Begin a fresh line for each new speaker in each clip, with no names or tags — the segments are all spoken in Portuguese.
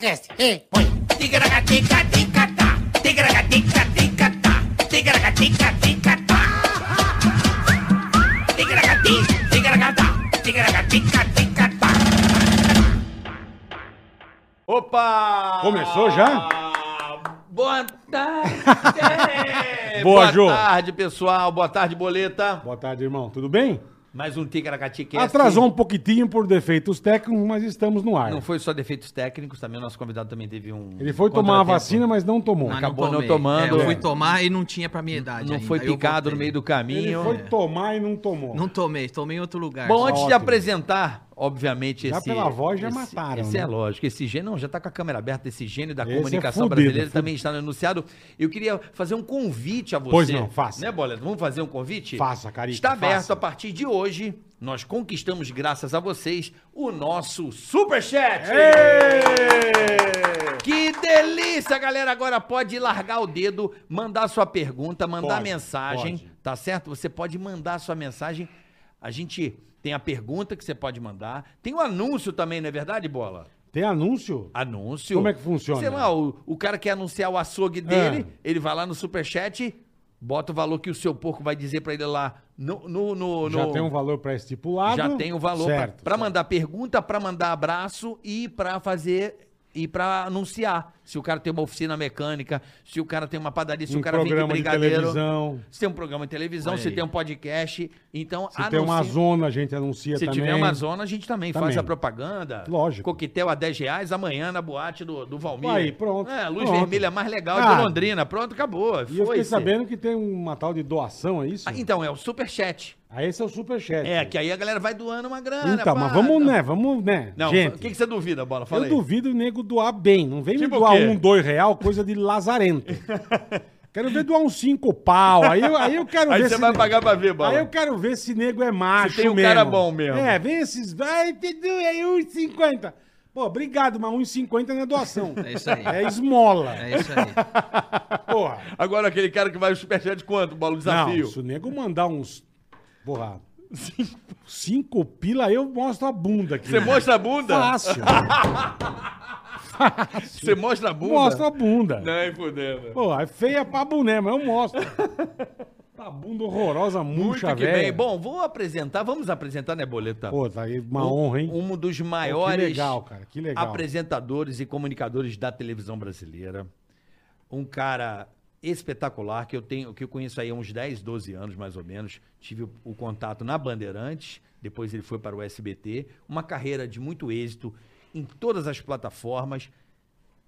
Desce, ei, põe. Tigaragatica, ticatá. Tigaragatica, ticatá. Tigaragatica, ticatá. Tigaragati, tigaragata. Tigaragatica, ticatá.
Opa!
Começou já?
Boa tarde!
Boa, Jô.
tarde, pessoal. Boa tarde, Boleta.
Boa tarde, irmão. Tudo bem?
Mais um Ticaracatiquete.
Atrasou um pouquitinho por defeitos técnicos, mas estamos no ar.
Não foi só defeitos técnicos, também o nosso convidado também teve um...
Ele foi tomar a
contratempo.
vacina, mas não tomou.
Mas
Acabou não
tomei.
tomando.
É, eu fui
É.
tomar e não tinha pra minha idade.
Não
ainda.
foi
Aí eu
picado no
voltei.
meio do
Ele
caminho.
foi tomar e não tomou.
Não tomei, tomei em outro lugar.
Bom,
só.
antes de
Ótimo.
apresentar, obviamente,
Já
esse...
pela voz já
esse-
mataram,
Esse
né?
é lógico. Esse gênio, não, já tá com a câmera aberta, esse gênio da
Esse é
comunicação
fudido,
brasileira
fudido.
também está no enunciado. Eu queria fazer um convite a você.
Pois não, faça.
Né, Boleta? Vamos fazer um convite?
Faça, Carica,
Está aberto
faça.
a partir de hoje. Nós conquistamos, graças a vocês, o nosso Superchat! Que delícia, galera! Agora pode largar o dedo, mandar sua pergunta, mandar
Pode,
mensagem,
pode.
tá certo? Você pode mandar sua mensagem. A gente tem a pergunta que você pode mandar. Tem o anúncio também, não é verdade, Bola?
Tem anúncio?
Anúncio.
Como é que funciona? É.
Sei lá, o, o cara quer anunciar o açougue dele, ele vai lá no superchat, bota o valor que o seu porco vai dizer pra ele lá no... no, no-
Já
no-
tem um valor pré-estipulado.
já tem o valor pra-
Certo.
pra mandar pergunta, pra mandar abraço e pra fazer e pra anunciar. Se o cara tem uma oficina mecânica, se o cara tem uma padaria, se
Um
o cara vende
programa de
brigadeiro,
televisão.
se tem um programa de televisão,
Olha
se
aí.
tem um podcast, então
Se tem uma zona, a gente anuncia
se
também.
tiver uma zona, a gente também, faz
Também.
a propaganda.
Lógico.
Coquetel a 10 reais amanhã na boate do, do Valmir.
Aí, pronto.
É, luz
Pronto.
vermelha mais legal
Ah.
de Londrina. Pronto, acabou.
E eu fiquei
foi-se.
sabendo que tem uma tal de doação, é isso?
Ah, então, é o superchat.
Aí esse é o superchat.
É, que aí a galera vai doando uma grana.
Então,
pá.
mas vamos, né? Vamos, né?
Não,
gente,
o que, que você duvida, Bola?
eu
Fala aí.
duvido o nego doar bem. Não vem
Tipo
me doar
o quê?
um, dois real, coisa de lazarento. quero ver doar uns cinco pau. Aí eu, aí eu quero
Aí
ver
você vai
ne-
pagar pra ver, Bola.
Aí eu quero ver se nego é macho
Se tem um
mesmo.
cara bom mesmo.
É, vem esses... Vai, te doe aí, 1,50. Pô, obrigado, mas 1,50 não é doação.
É isso aí.
É esmola.
É isso aí.
Porra.
Agora aquele cara que vai no superchat quanto, Bola? O
Não, se o nego mandar uns... Porra. Cinco pila, eu mostro a bunda aqui.
Você mostra a bunda?
é Fácil.
Você mostra a bunda?
Mostra a bunda.
Não, é fudendo.
Pô, é feia pra boné, mas eu mostro. Tá bunda horrorosa,
Muito
murcha,
que
velho.
bem. Bom, vou apresentar. Vamos apresentar, né, Boleta?
Pô, tá aí uma
Um-
honra, hein?
Um dos
Pô,
maiores
que legal, cara, que legal.
apresentadores e comunicadores da televisão brasileira. Um cara espetacular que eu tenho, que eu conheço aí há uns 10, 12 anos mais ou menos. Tive o, o contato na Bandeirantes, depois ele foi para o SBT, uma carreira de muito êxito em todas as plataformas.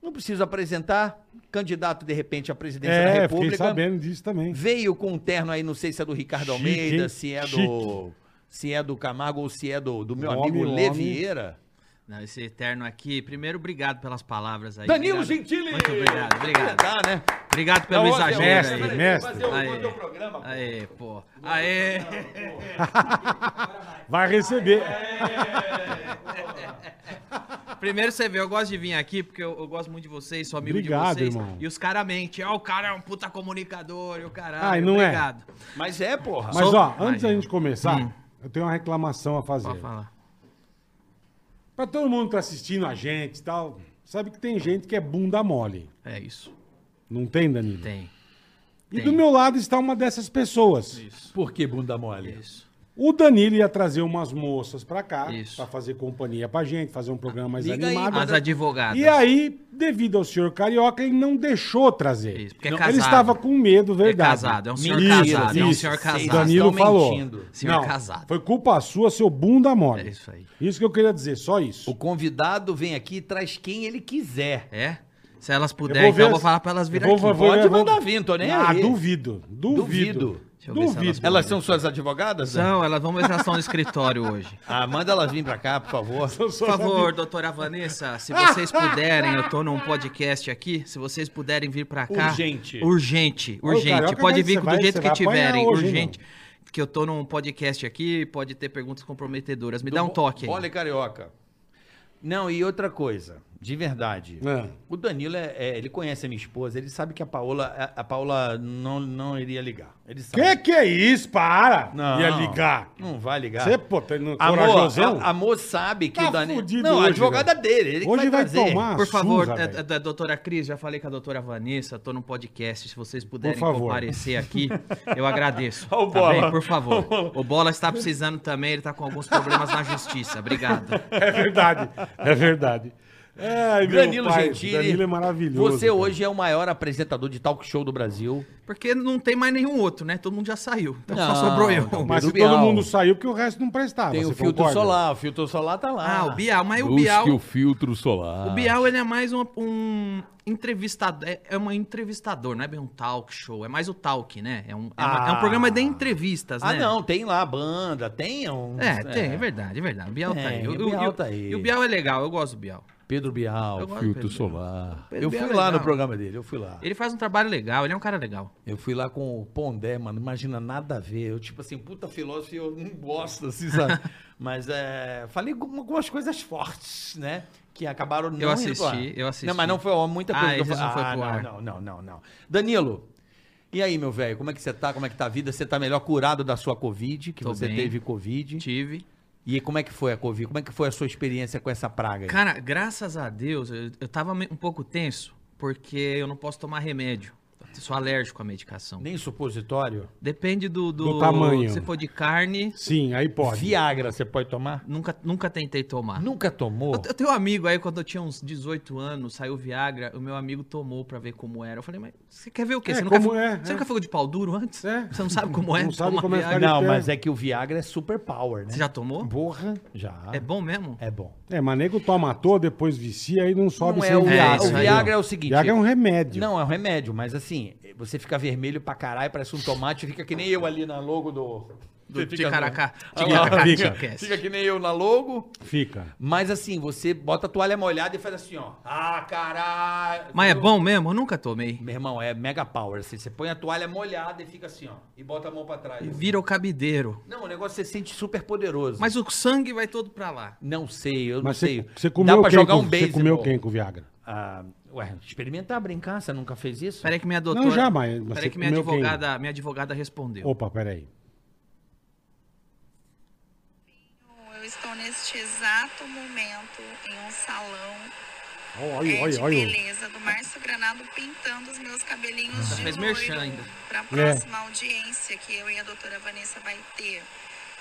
Não preciso apresentar, candidato de repente à presidência da
É, fiquei
República.
sabendo disso também.
Veio com um terno aí, não sei se é do Ricardo
Chique,
Almeida,
hein?
se é do.
Chique.
Se é do Camargo ou se é do, do meu
Homem,
amigo
homem.
Levieira.
Não, esse eterno aqui, primeiro, obrigado pelas palavras aí.
Danilo
obrigado.
Gentili!
Muito obrigado, obrigado.
Tá, né?
Obrigado pelo
Não, hoje é
exagero
hoje,
mestre,
aí.
peraí,
mestre.
fazer o-
Aê.
o teu programa, pô.
Aê, pô. Aê.
Vai receber.
Primeiro você vê, eu gosto de vir aqui porque eu, eu gosto muito de vocês, sou amigo
Obrigado,
de vocês.
irmão.
E os caras mentem. Ó, o cara é um puta comunicador e o caralho.
Ai, não é.
obrigado.
Mas é, porra.
Mas,
Só-
ó, antes da
Ai,
gente começar,
Hum.
eu tenho uma reclamação a fazer.
Pode falar.
Pra todo mundo que tá assistindo a gente e tal, sabe que tem gente que é bunda mole.
É isso.
Não tem, Danilo?
Tem.
e do
tem.
meu lado está uma dessas pessoas.
Isso.
Por que bunda mole?
Isso.
O Danilo ia trazer umas moças pra cá,
Isso.
pra fazer companhia pra gente, fazer um programa mais
Liga aí,
animado.
As advogadas.
E aí, devido ao senhor Carioca, ele não deixou trazer.
Isso, porque é
Não,
casado.
Ele estava com medo, verdade.
É casado, é um senhor casado, é um senhor casado.
O Danilo
Vocês estão
falou.
mentindo.
Senhor casado.
Foi culpa sua, seu bunda mole.
É isso aí.
Isso que eu queria dizer, só isso.
O convidado vem aqui e traz quem ele quiser.
É? Se elas puderem, então eu vou falar pra elas virem aqui.
Pode mandar vir, tô nem
Ah,
aí.
duvido, duvido.
Duvido.
Deixa eu ver se
Duvido.
elas-
Elas são suas advogadas? né?
São, elas vão ver se elas estão no escritório hoje.
Ah, manda elas vir pra cá, por favor.
Por favor, doutora Vanessa, se vocês puderem, eu tô num podcast aqui, se vocês puderem vir pra cá.
Urgente.
Urgente,
Ô,
urgente.
Carioca, vai-
pode vir
você
do
vai-
jeito
você
que
vai apanhar
tiverem,
hoje,
urgente. Que eu tô num podcast aqui, um pode ter perguntas comprometedoras. Me dá um toque aí.
Olha, carioca. Não, e outra coisa. De verdade.
É.
O Danilo, é, é, ele conhece a minha esposa, ele sabe que a Paola, a, a Paola não, não iria ligar. Ele sabe.
Que que é isso? Para!
Não.
Ia ligar.
Não vai ligar.
Você, pô, tá no
Amor,
corajosão?
a, amor sabe que
Tá
o Danilo.
fudido
Não, a
hoje,
advogada dele. Ele que
Hoje vai
trazer.
tomar.
Por favor,
surra,
é,
velho.
é da doutora Cris, já falei com a doutora Vanessa, tô no podcast, se vocês puderem
Por favor.
comparecer aqui, eu agradeço.
Ó o
tá
Bola.
bem? Por
Ó o
favor.
Bola.
O Bola está precisando também, ele tá com alguns problemas na justiça. Obrigado.
É verdade, é verdade. Ai, meu
Danilo
pai,
Gentili.
Danilo é maravilhoso.
Você
cara.
hoje é o maior apresentador de talk show do Brasil.
Porque não tem mais nenhum outro, né? Todo mundo já saiu. Então
Não,
só sobrou eu.
então,
Mas
Pedro
se todo
Bial.
mundo saiu, porque o resto não prestava.
Tem o
você
filtro
concorda?
solar. O filtro solar tá lá.
Ah, o Bial, mas o
Busque
Bial.
o filtro solar.
O Bial, ele é mais um, um entrevistador, é, é um entrevistador, não é bem um talk show, é mais o talk, né? É um, é uma- é um
Ah.
programa de entrevistas,
Ah,
né?
não, tem lá a banda, tem um.
É, tem, é verdade, é verdade. O Bial tá
Tem,
aí.
o
Eu- eu-
Bial
eu-
tá aí. Tá.
E o Bial é legal, eu gosto do Bial.
Pedro Bial,
Eu gosto do
filtro
Pedro Bial.
solar.
Pedro
eu fui
Bial é
lá
legal.
no programa dele, eu fui lá.
Ele faz um trabalho legal, ele é um cara legal.
Eu fui lá com o Pondé, mano. Imagina, nada a ver. Eu, tipo assim, puta filósofo, e eu não gosto, assim, sabe? Mas é, falei com algumas coisas fortes, né? Que acabaram não indo pro ar.
assisti, eu assisti.
Não, mas não foi ó, muita
Ah,
coisa que eu
esses não foi
falei.
pro
Ah,
ar.
não, não, não, não. Danilo, e aí, meu velho? Como é que você tá? Como é que tá a vida? Você tá melhor curado da sua Covid, que
Tô
você
bem.
teve Covid.
Tive.
E como é que foi a Covid? Como é que foi a sua experiência com essa praga? aí?
Cara, graças a Deus, eu, eu tava me- um pouco tenso, porque eu não posso tomar remédio. Eu Sou alérgico à medicação.
Nem supositório?
Depende do, do,
Do tamanho.
Se for de carne,
Sim, aí pode.
Viagra, você pode tomar?
nunca, nunca tentei tomar.
Nunca tomou?
Eu, eu tenho um amigo aí, quando eu tinha uns 18 anos, saiu Viagra, o meu amigo tomou pra ver como era. Eu falei, mas você quer ver o quê?
É,
você nunca,
como
fi-
é,
você
é.
nunca ficou de pau duro antes?
É.
Você não sabe como é
Não sabe
tomar
como é ficar
Viagra.
de-
Não,
Ele
mas
tem-
é que o Viagra é super power, né?
Você já tomou?
Porra, já.
É bom mesmo?
É bom.
É, mas nego toma à toa, depois vicia aí não sobe
Não
sem
é o,
viagra,
Viagra.
isso
o
aí,
Viagra é o seguinte.
Viagra é um remédio.
Não, é um remédio, mas assim, você fica vermelho pra caralho, parece um tomate, fica que nem eu ali na logo do.
Do
Você fica-
Ticaracá.
Olha lá,
Ticaracá,
fica.
Ticast.
Fica que nem eu na logo.
Fica.
Mas assim, você bota a toalha molhada e faz assim, ó. Ah, caralho.
Mas é
Entendeu?
bom mesmo? Eu nunca tomei.
Meu irmão, é mega power. Assim, você põe a toalha molhada e fica assim, ó. E bota a mão pra trás. assim.
Vira o cabideiro.
Não, o negócio você sente super poderoso.
Mas o sangue vai todo pra lá.
Não sei, eu
Mas
não
você,
sei.
você comeu
Dá pra
quem
jogar
com-
um
Você
beisebol.
comeu quem com Viagra?
Ah, ué, experimentar, brincar, você nunca fez isso?
Peraí que minha doutora...
Não, já, mas- mas você
Peraí que minha
comeu quem?
advogada, minha advogada respondeu.
Opa, peraí.
Eu estou neste exato momento em um salão
Olha,
é, de
olha, olha.
beleza do Márcio Granado pintando os meus
Ainda
cabelinhos de
Tá fez
loiro
merchan ainda.
É.
para a próxima audiência que eu e a doutora Vanessa vai ter.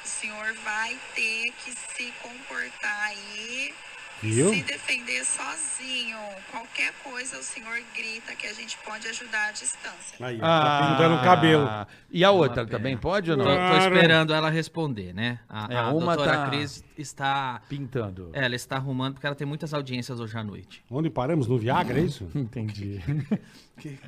O senhor vai ter que se comportar aí
Viu?
e se defender sozinho. Qualquer coisa o senhor grita que a gente pode ajudar à distância.
Aí, ó, tá pintando o cabelo.
Ah, E a outra
pena.
também pode ou
Tô,
não?
tô esperando ela responder, né? A,
É,
a
uma
doutora
tá-
Cris está...
Pintando.
é, ela está arrumando porque ela tem muitas audiências hoje à noite.
Onde paramos? No Viagra, é isso?
Entendi.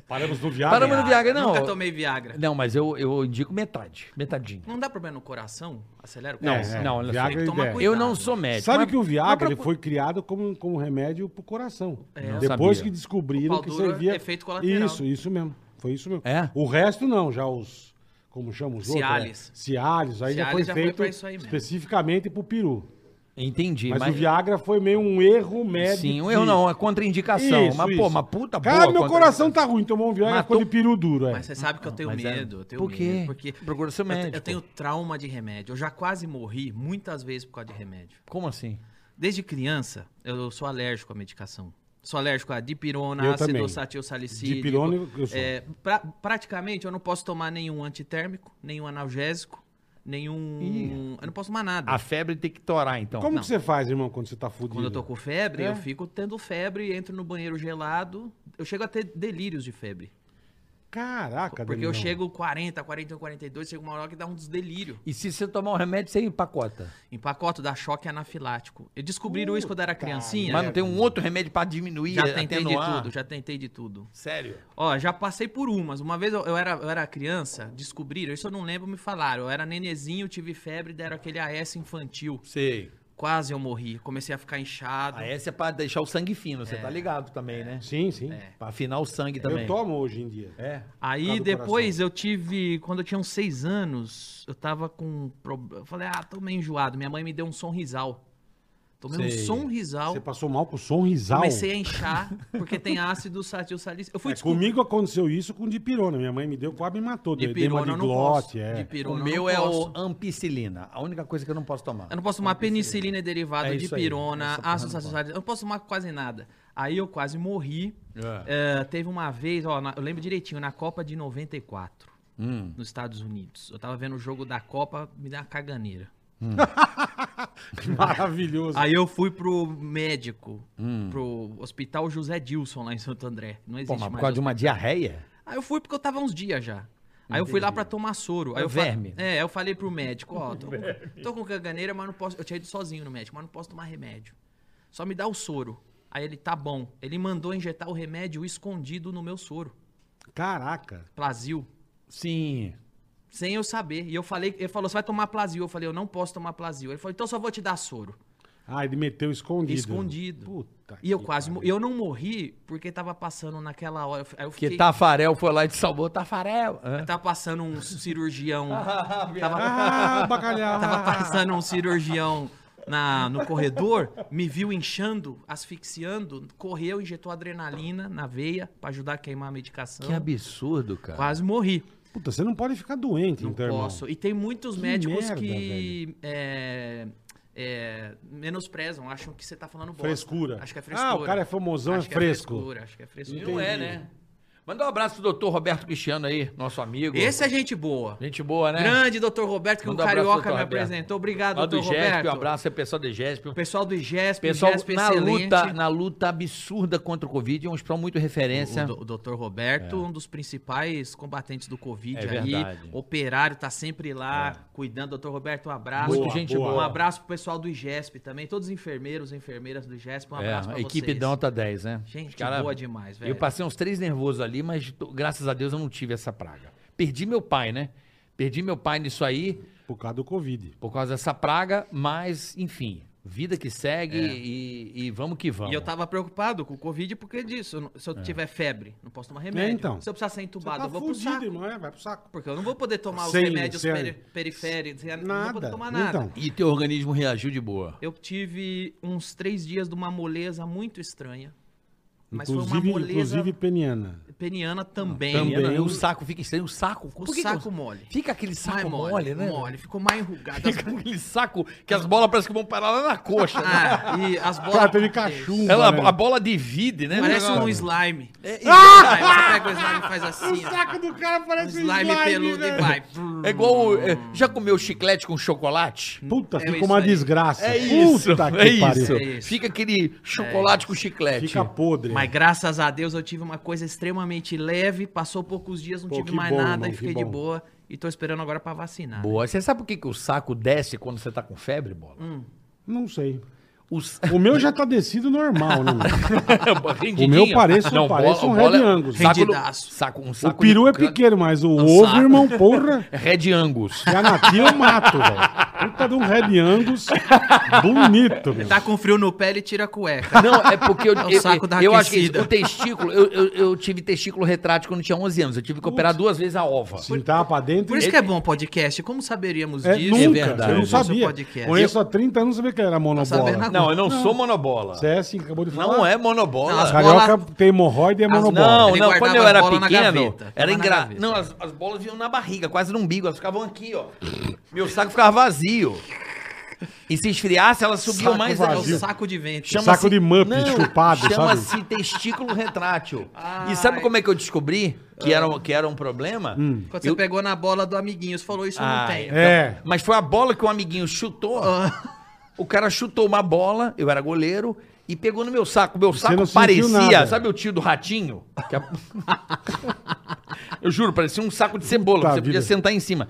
Paramos no Viagra.
Paramos no Viagra, não.
Nunca tomei Viagra.
Não, mas eu, eu indico metade. Metadinho.
Não dá problema no coração? Acelera
É,
o
Não,
coração?
não, olha só.
Viagra é
Tem que tomar
ideia.
Eu
cuidado.
não sou médico.
Sabe
mas-
que o Viagra
mas
ele foi criado como, um, como remédio pro coração.
É.
Não
Depois
sabia.
que
O
descobriram
pau
que
duro é
servia.
efeito colateral.
Isso, isso mesmo. Foi isso mesmo.
É?
O resto não, já os. Como chamam os
Cialis.
outros? né? Cialis. Aí já
Cialis
foi
já foi
feito
pra isso aí mesmo.
especificamente pro peru.
Entendi,
Mas,
mas...
o Viagra foi meio um erro médico.
Sim,
um
eu não, é contraindicação.
Isso,
mas, pô,
isso.
uma puta
Cara, meu
contra-
coração tá ruim, tomou um Viagra
Matou-
ficou de peru duro, é.
Mas você sabe que eu tenho
mas é-
medo. Eu tenho
Por quê?
medo, porque
Procura seu
eu te- Eu,
médico.
tenho trauma de remédio. Eu já quase morri muitas vezes por causa de remédio.
Como assim?
Desde criança, eu sou alérgico à medicação. Sou alérgico a
Eu
dipirona,
também.
ácido salicídico.
Dipirona eu- eu sou.
É, pra- praticamente, eu não posso tomar nenhum antitérmico, nenhum analgésico, nenhum... Eu não posso tomar nada.
A febre tem que torar, então.
Como
não.
que você faz, irmão, quando você tá fudido?
Quando eu tô com febre,
É.
eu fico tendo febre, entro no banheiro gelado. Eu chego a ter delírios de febre.
Caraca,
Porque
Danilão.
eu chego 40, 41, 42, chega uma hora que dá um desdelírio.
E se você tomar um remédio, você empacota.
Empacoto dá choque anafilático. Eu descobriram isso quando eu era criancinha.
Mas não tem um outro remédio pra diminuir,
é. Já tentei de
atenuar?
tudo, já tentei de tudo.
Sério?
Ó, já passei por umas. Uma vez eu, eu era, eu era criança, descobriram, isso eu não lembro, me falaram. Eu era nenezinho, tive febre, deram aquele AS infantil.
Sei.
Quase eu morri. Comecei a ficar inchado.
A
Ah,
essa é pra deixar o sangue fino, você tá ligado também, né?
Sim, sim.
É,
Pra afinar o sangue
Eu
também.
tomo hoje em dia.
É.
Aí
causa do
depois eu tive, quando eu tinha uns seis anos, eu tava com. pro- Eu falei, ah, tô meio enjoado. Minha mãe me deu um sonrisal. Tomei um
Sei.
sonrisal.
Você passou mal com o sonrisal.
Comecei a inchar, porque tem ácido satil salicílico. Eu fui
É, comigo aconteceu isso com dipirona. Minha mãe me deu, quase me matou.
De
Deu
pirona
edema
eu
de
não
glote,
posso.
é.
De pirona
o meu
eu
é
não
o
posso.
ampicilina. A única coisa que eu não posso tomar.
Eu não posso tomar penicilina é derivado
É
de
isso aí,
pirona,
essa porra não
ácido salicílico.
pode.
salicílico. Eu não posso tomar quase nada. Aí eu quase morri.
É.
É.
Eh, teve uma vez, ó, na- eu lembro direitinho, na Copa de 94,
Hum.
nos Estados Unidos. Eu tava vendo o jogo da Copa, me deu uma caganeira.
Maravilhoso.
Aí eu fui pro médico, pro Hospital José Dilson, lá em Santo André. Não
Hum. Pô,
existe
mas por
mais.
causa de uma diarreia?
Aí eu fui porque eu tava uns dias já. Aí eu fui lá pra tomar soro. Aí
É
eu fa-
verme.
É, aí eu falei pro médico, ó, tô, com- tô com caganeira, mas não posso. Eu tinha ido sozinho no médico, mas não posso tomar remédio. Só me dá o soro. Aí ele, tá bom. Ele mandou injetar o remédio escondido no meu soro.
Caraca.
Plasil.
Sim.
Sem eu saber. E eu falei, ele falou, você vai tomar plasil. Eu falei, eu não posso tomar plasil. Ele falou, então eu só vou te dar soro.
Ah, ele meteu escondido.
Escondido.
Puta
E eu
que
quase.
pariu.
mo- Eu não morri porque tava passando naquela hora. Aí eu
Que
fiquei.
Tafarel foi lá e te salvou. Tafarel. Hã?
Tava passando um cirurgião. tava,
Ah, bacalhau.
tava passando um cirurgião na, no corredor, me viu inchando, asfixiando, correu, injetou adrenalina na veia pra ajudar a queimar a medicação.
Que absurdo, cara.
Quase morri.
Puta, você não pode ficar doente,
Não
então, irmão.
posso. E tem muitos
Que
médicos
merda,
que é, é, menosprezam, acham que você tá falando bosta.
Frescura.
Acho que é
Ah,
frescura.
o cara é famosão,
Acho
é
que
fresco.
frescura, acho que é frescura.
Entendi.
Não é, né?
Manda um abraço pro doutor Roberto Cristiano aí, nosso amigo.
Esse é gente boa.
Gente boa,
É.
né?
Grande doutor Roberto, que
Manda
o
um abraço,
Carioca
doutor
me
Roberto.
apresentou. Obrigado,
Lá do
doutor Roberto.
GESP, um abraço aí, pessoal do GESP.
O pessoal do GESP,
Pessoal,
o GESP
na
excelente.
luta, na luta absurda contra o Covid, é um hospital muito referência.
O, do- o doutor Roberto, um dos principais combatentes do Covid
É
aí.
verdade. É.
Operário, tá sempre lá cuidando. Doutor Roberto, um abraço.
Muito gente
boa.
Um abraço pro pessoal do IGESP também. Todos os enfermeiros e enfermeiras do IGESP, um
É,
abraço pra
equipe
vocês.
da nota 10, né?
Gente,
Os cara-
boa demais, velho.
Eu passei uns três nervosos ali, mas tô- graças a Deus eu não tive essa praga. Perdi meu pai, né? Perdi meu pai nisso aí,
Por causa do Covid.
por causa dessa praga, mas, enfim, vida que segue e, e vamos que vamos.
É. E eu tava preocupado com o Covid porque disso. Eu não- Se eu
É.
tiver febre, não posso tomar remédio.
então.
Se eu precisar ser entubado, eu vou pro
fudido,
saco.
irmão. é, vai pro saco.
Porque eu não vou poder tomar os
Sem-
remédios
sem-
peri- periféricos, não vou
nada.
poder tomar nada.
Então.
E teu organismo reagiu de boa.
Eu tive uns três dias de uma moleza muito estranha. Mas foi
inclusive,
uma moleza
inclusive peniana.
peniana também.
Também.
Menina, o saco fica estranho, o saco.
O
por que que
saco mole.
Fica aquele
Mais
saco mole, né?
é Mole, ficou mais enrugado. As-
Fica aquele saco que as bolas parecem que vão parar lá na coxa. né?
Ah, e as bolas.
Cara, teve cachumba.
Ela,
né?
a bola divide, né?
Parece um
Negócio.
slime.
É,
Slime, Você pega o slime e faz
O
assim, ó.
saco do cara
Um
parece um
slime peludo
velho.
e vai.
é igual. o- é,
Hum.
já comeu chiclete com chocolate?
Puta,
É
fica
isso
uma
aí.
desgraça.
É isso,
Puta
é isso.
É isso.
Fica aquele chocolate com chiclete.
Fica podre.
Mas graças a Deus eu tive uma coisa extremamente leve. Passou poucos dias, não
Pô,
tive
que
mais
bom,
nada
irmão,
e
que
fiquei de
bom.
boa. E tô esperando agora pra vacinar.
Boa. Você sabe por que, que o saco desce quando você tá com febre, bola?
Hum.
Não sei.
O s-
O meu já tá descido normal, né? meu?
É Rendidinho.
O meu parece- parece um Red Angus.
Saco, no-
Rendidaço.
saco, um
O
saco
peru
de-
é pequeno, mas o ovo,
saco.
irmão, porra.
É Red Angus.
E a Natia eu mato, velho. Puta de um Red Angus bonito, meu.
Tá com frio no pé, ele tira a cueca.
Não, é porque eu,
É o
eu,
saco da
eu acho que
aquecida.
o testículo, eu, eu, eu tive testículo retrátil quando eu tinha 11 anos. Eu tive que operar duas vezes a ova.
Sentar tá pra dentro.
Por isso que é bom podcast. Como saberíamos
É,
disso?
nunca,
É verdade.
eu não
No seu
sabia.
podcast.
Conheço há 30 anos, sabia que era monobola.
sabendo agora.
Não, eu não sou monobola.
Você é assim, acabou de falar.
Não é monobola.
Não, as
Carioca
Bola-
tem hemorroide e é
As-
monobola.
Não,
Ele
não,
guardava
quando eu era
as bolas na
pequeno,
gaveta.
era
Ficava na
engra...
gaveta.
Não, as, as bolas vinham na barriga, quase no umbigo, elas ficavam aqui, ó. Meu saco ficava vazio. E se esfriasse, elas subiam
Saco
mais
É o
vazio.
ainda.
saco de vento.
Chama- Saco de Muppet chupado, sabe?
Chama-se testículo retrátil. E sabe
Ai. Hum.
como é que eu descobri que era, um- que era um problema?
Quando
Eu-
você pegou na bola do amiguinho, você falou isso, eu
Ah,
não tem.
É.
Mas foi a bola que um amiguinho chutou. O cara chutou uma bola, eu era goleiro, e pegou no meu saco. Meu
não
saco
sentiu
parecia,
nada.
sabe o tio do ratinho? Que a- eu juro, parecia um saco de cebola,
Puta
que você podia
vida.
sentar em cima.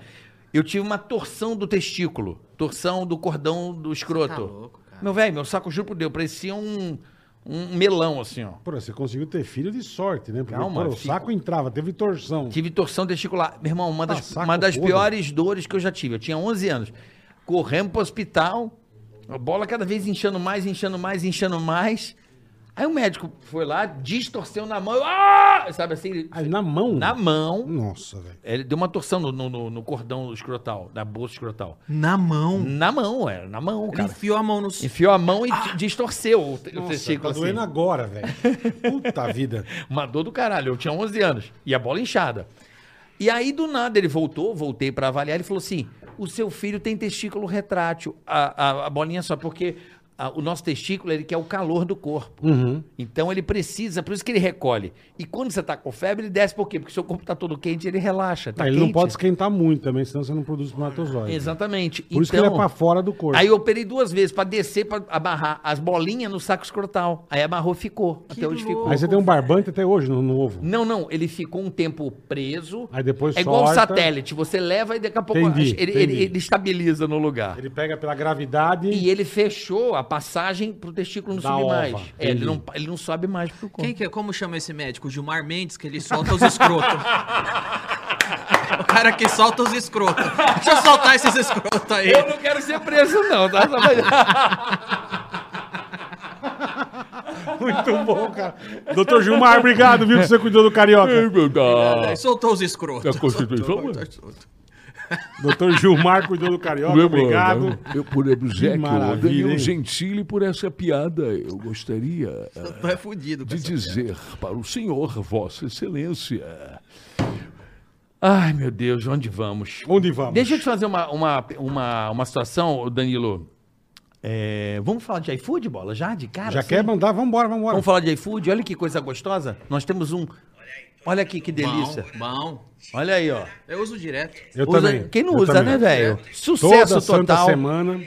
Eu tive uma torção do testículo, torção do cordão do escroto.
tá louco, cara.
Meu velho, meu saco, juro por Deus, parecia um, um melão, assim, ó.
Pô, você conseguiu ter filho de sorte, né? Porque
Calma,
pô, o
fico-
saco entrava, teve torção.
Tive torção testicular. Meu irmão, uma das,
saco
uma das
todo.
piores dores que eu já tive. Eu tinha 11 anos. Corremos pro hospital, a bola cada vez inchando mais, inchando mais, inchando mais. Aí o médico foi lá, distorceu na mão. eu, Ah! Sabe assim?
Aí, na mão?
Na mão.
Nossa, velho.
Ele deu uma torção no, no- no- no cordão escrotal, na bolsa escrotal.
Na mão.
Na mão, era, na mão,
Ele
Hum, cara.
enfiou a mão no... s-
Enfiou a mão e di- distorceu o, te- o
Ah! Nossa, tá
testículo assim.
doendo agora, velho. Puta vida.
Uma dor do caralho. Eu tinha 11 anos. E a bola inchada. E aí, do nada, ele voltou, voltei pra avaliar. Ele falou assim: o seu filho tem testículo retrátil. A, a, a bolinha só, porque a- o nosso testículo, ele quer o calor do corpo. Então, ele precisa, por isso que ele recolhe. E quando você tá com febre, ele desce por quê? Porque seu corpo tá todo quente, ele relaxa. Tá
Ah, ele
quente.
não pode esquentar muito também, senão você não produz espermatozoide.
Exatamente. Então,
Por isso que ele é pra fora do corpo.
Aí eu operei duas vezes pra descer, pra amarrar as bolinhas no saco escrotal. Aí amarrou, ficou. até hoje
louco.
ficou.
Aí você tem um barbante até hoje no, no ovo.
Não, não, ele ficou um tempo preso.
Aí depois
É igual o
solta.
satélite, você leva e daqui a pouco
Entendi,
ele, ele-
entendi.
ele estabiliza no lugar.
Ele pega pela gravidade.
E ele fechou a passagem pro testículo não
Da
subir
ova,
mais. É, ele,
entendi.
não, ele não sobe mais pro corpo.
Quem que, é- como chama esse médico? Gilmar Mendes, que ele solta os escrotos. o cara que solta os escrotos. Deixa eu soltar esses escrotos aí.
Eu não quero ser preso, não, tá? Só pra-
Muito bom, cara. Doutor Gilmar, obrigado, viu, que você cuidou do carioca.
Aí soltou os escrotos.
Da Constituição,
Soltou,
mano?
soltou.
Doutor Gilmar cuidou do carioca, obrigado.
né?
Eu, por obsequio,
maravilha, hein?
Daniel Gentili, por essa piada, eu gostaria eh,
Soltou é fudido.
de
cara.
dizer para o senhor, Vossa Excelência,
Ai, meu Deus, onde vamos?
Onde vamos?
Deixa eu te fazer uma, uma, uma, uma situação, ô Danilo. É, vamos falar de iFood, bola? Já? De cara?
Já
assim?
quer mandar? Vambora, vambora.
Vamos falar de iFood? Olha que coisa gostosa. Nós temos um. Olha aqui que delícia.
Bom, bom.
Olha aí, ó.
Eu uso direto.
Eu
Usa-
também.
Quem não
eu
usa,
também. É.
né, velho?
Toda
Sucesso
santa
total.
semana.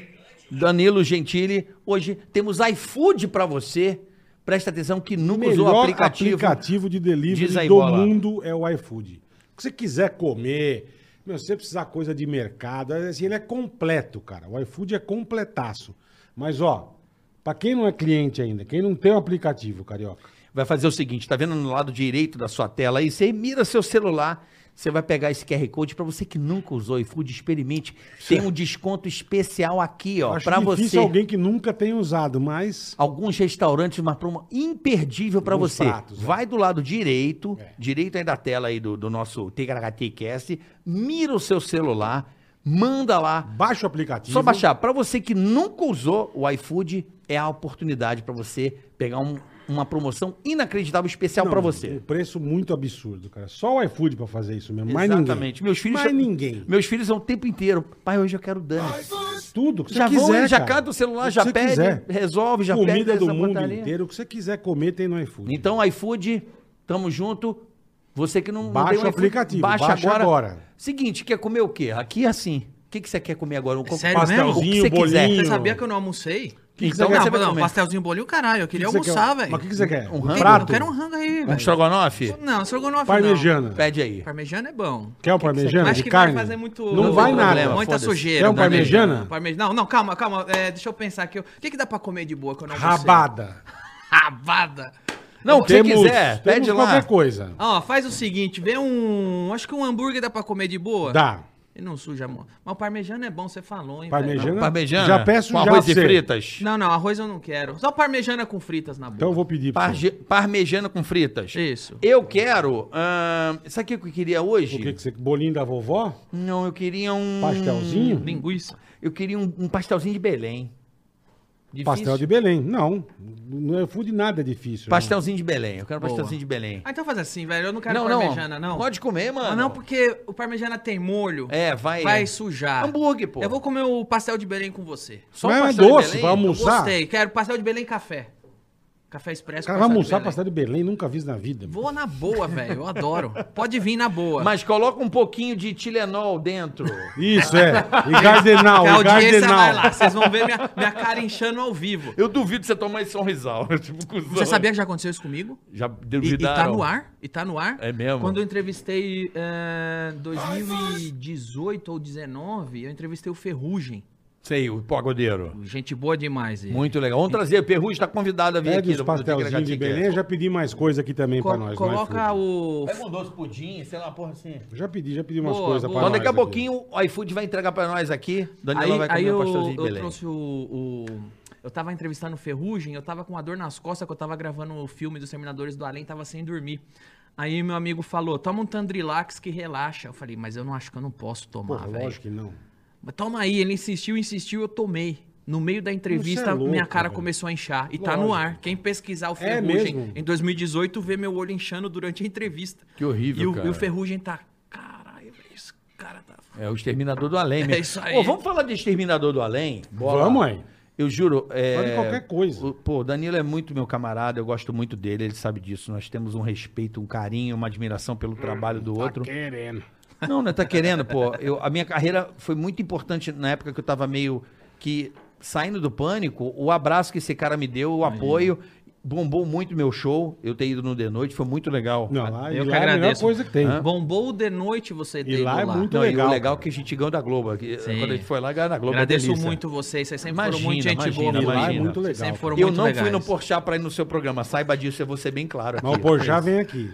Danilo Gentili. Hoje temos iFood pra você. Presta atenção que nunca usou o
melhor
aplicativo.
aplicativo, de
Diz
delivery
aí,
do
Bola.
mundo é o iFood. O que você quiser comer, meu, se você precisar coisa de mercado, assim, ele é completo, cara. O iFood é completaço. Mas, ó, pra quem não é cliente ainda, quem não tem o aplicativo, carioca,
Vai fazer o seguinte, tá vendo no lado direito da sua tela aí? Você mira seu celular, você vai pegar esse QR Code pra você que nunca usou iFood, experimente. Tem um desconto especial aqui, ó,
acho
pra
difícil
você.
alguém que nunca tem usado, mas
alguns restaurantes, uma promo imperdível pra
Alguns
você.
pratos, é.
Vai do lado direito,
É.
direito aí da tela aí do, do nosso TKHTcast, mira o seu celular, manda lá.
baixa o aplicativo.
Só baixar. Pra você que nunca usou o iFood, é a oportunidade pra você pegar um- uma promoção inacreditável especial
Não,
pra você.
Um preço muito absurdo, cara. Só o iFood pra fazer isso mesmo. Mais
Exatamente.
ninguém.
Meus filhos
Mais
já-
ninguém.
Meus filhos são o tempo inteiro. Pai, hoje eu quero Dani.
Tudo que você
Já vão,
quiser,
eles já
cara.
cata o celular,
O que
já
você
pede,
quiser.
resolve, já pede.
Comida é do
essa
mundo
porcaria.
inteiro, o que você quiser comer tem no iFood.
Então, iFood, tamo junto. Você que não, não
Baixa
tem um
o aplicativo,
baixa,
baixa
agora.
agora.
Seguinte, quer comer o quê? Aqui é assim. O que, que você quer comer agora? Um co-
sério é mesmo?
o que
pastelzinho,
você quiser.
bolinho.
Você sabia que eu não almocei?
que
então,
você
não,
vai
não,
comer?
pastelzinho, bolinho, caralho. Eu queria
que você
almoçar,
quer?
velho.
Mas o que que você quer?
Um
Eu
rango?
quero-
prato?
Eu quero um rango aí,
Um estrogonofe?
Não, estrogonofe
Parmejana.
Pede aí.
não. Parmejana é bom.
Quer o parmejana
Acho
de
que
carne?
vai fazer muito...
Não
muito
vai nada.
problema, Muita
Foda-se.
sujeira.
Quer um
né?
parmejana?
Parme- Não, não, calma, calma. É, deixa eu pensar aqui. O que, que dá pra comer de boa que eu não almocei?
Rabada.
Rabada.
Não, o que você quiser,
temos
pede lá.
qualquer coisa.
Ó, faz o seguinte. Vê um... Acho que um hambúrguer dá pra comer de boa.
Dá.
E não suja a mão. Mas o parmejana é bom, você falou, hein? velho?
Parmejana.
Parmejana?
Já peço
com
já
arroz e
você.
fritas?
Não, não, arroz eu não quero. Só parmejana com fritas na boca.
Então eu vou pedir pra você.
Parge- Parmejana com fritas?
Isso.
Eu quero... ahn, sabe o que eu queria hoje?
O que que você... Bolinho da vovó?
Não, eu queria um...
Pastelzinho?
Hum, Linguiça.
Eu queria um, um pastelzinho de Belém. Difícil?
Pastel de
né?
Belém. Não. No iFood nada é difícil.
Pastelzinho de Belém. Eu quero um
Boa.
pastelzinho de Belém.
Ah, então faz assim, velho. Eu não quero parmejana, não.
Pode comer, mano.
Ah, não, porque o parmejana tem molho.
É, vai.
Vai sujar.
Hambúrguer, pô.
Eu vou um comer o pastel de Belém com você.
Só
Mas é
pastel de
doce,
Belém?
vai almoçar.
Gostei. Quero pastel de Belém e café. Café
O
expresso.
cara vai almoçar
de Belém.
pastel de Belém, nunca vi isso na vida. meu.
Vou na boa, velho. Eu adoro. Pode vir na boa.
Mas coloca um pouquinho de Tilenol dentro.
Isso, é. E Gardenal,
Que a
e
audiência vai lá.
Gardenal.
Vocês vão ver minha, minha cara inchando ao vivo.
Eu duvido você tomar esse sorrisal. tipo, cuzão.
Você sabia que já aconteceu isso comigo?
Já
E, e
duvidaram.
tá no ar, e tá no ar.
É mesmo?
Quando eu entrevistei eh, em 2018 ou 19, eu entrevistei o Ferrugem.
Sei, o pagodeiro.
Gente boa demais. ele.
Muito legal. Vamos trazer. O Perruz tá convidado a vir
Pede
aqui.
os pastelzinhos de Belém. Eu já pedi mais coisa aqui também
Co-
pra nós. no
coloca
iFood.
o.
Pega um doce pudim, sei lá, porra assim.
Já pedi, já pedi umas
Boa,
coisas
boa.
pra
Então
nós.
daqui a
aqui.
pouquinho o iFood vai entregar pra nós aqui. Danilo
Aí,
vai
aí
comer um
eu,
pastelzinho de
eu
Belém.
trouxe o, o Eu tava entrevistando o Ferrugem, eu tava com uma dor nas costas, que eu tava gravando o filme dos Terminadores do Além, tava sem dormir. Aí meu amigo falou, toma um Tandrilax que relaxa. Eu falei, mas eu não acho que eu não posso
Pô,
tomar, velho.
Ah, lógico que não.
Mas toma aí, ele insistiu, insistiu, eu tomei. No meio da entrevista,
Você é louco,
minha cara
velho.
começou a inchar. E tá
Lógico.
no ar. Quem pesquisar o
É
Ferrugem
mesmo?
em 2018 vê meu olho inchando durante a entrevista.
Que horrível,
e o,
cara.
E o Ferrugem tá. Caralho, velho, esse cara tá.
É o Exterminador do Além. mesmo.
É isso aí.
Pô, vamos falar de Exterminador do Além? Bora.
Vamos aí.
Eu juro. É...
Fala de qualquer coisa.
o- Pô, o Danilo é muito meu camarada, eu gosto muito dele, ele sabe disso. Nós temos um respeito, um carinho, uma admiração pelo trabalho do outro.
Tá Querendo.
Não, não tá querendo, pô. Eu, a minha carreira foi muito importante na época que eu tava meio que saindo do pânico. O abraço que esse cara me deu, o apoio, bombou muito meu show. Eu ter ido no The Noite, foi muito legal.
Não,
A-
lá,
Eu
e
que
lá é a melhor
agradeço.
coisa que tem.
Bombou de noite você
E
teve
lá é
lá.
muito
não,
legal.
e o legal é
cara.
que a gente ganhou da Globo. que,
Sim.
Quando a gente foi lá, ganhou da Globo. uma
Agradeço
delícia.
muito vocês, vocês sempre
Imagina,
foram muito gente boa.
imagina,
comigo.
lá é
imagina.
muito
Vocês
legal.
sempre foram
Eu
muito
não fui
legais.
no Porchat pra ir no seu programa. Saiba disso, eu vou ser bem claro. aqui.
Mas o Porchat vem aqui.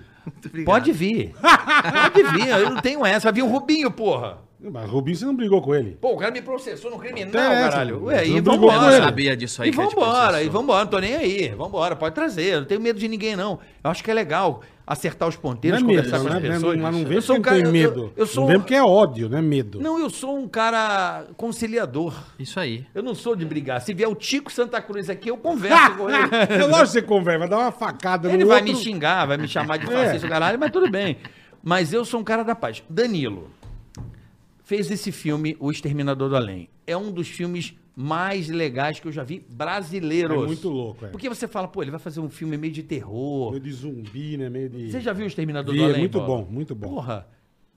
Pode vir. Pode vir. Eu não tenho essa. Vai vir o Rubinho, porra.
Mas Rubinho, você não brigou com ele.
Pô, o cara me processou no criminal,
Não interessa,
caralho.
pô.
Ué,
Você não
e
brigou
vambora.
com ele. Eu
sabia disso aí
E
que ele te
vambora,
processou.
e vambora. Não tô nem aí. Vambora, pode trazer. Eu não tenho medo de ninguém, não. Eu acho que é legal acertar os ponteiros,
não é medo,
conversar com
não,
as
é, não,
pessoas.
mas não vem
eu sou um
porque
cara...
tem
Eu,
medo.
eu, eu sou... um
Não vem porque é ódio, não é medo.
Não, eu sou um cara conciliador.
Isso aí.
Eu não sou de brigar. Se vier o Tico Santa Cruz aqui, eu converso com ele.
é lógico que você conversa, vai dar uma facada
Ele
no
vai
um outro. É.
me xingar, vai me chamar de fascista, caralho, mas tudo bem. Mas eu sou um cara da paz. Danilo fez esse filme O Exterminador do Além. É um dos filmes mais legais que eu já vi brasileiros.
É muito louco, é.
Porque você fala, pô, ele vai fazer um filme meio de
Meio
terror.
de zumbi, né? Meio de...
Você já viu O Exterminador
Vi,
do
é
Além?
muito
Bola?
bom, muito bom.
Porra,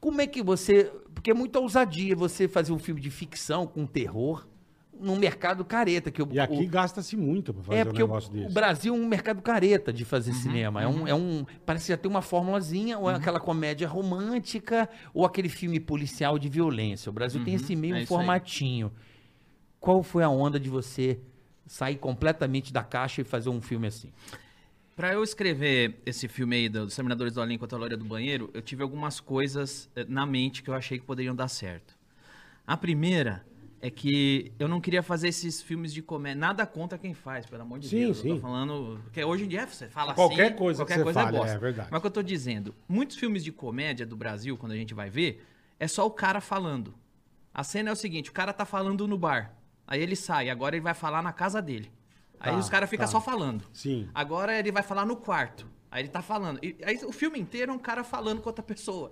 como é que você... Porque é muita ousadia você fazer um filme de ficção com terror num mercado careta. Que eu,
E aqui gasta-se muito pra fazer
é
um
porque o,
negócio
o
desse.
Brasil é um mercado careta de
Uhum,
fazer cinema. É um, é um. Parece que já tem uma formulazinha, ou é aquela comédia romântica, ou aquele filme policial de violência. O Brasil tem esse meio
é isso aí.
formatinho. Qual foi a onda de você sair completamente da caixa e fazer um filme assim?
Pra eu escrever esse filme aí do- dos Terminadores do Além contra a Loira do Banheiro, eu tive algumas coisas eh, na mente que eu achei que poderiam dar certo. A primeira é que eu não queria fazer esses filmes de comédia. Nada contra quem faz, pelo amor de
Sim,
Deus. Eu
sim.
tô falando. Porque hoje em dia você fala
Qualquer
assim.
coisa que você fale, é verdade.
Mas o que eu tô dizendo, muitos filmes de comédia do Brasil, quando a gente vai ver, é só o cara falando. A cena é o seguinte: o cara tá falando no bar. Aí ele sai, agora ele vai falar na casa dele. Aí
Tá,
os caras ficam
tá.
só falando.
Sim.
Agora ele vai falar no quarto. Aí ele tá falando. E, aí o filme inteiro é um cara falando com outra pessoa.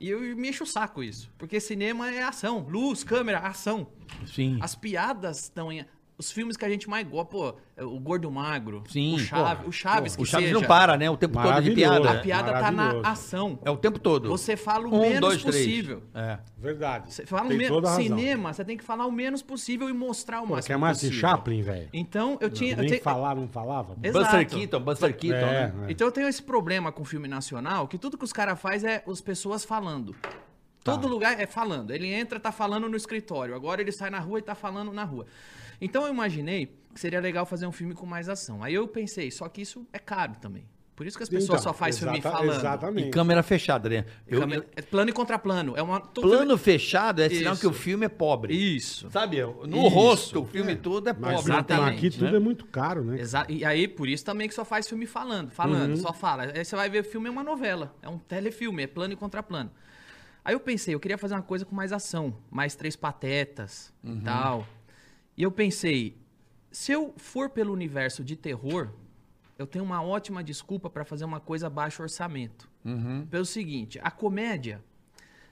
E eu me encho o saco isso. Porque cinema é ação. Luz, câmera, ação.
Sim.
As piadas estão em. Os filmes que a gente mais gosta, pô, é o Gordo Magro.
Sim,
O, Chave,
porra.
o Chaves, que
O Chaves
seja.
não para, né? O tempo todo de
Maravilhoso.
piada.
A piada tá
Maravilhoso.
na ação.
É o tempo todo. Um,
Você fala o menos possível.
Três. É.
Verdade.
Você fala o
Tem toda a
menos.
razão.
Cinema, você tem que falar o menos possível e mostrar o
Pô,
máximo.
que é Martin
possível.
Chaplin, velho.
Então, eu tinha. eu
Nem
te-
falar, não falava.
Exato.
Buster Keaton, Buster Keaton,
É,
né?
é.
Então eu tenho esse problema com filme nacional, que tudo que os caras faz é as pessoas falando.
Tá.
Todo lugar é falando. Ele entra, tá falando no escritório. Agora ele sai na rua e tá falando na rua. Então eu imaginei que seria legal fazer um filme com mais ação. Aí eu pensei, só que isso é caro também. Por isso que as pessoas
Então,
só fazem filme
exata-
falando.
E
Exatamente.
câmera fechada, né? Eu-
Câmera- É plano e contraplano. É uma... todo
Plano fechado é sinal
Isso.
que o filme é pobre.
filme- Isso.
Sabe? No
Isso.
rosto, o filme todo é pobre.
Mas
Exatamente,
mas aqui tudo
né?
é muito caro, né?
Exa- e aí, por isso também que só faz filme falando, falando, só fala. Aí você vai ver, o filme é uma novela, é um telefilme, é plano e contraplano. Aí eu pensei, eu queria fazer uma coisa com mais ação, mais três patetas e tal. E eu pensei, se eu for pelo universo de terror, eu tenho uma ótima desculpa pra fazer uma coisa baixo orçamento. Pelo seguinte, a comédia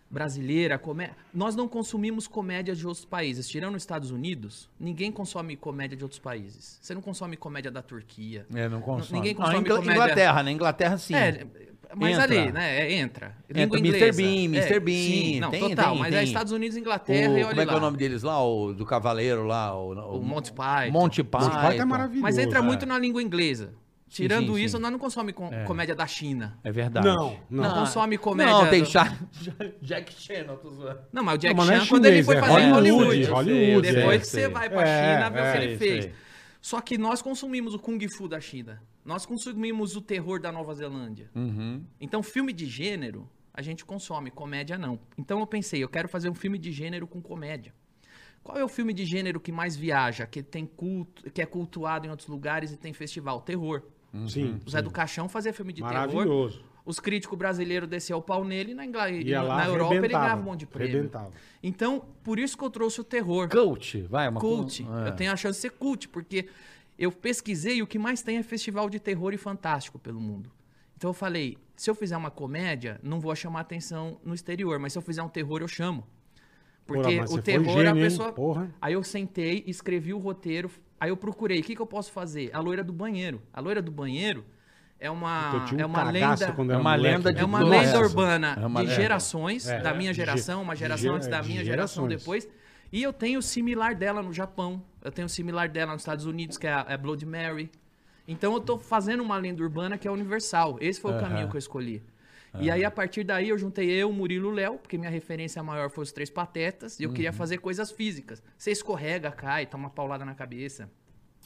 brasileira, comé... nós não consumimos comédia de outros países. Tirando os Estados Unidos, ninguém consome comédia de outros países. Você não consome comédia da Turquia.
É, não consome.
Ninguém
Não,
consome
Ingl-
comédia.
Inglaterra, né? Inglaterra sim.
É, mas
Entra.
ali, né? é, Entra. É,
Entra o Mr. Bean, Mr. Bean,
sim, não,
tem-
total.
tem-
mas
tem.
é Estados Unidos, Inglaterra e
o,
olha
como é que
lá.
é o nome deles lá? O do Cavaleiro lá? O,
O Monty Python.
Monty Python.
Monty Python é maravilhoso.
Então, Mas entra
é.
muito na língua inglesa. Tirando
sim,
isso,
sim.
nós não consome com- comédia da China.
É verdade.
Não, não.
Não consome comédia
Não, tem
do-
Char... Jack Chan, eu tô zoando.
Não, mas o Jack
Não, mas não é
Chan, quando ele
chinês,
foi
é
fazer
Hollywood,
Hollywood,
Hollywood,
depois
é,
que
sei.
você vai pra
É,
China, vê o
é,
que ele
isso
fez.
aí.
Só que nós consumimos o Kung Fu da China. Nós consumimos o terror da Nova Zelândia.
Uhum.
Então, filme de gênero, a gente consome, comédia não. Então eu pensei, eu quero fazer um filme de gênero com comédia. Qual é o filme de gênero que mais viaja, que tem culto, que é cultuado em outros lugares e tem festival? Terror.
Sim.
O Zé do Caixão fazia filme de terror.
Maravilhoso.
Os críticos brasileiros desciam o pau nele e na, Ingla... e
Ia lá,
na Europa ele
arrebentava,
ganhava um monte de prêmio.
arrebentava.
Então, por isso que eu trouxe o terror.
Cult, vai, uma
Cult.
É.
Eu tenho a chance de ser cult, porque eu pesquisei e o que mais tem é festival de terror e fantástico pelo mundo. Então eu falei, se eu fizer uma comédia, não vou chamar atenção no exterior, mas se eu fizer um terror, eu chamo. Porque
Porra, mas você
o
foi
terror a
gênio, hein?
pessoa.
Porra.
Aí eu sentei, escrevi o roteiro, aí eu procurei, o que, que eu posso fazer? A loira do banheiro. A loira do banheiro é
Eu
uma,
tinha um
é uma
cagaço
lenda.
quando
É
era
uma
moleque, né?
lenda de
velho.
É uma
Nossa.
lenda urbana
É uma
de
lenda.
gerações,
É,
da minha
de ge-
geração, uma
de
geração
ge-
antes da
de
minha, geração
gerações.
depois. E eu tenho o similar dela no Japão, eu tenho o similar dela nos Estados Unidos, que é a é Blood Mary. Então eu tô fazendo uma lenda urbana que é universal. Esse foi o caminho que eu escolhi. E aí, a partir daí, eu juntei eu, Murilo e o Léo, porque minha referência maior foi os Três Patetas, e eu queria fazer coisas físicas. Você escorrega, cai, toma uma paulada na cabeça,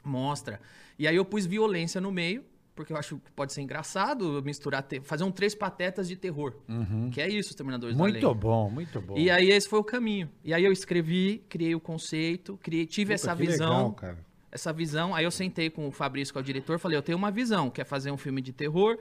mostra. E aí eu pus violência no meio, porque eu acho que pode ser engraçado misturar, te- fazer um Três Patetas de terror. Que é isso, os Terminadores da Lei.
Muito bom, muito bom.
E aí esse foi o caminho. E aí eu escrevi, criei o conceito, criei,
Puta,
tive essa
que
visão.
legal, cara.
Essa visão. Aí eu sentei com o Fabrício, que é o diretor, falei, eu tenho uma visão, quer fazer um filme de terror,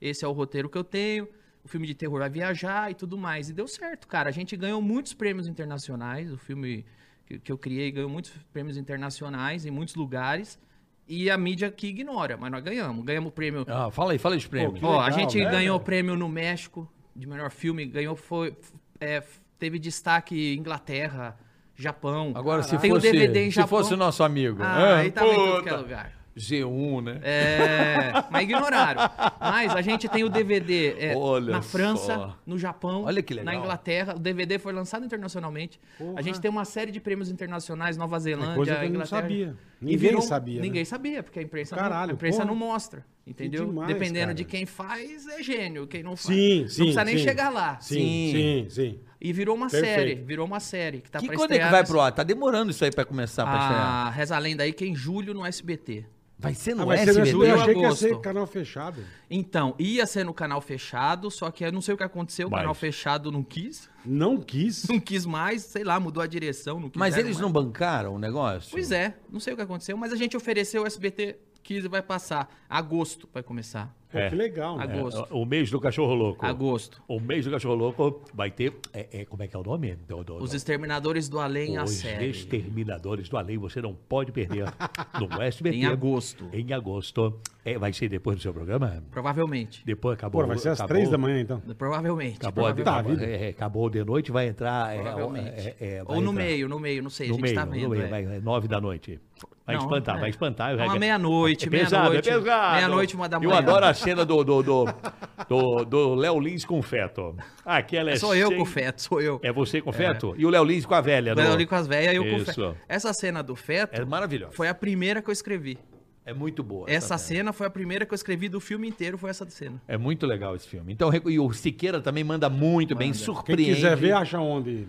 esse é o roteiro que eu tenho. O filme de terror vai viajar e tudo mais. E deu certo, cara. A gente ganhou muitos prêmios internacionais. O filme que, que eu criei ganhou muitos prêmios internacionais em muitos lugares. E a mídia que ignora, mas nós ganhamos. Ganhamos o prêmio
Ah, fala aí, fala aí os prêmios.
que
Ó, a
legal,
gente
né,
ganhou o
velho?
prêmio no México de melhor filme, ganhou foi f- é, f- teve destaque Inglaterra, Japão.
Agora, se
Tem o
fosse,
DVD em
se
Japão.
fosse o nosso amigo.
Ah, aí tava em tudo que é
puta.
lugar.
G1, né?
É, mas ignoraram. Mas a gente tem o DVD é,
Olha
na França,
só.
no Japão,
Olha que legal.
na Inglaterra. O DVD foi lançado internacionalmente. A gente tem uma série de prêmios internacionais, Nova Zelândia,
É coisa que eu não
Inglaterra.
sabia.
E
Ninguém sabia, né?
Ninguém sabia, porque a imprensa,
Caralho,
não, a imprensa
porra.
não mostra. Entendeu?
demais,
Dependendo
cara.
de quem faz, é gênio. Quem não faz.
Sim,
não
sim.
precisa nem
sim.
chegar lá.
Sim, sim, sim.
E virou uma
Perfeito.
série. Virou uma série. Que tá
que
pra
quando é que
estrear
vai
nesse-
pro ar? Tá demorando isso aí pra começar, pra estrear.
Ah, reza a lenda aí que é em julho no SBT.
Vai ser
Ah,
no
é
mas você
SBT?
não- eu achei que ia
agosto.
ser canal fechado.
Então, ia ser no canal fechado, só que eu não sei o que aconteceu, o canal fechado não quis,
Não quis.
não quis mais, sei lá, mudou a direção, não
Mas
quiseram
eles
mais.
não bancaram o negócio?
Pois é, não sei o que aconteceu, mas a gente ofereceu o SBT, quis e vai passar. Agosto vai começar.
Pô, que
é,
legal. né?
Agosto.
O mês do cachorro louco.
Agosto.
O mês do cachorro louco vai ter. É, é, como é que é o nome? Do, do,
Os
do-
Exterminadores do Além a
Os
série.
Exterminadores do Além, você não pode perder. No SBT.
Em agosto.
Em agosto. É, vai ser depois do seu programa?
Provavelmente.
Depois acabou.
Pô, vai ser às
Tá
acabou-
três da manhã, então.
Provavelmente.
Acabou, de,
provavelmente.
Tá, vida.
é, é, acabou de noite, vai entrar. é,
Provavelmente.
é, é, vai
Ou no
entrar.
meio, no meio, não sei, a
No
gente
meio,
tá
no
vendo.
meio,
é.
vai, vai, nove da noite. Vai
Não,
espantar,
é.
vai espantar.
É
vai-
uma meia-noite,
é pesado,
meia-noite.
É pesado.
Meia-noite, uma da
Eu
manhã.
adoro a cena do do do do, do Léo Lins com o feto. Aquela é
Sou eu
sem-
com o feto, sou eu.
É você com o feto? E o Léo Lins com a velha.
Mas
no-
eu li com as velhas e eu com o
Isso.
feto. Essa cena do feto
É maravilhoso.
foi a primeira que eu escrevi.
É muito boa.
Essa cena foi a primeira que eu escrevi do filme inteiro, foi essa cena.
É muito legal esse filme. Então, recu- e o Siqueira também manda muito bem,
Quem
surpreende.
quiser ver, acha onde.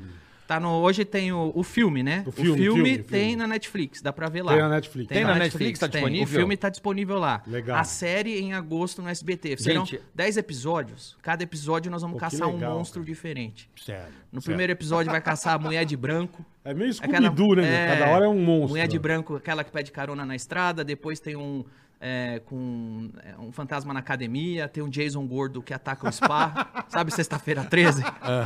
Tá no, hoje tem o, o filme, né?
O filme, filme,
tem
filme.
na Netflix, dá pra ver lá.
Tem na Netflix.
Tem na Netflix, tá
tem.
disponível?
O filme tá disponível lá.
Legal.
A série em agosto no SBT. Serão
Gente-
10 episódios. Cada episódio nós vamos
Pô, que
caçar
legal,
um monstro
cara.
diferente.
Sério.
No primeiro episódio vai caçar a mulher de branco.
É meio
Aquela-
Scooby-Doo, né? meu? Cada hora é um monstro.
Mulher de branco, aquela que pede carona na estrada, depois tem um é, com é, um fantasma na academia, tem um Jason gordo que ataca o spa, sabe, sexta-feira 13?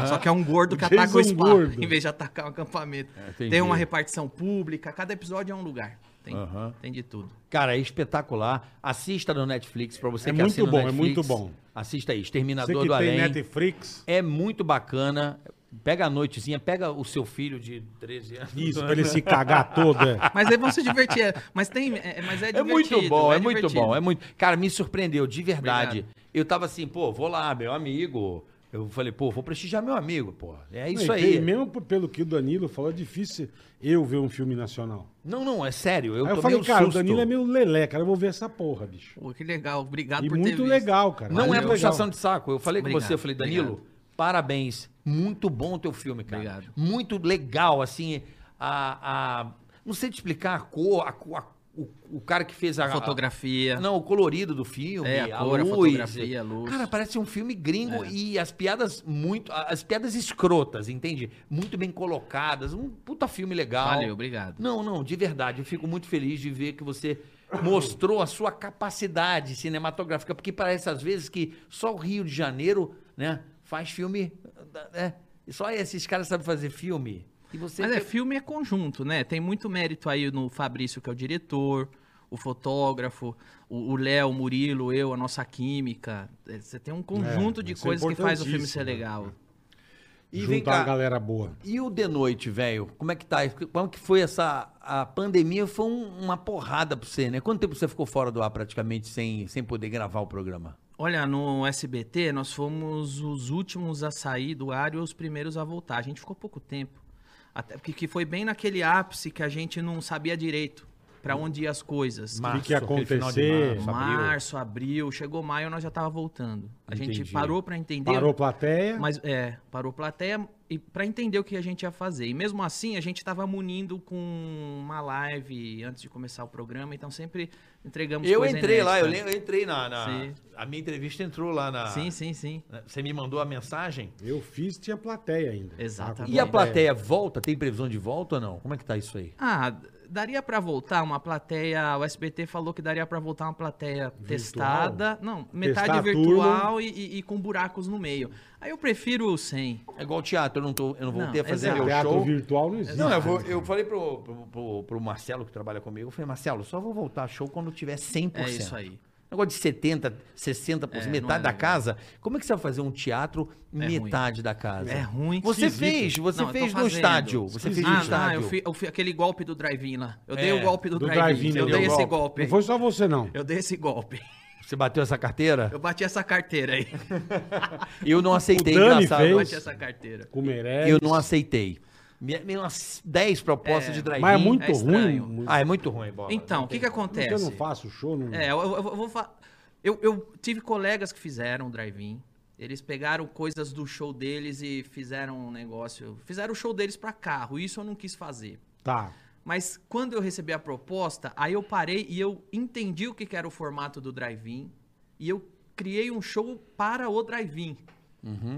Só que é um gordo que ataca o
Jason
spa,
gordo. É,
em vez de atacar um acampamento.
entendi.
tem uma repartição pública, cada episódio é um lugar. Tem, tem de tudo.
Cara, é espetacular. Assista no Netflix pra você
É
que
muito
assina no
bom, é
Netflix.
muito bom.
Assista aí,
Você
Exterminador
que
do
tem
Além.
Netflix.
É muito bacana. Pega a noitezinha, pega o seu filho de 13 anos. É
Isso, pra ele se cagar todo. é.
Mas aí vão se divertir. é- Mas tem. É, é- mas é
É
divertido.
muito
né?
bom, é, muito
divertido.
bom, é muito. Cara, me surpreendeu de verdade. Eu tava assim, pô, vou lá, meu amigo. Eu falei, pô, vou prestigiar meu amigo, pô. É isso
Não, e
aí.
tem- Mesmo p- pelo que o Danilo falou, é difícil eu ver um filme nacional.
Não, não, é sério. Eu,
Aí eu
tomei
falei,
um
cara,
susto.
o Danilo é meio lelé, cara, eu vou ver essa porra, bicho.
Pô, que legal. Obrigado
E
por ter
muito
visto.
legal, cara.
Não é
Muito
puxação
legal.
de saco. Eu falei com
Obrigado,
você, eu falei, Danilo, parabéns. Muito bom teu filme, cara.
Obrigado.
Muito legal, assim, a, a- Não sei te explicar a cor, a, co- a o, o cara que fez a, a-
Fotografia.
Não, o colorido do filme,
É, a
a,
cor, a
luz.
fotografia, a luz. É.
Cara, parece um filme gringo e as piadas muito. a- As piadas escrotas, entende? Muito bem colocadas. Um puta filme legal.
Valeu, obrigado.
Não, não, de verdade. Eu fico muito feliz de ver que você mostrou a sua capacidade cinematográfica, porque parece às vezes que só o Rio de Janeiro, né, faz filme, né? Só esses caras sabem fazer filme. E você
Mas é, filme é conjunto, né? Tem muito mérito aí no Fabrício, que é o diretor, o fotógrafo, o o Léo, o Murilo, eu, a nossa química. É, Você tem um conjunto
É,
de
isso é
coisas que faz o filme ser
importantíssimo,
legal.
E vem
Juntar uma
cá.
galera boa.
E o de noite, velho? Como é que tá? Como que foi essa a pandemia? Foi um- uma porrada pra você, né? Quanto tempo você ficou fora do ar praticamente sem, sem poder gravar o programa?
Olha, no SBT nós fomos os últimos a sair do ar e os primeiros a voltar. A gente ficou pouco tempo. Até porque que foi bem naquele ápice que a gente não sabia direito pra onde ia as coisas.
O que,
Março,
que ia
aquele final de
acontecer?
março. abril.
Março, abril, chegou maio, nós já tava voltando. A gente
Entendi.
parou pra entender.
Parou plateia.
Mas é, parou plateia e para entender o que a gente ia fazer. E mesmo assim, a gente tava munindo com uma live antes de começar o programa, então sempre entregamos
Eu
coisa
entrei lá, eu,
inédita.
lem- eu entrei na, na-
Sim.
A minha entrevista entrou lá na.
Sim, sim, sim.
Você me mandou a mensagem.
Eu fiz, tinha plateia ainda. Tá
Exatamente.
E a
Bom,
plateia volta? Tem previsão de volta ou não? Como é que tá isso aí?
Ah, daria pra voltar uma plateia, o SBT falou que daria pra voltar uma plateia testada, não, metade
Testar a
virtual e, e- e com buracos no meio. Aí eu prefiro sem.
É igual teatro, eu não, tô, eu não voltei
Não,
a fazer
exato.
meu
É, Teatro
show.
virtual não existe.
Não, eu, vou- eu falei pro, pro, pro- pro Marcelo, que trabalha comigo, eu falei, Marcelo, só vou voltar show quando tiver 100%.
É isso aí.
Negócio de 70, 60%,
não
metade
é
da
legal.
casa. Como é que você vai fazer um teatro metade da casa?
É ruim,
Você
esquisito.
fez, você
Não, eu tô
fez no
fazendo.
estádio. Você fez
ah,
no
não,
estádio.
eu fi- eu fi- aquele golpe do drive-in lá. Eu dei
É,
o golpe do,
Do
drive-in.
drive-in,
Eu
né?
dei
Deu
esse
golpe.
golpe.
Não
aí.
foi só você, não.
Eu dei esse golpe.
Você bateu essa carteira?
Eu bati essa carteira aí.
Eu não aceitei,
O Dani
engraçado.
Eu
fez.
bati essa carteira.
Com o Meirelles.
Eu não aceitei. Me- me- Umas 10 propostas de drive-in.
Mas é muito
É
ruim.
estranho.
muito-
Ah, é muito ruim, bola.
Então, o que que acontece?
Eu não faço show. Não...
É, eu, eu- eu vou fa- eu- eu tive colegas que fizeram drive-in. Eles pegaram coisas do show deles e fizeram um negócio. Fizeram o show deles pra carro. Isso eu não quis fazer.
Tá.
Mas quando eu recebi a proposta, aí eu parei e eu entendi o que que era o formato do drive-in. E eu criei um show para o drive-in.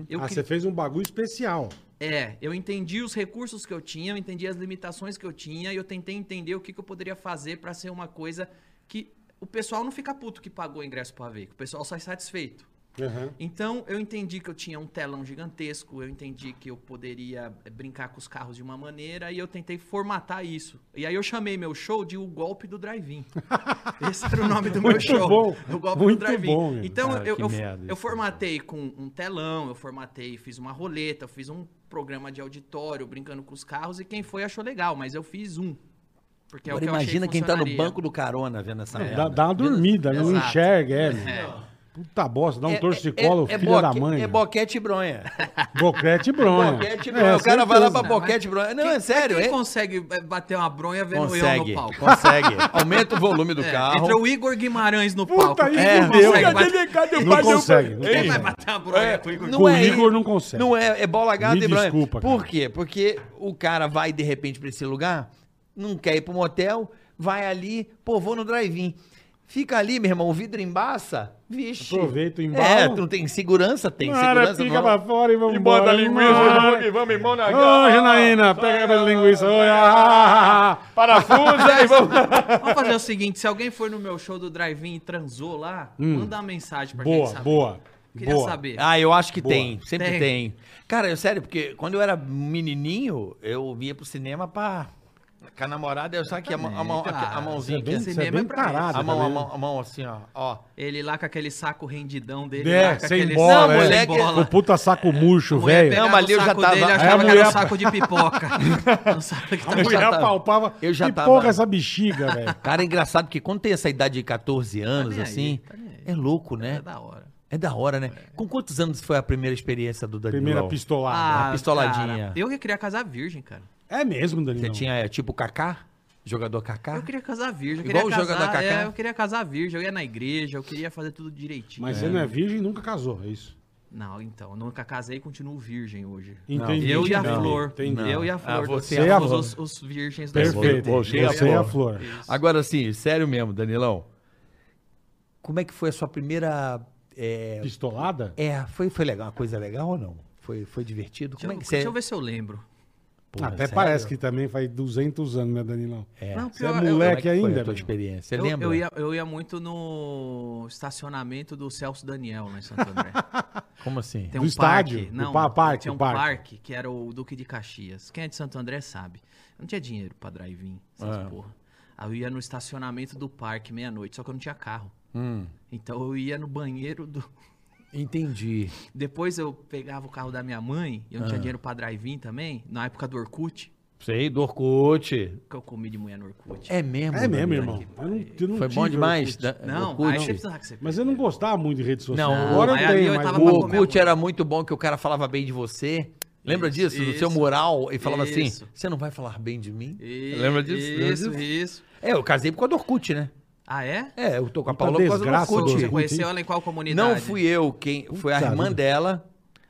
Eu
ah,
cri-
você fez um bagulho especial.
É, eu entendi os recursos que eu tinha, eu entendi as limitações que eu tinha e eu tentei entender o que, que eu poderia fazer pra ser uma coisa que o pessoal não fica puto que pagou o ingresso pra ver, que o pessoal sai satisfeito.
Aham.
Então, eu entendi que eu tinha um telão gigantesco, eu entendi que eu poderia eh, brincar com os carros de uma maneira e eu tentei formatar isso. E aí eu chamei meu show de O Golpe do Drive-In. Esse era o nome do meu
Muito
show.
bom,
O Golpe
muito
do Drive-In.
bom, meu.
então,
Cara,
eu,
Ah, que
eu,
merda
eu
isso.
formatei com um telão, eu formatei, fiz uma roleta, eu fiz um programa de auditório brincando com os carros e quem foi achou legal, mas eu fiz um. Porque é o
Agora
que eu achei
imagina
que
quem tá no
funcionaria.
banco do carona vendo essa
Dá,
merda.
dá uma dormida, não
Exato.
enxerga, é. meu. Puta bosta, dá um torcicolo, filha
boque-
da mãe.
É boquete e bronha.
Boquete e bronha.
Boquete e
É,
bronha. o cara vai lá pra
certeza.
boquete e bronha. Não, é sério.
Quem
é-
consegue eh, bater uma bronha vendo eu
Consegue,
no palco?
consegue. Aumenta o volume do
É,
carro.
entra o Igor Guimarães no palco.
aí,
Quem
fudeu.
consegue
Nunca
bater-
Não
um-
consegue. não
Quem vai
consegue.
bater a bronha com o Igor
Com o
é-
Igor não consegue.
Não é, é bola gada
Me
e branca.
desculpa, cara.
Por quê? Porque o cara vai de repente pra esse lugar, não quer ir pro motel, vai ali, pô, vou no drive-in. Fica ali, meu irmão, o vidro embaça, vixe.
Aproveita o embalo.
É, tu não tem segurança, tem
Cara,
segurança.
fica
não.
pra fora e vamos
E bota a
embora.
linguiça, vamos embora.
Ô, Janaína, pega a minha linguiça. Oi, ah, ah, ah, ah.
Parafusa e vamos.
Vamos fazer o seguinte, se alguém for no meu show do drive-in e transou lá, manda uma mensagem pra gente
Hum. Boa,
saber.
boa.
Queria
boa.
saber.
Ah, eu acho que
Boa.
tem, sempre tem.
Tem.
Cara, eu sério, porque quando eu era menininho, eu ia pro cinema pra... Com a namorada, eu sabe que a, mão- a mão- a- a
claro.
mãozinha
Você é bem,
aqui.
você é
Cinema
bem
é pra isso.
tarado.
A mão, a
também, né?
mão, a mão assim, ó. ó.
Ele lá com aquele saco rendidão dele.
É,
lá com
sem
aquele
bola,
saco
é.
sem
Com o
bola.
puta saco murcho,
A mulher
velho.
pegava
Não, mas ali
o
eu já
saco
tava-
dele e
Aí
a
achava que era um
mulher-
saco de pipoca. Não sabe o que tá
A
Eu já
mulher
tava-
palpava.
eu já
que
tava-
porra é essa bexiga, velho.
Cara, é engraçado que quando tem essa idade de 14 anos,
nem aí,
assim,
tá nem aí.
é louco, né?
É da hora.
É da hora, né? Com quantos anos foi a primeira experiência do Danilo?
Primeira pistolada.
uma pistoladinha.
Ah, cara, eu que queria casar virgem, cara.
É mesmo, Danilo.
Você tinha, é, tipo, Kaká? Jogador Kaká?
Eu queria casar virgem. Eu
Igual
queria
o jogador
casar,
Kaká?
é, eu queria casar virgem, eu ia na igreja, eu queria fazer tudo direitinho.
Mas você não é virgem e nunca casou, é isso.
Não, então, eu nunca casei e continuo virgem hoje.
Entendi.
eu e a
Entendi,
Flor.
entendi.
Eu e a Flor.
Ah, você
nós
e a
somos
Flor.
os, os virgens da
Perfeito.
SBT.
Você é a
Você é a flor.
Agora sim, sério mesmo, Danilão. Como é que foi a sua primeira. É,
Pistolada?
é, foi, foi legal, uma coisa legal ou não? Foi, foi divertido?
Deixa,
Como
eu,
é que
deixa
você.
eu ver se eu lembro.
Porra,
Até
sério?
parece que também faz 200 anos, né, Danilão?
É.
Não,
Você é
pior, eu-
Como é
moleque
que foi a
ainda? né?
tua
meu?
experiência? Você
Eu,
lembra?
eu ia, eu ia muito no estacionamento do Celso Daniel, lá em Santo André.
Como assim?
Tem
Do
um
estádio?
parque.
Do
Não,
pa- parque,
tinha um
parque.
parque. que era o Duque de Caxias. Quem é de Santo André sabe. Eu não tinha dinheiro pra drive-in, essas
É.
porra. Aí eu ia no estacionamento do parque meia-noite, só que eu não tinha carro.
Hum.
Então eu ia no banheiro do.
Entendi.
Depois eu pegava o carro da minha mãe, eu não
É.
tinha dinheiro pra drive-in também, na época do Orkut,
Sei, do Orkut.
que eu comi de mulher no Orkut.
É mesmo?
É mesmo,
Danilo?
irmão. Eu não, eu não
Foi
tive
bom demais.
Orkut.
da-
Não,
Orkut.
aí você precisa que você
Mas eu não gostava muito de rede social.
Não,
agora
aí
eu
ali
tenho,
eu
mas...
tava
O
pra comer
Orkut
a-
era muito bom que o cara falava bem de você. Lembra
Isso,
disso? Do seu
isso.
mural? E falava
Isso.
assim: você não vai falar bem de mim?
Isso,
Lembra disso? Lembra
Isso,
disso?
isso.
É, eu casei por causa do Orkut, né?
Ah, é?
É, eu tô com a
Puta
Paula por causa do
desgraça,
Orkut.
Orkut,
Você
hein?
conheceu ela em qual comunidade?
Não fui eu quem. Foi a
Puta
irmã
vida.
dela,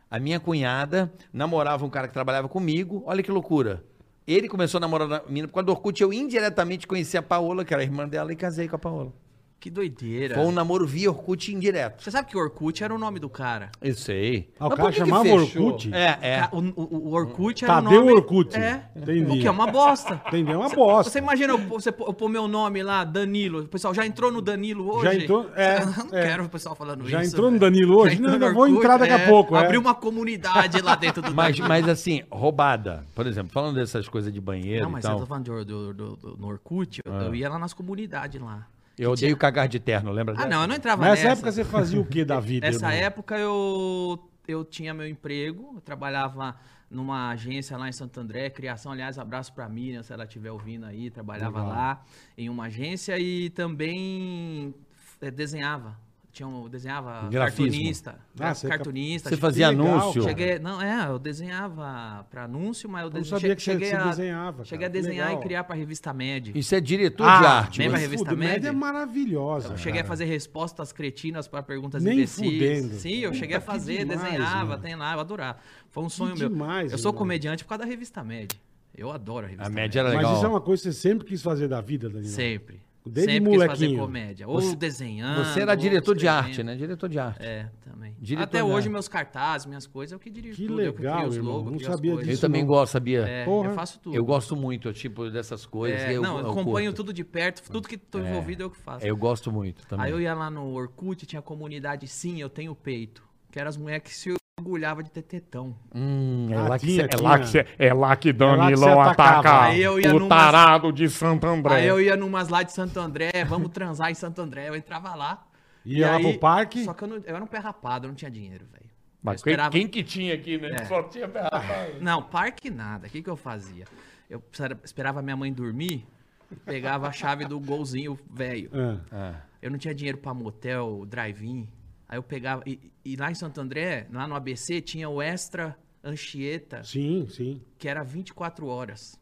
a minha cunhada, namorava um cara que trabalhava comigo. Olha que loucura. Ele começou a namorar a menina por causa do Orkut. Eu indiretamente conheci a Paola, que era a irmã dela, e casei com a Paola.
Que doideira.
Foi um namoro via Orkut indireto.
Você sabe que o Orkut era o nome do cara.
Eu sei.
Ah, o
Mas
cara
por que que
chamava
fechou?
Orkut?
É, é.
Ca- O, o- o Orkut era
Tadeu
o nome...
Tá, Orkut.
É.
Entendi.
O que é uma bosta.
Entendi, é uma
Você-
bosta.
Você imagina eu, pôr- você pôr- eu pôr meu nome lá, Danilo. O pessoal já entrou no Danilo hoje?
Já entrou- é,
Eu não
é.
quero o pessoal falando
Já
isso.
entrou no
velho.
Danilo hoje?
entrou
Não,
no
eu vou
Orkut,
entrar daqui a pouco, é.
Abriu uma comunidade lá dentro do
Mas,
Danilo.
mas assim, roubada. Por exemplo, falando dessas coisas de banheiro
Não, mas
e
então.
tal.
eu tô falando do, do, do, do- no Orkut, eu,
Ah.
eu ia lá nas comunidades lá.
Eu odeio cagar de terno, lembra
Ah,
dessa?
não, eu não entrava
Mas nessa
nessa.
época você fazia o que da vida?
Nessa
irmão?
época eu, eu tinha meu emprego, eu trabalhava numa agência lá em Santo André, criação, aliás, abraço pra Miriam, se ela estiver ouvindo aí, trabalhava
Legal.
lá em uma agência e também eh, desenhava. Tinha um, desenhava
Grafismo.
cartunista,
Ah, você-
cartunista.
Você
che-
fazia
que legal,
anúncio.
cara.
Cheguei, não, é, eu desenhava pra anúncio, mas eu,
não
desen-
sabia
che-
que você- você desenhava,
Cheguei
cara,
a
que
desenhar
legal.
e criar pra revista Med.
Isso é diretor de
Ah,
arte.
lembra
mas-
a revista
Fudo,
Média?
Média é maravilhosa.
Eu Então, cheguei a
cara.
fazer respostas cretinas para perguntas
Nem
imbecis.
fudendo.
Sim, eu cheguei a
Puta, que
fazer,
demais,
desenhava,
mano.
tem lá, eu adorava. Foi um sonho
demais,
meu. Eu sou
irmão.
comediante por causa da revista Med. Eu adoro a revista
A média era legal.
Mas isso é uma coisa que você sempre quis fazer da vida, Danilo?
Sempre.
Desde
Sempre quis fazer
molequinho.
comédia. Ou desenhando.
Você era
ou
diretor de
escrevendo.
arte, né? Diretor de arte.
É, também.
Diretor
Até
de
hoje,
arte.
meus cartazes, minhas coisas, eu que dirijo
Que
tudo. eu
legal,
crio
irmão, não
crio as
sabia
Eu
coisas.
disso.
também
não.
gosto, sabia?
É,
Porra.
eu faço tudo.
Eu gosto muito, tipo, dessas coisas.
É,
eu,
não, eu,
eu
acompanho
curto.
tudo de perto, tudo que estou envolvido eu que faço.
É, eu gosto muito também.
Aí eu ia lá no Orkut, tinha comunidade Sim, eu tenho peito. Que eram as mulheres que se orgulhavam de ter tetão.
Hum, é
Ah,
lá que cê-
tinha,
é
tinha.
lá
Lá que cê- é lá que Danilo
É lá que cê atacava.
ataca
Aí eu ia
o
numas-
tarado Ah, de Santo André.
Aí eu ia numas lá de Santo André, vamos transar em Santo André. Eu entrava lá.
Ia lá pro parque?
Só que eu, não- eu era um pé rapado, eu não tinha dinheiro, velho.
Mas
Eu
quem,
esperava-
quem que tinha aqui, né?
É.
Só tinha berrapado.
Não, parque nada. O que, que eu fazia? Eu precisava- esperava minha mãe dormir e pegava a chave do golzinho velho.
Ah,
Eu não tinha dinheiro pra motel, drive-in. Aí eu pegava. E, e lá em Santo André, lá no ABC, tinha o Extra Anchieta,
sim, sim.
que era 24 horas.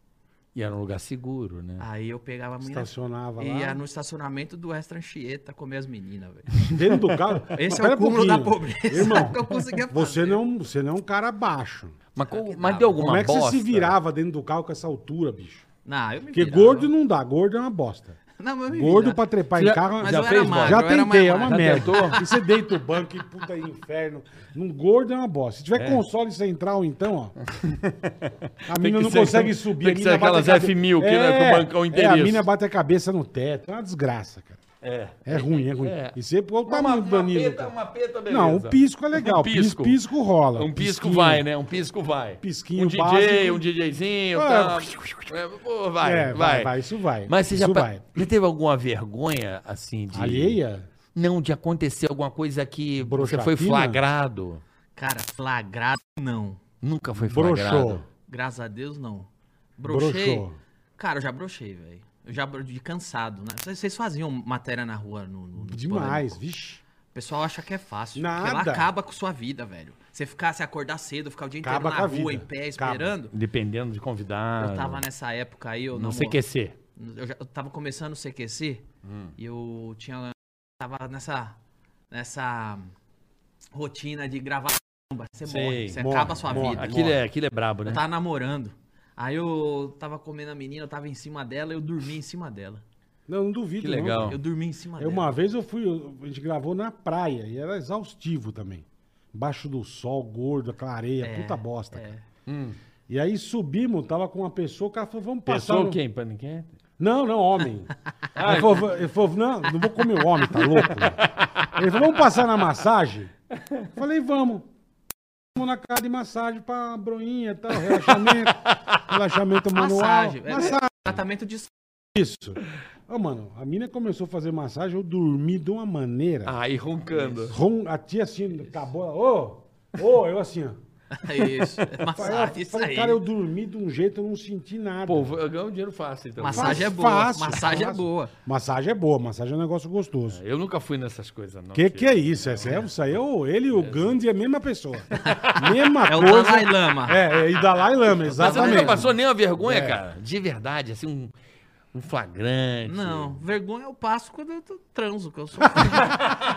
E era um lugar seguro, né?
Aí eu pegava a menina
É. Estacionava
e ia
lá.
no estacionamento do Extra Anchieta comer as meninas, velho.
Dentro do carro. Mas
Esse é
pera
o
um
cúmulo da
pouquinho.
pobreza
Irmão,
que eu conseguia fazer.
você não, você não é um cara baixo.
Mas, co-
que
mas
dava.
deu alguma
Como é que
bosta?
você se virava dentro do carro com essa altura, bicho?
Não, eu me
Porque
virava.
gordo não dá, gordo é uma bosta.
Não, mas eu me
Gordo
virava.
pra trepar
Você
em
já-
carro.
mas
já
eu
fez,
era
mano?
magro,
Já
eu
tentei,
era
é
mais
uma
magro.
merda. E você deita o banco e puta aí, inferno. Num gordo é uma bosta. Se tiver console central, então, ó. A mina
que
não
ser-
consegue subir.
tem
a
que
mina
ser
bate a
aquelas F1000 que, né, com o bancão
É, a
inteiriço.
mina bate a cabeça no teto. É uma desgraça, cara. É. É ruim, é ruim. E você pô, o tamanho
um
do Danilo. cara.
peta,
não, um pisco é legal.
Um pisco.
Pisco, pisco
É
rola.
Um pisco
Pisquinho.
vai, né? Um pisco vai.
Pisquinho
Um DJ,
básico.
um DJzinho,
É.
tal. É, pô, vai,
É,
vai.
vai, vai, isso vai.
Mas você já,
isso
pa-
vai.
já teve alguma vergonha, assim, de...
Alheia?
Não, de acontecer alguma coisa que você foi
Broxatina?
flagrado.
Cara, flagrado não.
Nunca foi flagrado.
Broxou.
Graças a Deus, não.
Broxou.
Brochei? Cara, eu já brochei, velho. Eu já bro- de cansado, né? Vocês- Vocês faziam matéria na rua no, no- no
Demais,
Pânico.
vixe.
O pessoal acha que é fácil.
Nada.
Porque ela acaba com sua vida, velho. Você ficar, se acordar cedo, ficar o dia inteiro
Acaba
na
com a
rua,
vida.
em pé,
Acaba.
esperando.
Dependendo de convidado.
Eu tava nessa época aí, eu
Não
namo-
sei que é ser.
eu, já, eu tava começando o CQC
Hum.
e eu tinha tava nessa nessa rotina de gravar bomba, você
Sei.
morre, você
Morre,
acaba a sua
morre.
vida.
Aquilo é, aquilo é brabo, né?
Eu tava namorando. Aí eu tava comendo a menina, eu tava em cima dela, eu dormi em cima dela.
Não, não duvido.
Que
não,
legal.
cara.
Eu dormi em cima
Eu,
dela.
uma vez eu fui, eu- a gente gravou na praia e era exaustivo também. Embaixo do sol, gordo, aquela areia, puta bosta, cara. E aí subimos, tava com uma pessoa, o cara falou, vamos passar.
Hum. Pensou
no-
quem? Pra ninguém?
Não, não, homem. Ele falou, ele falou, não, não vou comer o homem, tá louco? Ele falou, vamos passar na massagem? Eu Falei, vamos. Vamos na casa de massagem pra broinha e tal, relaxamento, relaxamento manual.
Massagem,
Massagem.
é- Tratamento de
isso. Ô, mano, a mina começou a fazer massagem, eu dormi de uma maneira.
Ah.
Aí roncando.
Ron- a tia assim, acabou, ela, ô, ô, eu assim, ó.
Isso, é
Falei,
massagem, isso aí.
cara, eu dormi de um jeito, eu não senti nada.
Pô, eu ganho dinheiro fácil, então.
Massagem é
Fácil,
boa,
fácil,
massagem é
fácil.
boa.
Massagem é boa, massagem é um negócio gostoso.
Eu nunca fui nessas coisas, não.
Que que é isso? Essa é, isso aí é o, ele e o Gandhi é a mesma pessoa. mesma
É o
coisa.
Dalai Lama.
É, é, e Dalai Lama,
Mas você nunca
exatamente.
passou nenhuma vergonha,
É.
cara? De verdade, assim, um, um flagrante.
Não, vergonha eu passo quando eu tô transo, que eu sou feio.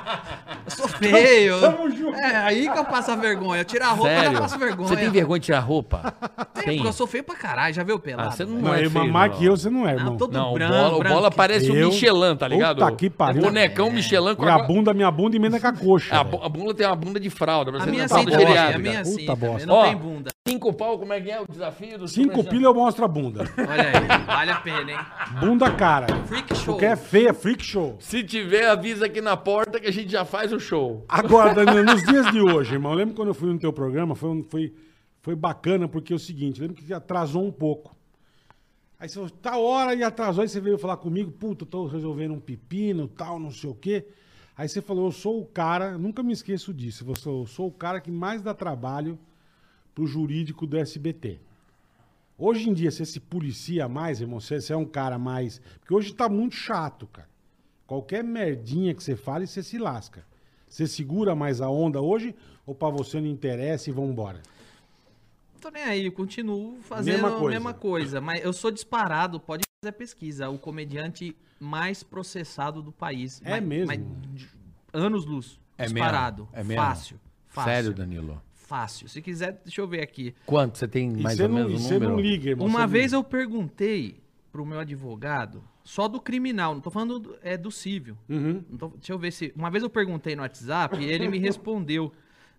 eu sou feio.
Tamo junto.
É aí que eu passo a vergonha. Eu tiro a roupa e
Sério?
eu passo vergonha.
Você tem vergonha de tirar roupa?
Tem, porque eu sou feio pra caralho, já viu pelado?
Ah, você não,
velho?
Não,
é
eu-
feio,
mais
não.
que eu, você não é, irmão.
Não, todo
Não, o
branco.
bola, o
branco.
bola parece
Eu-
um Michelin, tá ligado?
Puta que pariu.
É.
Bonecão Michelin com
Minha
a,
bunda, minha bunda emenda com a coxa.
a,
velho.
bu- a bunda tem uma bunda de fralda.
A
parece
minha
uma
tá
sim,
fralda
bosta,
também,
geriátrica.
a minha
Puta
sim, também,
bosta.
não
Ó.
tem bunda.
Cinco pau, como é que é o desafio do
Cinco
Sebastião?
pila eu mostro a bunda.
Olha aí, vale a pena, hein?
Bunda cara.
Freak show.
Porque é feia, freak show.
Se tiver, avisa aqui na porta que a gente já faz o show.
Agora, Danilo, né? nos dias de hoje, irmão, lembra quando eu fui no teu programa? Foi, um- foi, foi bacana, porque é o seguinte, lembra que atrasou um pouco. Aí você falou, tá hora e atrasou, aí você veio falar comigo, puta, tô resolvendo um pepino, tal, não sei o quê. Aí você falou, eu sou o cara, nunca me esqueço disso, você falou, eu sou o cara que mais dá trabalho pro jurídico do SBT. Hoje em dia, você se policia mais, irmão, você, você é um cara mais. Porque hoje tá muito chato, cara. Qualquer merdinha que você fale, você se lasca. Você segura mais a onda hoje ou pra você não interessa e vambora?
Tô nem aí, eu continuo fazendo
Mesma
a
coisa.
mesma coisa. Mas eu sou disparado, pode fazer pesquisa. O comediante mais processado do país.
É
Mas-
mesmo?
mas de- anos luz.
É mesmo?
disparado.
É mesmo?
Fácil. Fácil.
Sério, Danilo?
Fácil. Se quiser, deixa eu ver aqui.
Quanto? Você tem
E
mais
você
ou
não,
menos
e
um
você
número?
não liga, irmão.
Uma
você
vez
não...
eu perguntei pro meu advogado, só do criminal, não tô falando do- é, do civil.
Uhum.
Não tô- deixa eu ver se. Uma vez eu perguntei no WhatsApp e ele me respondeu.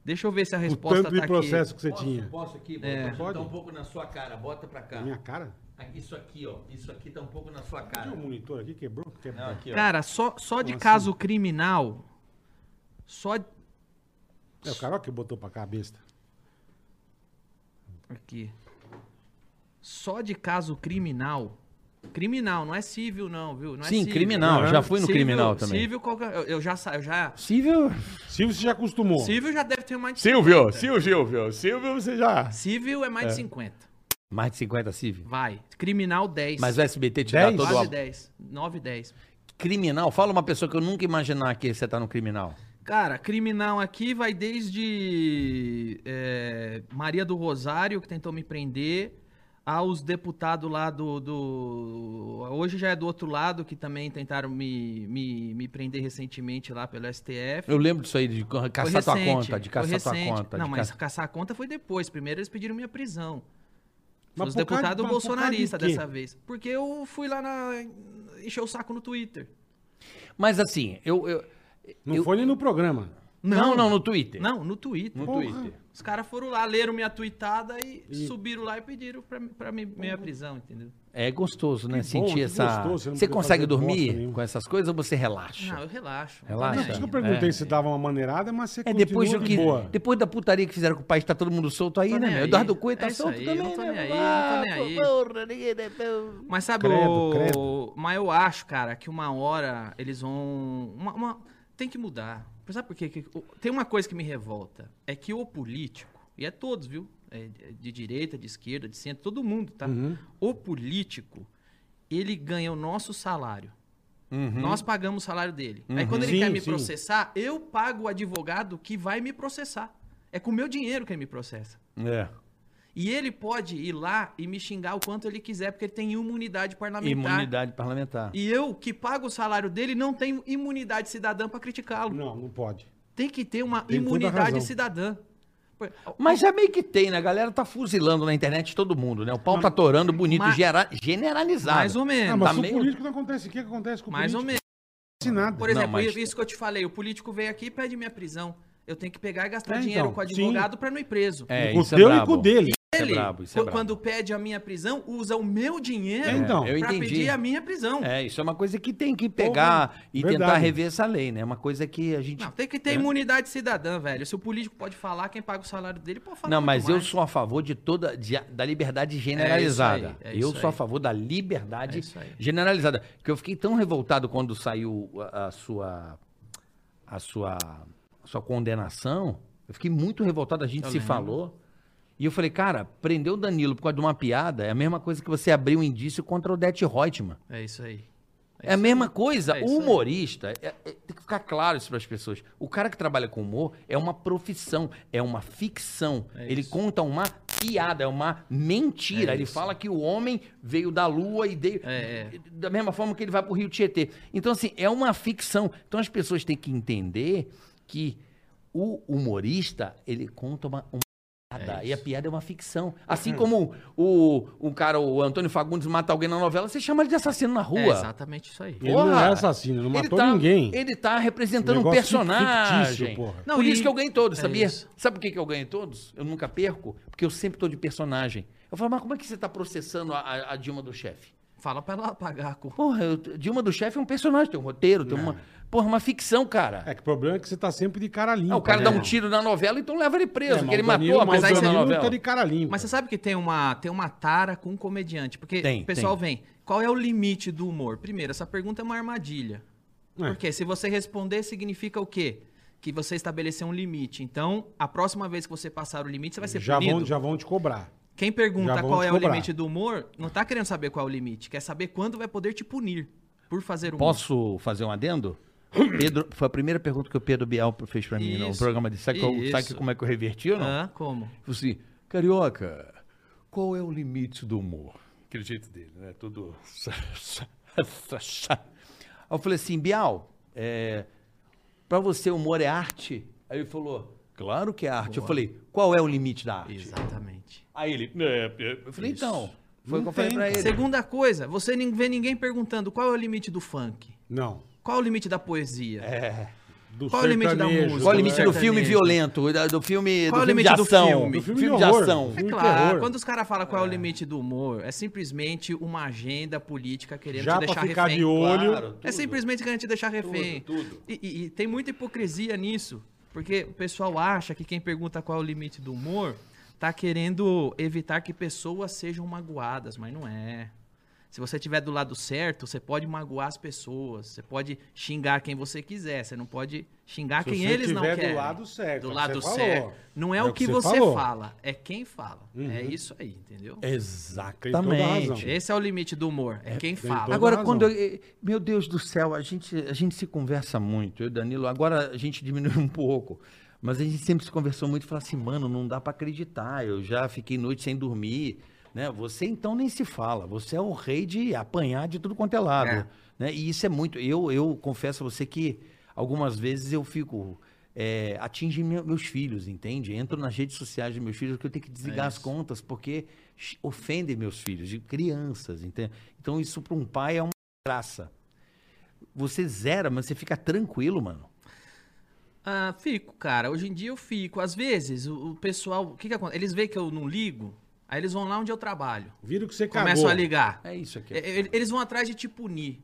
Deixa eu ver se a
O
resposta
tanto
tá
de
aqui.
processo que você tinha.
Posso aqui?
É.
Botar um pouco na sua cara. Bota pra cá.
Minha cara?
Ah, Isso aqui, ó. Isso aqui tá um pouco na sua
Tem um
cara.
monitor aqui quebrou? quebrou.
Não, aqui, ó. assim?
Cara, só, só de caso criminal, só
É o Carol que botou pra cá a besta.
aqui. Só de caso criminal. Criminal, não é civil não, viu? Não é
Sim,
civil.
criminal,
Uhum.
já fui no
Civil-
criminal também.
Civil, qualquer, eu, eu já sa- eu já
Possível?
Silvio, você já acostumou.
Civil já deve ter mais de
Silvio, Silvio, Silvio, Silvio, você já.
Civil é mais de 50.
Mais de 50 civil.
Vai. Criminal 10.
Mas o SBT te dá
Dez?
todo
Quase
o...
10. 9, 10.
Criminal? Fala uma pessoa que eu nunca ia imaginar que você tá no criminal.
Cara, criminal aqui vai desde é, Maria do Rosário, que tentou me prender, aos deputados lá do, do- Hoje já é do outro lado, que também tentaram me, me, me prender recentemente lá pelo STF.
Eu lembro disso aí, de
Foi
caçar tua
recente,
conta, de
foi
caçar tua
recente.
conta.
Não,
de
mas
caça-
caçar a conta foi depois. Primeiro eles pediram minha prisão.
Mas
Os
por causa-
deputados
mas por causa de
bolsonaristas
quê?
dessa vez. Porque eu fui lá na. encher o saco no Twitter.
Mas assim, eu... eu...
Não
eu-
foi nem no programa.
Não, não, no Twitter.
Não, no Twitter.
No
Porra.
Twitter.
Os caras foram lá, leram minha tweetada e, subiram lá e pediram pra, pra mi- minha prisão, entendeu?
É gostoso, né?
bom,
Sentir
que
essa...
gostoso, você
Você,
não precisa
consegue
fazer
dormir
bosta nenhuma.
com essas coisas ou você relaxa?
Não, eu relaxo. não tô
Relaxa.
nem
Por
aí.
isso que eu
É.
perguntei se dava uma maneirada, mas você
É depois do
continua
que.
de boa.
Depois da putaria que fizeram com o país, tá todo mundo solto aí,
Tô
né?
nem
meu?
aí.
Eduardo Cunha tá
É isso
solto
aí,
também,
não tô
né?
nem aí, não tô nem
Ah,
aí.
porra, ninguém tem-
Mas sabe,
Credo,
o...
credo.
mas eu acho, cara, que uma hora eles vão. uma- uma- Tem que mudar. Sabe por quê? Que- o- Tem uma coisa que me revolta. É que o político, e é todos, viu? É de direita, de esquerda, de centro, todo mundo, tá?
Uhum.
O político, ele ganha o nosso salário. Nós pagamos o salário dele. Aí quando ele
Uhum. Sim,
quer me
sim.
processar, eu pago o advogado que vai me processar. É com o meu dinheiro que ele me processa.
É.
E ele pode ir lá e me xingar o quanto ele quiser, porque ele tem imunidade parlamentar.
Imunidade parlamentar.
E eu, que pago o salário dele, não tenho imunidade cidadã pra criticá-lo.
Não, não pode.
Tem que ter uma
Tem toda a
imunidade
razão.
cidadã.
Mas já meio que tem, né? A galera tá fuzilando na internet todo mundo, né? O pau tá torando bonito,
Mas-
gera- generalizado.
Mais um ou menos.
Ah, mas
Tá
com o
meio-
político não acontece. O que que acontece com o
mais
político?
ou menos.
Não acontece nada.
Por exemplo,
mas-
isso que eu te falei, o político veio aqui e pede minha prisão. Eu tenho que pegar e gastar
É,
dinheiro
então,
com advogado pra não ir preso.
É,
com o
isso é
teu e
brabo.
com o dele.
Isso é
Ele,
brabo, isso é
qu-
brabo.
quando um. pede a minha prisão, usa o meu dinheiro
É, então.
pra
Eu entendi.
pedir a minha prisão.
É, isso é uma coisa que tem que pegar e tentar
verdade.
rever essa lei, né? É uma coisa que a gente. né?
Não, tem que ter imunidade cidadã, velho. Se o político pode falar, quem paga o salário dele pode falar.
Não,
muito é?
mas eu
mais.
sou a favor de toda de- da liberdade generalizada.
É isso aí, é
eu
isso
sou a
aí.
favor da
É
liberdade
isso aí.
generalizada, porque eu fiquei tão revoltado quando saiu a, a sua a sua a sua condenação. Eu fiquei muito revoltado, a gente
Eu
se
lembro.
falou. E eu falei, cara, prender o Danilo por causa de uma piada é a mesma coisa que você abrir um indício contra o Det Reutemann.
É isso aí.
É a mesma coisa.
É isso
o
aí.
humorista, é- é- tem que ficar claro isso para as pessoas. O cara que trabalha com humor é uma profissão, é uma ficção.
É
Ele
isso.
conta uma piada, é uma mentira.
É
ele
isso.
fala que o homem veio da lua e veio.
É,
Da mesma forma que ele vai para o Rio Tietê. Então, assim, é uma ficção. Então as pessoas têm que entender que o humorista, ele conta uma. uma piada. e a piada é uma ficção. Assim
Uhum.
como o, o cara, o Antônio Fagundes, mata alguém na novela, você chama ele de assassino na
É
rua.
exatamente isso aí.
Ele não é assassino, não
Ele
matou
tá-
ninguém.
Ele tá representando um
Negócio
personagem.
fictício, porra.
Não,
Por
e-
isso que eu ganhei todos,
é
sabia?
isso.
Sabe por que, que eu ganhei todos? Eu nunca perco, porque eu sempre tô de personagem. Eu falo, mas como é que você tá processando a, a- a Dilma do chefe?
Fala pra ela pagar a culpa.
Porra, eu- Dilma do chefe é um personagem, tem um roteiro, tem uma. Porra, uma ficção, cara.
É que o problema é que você tá sempre de cara limpa.
Ah, o cara dá um
né?
tiro na novela, então leva ele
É,
preso,
mas
porque ele
o
matou
Danilo-
a
mas
pessoa
aí
na
você não
novela.
tá de cara limpa.
Mas você sabe que tem uma, tem uma tara com um comediante. Porque
Tem,
o pessoal vem, qual é o limite do humor? Primeiro, essa pergunta é uma armadilha.
É.
Porque se você responder, significa o quê? Que você estabeleceu um limite. Então, a próxima vez que você passar o limite, você vai ser
já
punido.
vão, já vão te cobrar.
Quem
Já
pergunta
vão
qual
te
é
cobrar.
o limite do humor, não tá querendo saber qual é o limite, quer saber quando vai poder te punir por fazer humor.
Posso fazer um adendo? Pedro, foi a primeira pergunta que o Pedro Bial fez pra mim no
Isso,
programa de sabe, qual- sabe
isso.
como é que eu reverti ou não?
Hã? Como?
Tipo assim, carioca, qual é o limite do humor? Aquele jeito dele, né? Todo.
Aí eu falei assim, Bial, é, pra você humor é arte? Aí ele falou, claro que é arte. Eu falei, qual é o limite da arte?
Exatamente.
Aí ele, "É, é." eu falei, então, foi o que eu
Não
falei
tem,
pra
cara.
ele.
Segunda coisa, você nem vê ninguém perguntando qual é o limite do funk,
Não.
qual é o limite da poesia,
Do
Qual é o limite da
sertanejo, né?
música?
Qual é o limite do
Sertanejo.
filme violento, da- do filme,
Qual é
do
o
filme de
limite do
ação?
filme?
Do
Do
filme,
filme
de
horror.
ação.
É
Filme
claro,
terror.
quando os caras falam qual é o limite do humor, é simplesmente uma agenda política querendo
Já
te
pra
deixar
ficar
refém.
de olho.
É simplesmente querendo te deixar refém. E, e- e tem muita hipocrisia nisso, porque o pessoal acha que quem pergunta qual é o limite do humor tá querendo evitar que pessoas sejam magoadas, mas não é. Se você estiver do lado certo, você pode magoar as pessoas, você pode xingar quem você quiser, você não pode xingar
Se
quem
você
eles não
tiver do
querem.
lado certo, é
Do
o que
lado
você
certo.
falou. Uhum. É.
Não é, o que, você fala, é quem fala. É isso aí, entendeu?
Tem toda a
Exatamente.
razão.
Esse é o limite do humor, é quem
toda
fala.
Agora,
razão.
quando. eu- eh, meu Deus do céu, a gente, a gente se conversa muito, eu e Danilo. Agora a gente diminuiu um pouco. Mas a gente sempre se conversou muito e falou assim, mano, não dá pra acreditar. Eu já fiquei noite sem dormir. Né? Você então nem se fala. Você é o rei de apanhar de tudo quanto é lado.
É.
Né? E isso é muito. Eu, eu confesso a você que algumas vezes eu fico. É, atinge me- meus filhos, entende? Entro nas redes sociais dos meus filhos que eu tenho que desligar as contas porque sh- ofendem meus filhos, de crianças, entende? Então isso para um pai é uma graça. Você zera, mas você fica tranquilo, mano.
Ah, fico, cara. Hoje em dia eu fico. Às vezes, o, o pessoal. O que, que acontece? Eles veem que eu não ligo, aí eles vão lá onde eu trabalho.
Vira o que você cagou.
Começam a ligar.
É isso aqui.
E- e- Eles vão atrás de te punir.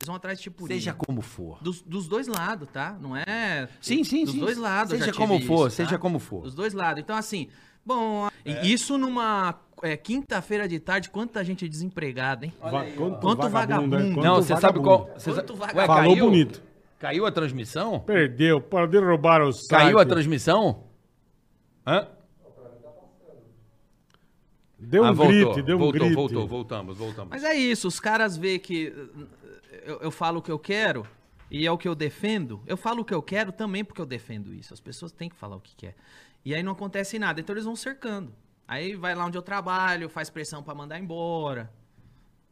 Eles vão atrás de te punir.
Seja como for.
Dos, dos dois lados, tá? Não é.
Sim, sim,
dos
sim.
dois lados. eu já
Seja
tive
como for,
isso, tá?
seja como for.
Dos dois lados. Então, assim. Bom, a- e isso numa é, quinta-feira de tarde, quanta gente desempregada, hein?
Va- Quanto,
Quanto
vagabundo,
vagabundo.
é? Quanto
Não, você sabe qual.
vagabundo.
você
Quanto
sa-
vagabundo.
Ué,
Falou
caiu?
bonito.
Caiu a transmissão?
Perdeu, para de roubar o site.
Caiu a transmissão? Hã?
Deu um
Ah, voltou,
grito, deu um
voltou,
grito.
voltou, voltamos, voltamos.
Mas é isso, os caras vê que eh, eu, eu falo o que eu quero e é o que eu defendo. Eu falo o que eu quero também porque eu defendo isso. As pessoas têm que falar o que quer. E aí não acontece nada, então eles vão cercando. Aí vai lá onde eu trabalho, faz pressão pra mandar embora.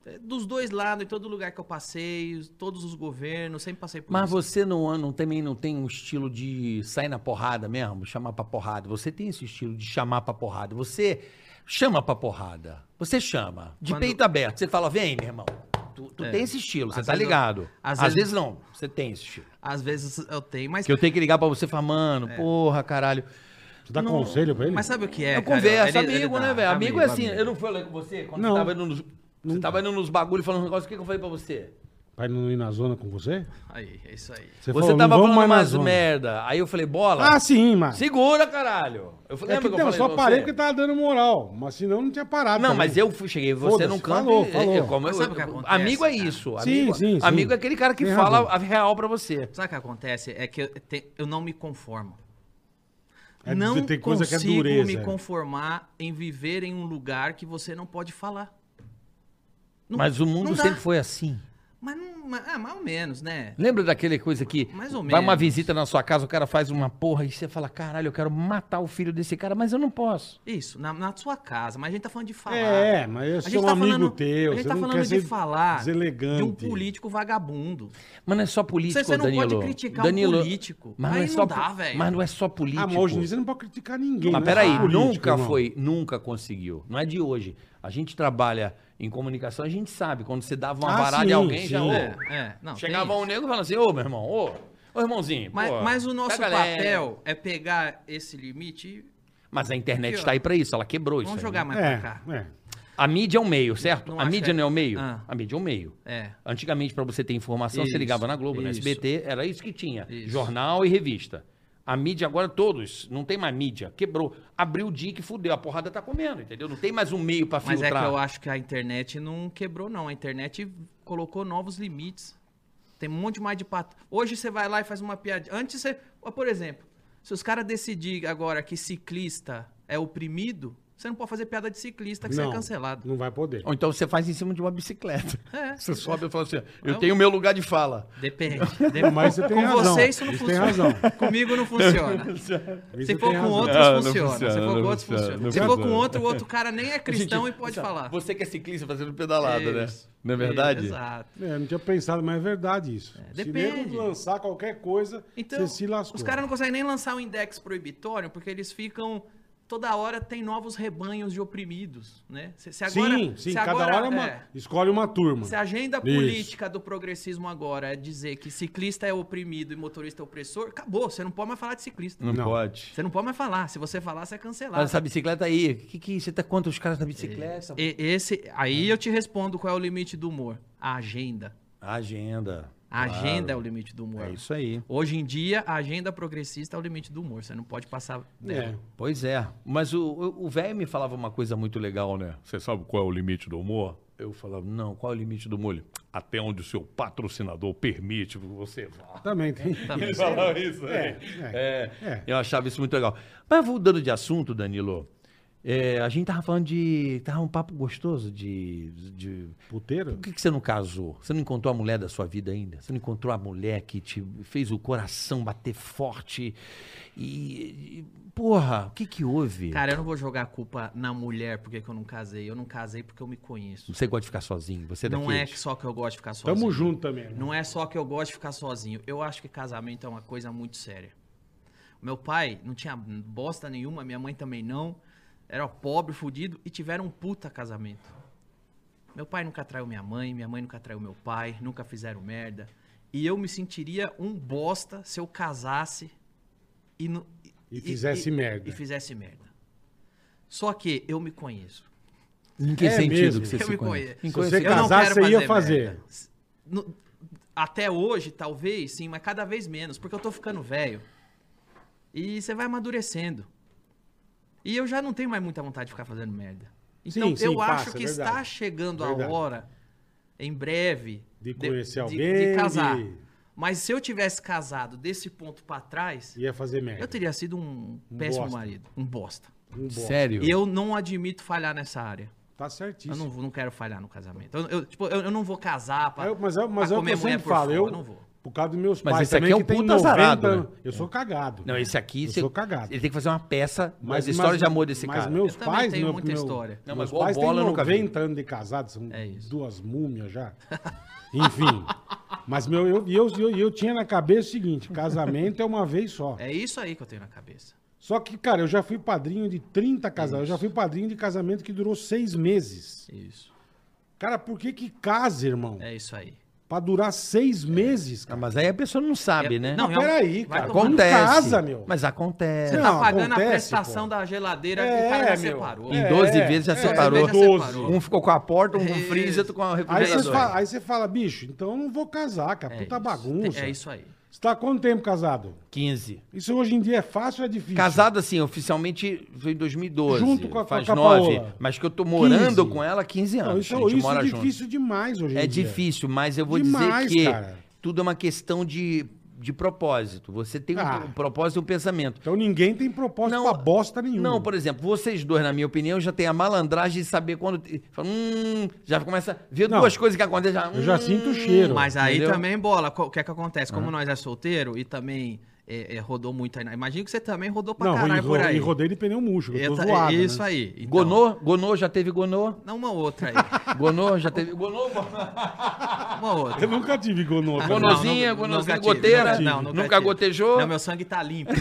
eh, Dos dois lados, em todo lugar que eu passei, os- todos os governos, sempre passei por
Mas
isso.
você não, não- também não tem um estilo de sair na porrada mesmo, chamar pra porrada. Você tem esse estilo de chamar pra porrada. Você chama pra porrada. Você chama. De
Quando-
peito aberto. Você fala, vem, meu irmão. Tu, tu
É.
tem esse estilo, você
Às
tá
vezes eu-
ligado. às
às
vezes...
vezes-
não, você tem esse estilo.
Às vezes eu tenho, mas
Que eu tenho que ligar pra você e falar, mano, porra, caralho.
Você dá conselho pra ele?
Mas sabe o que é?
eu
cara?
converso,
Ele- ele
amigo,
dá,
né, velho? Amigo, é assim.
amigo.
Eu não falei com você quando
Não.
você tava indo nos. Você tava indo nos bagulhos falando um negócio, o que, que eu falei pra você?
Pra não ir na zona com você?
Aí, é isso aí.
Você,
você
não
tava
vamos
falando
mais na
mais
um."
zona.
merda. Aí eu falei, bola.
Ah, sim, mas...
Segura, caralho. Eu falei,
É que,
lembra que
não,
eu
eu
falei
só
pra
parei
você?
porque tava dando moral. Mas senão não tinha parado.
Não,
também.
mas eu fui- cheguei você
Foda-se,
num canto.
falou,
e-
falou.
eu- como
Mas
eu-
sabe o que
eu-
acontece,
amigo é
cara?
isso.
Sim,
Amigo,
sim, sim.
amigo é aquele cara que
Tem
fala
razão.
a real pra você.
Sabe o que acontece? É que eu, te- eu não me conformo.
É,
não
tem coisa que é
consigo
dureza, é.
me conformar em viver em um lugar que você não pode falar. Não-
Mas o mundo
não dá.
sempre foi assim.
Mas, não, mas- ah, mais ou menos, né?
Lembra daquele coisa que
Mais ou
vai uma
menos.
visita na sua casa, o cara faz uma porra e você fala, caralho, eu quero matar o filho desse cara, mas eu não posso.
Isso, na, na sua casa, mas a gente tá falando de falar.
É, mas eu
A
sou
gente
um amigo teu,
A gente
você
tá
não
falando
quer
de
ser
falar de um
deselegante.
político vagabundo.
Mas não é só político,
Você- você não pode
Danilo.
criticar um
Danilo,
político.
Mas não,
Aí
é
não
só,
dá,
po-
velho.
Mas não é só político.
Ah, mas hoje em dia você não pode criticar ninguém.
Mas
não é só
peraí,
político,
nunca
irmão.
foi, nunca conseguiu. Não é de hoje. A gente trabalha em comunicação, a gente sabe. Quando você dava uma
Ah,
varada em
sim,
alguém, já.
sim.
ô,
É, é, não, tem
chegava
isso.
um nego e falava assim: ô, meu irmão, ô, ô irmãozinho.
Mas,
pô,
mas o nosso
pega leve."
papel é pegar esse limite e
Mas a internet
Aqui, ó.
está aí pra isso, ela quebrou isso.
vamos
aí,
jogar
né?
mais
É,
pra cá. Tá
é.
A mídia é um meio, certo?
Não
a
acho
mídia
que é-
não é um meio?
Ah.
A mídia é um meio.
É.
Antigamente, pra você ter informação, você
Isso,
ligava na Globo, na
isso.
SBT, era isso que tinha.
Isso.
Jornal e revista. A mídia agora, todos, não tem mais mídia. Quebrou. Abriu o dia que fudeu. A porrada tá comendo, entendeu? Não tem mais um meio pra
Mas
filtrar.
é que eu acho que a internet não quebrou, não. A internet colocou novos limites. Tem um monte mais de pato. Hoje você vai lá e faz uma piadinha. Antes você. Ó, Por exemplo, se os caras decidirem agora que ciclista é oprimido, você não pode fazer piada de ciclista que você é cancelado.
Não vai poder.
Ou então você faz em cima de uma bicicleta.
É. um
Você sobe e fala assim: eu
Eu-
tenho meu lugar de fala.
Depende. Depende.
mas você tem
com
razão.
você isso não
Isso tem
funciona.
razão.
Comigo não funciona.
Isso
Se for
tem
com
razão.
outros,
Ah, não
funciona. Se
funciona,
for com
não
outros,
funciona,
funciona.
não
Se for com
funciona.
outro, o outro cara nem é cristão e pode falar.
Você que é ciclista fazendo pedalada,
Isso.
né? Não é verdade?
Exato.
É, eu não tinha pensado, mas é verdade isso. Se
depende.
nego lançar qualquer coisa,
Então,
você se lascou.
os caras não conseguem nem lançar um index proibitório, porque eles ficam. Toda hora tem novos rebanhos de oprimidos, né? Se, se agora,
sim, sim,
se
cada
agora,
hora é uma-
é,
escolhe uma turma.
se a agenda
Isso.
política do progressismo agora é dizer que ciclista é oprimido e motorista é opressor, acabou. Você não pode mais falar de ciclista.
Não, pode.
Você não pode mais falar. Se você falar, você é
Olha
cancelado.
essa bicicleta aí. Que que você tá contra os caras da bicicleta?
E- esse, aí eu te respondo qual é o limite do humor. A agenda.
Agenda.
A
Claro.
agenda é o limite do humor.
É isso aí.
Hoje em dia, a agenda progressista é o limite do humor. Você não pode passar dela.
É.
Pois é. Mas o- o o velho me falava uma coisa muito legal, né?
Você sabe qual é o limite do humor? Eu falava, não, qual é o limite do humor? Ele, Até onde o seu patrocinador permite que você vá.
Também tem.
É,
Ele falava isso né? aí.
É, é.
Eu achava isso muito legal. Mas mudando de assunto, Danilo, é, a gente tava falando de. Tava um papo gostoso de. de-
Puteiro?
Por que, que você não casou? Você não encontrou a mulher da sua vida ainda? Você não encontrou a mulher que te fez o coração bater forte? E. e- porra, o que que houve?
Cara, eu não vou jogar a culpa na mulher porque que eu não casei. Eu não casei porque eu me conheço.
Você gosta de ficar sozinho? Você é
Não é
daqueles?
que só que eu gosto de ficar sozinho.
Tamo junto também. né?
Não é só que eu gosto de ficar sozinho. Eu acho que casamento é uma coisa muito séria. Meu pai não tinha bosta nenhuma, minha mãe também não. Era pobre, fudido e tiveram um puta casamento. Meu pai nunca traiu minha mãe, minha mãe nunca traiu meu pai, nunca fizeram merda. E eu me sentiria um bosta se eu casasse e, não-
E fizesse merda.
E fizesse merda. Só que eu me conheço.
Em que
É
sentido
mesmo.
que você
Eu
se
me
conhece?
conheço.
Em
Se
coisa-
você
Eu não
casar,
quero
você ia
fazer
fazer.
merda. No- até hoje, talvez, sim, mas cada vez menos, porque eu tô ficando velho. E você vai amadurecendo. E eu já não tenho mais muita vontade de ficar fazendo merda. Então,
Sim, sim,
eu
passa,
acho que
é verdade.
está chegando
Verdade.
a hora, em breve,
De conhecer
de-
alguém,
de casar.
de-
Mas se eu tivesse casado desse ponto pra trás,
Ia fazer merda.
eu teria sido um, péssimo
bosta.
marido, um bosta.
Um bom.
Sério?
E eu não admito falhar nessa área.
Tá
Eu
certíssimo.
não, vou- não quero falhar no casamento. Eu, eu, tipo, eu, eu não vou casar pra,
Aí eu- mas é, mas
pra
é o que eu
comer mulher
sempre
por
falo.
fora,
Eu,
não vou.
Por causa dos meus
Mas
pais
esse aqui
também,
é um
que tem
puta azarado,
anos.
né?
Eu sou cagado.
Não, esse aqui.
Eu sou cagado.
Ele tem que fazer uma peça mas,
Mas-
das histórias
mas-
de amor desse
mas
cara.
Meus
Eu também
pais,
tenho
meu,
muita
meu-
história.
Não,
meus
mas igual
pais têm
bola eu nunca vi.
90 anos de casado, são
É isso.
duas múmias já. Enfim. Mas meu, eu, e eu, e eu, e eu tinha na cabeça o seguinte: casamento é uma vez só.
É isso aí que eu tenho na cabeça.
Só que, cara, eu já fui padrinho de 30
É
casamentos. Eu já fui padrinho de casamento que durou seis meses.
Isso.
Cara, por que que casa, irmão?
É isso aí.
Pra durar seis meses,
Ah,
cara.
mas aí a pessoa não sabe,
É-
né?
não,
Mas peraí,
vai
cara.
tomar no é
acontece.
Casa, meu.
Mas acontece.
Você
Não,
tá pagando a
acontece,
prestação
pô.
da geladeira que
É,
o cara já
meu.
separou.
Em
É,
12 vezes já
é,
separou.
já
12.
separou. É
Um ficou com a porta, um com o
Isso.
freezer, outro com a
Aí você
refrigeradora.
fala, aí você fala, bicho, então eu não vou casar, cara.
É
Puta
isso.
bagunça.
É isso aí.
Você tá há quanto tempo casado?
15.
Isso hoje em dia é fácil ou é difícil?
Casado, assim, oficialmente foi em 2012.
Junto com a- com a
Faz
Capaola.
nove. Mas que eu tô morando
15.
com ela há 15 anos.
Não, isso,
a gente
isso
mora
é
junto.
difícil demais hoje em
É
dia.
difícil, mas eu vou dizer
Demais,
que
cara.
tudo é uma questão de, de propósito. Você tem um-
Ah.
um propósito e um pensamento.
Então ninguém tem propósito pra bosta nenhuma.
Não, por exemplo, vocês dois, na minha opinião, já tem a malandragem de saber quando. Fala, hum, já começa a ver
Não.
duas coisas que acontecem. Já,
Eu já
hum.
sinto o cheiro.
Mas é aí
Entendeu?
também, bola, co- o que é que acontece? Como nós é solteiro e também é, é, rodou muito aí. na- Imagino que você também rodou pra
Não,
caralho
e, ro
por aí.
e rodei de pneu murcho, eu tô
Eita,
zoado.
isso
né?
aí. Então,
Gonô? Gonô já teve Gonô?
Não, uma outra aí.
Gonô já teve. Gonô,
Uma outra.
Eu nunca tive gonô.
Ah,
cara.
Gonozinha,
não, não,
gonozinha
nunca tive,
goteira,
nunca tive.
nunca
tive.
gotejou?
Não, meu sangue tá limpo.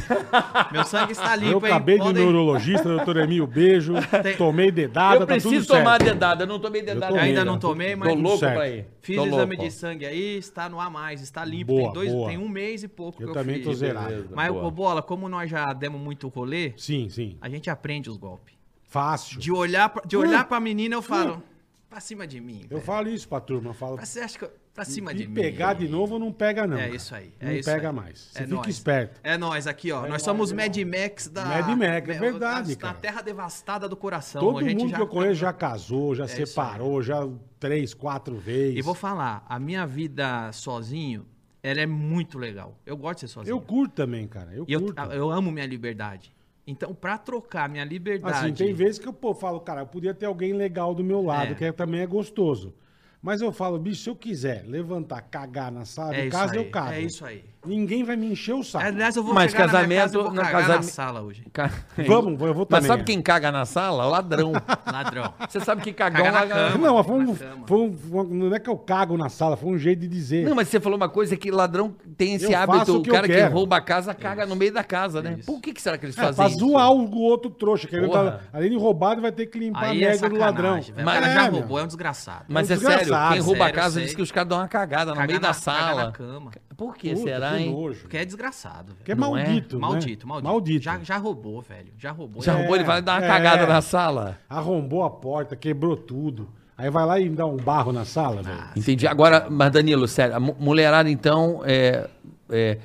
meu sangue está limpo,
Eu
hein?
acabei de
Podem-
neurologista, doutor Emílio, beijo. Tomei dedada,
eu preciso
tá tudo
tomar
certo.
dedada, eu não tomei dedada.
tomei,
Ainda
cara.
não tomei, mas
Tô louco
certo.
pra ir.
fiz
Tô
o exame
louco.
de sangue aí, está no a mais, está limpo.
Boa,
tem, dois,
boa.
tem um mês e pouco
Eu também tô zerado.
Beleza,
Mas,
boa.
ô, Bola, como nós já demos muito rolê,
Sim, sim.
a gente aprende os golpes.
Fácil.
De olhar pra, de olhar pra menina, eu falo, pra cima de mim.
Hum. Eu
velho.
falo isso pra turma, eu falo...
Pra, você acha que eu, pra cima
E
de mim.
pegar de novo não pega não.
É
cara.
isso aí.
Não
é isso
pega
aí.
mais. Você
É
fica
nóis.
esperto.
É nós aqui, ó. Nós somos Mad Max da.
Mad Max, é verdade,
Na
cara.
terra devastada do coração.
Todo
Então, a gente
mundo
já- É
que eu conheço já casou, já
isso aí.
separou, já três, quatro vezes.
E vou falar, a minha vida sozinho, ela é muito legal. Eu gosto de ser sozinho.
Eu curto também, cara. Eu
E eu,
curto.
eu amo minha liberdade. Então, pra trocar minha liberdade.
Assim, tem vezes que eu pô, falo, cara, eu podia ter alguém legal do meu lado,
É.
que é- também é gostoso. Mas eu falo, bicho, se eu quiser levantar, cagar na sala
É
de
isso
casa,
aí,
eu cago.
é isso aí.
Ninguém vai me encher o saco.
Aliás, eu vou
Mas
chegar na
casamento-
minha casa e vou
na
cagar na
casame-
sala hoje.
Ca-
Vamos, eu vou
Mas
também.
sabe quem caga na sala? Ladrão.
Ladrão.
Você sabe que cagão
Caga na
laga-
cama.
Não, mas foi
Na
um,
cama.
foi um- foi um- Não é que eu cago na sala, foi um jeito de dizer.
Não, mas você falou uma coisa que ladrão tem esse
Eu faço
hábito.
o
O
que eu
cara que
quero.
rouba a casa caga no meio da casa, né?
Isso.
Por que, que será que eles
É,
fazem
pra
isso?
zoar o outro trouxa, que ele
Porra.
tá, além de roubado, vai ter que limpar a
Aí é
merda Um do ladrão.
sacanagem. velho. O cara
Mas-
já
É, meu.
roubou, é um desgraçado.
Mas
É
é,
um
sério, quem
desgraçado.
rouba a
Sério,
casa
sei.
diz que os caras dão uma cagada no
Cagar
meio
na-
da
cagar
sala.
na cama.
Por que
Puta,
será,
que
hein?
nojo.
Porque é desgraçado, velho.
Que é
Não é?
maldito, né?
Maldito, maldito.
Maldito.
Já, já roubou, velho. Já roubou.
Já
É.
roubou, ele vai dar uma
é.
cagada na sala.
Arrombou a porta, quebrou tudo. Aí vai lá e dá um barro na
Ah,
sala, velho.
Entendi. Agora, mas Danilo, sério, a mu- mulherada, então, é. é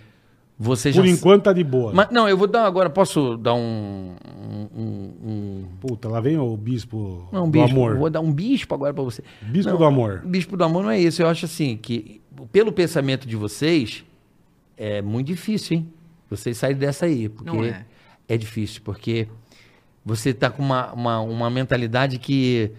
você já.
Por enquanto tá de boa.
Mas, não, eu vou dar agora. Posso dar um. um- um- um-
Puta, lá vem o bispo
não, um
do
bispo.
amor.
Vou dar um bispo agora pra você.
Bispo
Não,
do amor.
Bispo do amor não é isso. Eu acho assim que, pelo pensamento de vocês, é muito difícil, hein? Vocês saírem dessa aí. Porque
Não é.
é difícil, porque você tá com uma, uma, uma mentalidade que.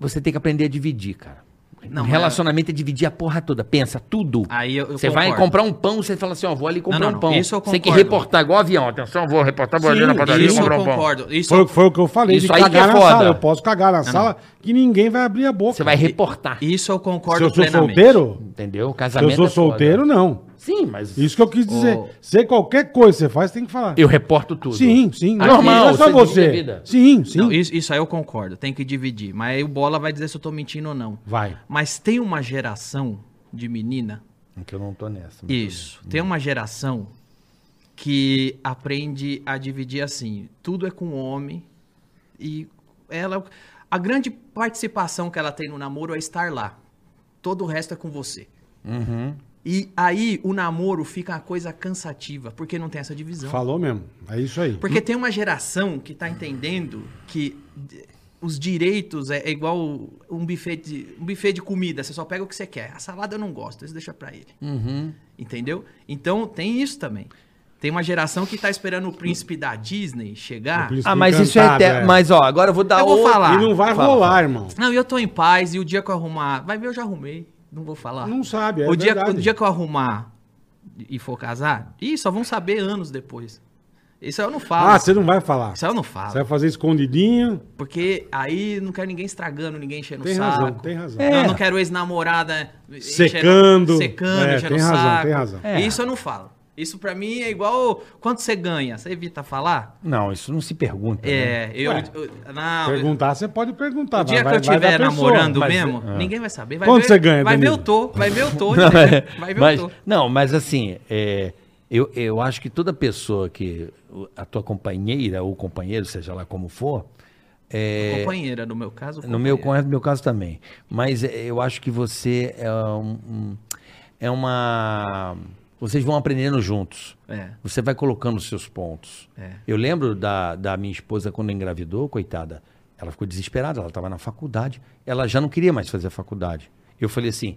Você tem que aprender a dividir, cara.
Não,
um
mas-
relacionamento é dividir a porra toda. Pensa, tudo.
Aí eu- eu
você vai
concordo.
comprar um pão, você fala assim, ó, vou ali comprar
Não, não,
um
não.
pão.
Isso eu
Você tem que
concordo.
reportar igual avião. Atenção, vou reportar, vou
Sim,
ali na padaria
Isso eu
comprar um pão.
concordo. Isso
Foi, o- foi o que eu falei,
Isso
de
aí
cagar
que é
na
foda. Ah,
sala. Eu posso cagar na sala que ninguém vai abrir a boca.
Você vai reportar.
Isso eu
Se
concordo
eu sou
plenamente.
solteiro,
Entendeu?
se eu
Casamento
sou
é foda.
solteiro, não.
Sim, mas
Isso que eu quis dizer.
Ô.
Se qualquer coisa que você faz, tem que falar.
eu reporto tudo.
Sim, sim.
Aqui,
normal, não é só
divide a
você.
vida.
Sim, sim.
Não, isso, isso aí eu concordo. Tem que dividir. Mas aí o Bola vai dizer se eu tô mentindo ou não.
Vai.
Mas tem uma geração de menina.
Que eu não tô nessa. mas
Isso. Tem uma geração que aprende a dividir assim. Tudo é com o homem. E ela. A grande participação que ela tem no namoro é estar lá. Todo o resto é com você. E aí o namoro fica uma coisa cansativa, porque não tem essa divisão.
Falou mesmo. É isso aí.
Porque tem uma geração que tá entendendo que d- os direitos é, é igual um buffet, de, um buffet de comida, você só pega o que você quer. A salada eu não gosto, isso deixa pra ele. Entendeu? Então tem isso também. Tem uma geração que tá esperando o príncipe da Disney chegar.
O príncipe-
Ah, mas isso é
Encantado,
eterno.
é.
Mas, ó, agora eu vou dar
Eu vou
outro-
falar.
E não vai
Fala, é
rolar,
fala.
irmão.
Não, e eu tô em paz, e o dia que eu arrumar. Vai ver, eu já arrumei. Não vou falar.
Não sabe, é
o, dia,
verdade.
o dia que eu arrumar e for casar, ih, só vão saber anos depois. Isso eu não
um
falo.
Ah, você não vai falar.
é
Isso eu não falo.
Você vai fazer escondidinho.
Porque aí não quero ninguém estragando, ninguém enchendo o
Tem
saco.
razão, tem razão.
É.
Não, eu não quero ex-namorada enchendo-
Secando.
secando,
É,
enchendo
tem
o
razão,
saco.
tem razão.
É.
Isso eu não falo. Isso pra mim é igual quanto você ganha. Você evita falar?
Não, isso não se pergunta. né?
É, eu.
Uhum. Ué,
eu- não, eu-
Perguntar, você pode perguntar.
o dia
vai-
que eu
vai- vai
estiver
da pessoa. é,
namorando
mas-
mesmo, ninguém vai saber. Vai
Quanto
ver-
você ganha,
Vai ver
Danilo?
o tô, vai ver o tô.
Não, é,
entendeu? vai ver
mas,
o tô.
não, mas assim, é, eu, eu acho que toda pessoa que o- a tua companheira ou companheiro, seja lá como for, é,
Companheira, no meu caso. é.
no meu,
companheiro.
no meu caso também, mas é, eu acho que você é, um- um- é uma... Vocês vão aprendendo juntos.
É.
Você vai colocando os seus pontos.
É.
Eu lembro da, da minha esposa quando engravidou, coitada. Ela ficou desesperada, ela estava na faculdade. Ela já não queria mais fazer faculdade. Eu falei assim: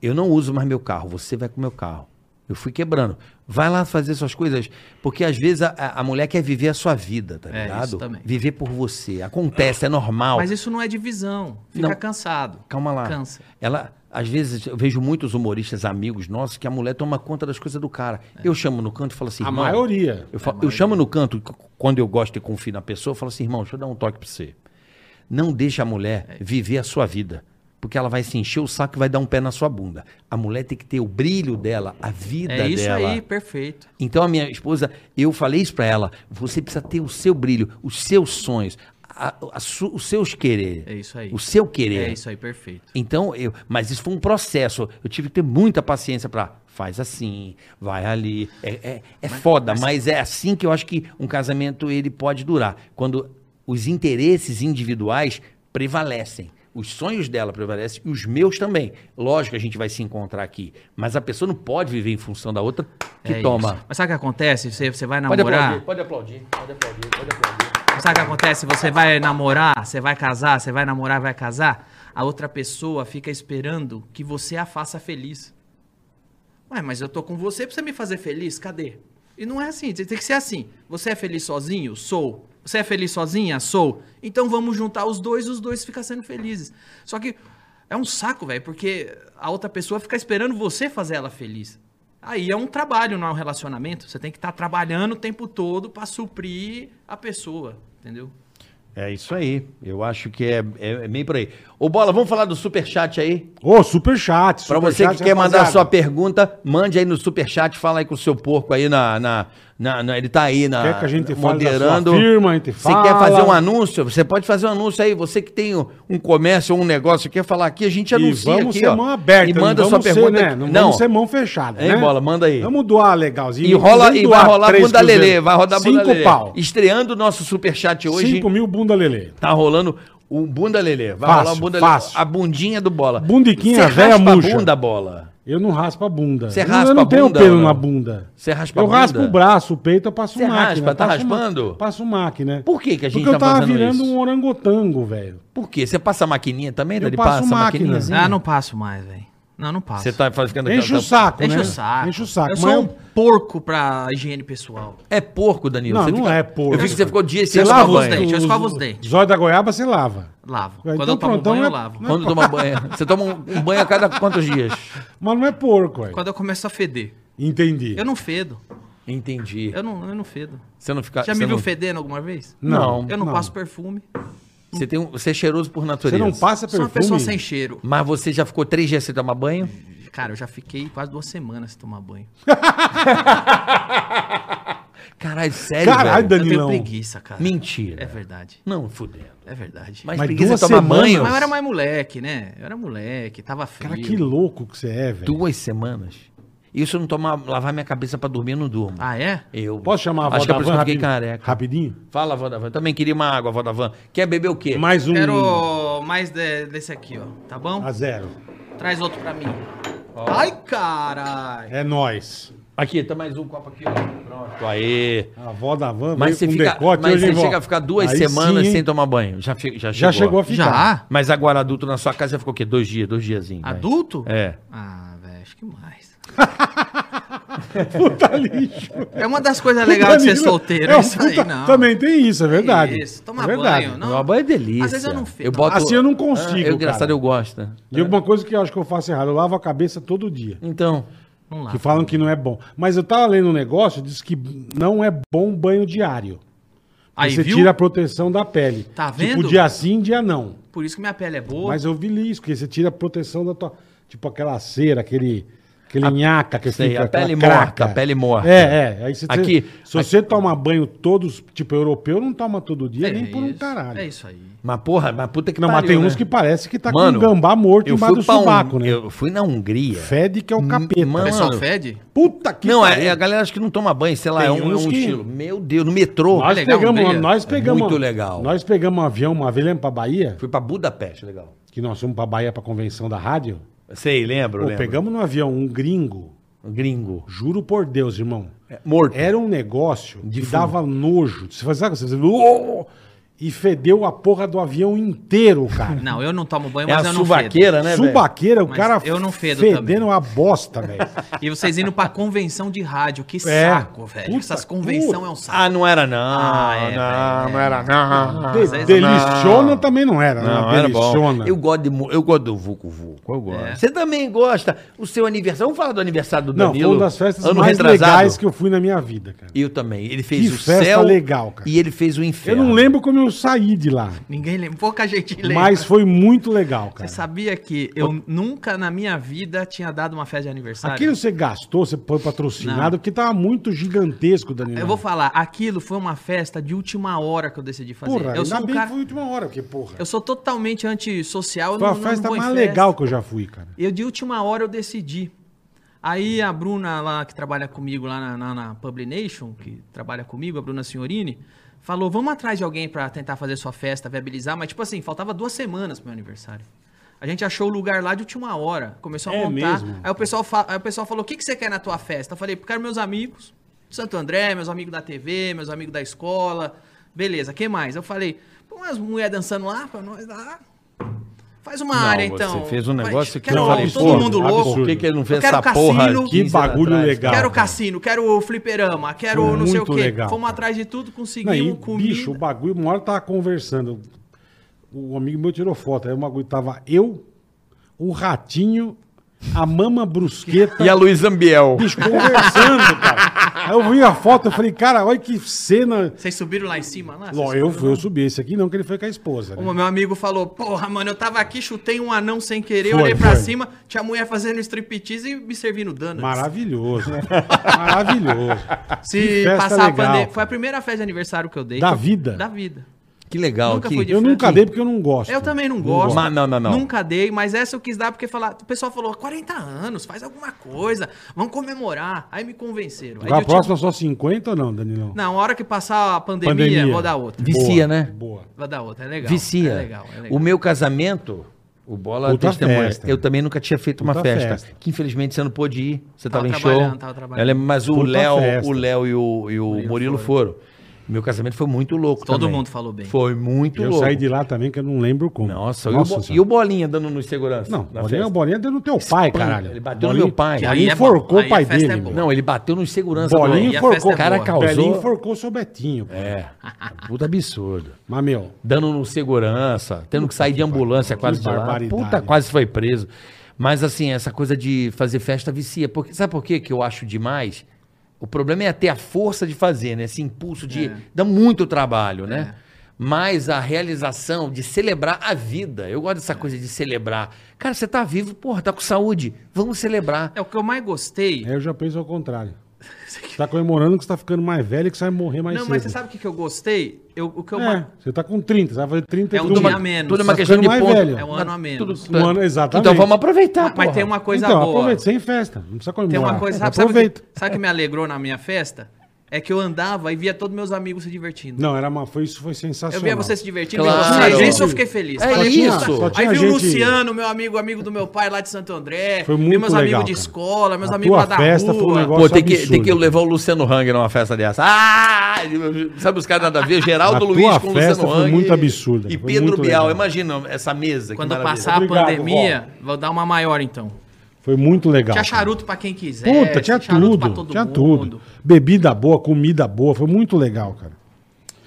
eu não uso mais meu carro, você vai com meu carro. Eu fui quebrando. Vai lá fazer suas coisas. Porque às vezes a, a- a mulher quer viver a sua vida, tá
É,
ligado?
isso também.
Viver por você. Acontece, é normal.
Mas isso não é divisão. Fica
Não.
cansado.
Calma lá.
Cansa.
Ela, às vezes, eu vejo muitos humoristas, amigos nossos, que a mulher toma conta das coisas do cara.
É.
Eu chamo no canto e falo assim,
A
irmão,
maioria.
Eu, falo- eu chamo no canto, c- quando eu gosto e confio na pessoa, eu falo assim, irmão, deixa eu dar um toque pra você. Não deixa a
É.
mulher viver a sua vida. Porque ela vai se encher o saco e vai dar um pé na sua bunda. A mulher tem que ter o brilho dela, a vida
É isso
dela.
aí, perfeito.
Então a minha esposa, eu falei isso pra ela, você precisa ter o seu brilho, os seus sonhos, a- a su- os seus querer.
É isso aí.
O seu querer.
É isso aí, perfeito.
Então, eu, mas isso foi um processo. Eu tive que ter muita paciência para faz assim, vai ali. É, é, é foda, mas... é assim que eu acho que um casamento ele pode durar. Quando os interesses individuais prevalecem. Os sonhos dela prevalecem e os meus também. Lógico que a gente vai se encontrar aqui. Mas a pessoa não pode viver em função da outra que
É isso.
toma.
Mas sabe o que acontece? Você, você vai
Pode
namorar.
aplaudir, pode aplaudir, pode aplaudir, pode aplaudir.
Sabe o que acontece? Você vai namorar, você vai casar, você vai namorar, vai casar. A outra pessoa fica esperando que você a faça feliz. Ué, mas eu tô com você pra você me fazer feliz? Cadê? E não é assim, tem tem que ser assim. Você é feliz sozinho? Sou. Você é feliz sozinha? Sou. Então vamos juntar os dois, os dois ficam sendo felizes. Só que é um saco, velho, porque a outra pessoa fica esperando você fazer ela feliz. Aí é um trabalho, não é um relacionamento. Você tem que estar trabalhando o tempo todo pra suprir a pessoa, entendeu?
É isso aí. Eu acho que é, é, é meio por aí. Ô, Bola, vamos falar do superchat aí?
Ô, superchat.
Pra
superchat, é
você que quer mandar
rapaziada.
sua pergunta, mande aí no superchat, fala aí com o seu porco aí na. na- na- na- ele tá aí na.
Quer que a gente
na-
fale da sua firma, a gente
Você
fala.
quer fazer um anúncio? Você pode fazer um anúncio aí. Você que tem um, um comércio ou um negócio, quer falar aqui, a gente anuncia
vamos
aqui.
ser
ó,
mão aberta.
E manda
não
sua
vamos ser,
pergunta.
né?
aqui.
Não,
Não,
vamos ser mão fechada,
Hein,
né?
Bola, manda aí.
Vamos doar legalzinho.
E, rola,
Vamos
e
doar
vai rolar
três
bunda
cruzeiros.
lelê. Vai rodar bunda
Cinco
lelê.
pau.
Estreando o nosso superchat hoje.
Cinco mil bunda lelê.
Tá rolando o bunda lelê. Vai
Fácil,
rolar o bunda
fácil.
lelê. A bundinha do bola.
Bundiquinha
Você
véia
raspa a
murcha.
bunda, bola.
Eu não raspo a bunda.
Você
Eu não-
raspa
Eu não
a
tenho
bunda
pelo
ou não?
na bunda.
Você raspa a
Eu
bunda?
raspo o braço, o peito, eu passo
Você
máquina.
raspa, tá
passo ma-
raspando?
Passo máquina.
Por que que a gente
Porque
tá
eu tava
fazendo
virando
isso?
um orangotango, velho.
Por quê? Você passa a maquininha também?
Eu
Dani?
passo
passa a
máquina.
maquininhazinha?
Ah, não passo mais, velho. Não, não passo.
Você tá ficando
Enche
aquela-
o saco,
Enche
né?
o saco.
Enche o saco.
Eu
Mas
sou um
eu-
porco pra higiene pessoal.
É porco, Danilo.
Não,
Você
não
fica-
é porco.
Eu vi que você ficou dias
Você
sem tomar
lava os
banho.
dentes. eu escovo os
os-
dentes.
Zóio da goiaba, você lava.
Lavo.
Então,
Quando eu tomo
pronto,
banho,
então
eu
é-
lavo.
Quando toma banho. Você toma um, um banho a cada quantos dias?
Mas não é porco, velho.
Quando eu começo a feder.
Entendi.
Eu não fedo.
Entendi.
Eu não, eu não fedo.
Você não fica.
Já
Tá, você
me viu
não-
fedendo alguma vez?
Não.
Eu não,
não.
passo perfume.
Você, tem um- você é cheiroso por
Você
natureza.
não passa
Sou
perfume?
uma pessoa sem cheiro.
Mas você já ficou três dias sem tomar banho?
Cara, eu já fiquei quase duas semanas sem tomar banho.
Caralho, sério,
Caralho,
velho.
Eu tenho
Danilão.
preguiça, cara.
Mentira.
É verdade.
Não, fudendo.
É verdade.
Mas,
Mas,
Mas
preguiça
duas
de tomar
semanas?
banho?
eu era mais moleque, né? Eu era moleque, tava frio.
Cara, que louco que você é, velho.
Duas semanas? E se eu não tomar, lavar minha cabeça pra dormir, eu não durmo.
Ah, é?
Eu.
Posso chamar a avó
Acho que é
da
por isso
van
que eu fiquei
rapidinho?
careca.
rapidinho?
Fala, vó da van. Também queria uma água, vó da van. Quer beber o quê?
Mais um
Quero mais de- desse aqui, ó. Tá bom?
a zero.
Traz outro pra mim. Ai, caralho.
É nós.
Aqui, tá mais um copo aqui, ó. Pronto. Aê.
A avó da van
Mas você,
veio com
fica,
Um decote
mas
hoje,
você
hein, vó?
chega a ficar duas
Aí
semanas
sim,
sem
hein?
tomar banho. Já, fi- já chegou.
Já chegou a ficar.
Já?
Mas agora adulto na sua casa, já É. né? ficou o quê? Dois dias, dois diazinhos. vai.
Adulto?
É.
Ah, velho, acho que mais.
Puta lixo.
É uma das coisas legais de ser
Danilo,
solteiro.
é um
isso aí,
puta-
não.
Também tem isso, é verdade.
Isso, toma
é verdade.
banho. né? Não.
Tomar banho é delícia.
Às vezes eu não fico.
Eu boto...
Assim eu não consigo,
é engraçado,
cara.
eu gosto. né?
E alguma coisa que eu acho que eu faço errado, eu lavo a cabeça todo dia.
Então,
Vamos lá.
Que falam que não é bom. Mas eu tava lendo um negócio, diz que não é bom banho diário.
Aí,
você
viu?
tira a proteção da pele.
Tá
Tipo,
vendo?
dia sim, dia não.
Por isso que minha pele é boa.
Mas eu vi isso, que você tira a proteção da tua... Tipo, aquela cera, aquele... Aquele nhaca que
sei,
fica,
a pele
aquela
morta, a pele morta.
É, é. Aí você,
Aqui-
se você toma banho todos, tipo, europeu não toma todo dia,
é,
nem por um
isso,
caralho.
É isso aí.
mas porra, mas puta que
Não, mas tem
pariu,
uns
né?
que parece que tá
Mano,
com um gambá morto
eu
embaixo
fui,
do
pra um-
sovaco, né?
eu fui na Hungria.
Fede que é o capeta.
mano,
O pessoal fede?
Puta que
não, é,
pariu.
é a galera acho que não toma banho, sei lá,
Tem
é um, é
uns
um
que-
estilo. Meu Deus, no metrô.
Olha,
Nós
é legal,
pegamos,
Hungria.
nós pegamos,
Muito legal.
Nós pegamos um avião uma vez, lembra pra Bahia?
Fui pra Budapeste, legal.
Que nós fomos pra Bahia pra convenção da rádio.
Sei, lembro,
Pô,
lembro.
pegamos no avião um gringo,
Gringo.
juro por Deus, irmão.
É, morto.
Era um negócio que
Defunto.
dava nojo. Você fazia, sabe, você fazia, "Oh!" e fedeu a porra do avião inteiro, cara.
Não, eu não tomo banho,
É
mas
a
eu não
suvaqueira, né, velho?
Subaqueira, o
Mas
cara
eu não fedo
fedendo
também.
a bosta, velho.
fedo. E vocês indo pra convenção de rádio, que
É.
saco, velho.
Puta,
Essas convenções é um saco.
Ah, não era não.
Ah, é,
não,
é.
não era não.
De-
vocês-
deliciona também não era, né?
Não, era bom.
Deliciona.
Eu gosto, de, mu- eu gosto do Vucu Vucu. Eu gosto.
É.
Você também gosta. O seu aniversário. Vamos falar do aniversário do
Não,
Danilo.
foi uma das festas
ano
mais
retrasado.
legais que eu fui na minha vida, cara.
Eu também. Ele fez
Que
o
festa
céu.
legal, cara.
E ele fez o
Eu
inferno.
não lembro como eu saí de lá,
Ninguém lembra. Pouca gente lembra.
mas foi muito legal,
Você
cara.
sabia que eu nunca na minha vida tinha dado uma festa de aniversário?
Aquilo você gastou, você foi patrocinado, porque tava muito gigantesco, Danilo.
Eu vou falar, aquilo foi uma festa de última hora que eu decidi fazer.
Porra,
eu
ainda
sou um
bem
cara-
que foi a última hora, porque, porra.
Eu sou totalmente antissocial. eu
Foi a
não- não
festa tá
vou em
mais
festa.
legal que eu já fui, cara.
Eu, de última hora, eu decidi. Aí a Bruna lá, que trabalha comigo lá na, na, na Publination, que trabalha comigo, a Bruna Senhorini, falou, vamos atrás de alguém pra tentar fazer sua festa, viabilizar. Mas, tipo assim, faltava duas semanas pro meu aniversário. A gente achou o lugar lá de última hora. Começou a
É
montar.
mesmo?
Aí, o pessoal fa- aí o pessoal falou, o que, que você quer na tua festa? Eu falei, quero meus amigos de Santo André, meus amigos da TV, meus amigos da escola. Beleza, quem mais? Eu falei, põe umas mulheres dançando lá pra nós lá. Faz uma área,
você
então.
fez um
Falei,
negócio que
quero
eu falei,
todo
pô,
mundo louco.
Por que, que ele não fez
Eu quero
essa porra?
cassino.
15
Que bagulho
anos atrás?
legal.
Quero
cara.
cassino, quero fliperama, quero
Foi
não sei o
muito
quê.
legal,
Fomos
cara.
atrás de tudo,
Não, e,
conseguimos comida.
bicho, o bagulho, uma hora eu tava conversando. O amigo meu tirou foto. Aí o bagulho tava eu, o ratinho, a mama brusqueta.
E a Luísa Ambiel.
bicho, conversando, cara. Aí eu vi a foto, eu falei, cara, olha que cena.
Vocês subiram lá em cima? Lá,
Ló,
Vocês
eu,
subiram
fui, eu
lá?
subi esse aqui, não, que ele foi com a esposa. né?
O meu amigo falou, porra, mano, eu tava aqui, chutei um anão sem querer,
Foi,
olhei pra
foi.
cima, tinha mulher fazendo striptease e me servindo dano.
Maravilhoso. Maravilhoso.
Se
festa
passar
legal,
a
cara.
pandemia. Foi a primeira festa de aniversário que eu dei.
Da
que eu-
vida?
Da vida.
Que legal.
Nunca
que...
fui de
Eu
Diferente.
nunca dei porque eu não gosto.
Eu também não gosto.
Mas não, não, não.
Nunca dei, mas essa eu quis dar porque falar, o pessoal falou 40 anos, faz alguma coisa, vamos comemorar. Aí me convenceram. Aí
Agora,
eu
a
tinha-
próxima só 50 ou não, Danilão?
Não, a hora que passar a pandemia,
Pandemia.
vou dar outra.
Vicia,
Boa,
né?
Boa.
Vou dar outra, é legal.
Vicia.
É legal, é legal.
O meu casamento, o Bola
Puta
testemunha,
festa.
eu também nunca tinha feito uma
Puta
festa,
festa.
Que infelizmente você não pôde ir. Você estava
Tava
em
trabalhando,
show.
tava trabalhando.
Eu lembro, mas o
Puta
Léo,
festa.
o Léo e o, e o Murilo foram. Meu casamento foi muito louco.
Todo
também.
mundo falou bem.
Foi muito
Eu
louco.
saí de lá também que eu não lembro como.
Nossa, e o Bo-
Nossa
e, o,
Senhora.
Bolinha dando nos segurança.
Não,
na
bolinha, é
festa?
o bolinha deu no teu pai,
Espanha.
caralho.
Ele bateu no
Bolinha-
meu pai.
Que
Bolinha
aí é
enforcou
bom.
o
Aí
pai
a festa
dele.
é boa.
meu.
Não, ele bateu nos segurança.
bolinha
aí a
enforcou.
festa é
Cara,
boa.
causou-
Belinho enforcou seu Betinho. É.
É. Puta absurdo.
Mas, meu,
dando no segurança, tendo que sair de ambulância quase de lá.
barbaridade.
Puta, quase foi preso. Mas assim, essa coisa de fazer festa vicia. Porque, sabe por quê que eu acho demais? O problema é ter a força de fazer, né? Esse impulso de... Dá muito trabalho, né? Mas a realização de celebrar a vida. Eu gosto dessa coisa de celebrar. Cara, você tá vivo, porra, tá com saúde. Vamos celebrar.
É o que eu mais gostei.
aí eu já penso ao contrário. Você tá comemorando que você tá ficando mais velho e que você vai morrer mais
não,
cedo.
mas você sabe o que, que eu gostei? Eu, o que eu
É,
ma-
você tá com 30, você vai fazer 30
É um
tudo
dia
mais-
a menos.
Tudo é uma
Tá
questão de
ficando mais
ponto.
velho.
É um ano a menos.
tudo-
Um ano, exatamente.
Então vamos aproveitar,
Mas
porra.
tem uma coisa
então,
boa.
aproveita, sem festa. Não precisa comemorar.
Tem uma coisa, sabe, sabe, o
aproveita.
que, sabe o que me alegrou na minha festa? É que eu andava e via todos meus amigos se divertindo.
Não, era uma, foi, isso foi sensacional.
Eu via você se divertindo,
Claro.
claro. vocês, isso eu fiquei feliz.
É
Falei,
isso.
puta,
Só
tinha
Aí vi
gente-
o Luciano, meu amigo, amigo do meu pai lá de Santo André.
Foi
vi
muito
meus
legal,
amigos de
cara.
escola, meus
A
amigos
tua
lá da
festa
rua.
foi um negócio-
Pô, tem que,
absurdo.
tem que levar o Luciano Hang numa festa dessa. Ah! Sabe os caras nada a ver? Geraldo
A
Luiz
tua
com
festa
Luciano
foi
Hang.
muito absurda,
E
foi
Pedro
muito
Bial.
legal.
Imagina essa mesa. que
Quando
maravilha.
passar a
Obrigado,
pandemia, vou dar uma maior então.
Foi muito legal.
Tinha
cara.
charuto é, pra quem quiser.
Tá, Puta, tinha tudo. Tinha tudo. Bebida boa, comida boa, foi muito legal, cara.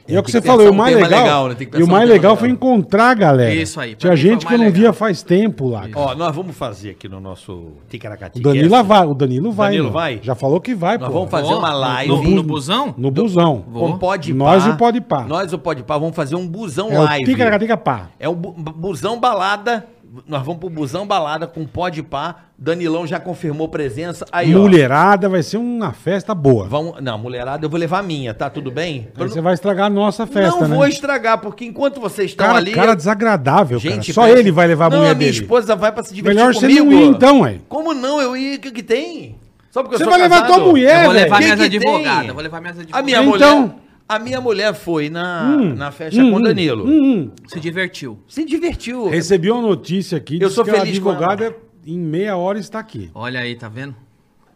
E é o que,
que
você
pensar
falou, e o
um
mais
tema
legal.
legal, né? Tem que
E o
pensar um
mais
tema
legal
legal.
foi encontrar a galera.
Isso aí, pra
Tinha
mim foi
gente
o
que eu
mais
não
legal.
via faz tempo lá. cara.
Ó, nós vamos fazer aqui no nosso Ticaracati.
O Danilo vai, o Danilo vai.
Danilo
meu.
vai?
Já falou que vai,
Nós
pô.
vamos fazer uma live.
No, no busão?
No busão.
Vou.
Com pode
Nós e o Pode Pá.
Nós e o pode Vamos fazer um busão
É o
live.
tica pá.
É um bu- bu- busão balada. Nós vamos pro busão balada com pode pá. Danilão já confirmou presença. Aí, ó.
Mulherada vai ser uma festa boa.
Vamos... Não, mulherada, eu vou levar a minha, tá? Tudo bem?
Aí você vai estragar a nossa festa,
não
né?
vou estragar, porque enquanto vocês estão
cara,
ali.
cara desagradável,
Gente,
cara. Só
pensa-
ele vai levar a
não,
mulher
minha
dele.
esposa vai pra se divertir
Melhor você
comigo.
não ir, então, aí.
Como não? Eu ia, o que, que tem? Só porque
Você
eu sou
vai levar
casado?
tua mulher,
Eu vou
É, velho.
levar
Que
minhas
que tem?
advogadas. eu Vou levar minhas
A
advogadas.
minha
Então-
mulher. A minha mulher foi na, na festa
hum,
com o Danilo.
Hum, hum.
Se divertiu.
Se divertiu.
Recebi uma notícia aqui.
Eu
diz
sou
que
feliz
a
com
advogada em meia hora está aqui.
Olha aí, tá vendo?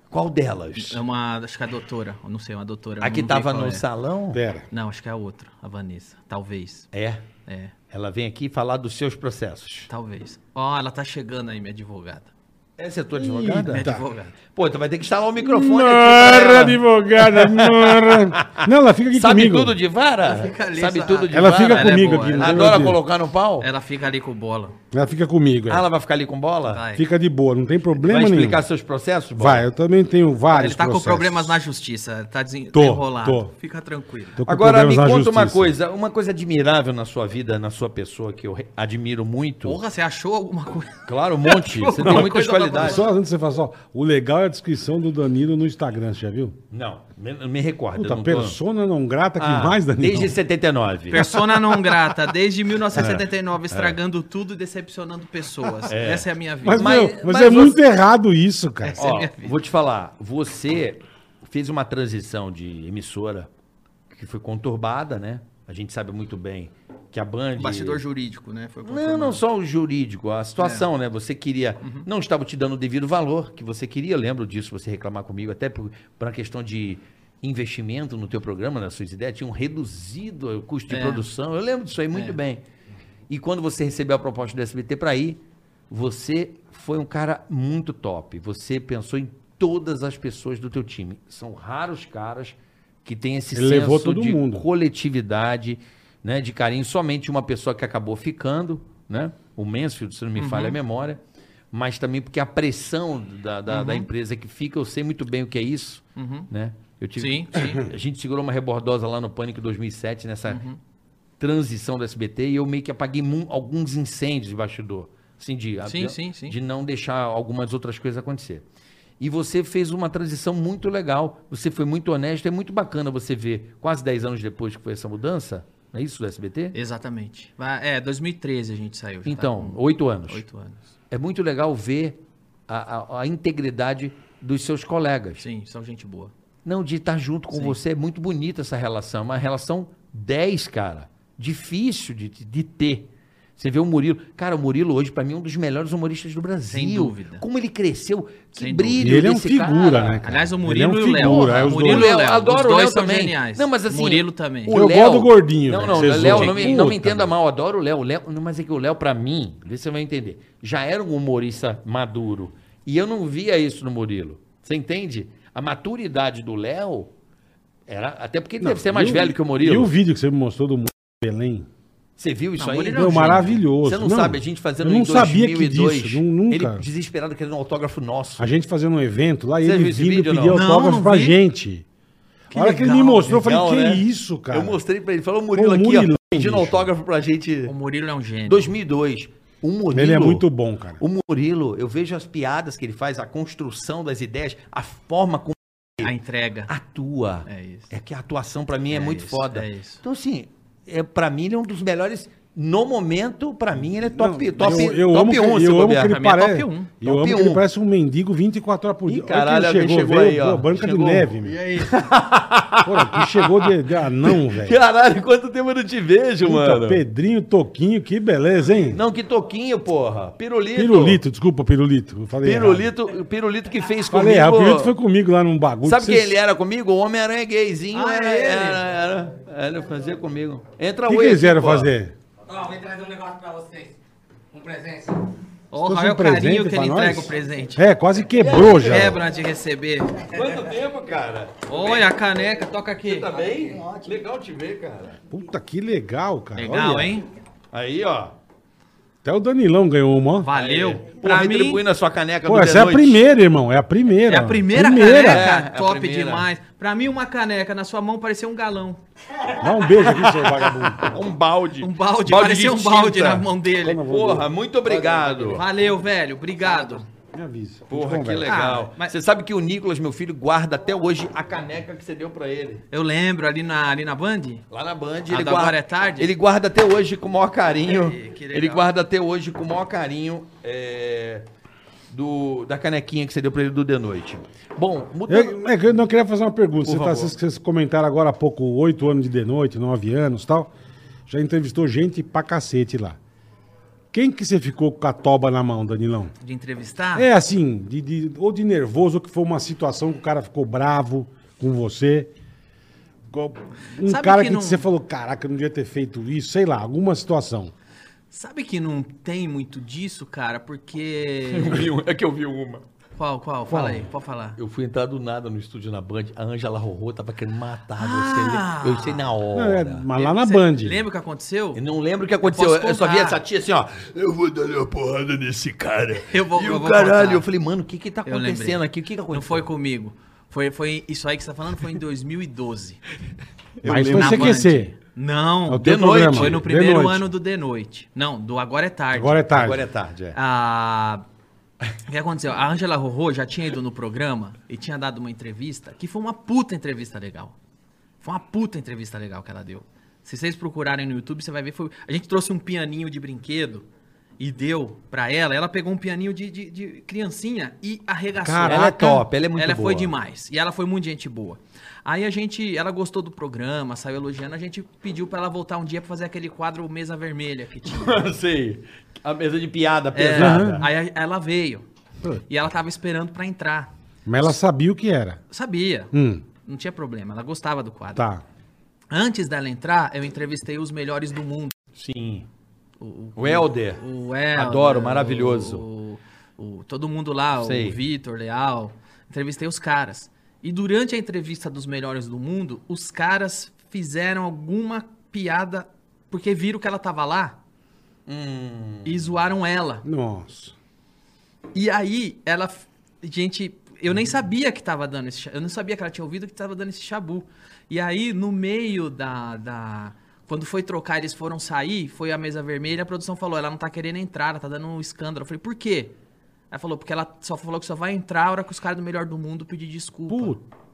Qual delas?
É uma, acho que é a doutora. Eu não sei, uma doutora. eu
A que
não sei
tava
qual
no
é.
salão?
Pera.
Não, acho que é a outra, a Vanessa. Talvez.
É.
É,
Ela vem aqui falar dos seus processos.
talvez. Ó, ela tá chegando aí, minha advogada.
Essa é a tua
Minha
tá.
advogada?
advogada.
Pô, tu vai ter que instalar o microfone aqui. pra
Mara,
ela.
advogada, mara. Não, ela fica aqui
Sabe
comigo.
tudo de vara?
Ela fica ali,
Sabe
só-
tudo de
Ela
vara?
fica
Ela é
comigo
boa,
aqui.
ela
não
Ela
tem
adora
onde ir.
colocar no pau?
Ela fica ali com bola.
Ela fica comigo. é.
Ah, ela vai ficar ali com bola?
Vai.
Fica de boa, não tem problema
vai
nenhum.
explicar seus processos? Bola?
Vai, eu também tenho vários
Ele tá com
processos.
problemas na justiça, tá desen-
Tô,
desenrolado.
tô.
Fica tranquilo.
Tô com
Agora me
problemas
conta
na
uma
justiça.
coisa, uma coisa admirável na sua vida, na sua pessoa que eu re- admiro muito.
Porra, você achou alguma coisa?
Claro, um monte. Você tem
Uma
muitas
coisa pra
qualidades.
Só antes de você falar só, o legal é a descrição do Danilo no Instagram, você já viu?
Não, me, me recorda.
Puta,
eu não tô-
persona não grata que
Ah,
mais, Danilo?
Desde 79.
Persona não grata, desde
É.
1979, estragando tudo e decepcionando pessoas. Essa é a minha vida.
Mas,
Mas-
meu, mas,
mas você-
é muito errado isso, cara.
Essa é a
Ó,
minha vida.
vou te falar, você fez uma transição de emissora que foi conturbada, né? A gente sabe muito bem que a Band...
O Bastidor jurídico, né? Foi
Não, não só o jurídico, a situação, né? Você queria. Não estava te dando o devido valor que você queria, eu lembro disso, você reclamar comigo, até por, por uma questão de investimento no teu programa, nas suas ideias, tinham reduzido o custo de
É.
produção. Eu lembro disso aí muito bem. E quando você recebeu a proposta do SBT para ir, você foi um cara muito top. Você pensou em todas as pessoas do teu time. São raros caras que têm esse
Ele levou todo
de
mundo.
coletividade, né, de carinho, somente uma pessoa que acabou ficando, né, o Mansfield, se não me falha a memória, mas também porque a pressão da, da, da empresa que fica, eu sei muito bem o que é isso, né, eu tive,
Sim, sim.
a gente segurou uma rebordosa lá no Pânico 2007, nessa transição do SBT, e eu meio que apaguei mu- alguns incêndios de bastidor, assim, de,
Sim,
de,
sim, sim.
de não deixar algumas outras coisas acontecer. E você fez uma transição muito legal. Você foi muito honesto. É muito bacana você ver, quase 10 anos depois que foi essa mudança, não é isso do SBT?
Exatamente. Vai- É, 2013 a gente saiu. já tá
Então,
com
oito anos.
oito anos.
É muito legal ver a, a- a integridade dos seus colegas.
Sim, são gente boa.
Não, de estar junto com você. É muito bonita essa relação. Uma relação 10, cara. Difícil de, de ter. Você vê o Murilo. Cara, o Murilo hoje, pra mim, é um dos melhores humoristas do Brasil.
dúvida.
Como ele cresceu. Que
Sem
brilho
E ele é um
desse
figura,
cara.
né, cara?
Aliás, o
Ele é
Murilo
um
e o Léo.
figura, é
o
os
Murilo
dois.
e o Léo.
adoro
os
o
dois
Léo
são
também.
geniais.
Não, mas assim,
Murilo também.
Eu gosto do gordinho,
Não,
velho,
não,
vocês
Léo,
zoam.
não me, não me
Puta,
entenda
meu.
mal, adoro o Léo. o Léo não, mas é que o Léo, pra mim, vê se você vai entender, já era um humorista maduro. E eu não via isso no Murilo. Você entende? A maturidade do Léo era. Até porque ele deve ser mais
E
velho que o
E
Murilo.
o vídeo que você me mostrou do Belém?
Você viu isso
Não,
aí?
o Murilo é um
Meu,
gênio.
maravilhoso.
Você não, sabe, a gente fazendo
eu não
em
sabia que
2002,
disso, não- nunca.
Ele desesperado querendo um autógrafo nosso.
A gente fazendo um evento lá e
Você
ele
viu esse
vindo
vídeo ou
pedir
não?
Não,
autógrafo
não
pra
vi.
gente. A hora que ele me
legal,
mostrou, eu
Legal,
falei,
né?
que isso, cara?
Eu mostrei pra ele. Falou o Murilo
Ô,
aqui,
Murilão,
ó, pedindo
bicho.
autógrafo pra gente.
O Murilo é um gênio.
2002. O Murilo.
Ele é muito bom, cara.
O Murilo, eu vejo as piadas que ele faz, a construção das ideias, a forma como
A entrega.
atua.
É isso.
É que a atuação pra mim é,
É
muito
isso,
foda.
é isso.
Então assim, é para mim ele é um dos melhores no momento, pra mim ele é top,
Não,
top,
eu, eu
top
amo que,
1,
eu amo que
Pra
ele
mim é top
parece,
um.
Eu
Top
amo que ele
um.
parece um mendigo 24 horas por
Ih,
dia. Olha que
caralho,
ele
alguém
chegou,
chegou
veio,
aí, ó.
pô, Branca
Chegou.
de Neve, meu.
aí?
Porra, que chegou de, de anão, velho.
Caralho, quanto tempo eu não te vejo,
Puta,
mano.
Pedrinho, Toquinho, que beleza, hein?
Não, que toquinho, porra. Pirulito.
Pirulito, desculpa, Pirulito. Eu falei errado.
Pirulito, pirulito que fez
Falei, errado, o
comigo.
Pirulito foi comigo lá num bagulho.
Sabe
que
quem
vocês-
ele era comigo? O Homem-Aranha gayzinho.
Ah,
era,
é ele?
era, era, era fazer comigo. Entra
O que
o Ed,
quiseram
porra.
fazer?
Ó, vim trazer um negócio pra vocês. Um presente.
Ó,
fosse
olha
um
o carinho
presente
que ele
pra
entrega
nós?
o presente.
É, quase quebrou já.
Quebra antes de receber.
Quanto tempo, cara?
Olha a caneca, toca aqui.
Tá bem? Legal te ver, cara.
Puta, que legal, cara.
Legal,
Olha,
hein?
Aí, ó.
Até o Danilão ganhou uma, ó.
Valeu.
Pra
Pra mim,
retribuindo a sua caneca
Pô,
do
essa é a
The Noite.
primeira, irmão. É a primeira.
é a primeira,
É, é
caneca.
a
Top
primeira.
demais. Pra mim, uma caneca na sua mão parecia um galão.
Dá um beijo aqui, seu vagabundo.
Um balde.
Um balde,
de
parecia um balde
tinta.
na mão dele.
Porra, muito obrigado.
Valeu, velho. Obrigado.
Me avisa.
Porra, que
Conversa.
legal.
Ah, mas-
Você sabe que o Nicolas, meu filho, guarda até hoje a caneca que você deu pra ele.
Eu lembro ali na, ali na Band.
Lá na Band,
A
ele guarda,
do Agora é Tarde?
ele guarda até hoje com o maior carinho.
Ei, que legal.
ele guarda até hoje com o maior carinho é, do, da canequinha que você deu pra ele do The Noite. Bom, mudando...
Eu, é que eu não queria fazer uma pergunta. Você tá,
favor.
vocês, vocês comentaram agora há pouco, oito anos de de noite, nove anos e tal. Já entrevistou gente pra cacete lá. Quem que você ficou com a toba na mão, Danilão?
De entrevistar?
É assim, de, de- ou de nervoso, ou que foi uma situação que o cara ficou bravo com você. Qual- Um
Sabe
cara que,
que não-
você falou, caraca, eu não devia ter feito isso, sei lá, alguma situação.
Sabe que não tem muito disso, cara? Porque.
É que eu vi uma.
Qual, qual? Fala aí, pode falar.
Eu fui entrar do nada no estúdio na Band, a Angela Rorô tava querendo matar
Ah!
você. Eu sei na
Não, é,
hora.
mas lá na
Cê
Band.
Lembra o que aconteceu?
Eu não lembro o que aconteceu.
Eu
Eu,
posso
só vi
contar.
essa tia assim, ó. Eu vou dar uma porrada nesse cara.
Eu vou-
e
eu
o
vou
caralho.
contar.
Eu falei, mano, o que que tá
Eu lembrei.
acontecendo aqui? O que que aconteceu?
Não foi comigo. Foi, foi isso aí que você tá falando foi em 2012.
Mas foi
Na
CQC.
Band. Não,
É o teu
de noite.
programa.
Foi no
De
primeiro
noite.
ano do The Noite. Não, do Agora é Tarde.
Agora é tarde.
Agora é tarde, é.
Ah, o que aconteceu? A Angela Rorô já tinha ido no programa e tinha dado uma entrevista que foi uma puta entrevista legal. Foi uma puta entrevista legal que ela deu. Se vocês procurarem no YouTube, você vai ver. Foi... A gente trouxe um pianinho de brinquedo e deu pra ela. Ela pegou um pianinho de, de- de criancinha e arregaçou.
Caraca.
Ela é top, ela é muito
Ela
boa.
foi demais. E ela foi muito gente boa. Aí a gente, ela gostou do programa, saiu elogiando. A gente pediu pra ela voltar um dia pra fazer aquele quadro Mesa Vermelha que tinha.
Sei. A mesa de piada
É,
pesada.
aí a- ela veio. E ela tava esperando pra entrar.
Mas ela sabia o que era.
Sabia.
Hum,
Não tinha problema, ela gostava do quadro.
tá.
Antes dela entrar, eu entrevistei os melhores do mundo.
Sim. O Helder.
O El,
Adoro, maravilhoso.
O, o- todo mundo lá,
Sei.
o Vitor, Leal. Entrevistei os caras. E durante a entrevista dos melhores do mundo, os caras fizeram alguma piada, porque viram que ela tava lá e zoaram ela.
Nossa.
E aí, ela. f- Gente, eu nem sabia que tava dando esse. cha- Eu não sabia que ela tinha ouvido que tava dando esse chabu. E aí, no meio da. da quando foi trocar, eles foram sair, foi a mesa vermelha, a produção falou: ela não tá querendo entrar, ela tá dando um escândalo. Eu falei: por quê? Ela falou: porque ela só falou que só vai entrar a hora que os caras do melhor do mundo pedir desculpa.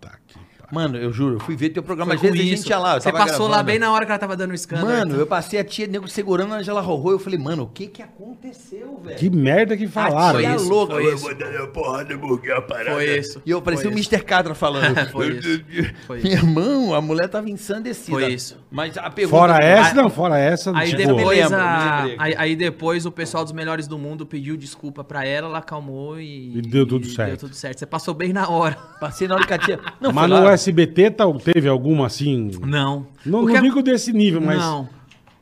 Puta que pariu.
Mano, eu juro, eu fui ver teu programa.
Foi
Às vezes
com
a gente
isso.
ia lá. eu
Você
tava
passou lá
gravando.
bem na né? hora que ela tava dando o escândalo.
Mano, eu passei a tia nego segurando a Angela Rorô. Eu falei, mano, o que que aconteceu, velho?
Que merda que falaram.
foi
Tia é
isso,
louca.
foi
eu
isso.
vou dar a porrada, porque a parada.
Foi isso,
E eu parecia o
foi
Mr. Catra falando.
Foi isso, foi
Meu irmão, a mulher tava ensandecida.
Foi isso.
Mas a pergunta.
Fora essa,
Aí-
não, fora essa.
Aí
de
Tipo,
depois,
eu lembro,
a-
eu lembrei, cara.
aí, aí depois o pessoal dos melhores do mundo pediu desculpa pra ela, ela acalmou e,
E deu tudo
e
certo.
Deu tudo certo. Você passou bem na hora.
Passei na hora que a tia. Não,
Mas
foi
no
lá.
SBT tá- teve alguma assim.
Não.
Não,
O
não
que ac-
digo desse nível, mas.
Não.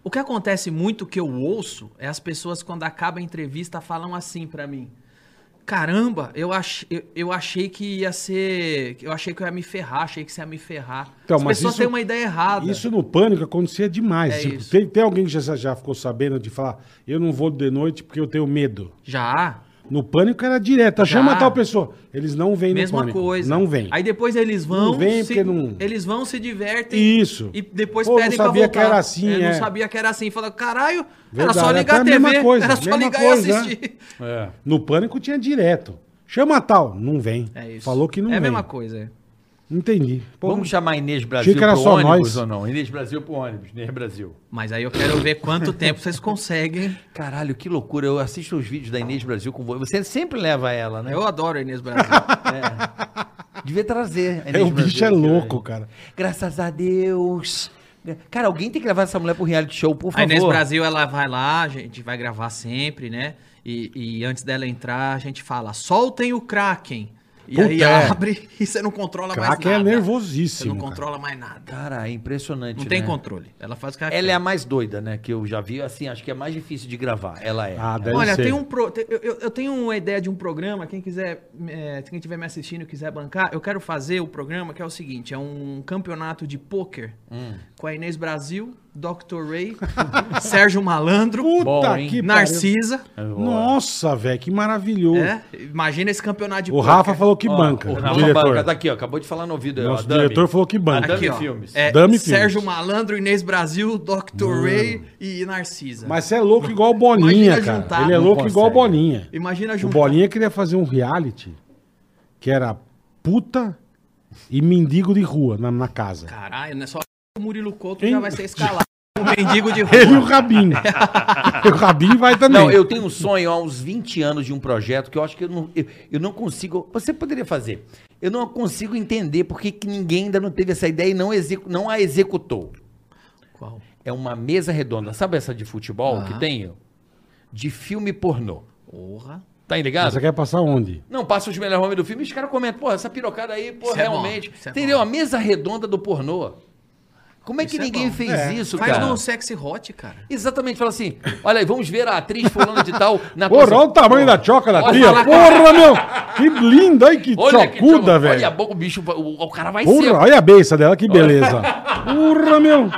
O que acontece muito que eu ouço é as pessoas quando acaba a entrevista falam assim pra mim. Caramba, eu, ach... eu, eu achei que ia ser. Eu achei que eu ia me ferrar, achei que você ia me ferrar.
Então,
as
mas
pessoas
isso-
têm uma ideia errada.
Isso no pânico acontecia demais.
É
Tipo,
isso.
tem, tem alguém que já, já ficou sabendo de falar, eu não vou de noite porque eu tenho medo.
Já.
No pânico era direto. "Ah,
Já.
Chama tal pessoa. Eles não vêm
Tá. Mesma
no pânico.
coisa.
Não vêm.
Aí depois eles vão.
Não vem
se-
porque não-
Eles vão, se divertem.
Isso.
E depois
Pô, não
pedem pra
sabia
voltar.
que era assim,
Eu
é.
Não sabia que era assim. Fala, caralho,
Verdade,
era só
era
ligar
a
a TV.
mesma coisa,
era só
mesma
ligar e
coisa, né?"
assistir.
É.
No pânico tinha direto. Chama tal. Não vem.
É isso.
Falou que não
É
vem.
a mesma coisa. é.
Entendi. Pô,
Vamos chamar Inês Brasil
que era
pro
só
ônibus
nós.
ou não? Inês Brasil pro ônibus, Inês Brasil.
Mas aí eu quero ver quanto tempo vocês conseguem.
Caralho, que loucura. Eu assisto os vídeos da Inês Brasil com você. Você sempre leva ela, né?
Eu adoro a Inês Brasil.
Devia trazer. a
é,
Inês
o bicho
Brasil
é
aqui,
louco,
né?
cara.
Graças a Deus. Cara, alguém tem que levar essa mulher pro reality show, por favor.
a Inês Brasil, ela vai lá, a gente vai gravar sempre, né? E, e antes dela entrar, a gente fala, soltem o Kraken. E
Puta,
aí
é.
abre e você não controla mais
Crack
nada.
é
Você não
nervosíssimo. cara.
controla mais nada.
Cara, é impressionante.
Não tem
né?
controle. Ela faz o que
Ela é
quer.
a mais doida, né? Que eu já vi, assim, acho que é mais difícil de gravar. Ela é.
Ah, deve
Olha,
ser.
tem um pro- tem- eu, eu- eu tenho uma ideia de um programa. Quem quiser, é, quem estiver me assistindo e quiser bancar, eu quero fazer o programa que é o seguinte: é um campeonato de pôquer com a Inês Brasil, Dr. Ray, Sérgio Malandro,
Puta
Bom, hein?
que pariu. É,
Narcisa.
Nossa, velho, que maravilhoso.
É? Imagina esse campeonato de
O Rafa falou que
Ó,
banca.
O
O
Rafa
diretor.
Banca tá aqui, ó. Acabou de falar no ouvido. ó,
Nosso
Dami.
diretor falou que banca.
Adame
Aqui, ó,
Filmes.
É,
Dami
Sérgio
Filmes.
Malandro, Inês Brasil, Dr. Ray e Narcisa.
Mas você é louco igual o Bolinha,
Imagina
cara.
juntar.
Ele é
Não
louco igual o
consegue.
Bolinha.
Imagina
O
juntar.
Bolinha queria fazer um reality que era puta e mendigo de rua na, na casa.
Caralho, não é só o Murilo Couto
Hein?
já vai ser escalado. O mendigo de
Ele e o
rua.
Rabinho. o Rabinho vai também.
Não, eu tenho um sonho há uns 20 anos de um projeto que eu acho que eu não, eu, eu não consigo. Você poderia fazer. Eu não consigo entender por que que ninguém ainda não teve essa ideia e não, execu, não a executou.
Qual?
É uma mesa redonda. Sabe essa de futebol que
Aham.
tem? De filme pornô.
Porra.
Tá ligado?
é-
Você quer passar onde?
Não, passa os melhores homens do filme e os caras comentam, porra, essa pirocada aí, pô,
Isso é
realmente.
bom, isso é
entendeu?
bom.
A mesa redonda do pornô. Como é que
Isso é
ninguém
bom.
fez
É.
isso,
Faz
cara?
no sexy hot, cara.
Exatamente, fala assim, olha aí, vamos ver a atriz fulana de tal na
Porra,
posição-
olha o tamanho da choca da
Tá Olha
tria.
lá,
Porra, meu! Que linda, aí que
Olha que
chocuda,
tchau- Olha a
velho.
boca, o bicho, o, o cara vai ser.
Porra, olha a beça dela, que beleza. Porra, meu!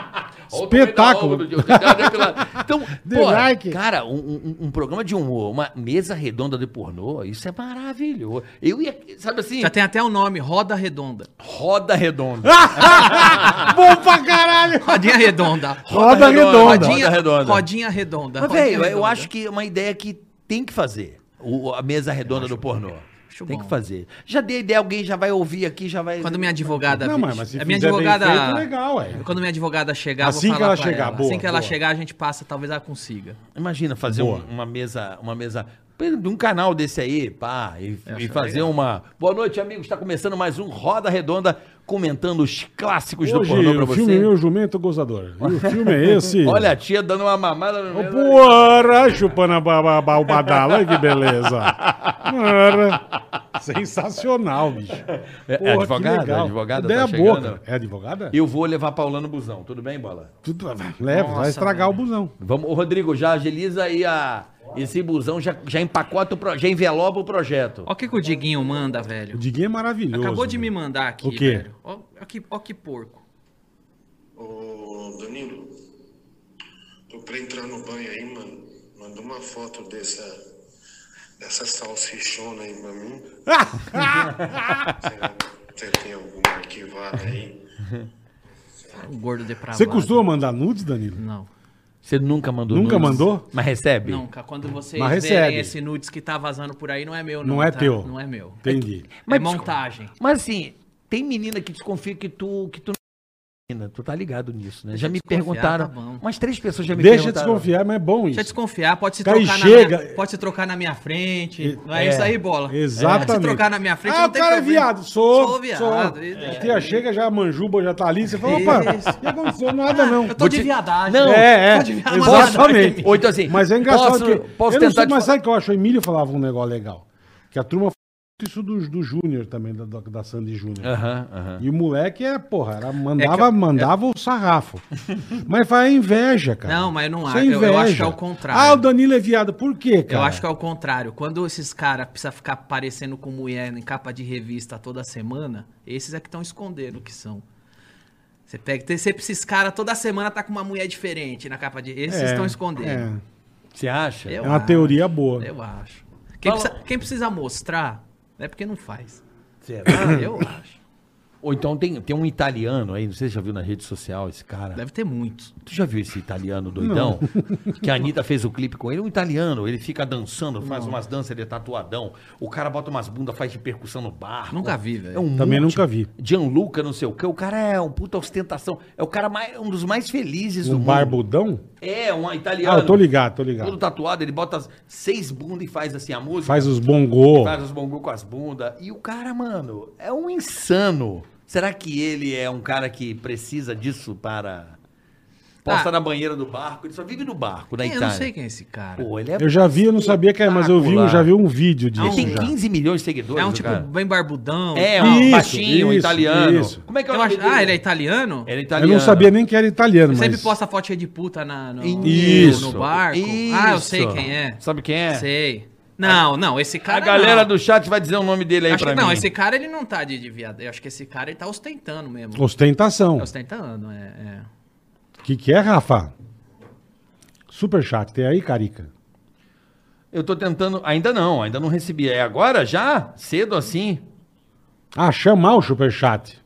Olha o tamanho da
Espetáculo.
obra do- do- do- Então,
The
porra,
like.
cara, um, um- um programa de humor, uma mesa redonda de pornô, isso é maravilhoso. Eu ia, sabe assim,
Já tem até o nome, Roda Redonda.
roda redonda.
Bom pra caralho!
Rodinha Redonda.
Roda redonda.
Rodinha
Roda Redonda.
Redonda. Rodinha Redonda.
Mas,
Rodinha
velho, eu
Redonda.
acho que é uma ideia que tem que fazer. O- a mesa redonda do pornô.
acho
tem
bom.
que fazer. Já dei ideia, alguém já vai ouvir aqui, já vai.
Quando minha advogada.
Não, mas-
a
mas se
minha
fizer bem
advogada.
feito, legal, ué.
Quando minha advogada chegar,
Assim que ela chegar,
ela.
boa,
assim que ela
boa.
chegar, a gente passa, talvez ela consiga.
Imagina fazer um-
Boa.
uma mesa. Uma mesa. De um canal desse aí, pá, e, e
acho
fazer
é legal.
uma. Boa noite, amigos. Está começando mais um Roda Redonda, comentando os clássicos do
Hoje,
pornô pra
o filme é
você.
Meu Jumento Gozador. E o filme é esse?
Olha a tia dando uma mamada no.
Ô, Porra, chupando a ba- ba- balbadala, olha que beleza. Porra. Sensacional, bicho.
É- é
Porra, que
advogada?
legal.
Advogada
Ideia
tá
boa,
chegando?
cara. É advogada?
Eu vou levar Paulano Busão, tudo bem, bola?
Tudo- Leva, vai
Nossa,
estragar
velho.
o busão.
Vamos, ô, Rodrigo, já agiliza aí a. Esse busão já, já empacota o pro, já envelopa o projeto.
Olha o que, que o Diguinho manda, velho.
O Diguinho é maravilhoso.
Acabou de me
velho.
mandar aqui,
O quê?
velho. Ó, ó que, ó que porco.
Ô, Danilo, tô pra entrar no banho aí, mano. Manda uma foto dessa, dessa salsichona aí pra mim. Será que você tem alguma arquivada aí?
Um gordo depravado.
Você costuma mandar nudes, Danilo?
Não.
Você nunca mandou
Nunca mandou?
Mas recebe?
Não, cara, quando vocês
Mas recebe.
verem esse nudes que tá vazando por aí, não é meu, não.
Não é
tá?
teu.
Não é meu.
Entendi.
Mas
é
desculpa.
montagem.
Mas assim, tem menina que desconfia que tu que tu não é menina, tu tá ligado nisso, né?
Deixa
Já me
desconfiar,
perguntaram,
tá bom.
umas três pessoas já me
Deixa
perguntaram.
desconfiar, mas é bom
Deixa eu
isso.
desconfiar, pode se,
Cara,
trocar
e
na
chega-
minha, pode se trocar na minha frente. Não
É,
é, isso aí, bola?
Exatamente.
Pode se trocar na minha frente,
ah,
não
o
tem
cara é
problema.
viado. Sou, Então,
Sou viado.
sou.
É.
A tia chega, já a manjuba, já tá ali. Você fala, opa,
Isso. Ah,
o que aconteceu? Nada não.
Eu tô
Vou
de
te-
viadagem.
Não,
É, é.
Tô de viadagem.
Exatamente.
Ou então assim,
Mas é engraçado
posso-
que.
posso
eu não
tentar
sei,
te
mas
falar-
sabe o que eu acho? O Emílio falava um negócio legal. Que a turma falou isso do, do Júnior também, da, da- da Sandy Júnior.
Aham, aham.
E o moleque era, porra, era,
É que
mandava,
eu-
mandava o sarrafo. mas faz inveja, cara.
Não, mas eu não
Isso
acho.
é
Eu- eu acho
inveja.
que é o contrário.
Ah, o Danilo é viado. Por quê, cara?
Eu acho que é o contrário. Quando esses caras precisam ficar parecendo com mulher em capa de revista toda semana, esses é que estão escondendo o que são. Você pega, tem sempre esses caras toda semana tá com uma mulher diferente na capa de. Esses
É,
estão
é.
escondendo.
Você acha?
É uma teoria boa.
Eu acho. um Quem
Fala-
precisa, quem precisa mostrar é porque não faz. Ah,
Será?
Eu acho.
é Ou então tem, tem um italiano aí, não sei se você já viu na rede social esse cara.
Deve ter muitos.
Tu já viu esse italiano doidão? Que a Anitta fez o clipe com ele. Um italiano, ele fica dançando, faz umas danças, ele é tatuadão. O cara bota umas bundas, faz de percussão no barco.
Nunca vi, velho.
É um
Também
monte.
nunca vi.
Gianluca, não sei o quê. O cara é um puta ostentação. É o cara mais, um dos mais felizes do
Um
mundo.
barbudão?
É, um italiano.
Ah, eu tô ligado, tô
Todo
ligado.
tatuado, ele bota as- seis bundas e faz assim a música.
Faz os bongô.
Faz os bongos com as bundas. E o cara, mano, é um insano. Será que ele é um cara que precisa disso para Posta na banheira do barco. Ele só vive no barco, na
Ah. É, eu
Itália.
não sei quem é esse cara.
Pô, ele é...
Eu já vi, eu não sabia que era, mas eu vi, eu já vi um vídeo disso.
Ele tem
já.
15 milhões de seguidores,
é um
o
tipo
cara.
bem barbudão.
É,
tal.
um
Isso,
baixinho,
isso,
italiano.
isso.
Como é que é o
Eu
nome
acho- Ah, ele é
dele?
italiano?
Ele é
Eu
italiano.
não sabia nem que era italiano,
Ele
mas.
sempre posta foto cheia de puta na, no,
Isso.
no barco. Ah, eu sei quem é.
Sabe quem é?
Sei. Não, não, esse cara
A galera
não.
do chat vai dizer o nome dele aí
Acho
pra
que,
mim.
não, esse cara ele não tá de, de viado. Eu acho que esse cara ele tá ostentando mesmo.
Ostentação.
Tá ostentando, é. é.
O que, que é, Rafa? Superchat, tem aí, Carica?
Eu tô tentando... Ainda não, ainda não recebi. É agora? Já? Cedo assim?
Ah, chamar o superchat.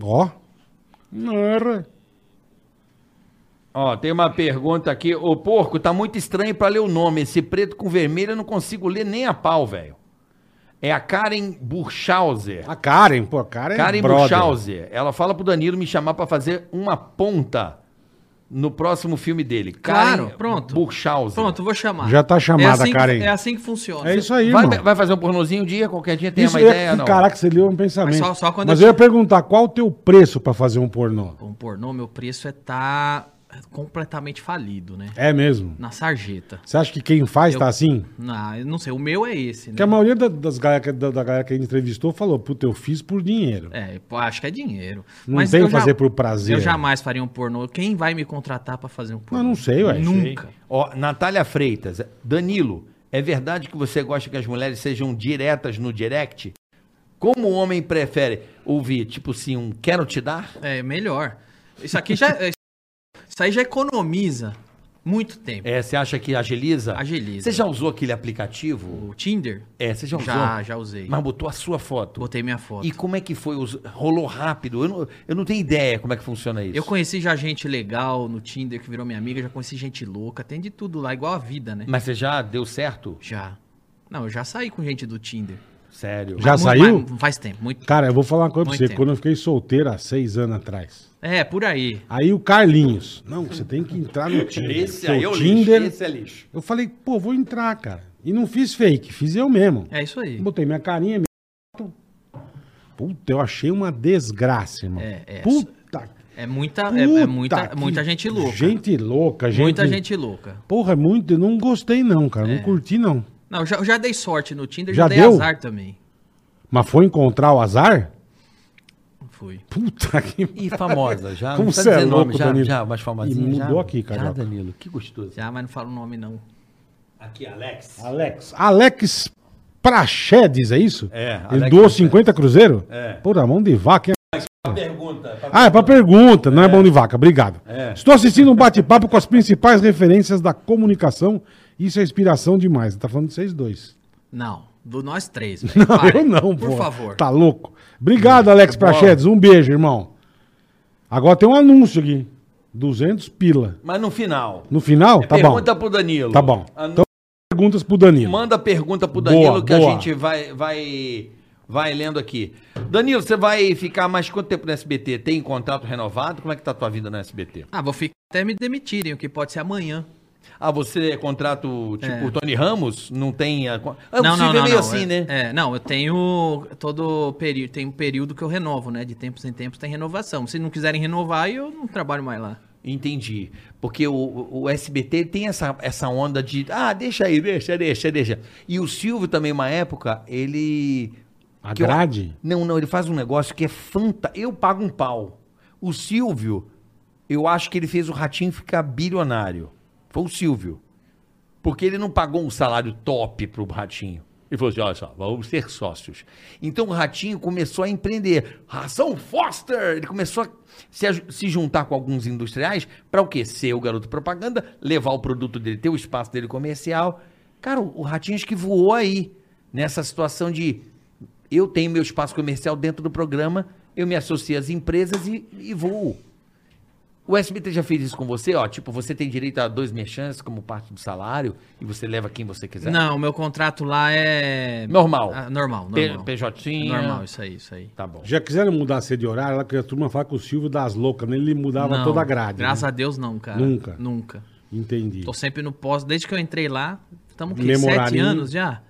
Ó. Narra.
Ó, tem uma pergunta aqui. Ô, porco, tá muito estranho pra ler o nome. Esse preto com vermelho eu não consigo ler nem a pau, velho. É a Karen Burchauser.
A Karen, pô, a Karen,
Karen
Ah, é brother.
Buchhauser, ela fala pro Danilo me chamar pra fazer uma ponta no próximo filme dele.
Claro,
Karen
pronto.
Buchhauser.
Pronto, vou chamar.
Já tá chamada,
é assim que-
Karen.
é assim que funciona.
É isso aí,
Vai,
mano.
vai fazer um pornozinho um dia, qualquer dia tem
Isso
uma
eu ia-
ideia, não.
Caraca, você leu um pensamento. Mas,
Mas só- só quando
eu
eu
ia perguntar, qual o teu preço pra fazer um pornô?
Com pornô, meu preço é tá completamente falido, né?
É mesmo?
Na sarjeta.
Você acha que quem faz
Eu-
tá assim?
Não, eu não sei, o meu é esse, né?
Porque a maioria da, das galera, que- da, da galera que a gente entrevistou falou, puta, eu fiz por dinheiro.
É, pô, acho que é dinheiro.
Não tem
eu
que fazer por prazer.
Eu jamais faria um pornô. Quem vai me contratar pra fazer um pornô?
Não, não sei, ué.
Nunca.
Ó, Natália Freitas, Danilo, é verdade que você gosta que as mulheres sejam diretas no direct? Como o homem prefere ouvir, tipo assim, um quero te dar?
É, melhor. Isso aqui já. é- Isso aí já economiza muito tempo.
É, você acha que agiliza?
Agiliza.
Você já usou aquele aplicativo?
O Tinder?
É, você já usou?
Já, já usei.
Mas botou a sua foto.
Botei minha foto.
E como é que foi? os- Rolou rápido? Eu não, eu não tenho ideia como é que funciona isso.
Eu conheci já gente legal no Tinder que virou minha amiga, já conheci gente louca, tem de tudo lá, igual a vida, né?
Mas você já deu certo?
Já. Não, eu já saí com gente do Tinder.
Sério.
Já
Muito-
saiu?
mas Faz tempo, muito.
Cara, eu vou falar uma coisa pra
Muito
você.
tempo.
Quando eu fiquei solteiro há seis anos atrás,
É, por aí.
aí o Carlinhos, não, você tem que entrar no Tinder. Porque o
é lixo.
Eu falei, pô, vou entrar, cara. E não fiz fake, fiz eu mesmo.
É isso aí.
Botei minha carinha, minha foto. Puta, eu achei uma desgraça, irmão.
É, é.
Puta,
É muita,
puta
é, é muita,
que-
muita gente louca.
Gente louca, gente.
Muita gente É. louca.
Porra, é muito. Eu não gostei, não, cara. Não curti, não.
Não, eu já, eu já dei sorte no Tinder,
Já
já, dei
deu?
azar também.
Mas foi encontrar o azar?
Fui.
Puta que.
E famosa, já?
Como
Não
você é
dizer
louco,
nome, já,
Danilo.
já, mais famosinha.
E mudou
já?
aqui,
Já,
Carioca.
Danilo, que gostoso.
Já, mas não falo o nome, não.
Aqui, Alex.
Alex. Alex Praxedes, é isso?
É,
Ele
Alex
doou
Praxedes.
50 cruzeiro?
É.
Pô, a mão de vaca, hein?
Pergunta.
Ah, é pra pergunta, não é, mão de vaca. Obrigado.
É.
Estou assistindo um bate-papo com as principais referências da comunicação. Isso é inspiração demais. Tá falando de vocês dois.
Não. Do nós três, velho.
Não,
Para.
eu não,
Por
pô.
favor.
Tá louco. Obrigado, Alex Prachedes. Um beijo, irmão. Agora tem um anúncio aqui. 200 pila.
Mas no final.
No final? tá
É pergunta
bom.
pro Danilo.
Tá bom.
Anu-
Então, perguntas pro Danilo.
Manda pergunta pro
Boa,
Danilo que
boa.
a gente vai, vai, vai lendo aqui. Danilo, você vai ficar mais quanto tempo no SBT? Tem contrato renovado? Como é que tá a tua vida no SBT?
Ah, vou ficar até me demitirem, o que pode ser amanhã.
Ah, você é contrato tipo
É.
Tony Ramos? Não tem. A... Ah,
não,
você
não,
vê
não,
meio
não.
assim,
é,
né?
É, não, eu tenho todo período, tem um período que eu renovo, né? De tempos em tempos tem renovação. Se não quiserem renovar, eu não trabalho mais lá.
Entendi. Porque o, o SBT tem essa, essa onda de. Ah, deixa aí, deixa, deixa, deixa. E o Silvio também, uma época, ele.
A
que eu-
grade?
Não, não, ele faz um negócio que é fanta. Eu pago um pau. O Silvio, eu acho que ele fez o ratinho ficar bilionário. Foi o Silvio. Porque ele não pagou um salário top pro ratinho. Ele falou assim: olha só, vamos ser sócios. Então o ratinho começou a empreender. Ração Foster! Ele começou a se, aj- se juntar com alguns industriais para o quê? Ser o garoto propaganda, levar o produto dele, ter o espaço dele comercial. Cara, o, o ratinho acho que voou aí nessa situação de eu tenho meu espaço comercial dentro do programa, eu me associo às empresas e, e vou. O SBT já fez isso com você, ó. Tipo, você tem direito a dois merchants como parte do salário e você leva quem você quiser.
Não, meu contrato lá é.
Normal.
Ah, normal,
P-
normal.
PJ.
Normal, isso aí, isso aí.
Tá bom.
Já quiseram mudar a sede de horário, lá que a turma fala que o Silvio das loucas, né? Ele mudava
Não,
toda a grade.
Graças
né?
a Deus, não, cara.
Nunca.
Nunca.
Entendi.
Tô sempre no pós. Desde que eu entrei lá, estamos com
Memorarinho.
sete anos já?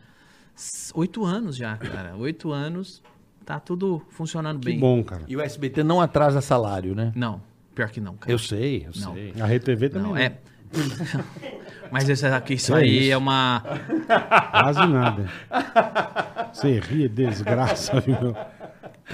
S- Oito anos já, cara. Oito anos. Tá tudo funcionando
Que
bem.
bom, cara.
E o SBT não atrasa salário, né?
Não, pior que não, cara.
Eu sei, eu
Não.
sei.
A RTV também. né?
Não,
Não,
é. Mas isso, aqui, isso
Que
aí
isso?
é uma.
Quase nada. Você ri, é desgraça, viu? meu?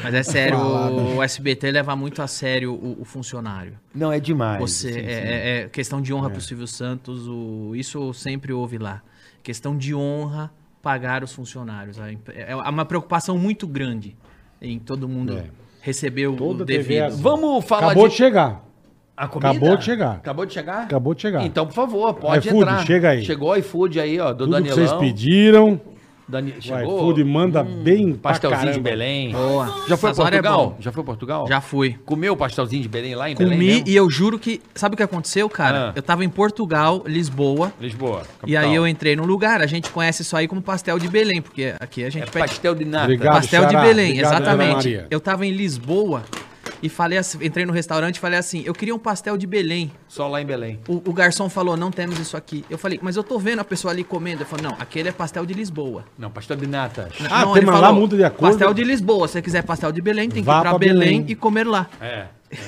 Mas é sério, o SBT leva muito a sério o, o funcionário.
Não, é demais.
Você
assim,
é, é- é questão de honra pro Silvio Santos, o, isso sempre houve lá. Questão de honra pagar os funcionários. A imp- É uma preocupação muito grande em todo mundo
É.
receber o-
Toda
o
TV é
devido.
assim.
Vamos falar
Acabou de...
de...
chegar.
A comida?
Acabou de chegar.
Acabou de chegar?
Acabou de chegar.
Então, por favor, pode
iFood,
entrar.
chega aí.
Chegou o iFood aí, ó, do
Tudo que
Danilão.
vocês pediram.
Dani...
O
Chegou.
iFood manda bem pra
Pastelzinho de
caramba.
Belém.
Boa.
Já foi a
Essa hora é
Portugal?
bom.
Já foi a Portugal?
Já fui.
Comeu o pastelzinho de Belém lá em Belém
Comi
mesmo?
e eu juro que. Sabe o que aconteceu, cara?
Ah.
Eu tava em Portugal, Lisboa.
Lisboa,
E aí eu entrei num lugar, a gente conhece isso aí como pastel de Belém, porque aqui a
É
gente pede
pastel de nata.
Obrigado.
pastel
Xará.
de Belém,
Obrigado, Ana
exatamente.
Maria.
Eu tava em Lisboa e falei assim, entrei no restaurante e falei assim, eu queria um pastel de Belém.
Só lá em Belém.
O, o garçom falou, não temos isso aqui. Eu falei, mas eu tô vendo a pessoa ali comendo. Ele falou, não, aquele é pastel de Lisboa.
Não, pastel de nata.
Ah,
não,
tem
ele
uma lá,
falou,
muda de acordo.
Pastel de Lisboa, se você quiser pastel de Belém, tem que
Vá
ir pra
pra
Belém,
Belém.
e comer lá.
É. é.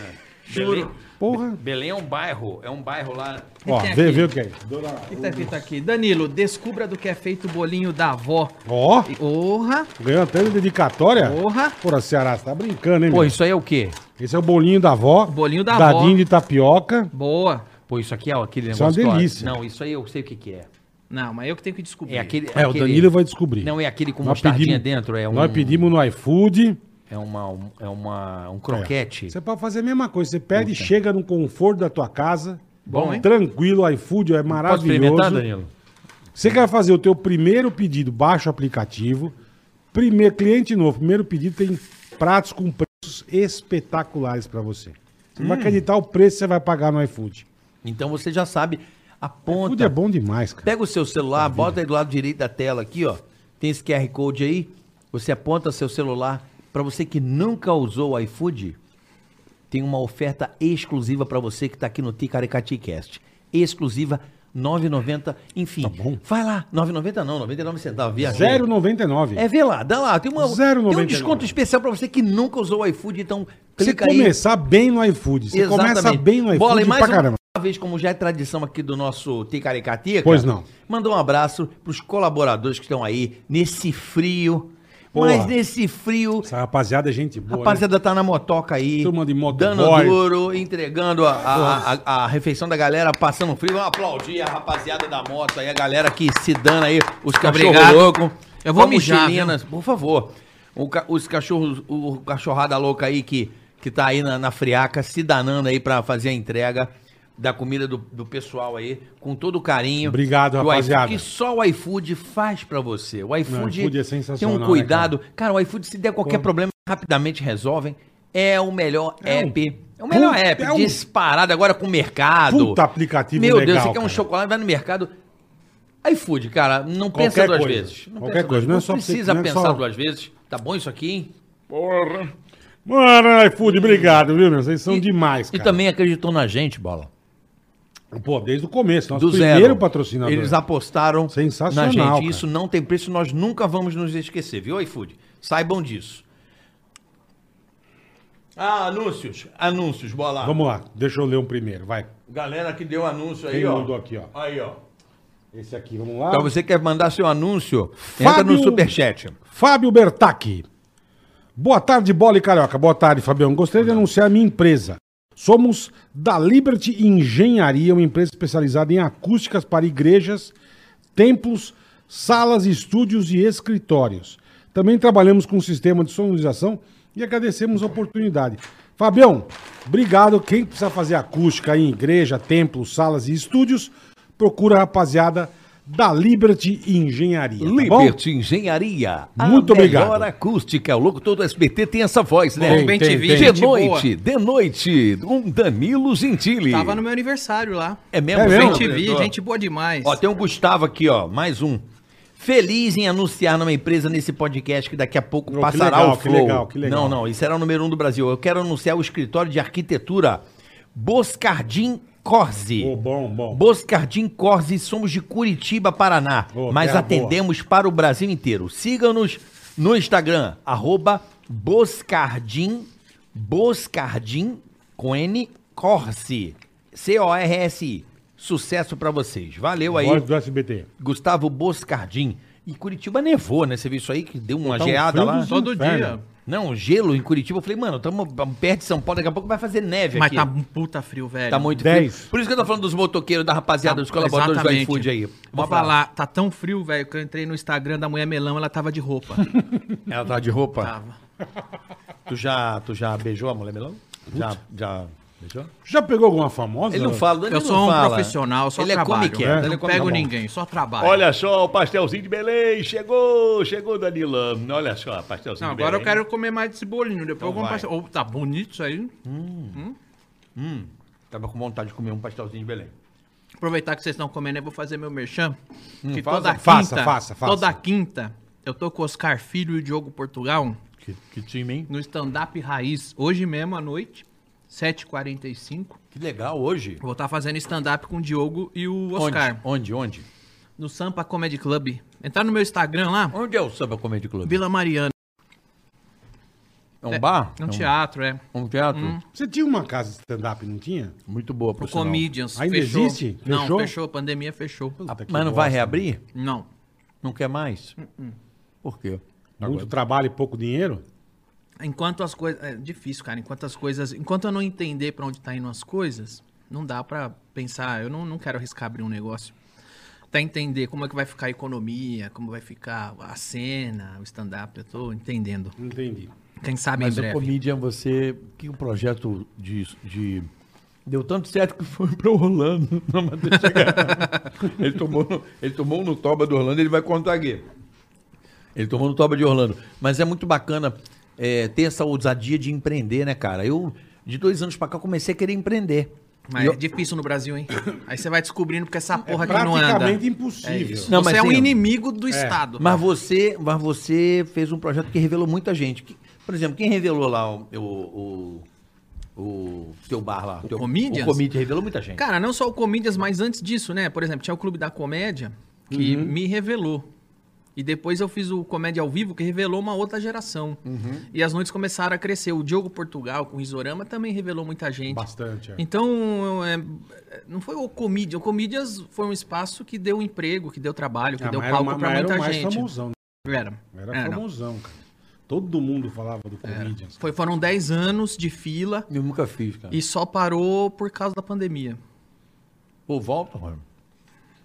Belém,
Porra.
Belém é um bairro, é um bairro lá.
Ó,
tem
vê,
aqui?
vê o que é.
O que tá escrito aqui? Danilo, descubra do que é feito o bolinho da avó.
Ó,
E- Orra,
ganhou até de dedicatória.
orra.
Porra, Ceará, você tá brincando, hein?
Pô,
meu?
isso aí é o quê?
Esse é o bolinho da avó.
Bolinho da
dadinho
avó.
de tapioca.
Boa.
Pô, isso aqui é aquele
Isso é
negócio.
uma
que, ó,
delícia.
Não, isso aí eu sei o que, que é.
Não, mas eu que tenho que descobrir.
É aquele.
É, o
aquele-
Danilo vai descobrir.
Não, é aquele com mostardinha dentro. É um,
Nós pedimos no iFood.
É, uma, um- é uma, um croquete.
Você pode fazer a mesma coisa. Você pede, chega no conforto da tua casa.
Bom, hein?
Tranquilo, iFood é
Posso experimentar,
maravilhoso.
Danilo?
Você quer fazer o teu primeiro pedido, baixa o aplicativo. Primeiro, cliente novo, primeiro pedido tem pratos com preços espetaculares pra você. Você não
Hum.
vai acreditar o preço que você vai pagar no iFood.
Então você já sabe.
iFood
Aponta.
é bom demais, cara.
Pega o seu
Tá
celular, bota aí do lado direito da tela aqui, ó. Tem esse QR Code aí. Você aponta seu celular. Pra você que nunca usou o iFood, tem uma oferta exclusiva pra você que tá aqui no Ticaracati Cast. Exclusiva, 9,90. Enfim,
Tá bom.
vai lá. 9,90 não, 99 centavos. Viajei.
0,99.
É, vê lá, dá lá. Tem, uma, tem
0,99.
um desconto especial pra você que nunca usou o iFood, então
Você
clica aí.
começar bem no iFood. Você começa
Exatamente.
bem no iFood
Bola, e mais um.
pra
uma
caramba.
vez, como já é tradição aqui do nosso Ticaricatica.
Pois não.
Manda um abraço pros colaboradores que estão aí nesse frio.
Boa.
Mas nesse frio,
Essa rapaziada é gente
a
boa. né?
rapaziada tá na motoca aí.
Turma de motoboy.
dando duro, entregando a, a- a- a refeição da galera, passando frio. Vamos aplaudir a rapaziada da moto aí, a galera que se dana aí, os cachorros
Obrigado.
loucos.
Eu vou mijar,
mochilinas, por favor. O ca- os cachorros, o cachorrada louca aí que, que tá aí na, na friaca, se danando aí pra fazer a entrega da comida do, do pessoal aí, com todo o carinho.
Obrigado,
Que o iFood-
rapaziada.
Que só o iFood faz pra você. O iFood,
iFood é
tem
sensacional,
um
né,
cuidado. cara? o iFood, se der qualquer problema, rapidamente resolvem. É o melhor
É um
app. É o melhor
puta-
app,
é um
disparado agora com o mercado.
puta aplicativo
Meu Deus,
legal,
você quer um
cara.
chocolate, vai no mercado. iFood, cara, não
Qualquer
pensa duas
coisa.
vezes. Não
Qualquer
pensa duas
coisa,
vezes.
não é só pra você-
precisa
não é
pensar
só-
duas vezes. Tá bom isso aqui, hein?
Porra.
Mano, iFood, obrigado, viu, meu? Vocês são
E-
demais,
E
cara.
também acreditou na gente, bola.
Pô, desde o começo. Nosso
Do
primeiro
zero.
patrocinador.
Eles apostaram
Sensacional,
na gente.
cara.
Isso não tem preço, nós nunca vamos nos esquecer, viu, iFood? Saibam disso. Ah, anúncios. Anúncios, bola.
Vamos lá, deixa eu ler um primeiro, vai.
Galera que deu anúncio aí,
Quem
ó.
mandou aqui, ó?
Aí, ó.
Esse aqui, vamos lá.
Pra Então, você que quer mandar seu anúncio, entra
Fábio-
no superchat.
Fábio Bertacchi. Boa tarde, Bola e Carioca. Boa tarde, Fabião. Gostaria de anunciar a minha empresa. Somos da Liberty Engenharia, uma empresa especializada em acústicas para igrejas, templos, salas, estúdios e escritórios. Também trabalhamos com sistema de sonorização e agradecemos a oportunidade. Fabião, obrigado. Quem precisa fazer acústica em igreja, templos, salas e estúdios, procura a rapaziada da Liberty Engenharia. tá bom?
Liberty Engenharia.
Muito
a melhor
obrigado.
acústica. O locutor do SBT tem essa voz, né?
Tem,
Bem
tem,
te vi,
tem.
gente
de
boa.
noite, de noite, um Danilo Gentili.
Tava no meu aniversário lá.
É mesmo?
É mesmo?
gente vi,
diretor?
gente boa demais.
Ó, tem um Gustavo aqui, ó, mais um. Feliz em anunciar numa empresa nesse podcast que daqui a pouco
Oh, que
passará
legal,
o
que
flow.
legal, que legal.
Não, não, isso era o número um do Brasil. Eu quero anunciar o escritório de arquitetura Boscardim Corsi.
Ô, Oh, bom, bom.
Boscardim Corsi, somos de Curitiba, Paraná,
Ô,
mas
Oh, terra
atendemos para o Brasil inteiro. Sigam-nos no Instagram, arroba Boscardim, Boscardim, com N, Corsi, C-O-R-S-I. Sucesso pra vocês. Valeu aí,
Voz do SBT.
Gustavo Boscardim. E Curitiba nevou, né? Você viu isso aí que deu uma
Tá um
geada
frio
lá?
dos
Todo
infernos.
dia.
Não, gelo em Curitiba. Eu falei, mano, estamos perto de São Paulo, daqui a pouco vai fazer neve
Mas
aqui. é
tá um puta frio, velho.
Tá muito
Dez.
frio. Por isso que eu tô falando dos motoqueiros, da rapaziada, dos colaboradores
Tá Exatamente.
do iFood aí. Um
Vou falar, tá tão frio, velho, que eu entrei no Instagram da mulher melão, ela tava de roupa.
Ela tá de roupa?
tava.
Tu, já, tu já beijou a mulher melão? Já, já beijou?
Já pegou alguma famosa?
Ele não fala, ele
Eu
não
sou um
fala.
profissional, só
Ele é
trabalho.
comiqueta,
Eu
ele é
não
comiqueta.
pego
Tá bom.
ninguém, só trabalho.
Olha só, o pastelzinho de Belém chegou, chegou Danila. Olha só, pastelzinho
Não,
de
agora eu
Belém.
quero comer mais desse bolinho, depois eu como
Então vai.
pastel. Ô, tá bonito isso aí.
Tava com vontade de comer um pastelzinho de Belém.
Aproveitar que vocês estão comendo, eu vou fazer meu merchan. que
Hum, faça.
toda
Faça,
quinta,
faça, faça.
Toda quinta, eu tô com o Oscar Filho e o Diogo Portugal
Que, que time, hein?
no stand-up raiz, hoje mesmo à noite, 7h45.
Que legal hoje.
Vou estar fazendo stand-up com o Diogo e o Oscar.
Onde, onde, onde?
No Sampa Comedy Club. Entrar no meu Instagram lá,
Onde é o Samba Comedy Club?
Vila Mariana.
É um bar?
É um teatro, é.
Um teatro?
Você tinha uma casa de stand-up, não tinha?
Muito boa,
O
por sinal.
Comedians.
Ainda existe?
Não,
Fechou?
fechou? A pandemia fechou.
Ah,
Puta que
Mas não vai
bosta,
reabrir?
Não.
Não quer mais?
Hum,
Por quê?
Muito trabalho e pouco dinheiro?
Enquanto as coisas... É difícil, cara. Enquanto as coisas... Enquanto eu não entender pra onde tá indo as coisas, não dá pra pensar... Eu não, não quero arriscar abrir um negócio. Até entender como é que vai ficar a economia, como vai ficar a cena, o stand-up. Eu tô entendendo.
Não entendi.
Quem sabe
Mas
em breve.
o Comedian, você. Que o projeto de, de. Deu tanto certo que foi pra Orlando. Não, mas deixa eu chegar. ele, tomou no, ele tomou no Toba de Orlando, ele vai contar aqui. Ele tomou no Toba de Orlando. Mas é muito bacana é, ter essa ousadia de empreender, né, cara? Eu, de dois anos pra cá, comecei a querer empreender.
Mas
E eu-
é difícil no Brasil, hein? Aí você vai descobrindo porque essa porra aqui não anda.
É Praticamente impossível.
Não,
Você
mas
é um
tem-
inimigo do Estado.
Mas você, mas você fez um projeto que revelou muita gente. Que- por exemplo, quem revelou lá o, o, o, o teu bar lá? O teu,
Comedians?
O Comedian revelou muita gente.
Cara, não só o Comedians, mas antes disso, né? Por exemplo, tinha o Clube da Comédia, que
Uhum.
me revelou. E depois eu fiz o Comédia ao Vivo, que revelou uma outra geração.
Uhum.
E as noites começaram a crescer. O Diogo Portugal, com o Risorama, também revelou muita gente.
Bastante, é.
Então, é, não foi o Comedians. O Comedians foi um espaço que deu emprego, que deu trabalho, que
Ah,
deu
mas era
palco
uma-
pra
mas era o
muita
mais
gente. É,
famosão. né?
Era.
Era, famosão, cara. Todo mundo falava do Comedians.
Foi, foram 10 anos de fila
Eu nunca fiz, cara.
e só parou por causa da pandemia.
Pô, volta, mano.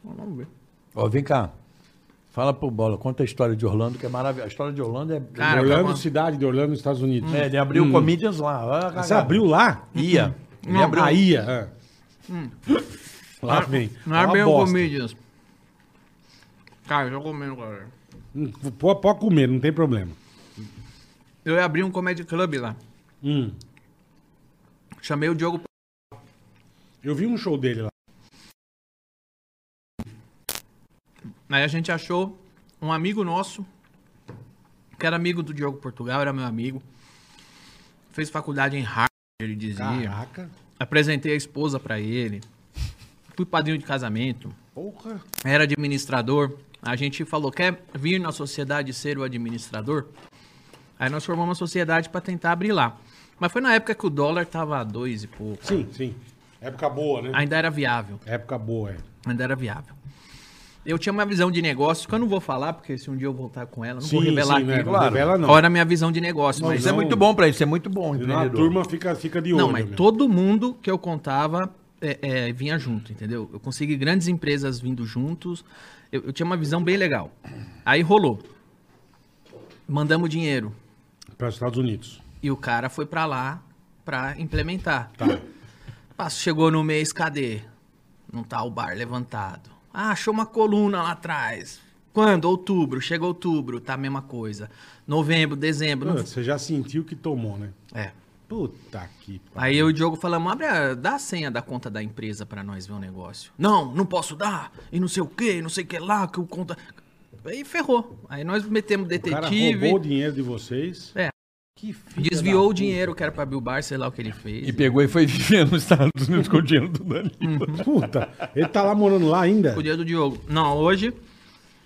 Vamos ver.
Ó, vem cá. Fala pro Bola, conta a história de Orlando, que é maravilhosa. A história de Orlando é...
Cara, Hum.
Orlando,
calma.
cidade de Orlando, Estados Unidos.
É, ele abriu o Comedians lá. Olha a
Hum. Você
cagada.
abriu Hum. lá?
Ia. Ele
Não, Hum.
abriu.
A ia. é. Lá vem.
Não é
Uma
bem o
bosta.
Comedians. Cara, eu tô comendo, galera.
Hum, Pode pode comer, não tem problema.
Eu abri um comedy club lá.
Hum.
Chamei o Diogo.
Eu vi um show dele lá.
Aí a gente achou um amigo nosso, que era amigo do Diogo Portugal, era meu amigo. Fez faculdade em Harvard, ele dizia.
Caraca.
Apresentei a esposa pra ele. Fui padrinho de casamento.
Porra.
era administrador. A gente falou, quer vir na sociedade ser o administrador? Aí nós formamos uma sociedade para tentar abrir lá. Mas foi na época que o dólar tava a dois e pouco.
Sim, sim. Época boa, né?
Ainda era viável,
Época boa, é.
ainda era viável. Eu tinha uma visão de negócio, que eu não vou falar, porque se um dia eu voltar com ela, eu não vou
Sim,
revelar
sim, né?
aqui.
Não revela, não.
Qual era a minha visão de negócio, mas...
Isso é muito bom pra isso, é muito bom,
Senão A
empreendedor.
turma fica, fica de olho. né?
Não, mas
meu.
todo mundo que eu contava é, é, vinha junto, entendeu? Eu consegui grandes empresas vindo juntos. Eu, eu tinha uma visão bem legal. Aí rolou. Mandamos dinheiro.
Para os Estados Unidos.
E o cara foi pra lá pra implementar. Tá. Chegou no mês, cadê? Não tá o bar levantado. Ah, achou uma coluna lá atrás. Quando? Outubro. Chega outubro, tá a mesma coisa. Novembro, dezembro.
Pô,
Não...
Ah, Você já sentiu que tomou, né?
É.
Puta que pariu.
Aí eu e o Diogo falamos, abre a, dá a senha da conta da empresa pra nós ver o negócio. Não, não posso dar, e não sei o que, não sei o que lá, que o conta... Aí ferrou. Aí nós metemos
O cara
detetive,
roubou o dinheiro de vocês.
É.
Que filha
desviou
da
o dinheiro que era pra abrir o bar, sei lá o que ele fez.
E pegou e foi viver nos Estados Unidos com o dinheiro do Dani.
Uhum. Puta, ele tá lá morando lá ainda?
O dinheiro do Diogo. Não, hoje,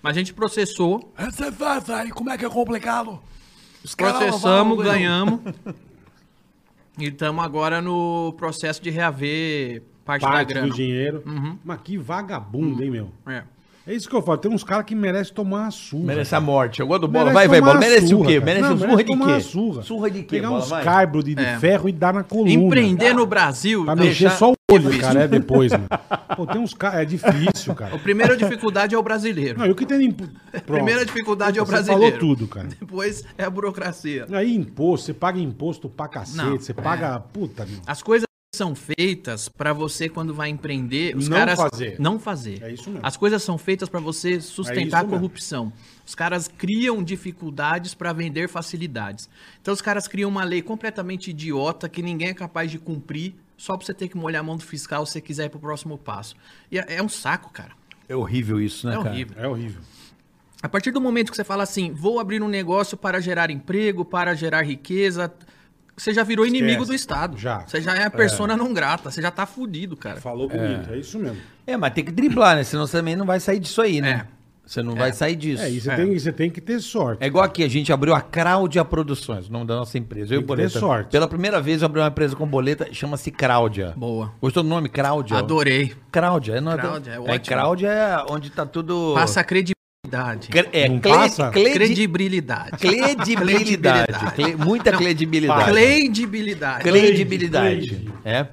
mas a gente processou,
Ah,
Essa é fácil, aí como é que é complicado?
Os caras
Processamos,
roubaram,
ganhamos. e estamos agora no processo de reaver parte, da
Parte
grana.
do dinheiro.
Uhum.
Mas que vagabundo, hein, meu?
É.
É isso que eu falo. Tem uns caras que merecem tomar a surra.
Merece a
cara.
morte. Eu gosto do bola.
Merece
Vai, vai,
tomar
bola.
uma
Merece o
surra,
quê?
cara.
Merece
Não,
uma
merece
surra de
tomar uma
quê?
surra.
Surra de quê?
Pegar
bola?
uns
Vai.
caibros de, de
É.
ferro e dar na coluna.
Empreender no Brasil.
Pra
então,
mexer
deixar-
só o olho, cara, é depois, mano. Pô, tem uns caras. É difícil,
A
cara.
primeira dificuldade é o brasileiro.
Não, e o que tem de. impo- Pronto.
Primeira dificuldade é o
Você
brasileiro.
falou tudo, cara.
Depois é a burocracia.
Aí imposto, você paga imposto pra cacete,
Não,
você
é.
paga. Puta, meu.
As coisas são feitas pra você quando vai empreender, os
Não
caras
fazer.
não fazer.
É isso mesmo.
As coisas são feitas pra você
É
sustentar a
isso mesmo.
corrupção. Os caras criam dificuldades pra vender facilidades. Então os caras criam uma lei completamente idiota que ninguém é capaz de cumprir, só pra você ter que molhar a mão do fiscal se você quiser ir pro próximo passo. E é, é um saco, cara.
É horrível isso, né,
É
cara?
horrível.
É horrível.
A partir do momento que você fala assim, vou abrir um negócio para gerar emprego, para gerar riqueza, você já virou inimigo do Estado.
Já.
Você já é a persona não grata, você já tá fudido, cara.
Falou bonito, é, isso mesmo.
É, mas tem que driblar, né? Senão você também não vai sair disso aí, né? Você não vai sair disso.
É, e você,
É.
Tem, você tem que ter sorte.
É igual aqui, a gente abriu a Cláudia Produções, o nome da nossa empresa. Eu e
Tem que
o Boleta.
ter sorte.
Pela primeira vez eu abri uma empresa com boleta, chama-se Cláudia.
Boa.
Gostou do nome? Cláudia?
Adorei.
Cláudia. É,
Cláudia, é
é, é
ótimo.
Cláudia é onde tá tudo...
Passa credibilidade.
Cre- É,
Não
cle...
passa?
Cle...
Credibilidade.
Credibilidade. Cle- Muita credibilidade.
Credibilidade.
credibilidade. É.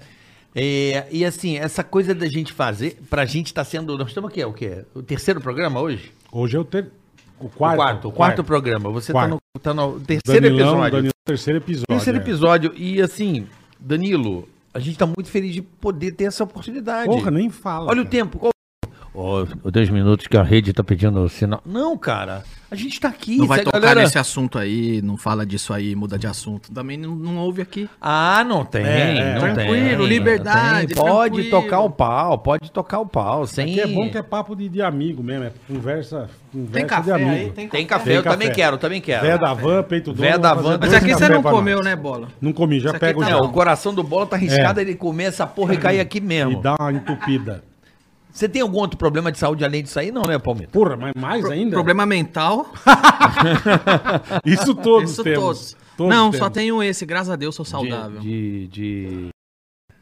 É, E, assim, essa coisa da gente fazer, pra gente tá sendo. Nós estamos aqui, é o quê? O terceiro programa hoje?
Hoje é o, ter... o quarto.
o quarto, o quarto programa. Você tá
Quarto.
no, tá no terceiro
Danilão,
episódio.
Danilão, terceiro episódio.
terceiro
é.
episódio. E assim, Danilo, a gente tá muito feliz de poder ter essa oportunidade.
Porra, nem fala.
Olha o
cara.
tempo. Qual... Ó, 10 minutos que a rede tá pedindo sinal. Não, cara. A gente tá aqui.
Não vai
se a
tocar
galera-
nesse assunto aí, não fala disso aí, muda de assunto. Também não, não houve aqui.
Ah, não tem,
É, é.
não tem.
Tranquilo,
não
liberdade,
tem. Pode
tranquilo.
tocar o pau, pode tocar o pau, sem...
Aqui é bom que é papo de, de amigo mesmo, é conversa, conversa
Tem café
de amigo.
aí? Tem
Tem
café.
café,
Tem
eu
café.
também quero, também quero.
Véia da van, peito dono.
Véia da
vamos fazer
van.
Mas
dois
aqui você
café
não
é pra
comeu,
nós.
né, Bola?
Não comi, já
Isso aqui
pego
tá
É,
já.
o coração do bola tá arriscado, ele comer essa porra e cair aqui
E
mesmo.
dá uma entupida.
Você tem algum outro problema de saúde além disso aí? Não, né, Palmito?
Porra, mas mais ainda?
Problema mental.
Isso todos
Isso
temos.
todos.
Todos
não,
temos.
só tenho esse, graças a Deus sou saudável.
De... de...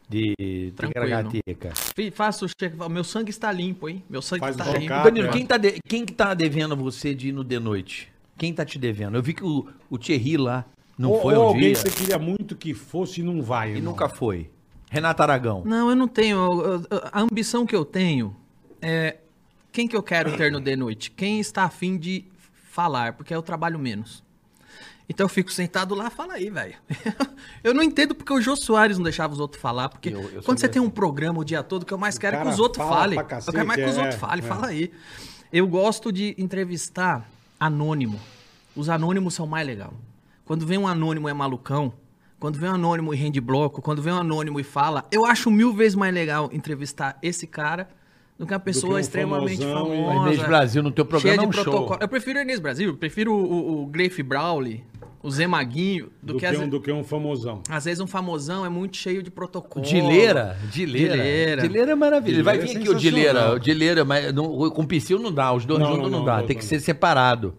De... de
Tranquilo.
Ticaracateca.
Fi- Faço o cheque, meu sangue está limpo, hein? Meu sangue
Faz
está
um
limpo.
check-up,
Danilo,
é.
quem, tá de- quem que tá devendo você de ir no de noite? Quem tá te devendo? Eu vi que o, o Thierry lá não
ou,
foi
ou
um
alguém
dia
que você queria muito que fosse e não vai.
e
irmão.
nunca foi. Renato Aragão.
Não, eu não tenho. eu- eu- a ambição que eu tenho é quem que eu quero ter no de noite? Quem está afim de falar, porque eu trabalho menos. Então eu fico sentado lá, fala aí, velho. eu não entendo porque o Jô Soares não deixava os outros falar, porque
Eu- eu sou
quando você
meio
tem um programa o dia todo, o que eu mais quero é que
cara
os outros
fala
falem.
pra
Eu quero mais que
cacete,
os
é,
outros falem,
é.
fala aí. Eu gosto de entrevistar anônimo. Os anônimos são mais legal. Quando vem um anônimo e é malucão, quando vem um anônimo e rende bloco, quando vem um anônimo e fala, eu acho mil vezes mais legal entrevistar esse cara do que uma pessoa
um
extremamente
famosão, hein?
famosa.
O Inês Brasil no teu programa é
cheia de
um
protocolo.
show.
Eu prefiro o Inês Brasil, eu prefiro o, o, o Gleif Brawley, o Zé Maguinho, do, que, às,
um, do que um famosão.
às vezes um famosão é muito cheio de protocolo.
Dileira, Dileira.
Dileira.
Oh, Dileira é maravilhoso. Ele vai
Dileira
vir
é
aqui o Dileira.
sensacional.
O Dileira, mas não- com o Psyu não dá, os dois
Não,
juntos não,
não,
dá.
não,
Tem
não.
que ser separado.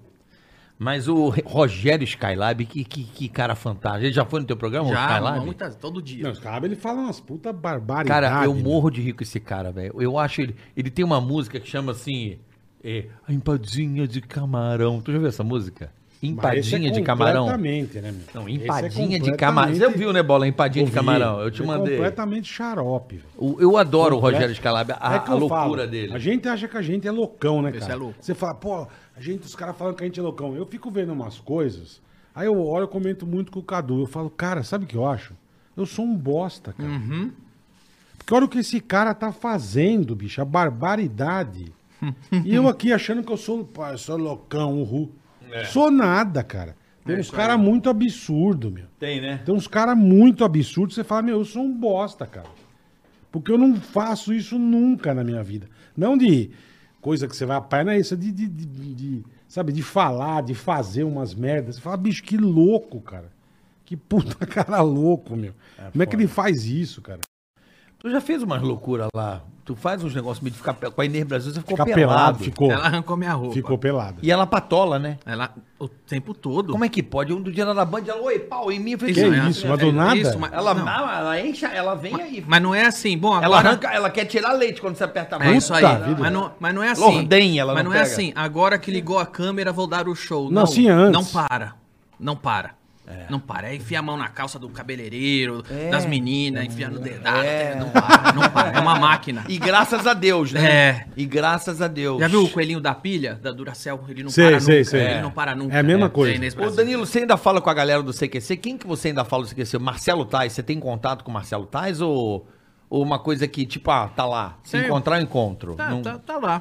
Mas o Re- Rogério Skylab, que, que, que cara fantástico. Ele já foi no teu programa, o
Já,
Skylab?
muitas, todo dia.
Não, cabe ele fala umas puta barbaridades.
Cara, eu
né?
morro de rico esse cara, velho. Eu acho ele. Ele tem uma música que chama assim. É, a empadinha de camarão. Tu já viu essa música?
Mas esse é
Empadinha de camarão.
Completamente, né, meu?
Não,
Esse é
empadinha de camarão. Você
completamente-
viu, né, bola? Empadinha
Ouvi.
de camarão. Eu te
Ele é
mandei.
Completamente xarope, velho.
O- Eu adoro o Rogério
Completo.
Scalabia, a,
É que
a
eu
loucura
falo,
dele.
A gente acha que a gente é loucão, né, cara?
Esse é louco.
Você fala, pô, a gente, os caras falam que a gente é loucão. Eu fico vendo umas coisas, aí eu olho, eu comento muito com o Cadu. Eu falo, cara, sabe o que eu acho? Eu sou um bosta, cara.
Uhum.
Porque olha o que esse cara tá fazendo, bicho, a barbaridade. e eu aqui achando que eu sou, pô, eu sou loucão, uhul.
É.
Sou nada, cara.
É
Tem uns caras muito absurdo, meu.
Tem, né?
Tem uns caras muito absurdos, você fala, meu, eu sou um bosta, cara. Porque eu não faço isso nunca na minha vida. Não de coisa que você vai apanhar, não é isso, de, de, de- de- de, sabe, de falar, de fazer umas merdas. Você fala, bicho, que louco, cara. Que puta cara louco, meu. Como é que ele faz isso, cara?
Tu
Por
já fez umas loucuras lá. Tu faz uns negócios meio de ficar pe- com a Inês Brasil, você ficou
Ficar pelado,
pelado.
ficou.
Ela arrancou minha roupa.
Ficou pelado.
E ela patola, né?
Ela, o tempo todo.
Como é que pode? Um do dia ela na banda, ela, oi, pau, em mim. Eu falei,
Que
"Sim,
isso,
né,
mas do
velho?"
nada?
mas,
Ela,
não,
ela, ela enche, ela vem aí.
mas não é assim. Bom,
ela
agora...
arranca, ela quer tirar leite quando você aperta a mão.
É isso aí.
vida.
Mas não, mas não é assim.
Lordem, ela
mas
não
não, é
pega.
assim. Agora que ligou a câmera, vou dar o show.
Não, assim é antes.
Não para. Não para. Não para. É enfiar a mão na calça do cabeleireiro, das meninas, enfiar no dedado.
É.
Não para, não para. É uma máquina.
E graças a Deus, né?
É.
E graças a Deus.
Já viu o coelhinho da pilha, da Duracell? Ele não
Sei,
para
sei,
nunca.
sei.
Ele não para nunca.
É a mesma coisa.
Inês
Ô,
Brasil.
Danilo, você ainda fala com a galera do CQC? Quem que você ainda fala do CQC? Marcelo Tais, você tem contato com o Marcelo Tais ou, ou uma coisa que, tipo, ah, tá lá, se
Sim.
encontrar, eu encontro?
Tá,
Não-
tá, tá lá.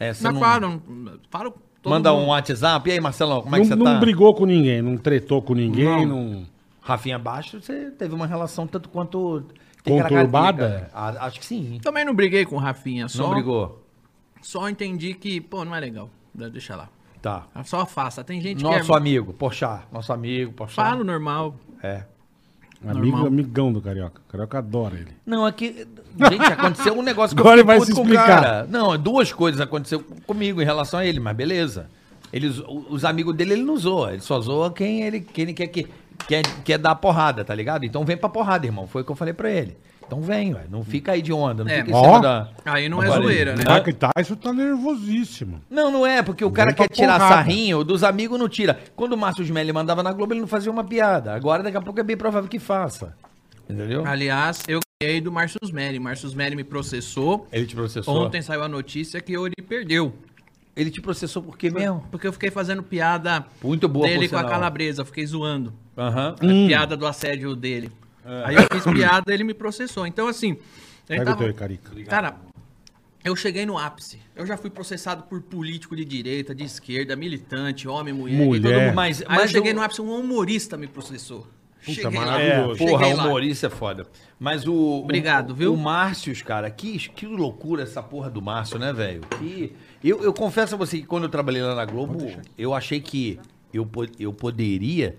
É, você
Mas
não-
claro, falo com todo
Manda um
mundo.
WhatsApp, e aí, Marcelão, como é
não
que você
não
tá?
brigou com ninguém, não tretou com ninguém, não.
Rafinha Baixo, você teve uma relação tanto quanto...
Conturbada?
Ah, acho que sim.
Também não briguei com o Rafinha. Só,
Não brigou.
só entendi que, pô, não é legal. Deixa lá.
Tá.
Só afasta. Tem gente que
Nosso
é...
amigo, Porchat. Nosso amigo, Porchat.
Falo normal.
É.
Amigo, amigão do Carioca. O Carioca adora ele.
Não, é que. Gente, aconteceu um negócio que
Agora
fiquei
ele vai
puto
se
com o
explicar.
Não, duas coisas aconteceu comigo em relação a ele, mas beleza. Ele, zo- os amigos dele ele não zoa, ele só zoa quem ele, quem ele quer, que, quer, quer dar porrada, tá ligado? Então vem pra porrada, irmão. Foi o que eu falei pra ele. Então vem, ué, não fica aí de onda, não
É,
fica em
ó.
cima da.
Aí não é
Agora,
zoeira, né?
Não.
Caraca, tá, isso tá nervosíssimo.
Não, não é, porque o cara
Vem pra
quer tirar
porrada.
sarrinho, dos amigos não tira. Quando o Márcio Smelly mandava na Globo, ele não fazia uma piada. Agora, daqui a pouco, é bem provável que faça. Entendeu?
Aliás, eu ganhei do Marcius Melli. Marcius Melli me processou.
Ele te processou.
Ontem saiu a notícia que ele perdeu.
Ele te processou por quê mesmo?
Porque eu fiquei fazendo piada
Muito boa,
dele
por
com a
sinal.
calabresa. Eu fiquei zoando.
Aham.
A piada do assédio dele. Aí eu fiz piada ele me processou. Então, assim. ele
Pega o
tava-
teu aí, Carica.
Cara, eu cheguei no ápice. Eu já fui processado por político de direita, de esquerda, militante, homem, mulher.
Mulher.
todo mundo.
Mas,
Aí
mas
eu cheguei
o-
no ápice, um humorista me processou. cheguei lá.
maravilhoso.
Cheguei
Porra, o
lá.
humorista é foda. Mas o.
Obrigado,
o,
viu?
O Márcio, cara, que, que loucura essa porra do Márcio, né, velho? Que. Eu, eu confesso a você que quando eu trabalhei lá na Globo, eu achei que eu, po- eu poderia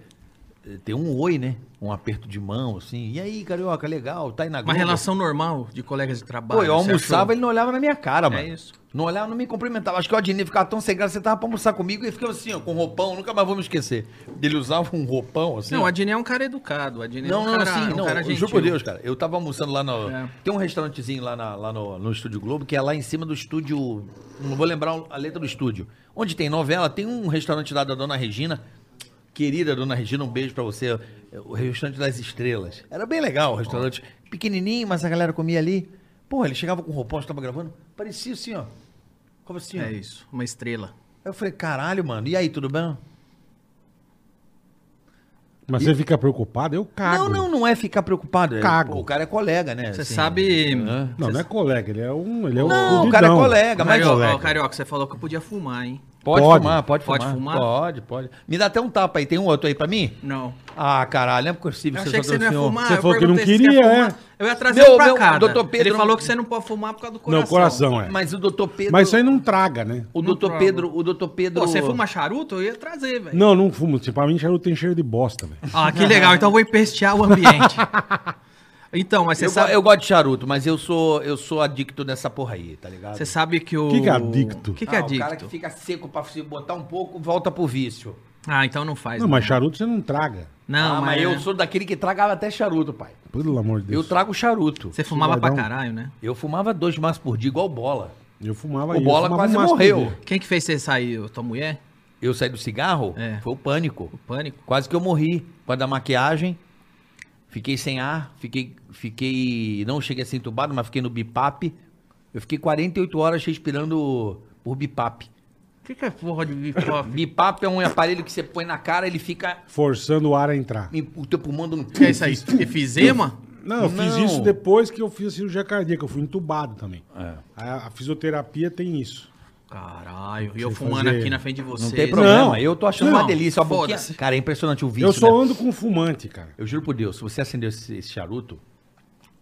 eh, ter um oi, né? Um aperto de mão, assim. E aí, carioca, legal, tá aí na
Uma
Globo.
relação normal de colegas de trabalho.
Pô, eu
você
almoçava,
achou? É
ele não olhava na minha cara, mano.
isso.
Não olhava, não me cumprimentava. Acho que o Adnei ficava tão sem graça, você tava pra almoçar comigo e ficava assim, ó, com roupão, nunca mais vou me esquecer. Ele usava um roupão, assim.
Não,
ó.
o Adnei é um cara educado. O Adnei
Não,
é um
não,
cara,
assim,
um
não.
cara
eu
gentil.
juro por Deus, cara. Eu tava almoçando lá no.
É.
Tem um restaurantezinho lá, na- lá no, no Estúdio Globo, que é lá em cima do estúdio. Não vou lembrar a letra do estúdio. Onde tem novela, tem um restaurante lá da Dona Regina. Querida Dona Regina, um beijo pra você. O restaurante das estrelas. Era bem legal o restaurante. Pequenininho, mas a galera comia ali. Porra, ele chegava com o roupão, tava gravando. Parecia assim, ó. Como assim, ó.
É isso, uma estrela.
Aí eu falei, caralho, mano. E aí, tudo bem?
Mas você fica preocupado? Eu cago.
Não, não, não é ficar preocupado. É,
Cago.
pô, o cara é colega, né?
Você
Assim,
sabe... hum,
Não, não é colega, ele é um. Ele é um
Não, o
fudidão.
cara é colega, mas
Carioca, ó, Carioca, você falou que eu podia fumar, hein?
Pode,
Pode.
fumar, pode,
Pode
fumar.
fumar?
Pode, pode. Me dá até um tapa aí. Tem um outro aí pra mim?
Não.
Ah, caralho, não assim, é possível.
Eu
que
achei que você não ia
senhor.
fumar.
Você
eu
falou que não
perguntei se quer
queria,
fumar.
é.
Eu ia trazer
Meu,
um pra
meu,
cá.
doutor Pedro
Ele
não-
falou que você não pode fumar por causa do coração.
Não, coração, é. Mas,
Mas o doutor Pedro...
isso aí não traga, né?
O doutor
prova.
Pedro... O doutor Pedro...
Pô, você fuma charuto? Eu ia trazer, velho.
Não, não fumo. Tipo, pra mim, charuto tem cheiro de bosta, velho.
Ah, que legal. Então eu vou empestear o ambiente. Então, mas você
Eu, go-
sabe...
eu gosto de charuto, mas eu sou, eu sou adicto dessa porra aí, tá ligado?
Você sabe que o...
Que que é adicto?
O que, que é
Ah,
adicto?
O cara que fica seco pra se botar um pouco, volta pro vício.
Ah, então não faz.
Não, mas charuto você não traga.
Não,
ah, mas,
mas é,
eu sou daquele que tragava até charuto, pai.
Pelo amor de
Eu
Deus.
trago charuto.
Você fumava pra
Cidadão.
caralho, né?
Eu fumava dois maços por dia, igual bola.
Eu fumava
o
isso, eu
bola
fumava
quase
um maço por
morreu.
dia.
Quem que fez você sair? Tua mulher?
Eu saí do cigarro,
É.
foi o pânico.
O pânico?
Quase que eu morri com a da maquiagem. Fiquei sem ar, fiquei, fiquei, não cheguei a ser entubado, mas fiquei no BIPAP. Eu fiquei 48 horas respirando por BIPAP.
O que, que é porra de bifop?
BIPAP é um aparelho que você põe na cara, ele fica
Forçando o ar a entrar.
o teu pulmão dando um
que é isso aí? Efizema?
Não, eu fiz
Não.
isso depois que eu fiz a cirurgia cardíaca. Eu fui entubado também.
É.
A, a fisioterapia tem isso.
Caralho, e eu
Sei
fumando
fazer.
aqui na frente de vocês.
Não tem problema,
Não.
eu tô achando uma
Não,
delícia, uma boquinha.
foda-se.
Cara, é impressionante o vício.
eu só
né?
ando com fumante, cara.
Eu juro por Deus, se você acender esse, esse charuto,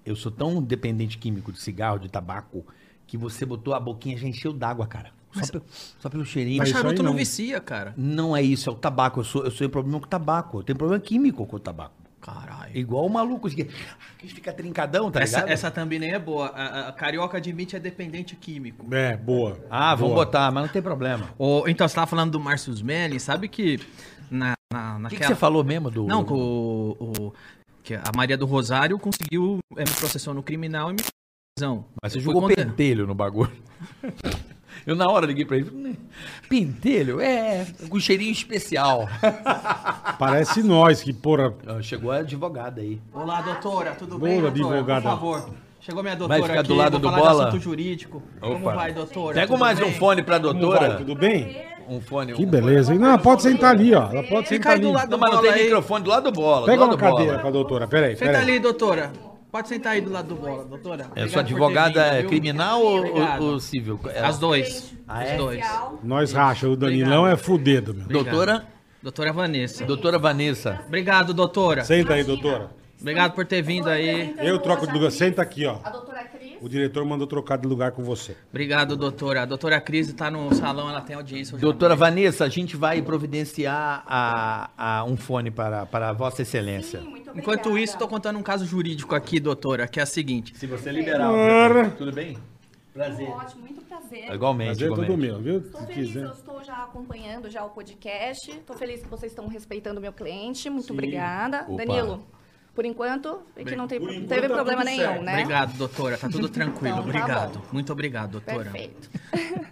eu sou tão dependente químico de cigarro, de tabaco, que você botou a boquinha já encheu d'água, cara. Só, pelo, só pelo cheirinho.
Mas
isso aí
charuto não
não.
vicia, cara.
Não é isso, é o tabaco. Eu sou, eu sou problema com o tabaco. Eu tenho problema químico com o tabaco.
Caralho.
Igual o maluco que que fica trincadão, tá
essa,
ligado?
essa também nem é boa. A, a- a carioca admite é dependente químico.
É, boa.
Ah, vamos
Boa.
botar, mas não tem problema.
Ô, então, você tava falando do Marcius Melli, sabe que na, na,
O que,
naquela...
que você falou mesmo do.
Não, que o, o- que a Maria do Rosário conseguiu, é, me processou no criminal e me prisão.
Mas você
Foi
jogou
conde-
pentelho no bagulho. Eu na hora liguei pra ele. "Né, Pentelho? É, com cheirinho especial.
Parece nós que, porra.
Ah, Chegou a advogada aí.
Olá, doutora, tudo
Boa,
bem, doutora?
advogada.
Por favor. Chegou minha doutora
ficar
aqui,
do lado
vou
do
falar
Bola?
assunto jurídico. Como
Opa.
vai, doutora?
Pega
Tudo
mais um
bem?
fone pra
Como vai,
doutora.
tudo bem?
Um fone.
Que
um
beleza, hein? Não, ela pode sentar ali, ó. Ela pode
Fica
sentar
aí
ali.
do
fone.
lado
Não,
do
mas não
bola
tem
aí.
microfone do lado do bola.
Pega
do
uma
lado do bola.
cadeira com a doutora. Peraí,
Senta
peraí.
ali, doutora. Pode sentar aí do lado do bola, doutora.
É
Obrigado
sua
por ter
advogada
vindo,
é
viu?
criminal ou, ou-
Obrigado.
ou civil? É,
As dois.
Ah,
As
é?
dois.
Nós racha, o Danilão é fudido, meu.
doutora,
Doutora Vanessa.
doutora Vanessa.
Obrigado, doutora.
Senta aí, doutora.
Obrigado por ter vindo aí.
Eu troco de lugar. Senta aqui, ó.
A doutora Cris.
O diretor mandou trocar de lugar com você.
Obrigado, doutora. A doutora Cris tá no salão, ela tem audiência hoje. à
Doutora
noite.
Vanessa, a gente vai providenciar a, a- um fone para, para Vossa Excelência.
Muito obrigada.
Enquanto isso, tô contando um caso jurídico aqui, doutora, que é o seguinte.
Se você liberar, o- tudo bem?
Prazer. Ótimo, muito prazer.
Igualmente.
Prazer é todo
igualmente.
meu, viu?
Estou
Se
feliz,
quiser.
eu estou já acompanhando já o podcast. Estou feliz que vocês estão respeitando o meu cliente. Muito obrigada.
Opa.
Danilo, por enquanto, e que não tem-
tá
teve problema nenhum, né?
Obrigado, doutora. Tá tudo tranquilo.
Então, tá
obrigado.
bom.
Muito obrigado, doutora.
Perfeito.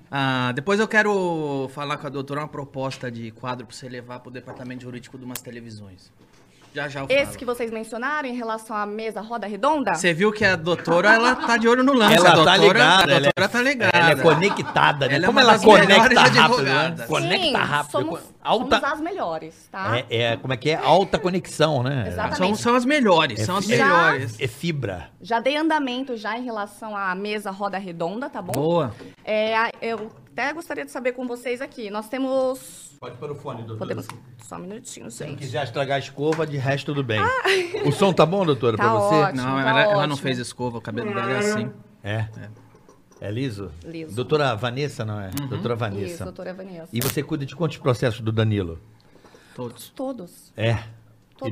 Ah, depois eu quero falar com a doutora uma proposta de quadro pra você levar pro departamento jurídico de umas televisões. Já já eu falo.
Esse que vocês mencionaram em relação à mesa roda redonda?
Você viu que a doutora, ela tá de olho no lance. a
Ela
doutora,
tá ligada,
a
ela,
doutora
é-
tá ligada.
ela é conectada, né?
Ela é
Como
uma
ela
das melhores
conecta rápido, né?
advogadas.
Conecta rápido.
Somos,
alta,
somos as melhores, tá?
é, é, como é que é? Alta conexão, né?
Exatamente.
São, são as melhores,
É
são as
fi-
melhores.
É fibra.
Já dei andamento já em relação à mesa roda redonda, tá bom?
Boa.
É, a- eu até gostaria de saber com vocês aqui. Nós temos.
Pode pôr o fone, doutora.
Podemos. Só um minutinho,
Se não
gente.
quiser estragar a escova, de resto tudo bem.
Ah.
O som tá bom, doutora,
Tá
pra você?
ótimo.
Não,
tá
ela, ela não
ótimo.
fez escova, o cabelo dela é assim.
É. É liso?
Liso. Uhum.
Doutora Vanessa, não é? Doutora Vanessa.
Isso, doutora Vanessa.
E você cuida de quantos processos do Danilo?
Todos.
Todos.
É.
Todos.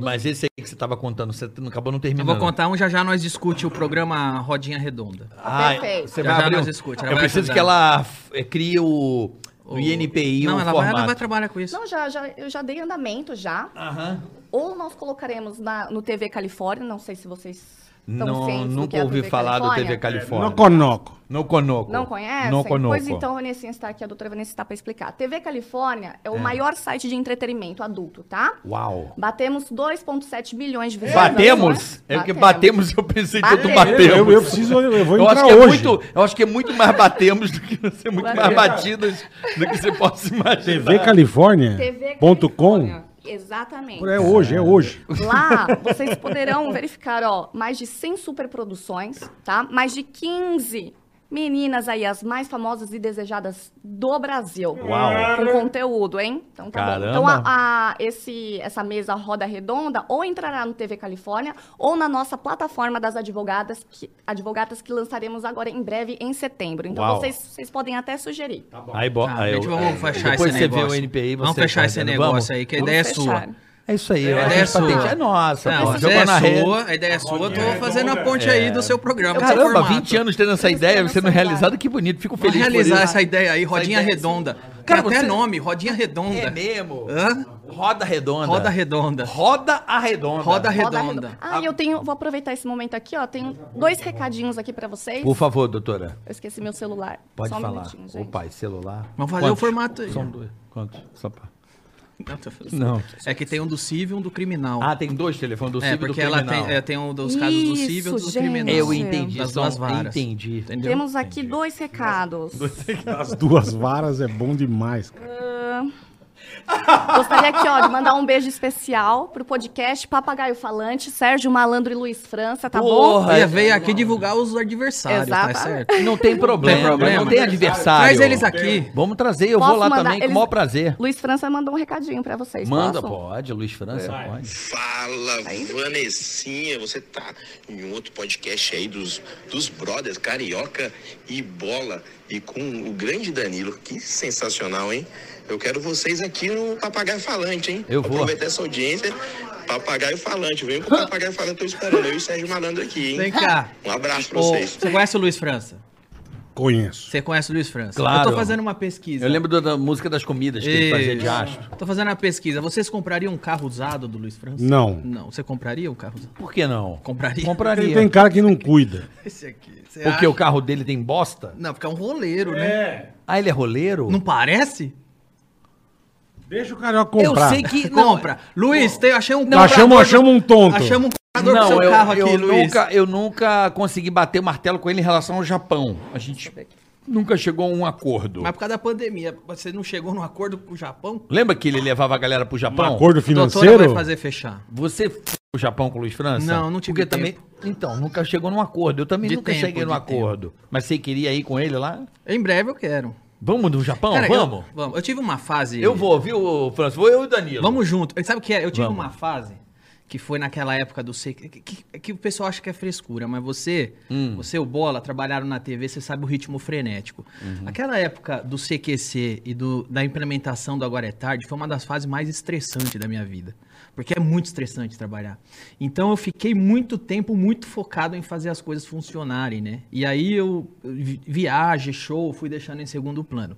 E, mas esse aí que você tava contando, você não- acabou não
Eu
terminando.
vou contar um, já já nós discute o programa Rodinha Redonda.
Ah,
Perfeito.
você
Já
vai
já
abrir um...
nós discute, ela
Eu
vai
preciso
ajudar.
que ela eh, crie o, o,
O-
INPI,
Não,
um
ela vai,
formato.
ela vai trabalhar com isso.
Não, já, já, eu já dei andamento já.
Aham.
Ou nós colocaremos na, no TV Califórnia, não sei se vocês estão
Não,
cientes do que
nunca
é a
ouvi
TV
falar
Califórnia.
do TV Califórnia.
No conoco.
Não conoco.
Não conhecem?
Não conoco.
Pois então, a Vanessinha está aqui, a doutora Vanessa está para explicar. TV Califórnia é o maior site de entretenimento adulto, tá?
Uau.
Batemos 2,7 milhões de visualizações.
Batemos? É o que batemos, eu pensei que tu
né? Batemos.
bateu.
Eu, eu preciso, eu vou
Eu
entrar
acho, que é
hoje.
muito, eu acho que é muito mais batemos do que você, muito mais
Batemos.
batidas do que você possa imaginar.
tvcalifórnia.com
TVCalifórnia. Exatamente.
É hoje, é hoje.
Lá, vocês poderão verificar, ó, mais de 100 superproduções, tá? Mais de 15 meninas aí, as mais famosas e desejadas do Brasil.
Uau.
Com conteúdo, hein? Então tá
Caramba.
bom. Então a, a- esse, essa mesa roda redonda ou entrará no TV Califórnia ou na nossa plataforma das advogadas que, advogadas que lançaremos agora em breve em setembro. Então
Uau.
vocês, vocês podem até sugerir.
Aí, bo...
Tá,
aí
gente,
eu-
vamos
aí-
fechar
depois
esse
você
negócio.
vê o NPI, você
vamos fechar
tá
esse
entendendo?
negócio
Vamos?
aí, que a
Vamos
ideia é
fechar.
sua.
É isso aí.
A
a
ideia é
gente
sua.
patente é nossa.
Não,
pô.
a
Jogou
ideia é
na rede.
sua, a ideia é sua, eu tô fazendo a ponte aí do seu programa. do seu
Caramba,
formato.
20 anos tendo essa
Eu tô
ideia,
esperando
sendo
essa
realizada, que bonito. Fico
Vamos
feliz por
realizar
isso.
essa ideia aí, Rodinha
ideia é
Redonda.
Cara,
Tem até
você-
nome, Rodinha Redonda.
É mesmo?
Hã?
Roda redonda.
Roda Redonda.
Roda arredonda.
Roda
Roda
Redonda.
Ah, e eu tenho, vou aproveitar esse momento aqui, ó, tenho dois recadinhos aqui pra vocês.
Por favor, doutora.
Eu esqueci meu celular.
Pode
Só um
falar.
minutinho, gente.
Ô, pai, celular.
Vamos fazer o formato aí.
São dois. Quantos? Só pra...
Não, tô falando-
Não.
É que tem um do civil e um do criminal.
Ah, tem dois telefones do
é,
Cível do
porque ela
Criminal.
tem, é, tem um dos casos do
Isso,
civil e do
gente.
criminal.
Eu entendi.
Das
só
duas varas.
Entendi.
Entendeu?
Temos aqui dois recados.
As duas varas é bom demais. cara.
Gostaria aqui, ó, de mandar um beijo especial pro podcast Papagaio Falante, Sérgio Malandro e Luiz França, tá bom?
Porra,
Ia veio aqui divulgar os adversários, tá
Exatamente.
certo?
Não tem problema.
Tem problema.
Não tem adversário.
Traz eles aqui.
Vamos trazer, eu vou
Posso
lá
mandar?
também com o
Eles-
maior prazer.
Luiz França mandou um recadinho pra vocês.
Manda,
posso?
pode, Luiz França,
É.
pode.
Fala, Vanessinha, você tá em um outro podcast aí dos, dos brothers Carioca e Bola e com o grande Danilo, que sensacional, hein? Eu quero vocês aqui no Papagaio Falante, hein?
Eu vou.
Aproveitar essa audiência. Papagaio Falante. Vem com o Papagaio Falante, tô esperando. Eu e o Sérgio Malandro aqui,
Vem
hein?
cá.
Um abraço pra
Ô,
vocês.
você conhece o Luiz França?
Conheço.
Você conhece o Luiz França?
Claro.
Eu tô fazendo uma pesquisa.
Eu lembro da, da música das comidas que ele fazia de
Isso.
astro.
Tô fazendo uma pesquisa. Vocês comprariam um carro usado do Luiz França?
Não.
Não. Você compraria um carro usado?
Por que não?
Compraria.
Tem,
Compraria.
tem cara que não cuida.
Esse aqui. Você
Porque
acha?
o carro dele tem bosta?
Não, porque é um roleiro, né?
Ah, ele é roleiro?
Não parece?
Deixa o carioca comprar.
Eu sei que... Não,
Compra. Luiz, tem, achei um
Nós achamos,
comprador-
achamos um tonto.
Achamos um comprador pro
não
seu
eu,
carro aqui,
eu
Luiz.
nunca, eu nunca consegui bater o martelo com ele em relação ao Japão. A gente nunca chegou a um acordo.
Mas por causa da pandemia, você não chegou num acordo com o Japão?
Lembra que ele levava a galera pro Japão?
Um Acordo
A
financeiro?
vai fazer fechar.
Você f... o Japão com o Luiz França?
Não, não tive
Porque também.
tempo.
Então, nunca chegou num acordo. Eu também
De
nunca
tempo,
cheguei num
de
acordo. Mas você queria ir com ele lá?
Em breve eu quero.
Vamos no Japão?
Cara, eu-
vamos?
vamos. Eu tive uma fase...
Eu vou, viu, França? Vou eu e o Danilo.
Vamos junto. E Sabe o que é? Eu tive
Vamos.
uma fase que foi naquela época do sei que, que- que o pessoal acha que é frescura, mas você,
Hum.
você e o Bola trabalharam na TV, você sabe o ritmo frenético.
Uhum.
Aquela época do CQC e do- da implementação do Agora é Tarde foi uma das fases mais estressantes da minha vida. Porque é muito estressante trabalhar. Então eu fiquei muito tempo muito focado em fazer as coisas funcionarem, né? E aí eu eu vi- viagem, show, fui deixando em segundo plano.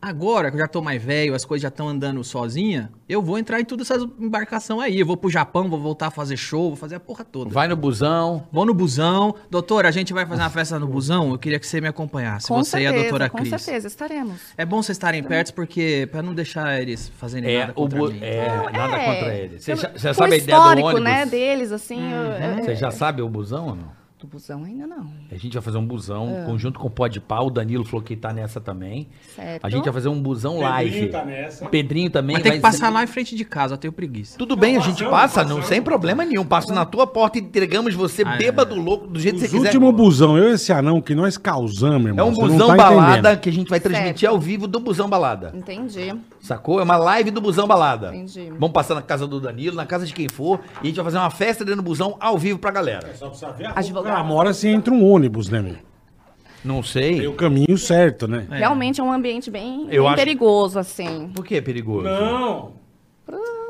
Agora que eu já tô mais velho, as coisas já estão andando sozinha, eu vou entrar em todas essas embarcação aí. Eu vou pro Japão, vou voltar a fazer show, vou fazer a porra toda.
Vai no busão.
Vou no busão. Doutora, a gente vai fazer uma festa no busão? Eu queria que você me acompanhasse,
com
você
certeza,
e a doutora
com
Cris.
certeza, estaremos.
É bom vocês estarem perto, porque pra não deixar eles fazerem
É,
nada
o
contra
bu-
mim.
é, nada
É,
contra ele. Você
pelo-
já, você
com
sabe a
o
ideia do
histórico,
ônibus? Uhum. É.
né, deles, assim, eu-
É.
eu-
Você já sabe o busão ou não?
do busão ainda não,
A gente vai fazer um
É.
busão, conjunto com o Pó de Pau. O Danilo falou que tá nessa também.
certo?
A gente vai fazer um busão live.
tá nessa.
O Pedrinho também
Mas tem
vai
que passar
ser-
lá em frente de casa, eu tenho preguiça.
Tudo bem, a gente passa, não sem problema nenhum. Passo na tua porta e entregamos você
Ah, é.
bêbado, louco, do jeito que
Os
você quiser.
últimos busão, eu e esse anão que nós causamos,
É
irmão.
um
você não
busão
tá
balada
entendendo.
que a gente vai transmitir ao vivo do busão balada.
Entendi.
Sacou? É uma live do busão balada.
Entendi.
Vamos passar na casa do Danilo, na casa de quem for, e a gente vai fazer uma festa dentro do busão ao vivo pra galera.
Só precisa ver a
Advogado.
roupa. Ah, uma hora você entra um ônibus, né, meu?
Não
Tem
sei.
o caminho certo, né?
Realmente é um ambiente bem,
Eu
bem
acho-
perigoso, assim.
Por que é perigoso?
Não.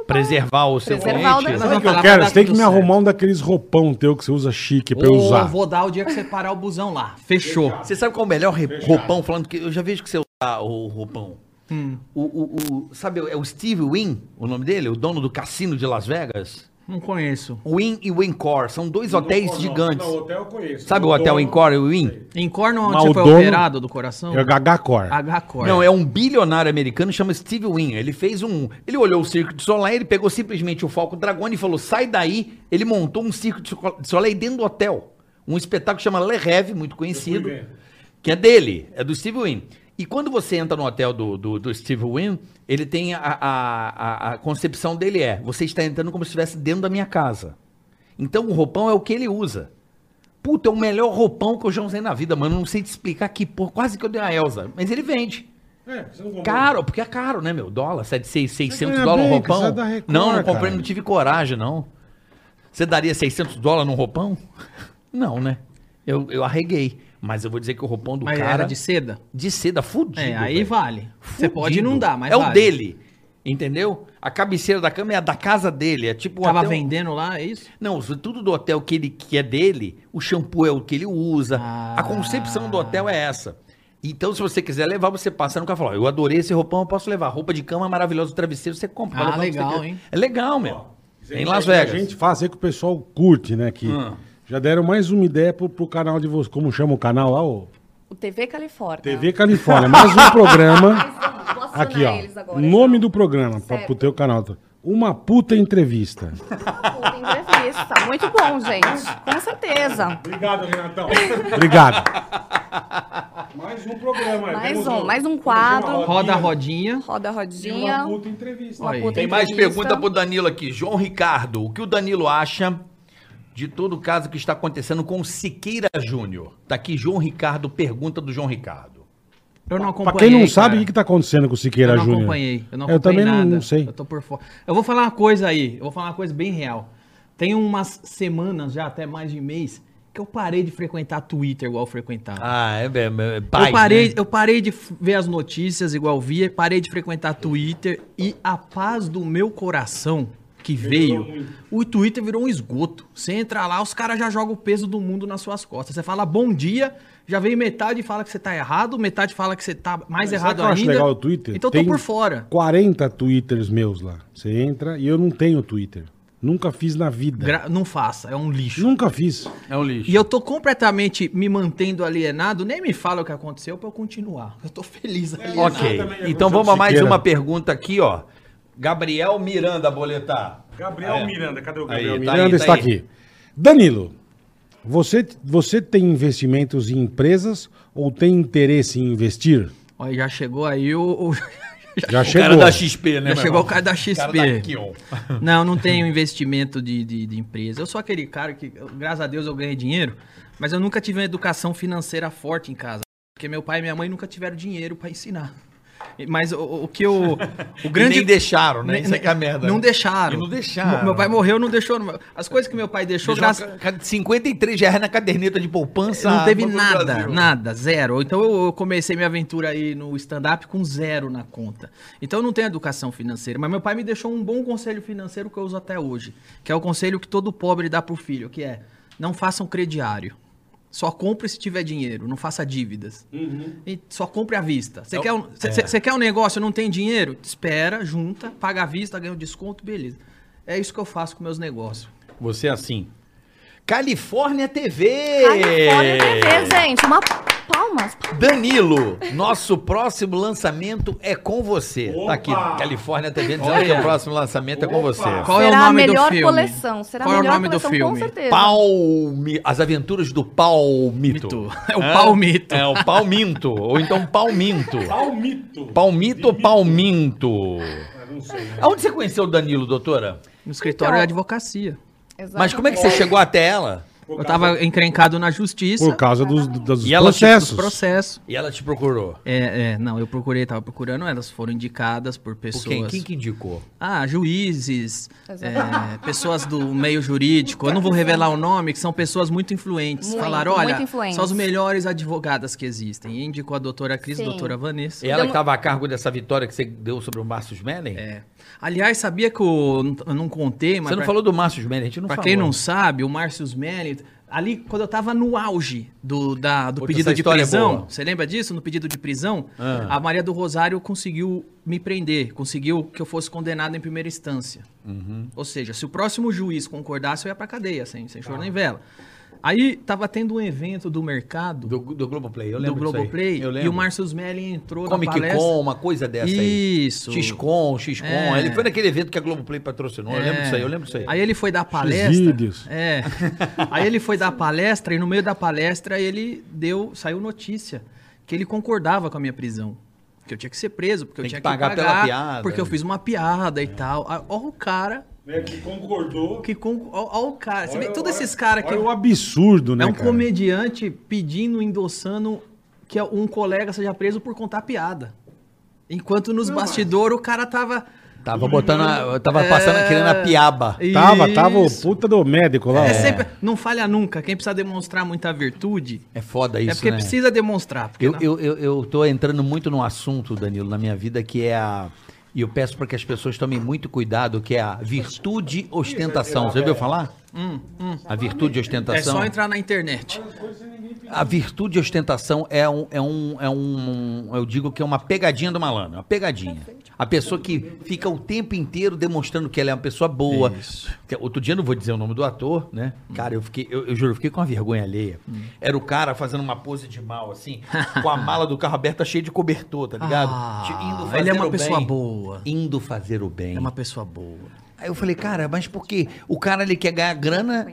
Preservar o seu
Preservar o
cliente.
Danilo.
Sabe o que eu
Vai
quero?
dar
Você tem que
tudo
me
certo.
arrumar um daqueles roupão teu que você usa chique pra eu
Ou
usar.
vou dar o dia que você parar o busão lá. Fechou.
Você sabe qual é o melhor re- roupão falando? que eu já vejo que você usa o roupão.
Hum.
O, o- o- sabe, é o Steve Wynn, o nome dele? O dono do cassino de Las Vegas?
Não conheço.
Wynn e Wincor. São dois hotéis gigantes.
hotel eu conheço.
Sabe o hotel Wincor e o Wynn?
Incor não é
Mas
onde você
o
foi
dono-
operado do coração?
É o Gagacor.
H-Cor.
Não, é um bilionário americano, chama Steve Wynn. Ele fez um. Ele olhou o Circo de Soleil, ele pegou simplesmente o Falco Dragone e falou: sai daí. Ele montou um Circo de Sol- de Soleil dentro do hotel. Um espetáculo que chama Le Rêve, muito conhecido.
ver.
Que é dele, é do Steve Wynn. E quando você entra no hotel do, do, do Steve Wynn, ele tem a, a, a, a concepção dele é: você está entrando como se estivesse dentro da minha casa. Então o roupão é o que ele usa. Puta, é o melhor roupão que eu já usei na vida, mano. Não sei te explicar que, pô, quase que eu dei a Elza. Mas ele vende.
É, você não comprou.
Caro, porque é caro, né, meu? Dólar, 700, 600
ganha
dólares um
bem, que você
roupão.
é da Record,
não, não comprei,
cara.
não tive coragem, não. Você daria 600 dólares num roupão? Não, né? Eu, eu arreguei. Mas eu vou dizer que o roupão do
Mas
cara
era de seda?
de seda fudido.
É, aí
velho.
vale. Você
Fudido.
pode não dar, mas
É o
vale.
dele, entendeu? A cabeceira da cama é a da casa dele. É tipo um
Tava
hotel-
vendendo lá, é isso?
Não, os- tudo do hotel que, ele, que é dele, o shampoo é o que ele usa.
Ah.
A concepção do hotel é essa. Então, se você quiser levar, você passa no cara e fala: ó, Eu adorei esse roupão, eu posso levar. Roupa de cama maravilhosa, travesseiro, você compra.
Ah,
Fala pra onde
legal,
você quiser.
hein?
É legal, meu. Em Las
que
Vegas. Ah.
A gente faz aí que o pessoal curte, né? Que já deram mais uma ideia pro, pro canal de vocês. Como chama o canal lá? O
O TV Califórnia.
TV Califórnia. Mais um programa.
Mas eu vou acionar
Aqui,
eles
ó.
agora,
Nome
então.
do programa, pra,
Certo.
pro teu canal. Uma puta entrevista.
Puta entrevista. Muito bom, gente. Com certeza.
Obrigado, Renatão. Obrigado. Mais um programa.
Mais temos um, um- mais um quadro. temos uma
Roda a rodinha.
Roda a rodinha.
puta entrevista.
Uma
Aí.
puta
Tem mais
entrevista.
pergunta pro Danilo aqui. João Ricardo, o que o Danilo acha de todo o caso que está acontecendo com o Siqueira Júnior? Tá aqui, João Ricardo, pergunta do João Ricardo.
Eu não
Pra
acompanhei.
quem não sabe, o
cara.
que, que tá acontecendo com o Siqueira
eu não
Júnior?
acompanhei. Eu não
Eu
acompanhei
também não-
nada.
não sei.
Eu tô por fora. Eu vou falar uma coisa aí. Eu vou falar uma coisa bem real. Tem umas semanas já, até mais de mês, que eu parei de frequentar Twitter igual eu frequentava.
Ah, é mesmo. É, pai,
eu, parei,
né?
eu parei de f- ver as notícias igual via, parei de frequentar Twitter e a paz do meu coração que veio, o Twitter virou um esgoto. Você entra lá, os caras já jogam o peso do mundo nas suas costas. Você fala bom dia, já vem metade e fala que você tá errado, metade fala que você tá
Mas
mais
sabe o
errado
que eu acho
ainda.
legal o Twitter?
Então eu
Tem
tô por fora.
40 twitters meus lá. Você entra e eu não tenho Twitter. Nunca fiz na vida.
Gra- não faça, é um lixo.
Nunca fiz.
É um lixo.
E eu tô completamente me mantendo alienado, nem me fala o que aconteceu pra eu continuar. Eu tô feliz alienado.
Ok. Então vamos a mais uma pergunta aqui, ó. Gabriel Miranda Boletar.
Gabriel Miranda, cadê o Gabriel?
Aí,
Miranda?
tá
Miranda
aí, tá
está
aí.
aqui. Danilo, você, você tem investimentos em empresas ou tem interesse em investir?
Olha, já chegou aí o. o-
Já
O cara
chegou.
da XP, né?
já
meu
chegou o
irmão?
cara da
O
XP.
cara tá da Kion.
Não, não tenho investimento de, de, de empresa. Eu sou aquele cara que, graças a Deus, eu ganhei dinheiro, mas eu nunca tive uma educação financeira forte em casa. Porque meu pai e minha mãe nunca tiveram dinheiro pra ensinar. Mas o, o que eu. O grande.
E nem deixaram, né?
Nem-
Isso aqui é a merda.
Não
né?
deixaram.
E não deixaram.
Meu pai morreu, não deixou. As coisas que meu pai deixou,
Deixou
graças.
uma ca- 53 reais na caderneta de poupança.
Não teve
Banco do
nada,
Brasil.
nada, zero. Então eu eu comecei minha aventura aí no stand-up com zero na conta. Então eu não tenho educação financeira, mas meu pai me deixou um bom conselho financeiro que eu uso até hoje, que é o conselho que todo pobre dá pro filho, que é não faça um crediário. Só compre se tiver dinheiro, não faça dívidas. E só compre à vista. Você quer, um, cê- cê- cê quer um negócio, não tem dinheiro? Espera, junta, paga à vista, ganha um desconto, beleza. É isso que eu faço com meus negócios.
Você é assim. Califórnia TV!
Califórnia TV, gente. Uma palmas.
Danilo, nosso próximo lançamento é com você. Tá aqui, Califórnia TV dizendo que o próximo lançamento é com você.
Qual
será
é o
a
nome do
melhor
filme?
coleção. Será
Qual é
a
o
melhor
nome do
coleção, com
filme?
certeza.
Palmi... As aventuras do Palmito.
Mito. É o palmito.
É, o Palminto. Ou então Palminto.
Palmito.
Palmito ou Palminto? Aonde você conheceu o Danilo, doutora?
No escritório
Então-
da advocacia.
Mas como é que você chegou até ela?
Eu tava encrencado na justiça.
Por causa dos, dos
E ela te-
processos.
Processo.
E ela te procurou?
É, é, não, eu procurei, tava procurando, elas foram indicadas por pessoas.
Por quem? Quem que indicou?
Ah, juízes,
Exato.
é, pessoas do meio jurídico. Eu não vou revelar o nome, que são pessoas muito influentes.
Muito,
Falaram,
muito
olha,
influentes.
são as melhores advogadas que existem. E indicou a doutora Cris,
Sim.
a doutora Vanessa.
Ela que estava a cargo dessa vitória que você deu sobre o Márcio Mellen?
É. Aliás, sabia que eu, eu não contei, mas.
Você não
pra-
falou do Márcio Mellen, a gente não
Pra
falou.
quem não sabe, o Márcio Smelly, ali quando eu tava no auge do, da- do
Puta,
pedido
essa
de
história é
prisão,
boa.
você lembra disso? No pedido de prisão,
Ah.
a Maria do Rosário conseguiu me prender, conseguiu que eu fosse condenado em primeira instância.
Uhum.
Ou seja, se o próximo juiz concordasse, eu ia pra cadeia, sem, sem
Ah.
choro nem vela. Aí tava tendo um evento do mercado,
Do,
do,
do Globoplay, eu lembro disso aí.
Globoplay,
Eu lembro.
e o Márcio Smelly entrou na
Comic
palestra.
Con, uma coisa dessa
Isso.
aí. XCon, XCon.
É.
Ele foi naquele evento que a Globoplay patrocinou, eu lembro disso aí, eu lembro disso aí.
Aí ele foi dar palestra.
vídeos.
É. Aí ele foi dar palestra e no meio da palestra ele deu, saiu notícia que ele concordava com a minha prisão. Que eu tinha que ser preso, porque eu
Tem
tinha
que
que
pagar
pagar,
pela piada. né?
porque eu fiz uma piada e tal. Ah, Olha o cara
Né, que concordou.
que con- ó- ó o cara, você vê
Olha-
todos
olha-
esses caras que
Olha o absurdo, né,
é um
cara?
comediante pedindo, endossando que um colega seja preso por contar piada. Enquanto nos bastidores o cara tava
Tava botando, a, tava passando,
É.
querendo a piaba.
Tava, tava o
Isso.
puta do médico lá.
É
ó.
sempre, não falha nunca. Quem precisa demonstrar muita virtude
É foda
é
isso,
porque
né?
precisa demonstrar. Porque
Eu,
não-
eu, eu, eu tô entrando muito num assunto, Danilo, na minha vida, que é a. E eu peço para que as pessoas tomem muito cuidado, que é a virtude ostentação. Você ouviu falar? A virtude
Hum, é
ostentação.
só entrar na internet.
A virtude e ostentação é um, é um, é um, eu digo que é uma pegadinha do malandro, uma pegadinha. A pessoa que fica o tempo inteiro demonstrando que ela é uma pessoa boa. Que- Outro dia eu não vou dizer o nome do ator, né?
Hum.
Cara, eu fiquei, eu, eu juro, eu fiquei com uma vergonha alheia. Era o cara fazendo uma pose de mal, assim, com a mala do carro aberta cheia de cobertor, tá ligado?
Ah,
Te-
ele
fazer
é uma
o
pessoa boa.
Indo fazer o bem.
É uma pessoa boa.
Aí eu falei, cara, mas por quê? O cara ele quer ganhar grana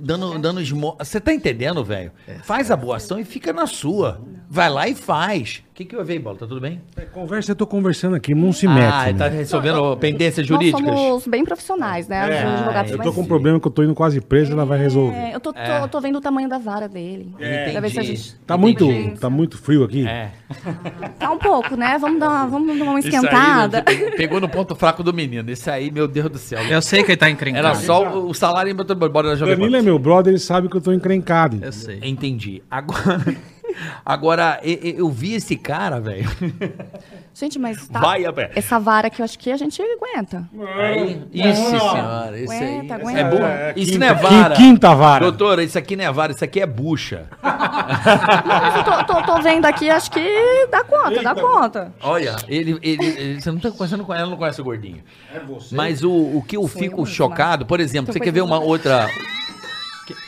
dando, dando esmo... Você tá entendendo, velho? Faz a boa ação e fica na sua. Vai lá e faz. O que, que houve aí, Bola? Tá tudo bem?
Conversa, eu tô conversando aqui, não se mete.
ah,
né?
tá resolvendo pendências jurídicas?
Nós somos bem profissionais, né?
É.
Os advogados
Eu tô
mais-
com um problema que eu tô indo quase preso, ela vai resolver.
É, eu tô, tô-
É.
tô vendo o tamanho da vara dele.
É.
Pra ver se a
Entendi.
gente...
Tá muito, tá muito frio aqui? É.
Tá um pouco, né? Vamos dar uma, vamos dar uma
Isso aí, né,
esquentada.
pegou- pegou no ponto fraco do menino. Esse aí, meu Deus do céu.
Eu sei que ele tá encrencado.
Era só o, o salário em Bora Bora da Jovem Pan.
Danilo é meu brother, ele sabe que eu tô encrencado.
Eu sei.
Entendi. Agora, agora e- e- eu, vi esse cara, velho.
Gente, mas tá...
Vai, velho.
Essa vara aqui, eu acho que a gente aguenta.
Aí, Isso, senhora. Isso aí.
Aguenta, aguenta.
É bu-
É, é
isso
quinta-
não é vara.
quin- quinta vara.
Doutora, isso aqui não é vara, isso aqui é bucha.
Mas eu tô, tô- tô vendo aqui, acho que dá conta, dá conta.
Olha, ele, ele, ele- você não tá conversando com ela, não conhece o gordinho.
É você.
Mas o, o que eu fico chocado, por exemplo,
Então
você quer ver uma outra.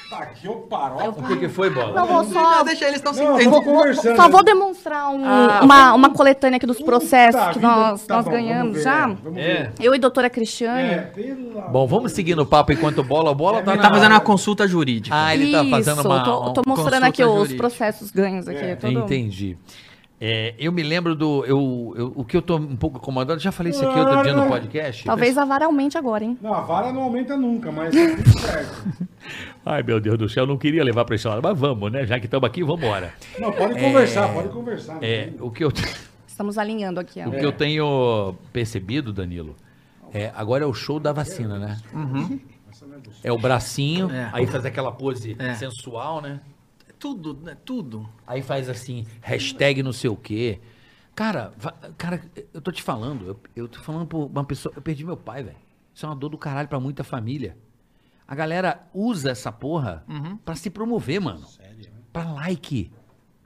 Tá aqui o paró.
O que, que foi, bola?
Não, vou só...
Deixa eles estão se
Não,
entendendo.
vamos conversando.
Só vou demonstrar um- uma, uma coletânea aqui dos processos
Puta
que
vida,
nós,
tá
nós
bom,
ganhamos
vamos ver,
já.
vamos
É.
ver.
Eu e doutora Cristiane.
É, pelo amor-
Bom, vamos seguindo o papo enquanto bola, bola tá
Ele
na-
tá fazendo uma consulta jurídica.
Ah, ele tá fazendo
Isso,
uma.
Tô, tô
um-
mostrando aqui
consulta
os
jurídica.
processos ganhos aqui. tudo.
Entendi. É, eu me lembro do. Eu, eu- o que eu tô um pouco incomodado, já falei isso aqui outro dia no podcast.
Talvez a vara aumente agora, hein?
Não, a vara não aumenta nunca, mas tá tudo certo.
Ai, meu Deus do céu, eu não queria levar pra esse lado, mas vamos, né? Já que estamos aqui, vamos embora.
Não, pode conversar, pode conversar. né?
É, o que eu,
Estamos alinhando aqui. ó.
É.
o que eu tenho percebido, Danilo, é, agora é o show da vacina, né? É o bracinho,
Uhum. É.
aí faz aquela pose
É.
sensual, né?
Tudo, né? Tudo.
Aí faz assim, hashtag não sei o quê. Cara, va- cara, eu tô te falando, eu, eu tô falando por uma pessoa, eu perdi meu pai, velho. Isso é uma dor do caralho pra muita família. A galera usa essa porra
Uhum.
pra se promover, mano. Sério, Pra like,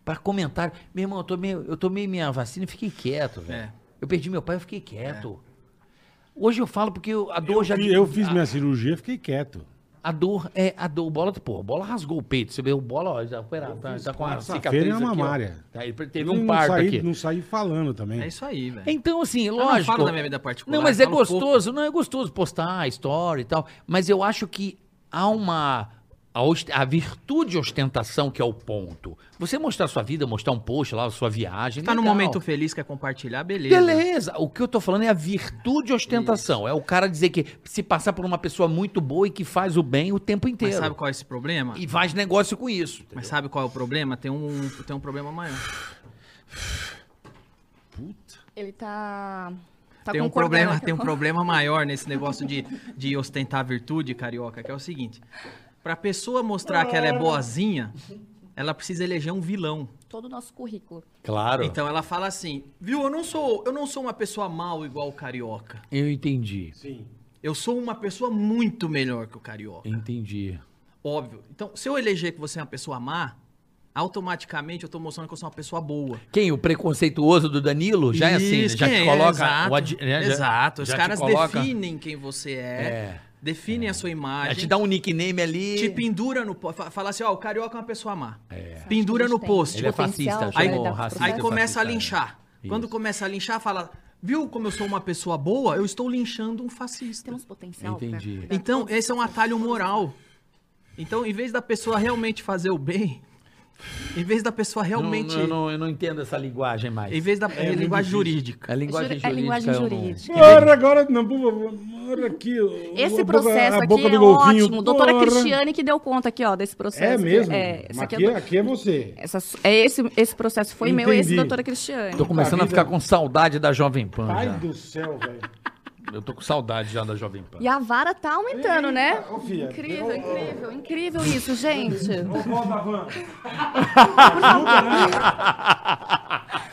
pra comentário. Meu irmão, eu tomei, eu tomei minha vacina e fiquei quieto, velho.
É.
Eu perdi meu pai e fiquei quieto. Hoje eu falo porque eu- a dor já...
E É. eu fiz minha cirurgia, fiquei quieto.
A dor é a dor. O bola, pô, o bola rasgou o peito. Você vê o bola, ó, já, pera, tá, tá com a
quarta-feira
cicatriz
é uma
aqui, ó.
mamária.
Tá, ele teve
Eu
um
não
parto
saí-
aqui.
Não saí falando
Ah,
também.
É isso aí, velho.
Então, assim,
não
lógico.
falo da minha vida particular,
Não, mas é
falo um
gostoso, não é gostoso postar história e tal. Mas eu acho que há uma. A, ost- a virtude de ostentação que é o ponto. Você mostrar sua vida, mostrar um post lá, sua viagem.
Tá num
legal.
momento feliz, quer compartilhar, beleza.
Beleza. O que eu tô falando é a virtude de ostentação. É o cara dizer que se passar por uma pessoa muito boa e que faz o bem o tempo
Mas
inteiro.
sabe qual é esse problema?
E faz negócio com isso.
Mas sabe qual é o problema? Tem um, tem um problema maior.
Ele tá. tá
tem um
concordando
problema,
aqui
tem um
com-
problema maior nesse negócio de, de ostentar virtude, carioca, que é o seguinte: pra pessoa mostrar que ela
Ah.
é boazinha, ela precisa eleger um vilão.
Todo o nosso currículo.
Claro.
Então ela fala assim: "Viu, eu não sou, eu não sou uma pessoa mal igual o carioca.
Eu entendi.
Eu sou uma pessoa muito melhor que o carioca".
Entendi.
Óbvio. Então, se eu eleger que você é uma pessoa má, automaticamente eu tô mostrando que eu sou uma pessoa boa.
Quem? O preconceituoso do Danilo? Já é assim, né?
Isso,
Já
quem
te
é?
coloca.
Exato.
o adi- né? Já-
Exato. Os
já te
caras
coloca-
definem quem você é,
É.
definem a sua
Já
imagem.
te dá um nickname ali.
Te pendura no post. Fala assim, ó, o carioca é uma pessoa má.
Acho
Pendura
que a
no
gente tem
post.
É. Ele é
potencial
fascista,
pra
aí-
lidar com
racista.
os
Aí
Isso.
processos.
começa a
Isso.
linchar. Quando começa a linchar, fala, viu como eu sou uma pessoa boa? Eu estou linchando um fascista.
Temos potencial. né? pra
Entendi.
lidar com
Então,
todos
esse é um
esses
atalho
processos.
moral. Então, em vez da pessoa realmente fazer o bem, em vez da pessoa
Não,
realmente...
não, não, eu não entendo essa linguagem mais.
Em vez da é linguagem jurídica.
A linguagem
É
jurídica. um-
linguagem
eu não-
jurídica.
Ora, agora não, por favor. Ora aqui. o-
Esse
a boca-
processo
a
aqui
boca
é
do golfinho.
ótimo. Doutora
Ora.
Cristiane que deu conta aqui, ó, desse
É
processo.
mesmo?
É, essa
Mas
aqui
aqui,
é,
é, aqui é você.
essa, é esse, esse processo foi meu, esse
Entendi.
doutora Cristiane.
Tô começando a ficar com saudade da Jovem Pan.
Ai
já.
do céu, velho.
Eu tô com saudade já da Jovem Pan.
E a vara tá aumentando, né?
Ô, filha.
Incrível, incrível, incrível isso, gente.
Ô, vó da van.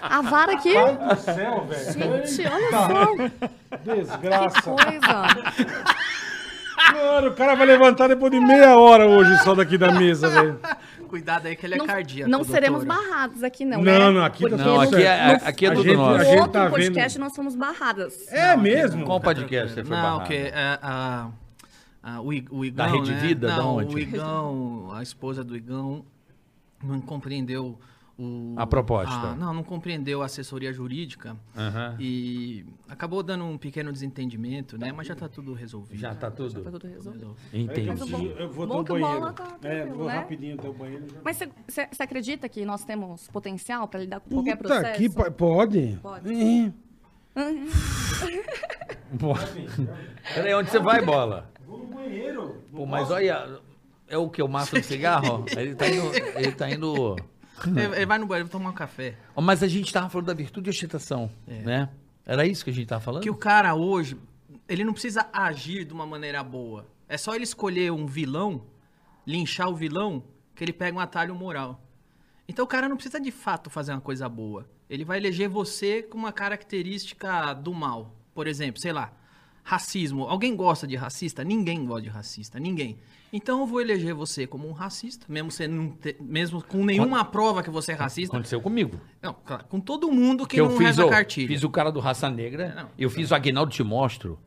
A vara aqui.
Ai do céu, velho.
Gente, olha só
Tá,
que
Desgraça.
coisa.
Mano, o cara vai levantar depois de meia hora hoje só daqui da mesa, velho.
Cuidado aí que ele é cardíaco.
Não, não seremos
doutora.
barrados aqui, não.
Não,
né?
não, aqui tá
Porque
tudo
Não,
no-
aqui é, aqui é
A
tudo
gente-
No
a
nosso.
gente
outro
tá vendo-
podcast nós fomos barradas.
É mesmo?
Qual podcast você foi
Não,
barrado?
que é, a, a- o, I- o Igão,
Rede
né?
Vida? Da
Não,
onde?
o Igão, a esposa do Igão não compreendeu o-
A proposta. Ah.
Ah, não, não compreendeu a assessoria jurídica
Aham.
e acabou dando um pequeno desentendimento, né? Mas já tá tudo resolvido.
Já tá tudo? Já tá
tudo resolvido.
é
Tá
Entendi.
Mas o bom-
Eu vou
um
Bom
até o
que o
banheiro.
Bola tá
é,
tranquilo,
vou
né?
rapidinho até o banheiro. e já-
Mas você acredita que nós temos potencial para lidar com
Puta
qualquer processo?
que pa- pode?
Pode.
Ih,
Uhum.
Peraí, onde você vai, bola?
Vou no banheiro.
Pô, mas olha. É o que? O maço de cigarro? Ele tá indo. Ele tá indo...
Ele,
tá.
ele vai no banheiro tomar um café.
Ó, Mas a gente tava falando da virtude e excitação, né? Era isso que a gente tava falando?
É. Que o cara hoje, ele não precisa agir de uma maneira boa. É só ele escolher um vilão, linchar o vilão, que ele pega um atalho moral. Então o cara não precisa de fato fazer uma coisa boa. Ele vai eleger você com uma característica do mal. Por exemplo, sei lá, racismo. Alguém gosta de racista? Ninguém gosta de racista, ninguém. Então eu vou eleger você como um racista, mesmo, você não ter- mesmo com nenhuma prova que você é racista.
Aconteceu comigo.
Não, claro, com todo mundo que,
que eu
não
fiz
reza a
o,
cartilha.
fiz o cara do Raça Negra,
É, não.
eu fiz o Agnaldo Te Mostro.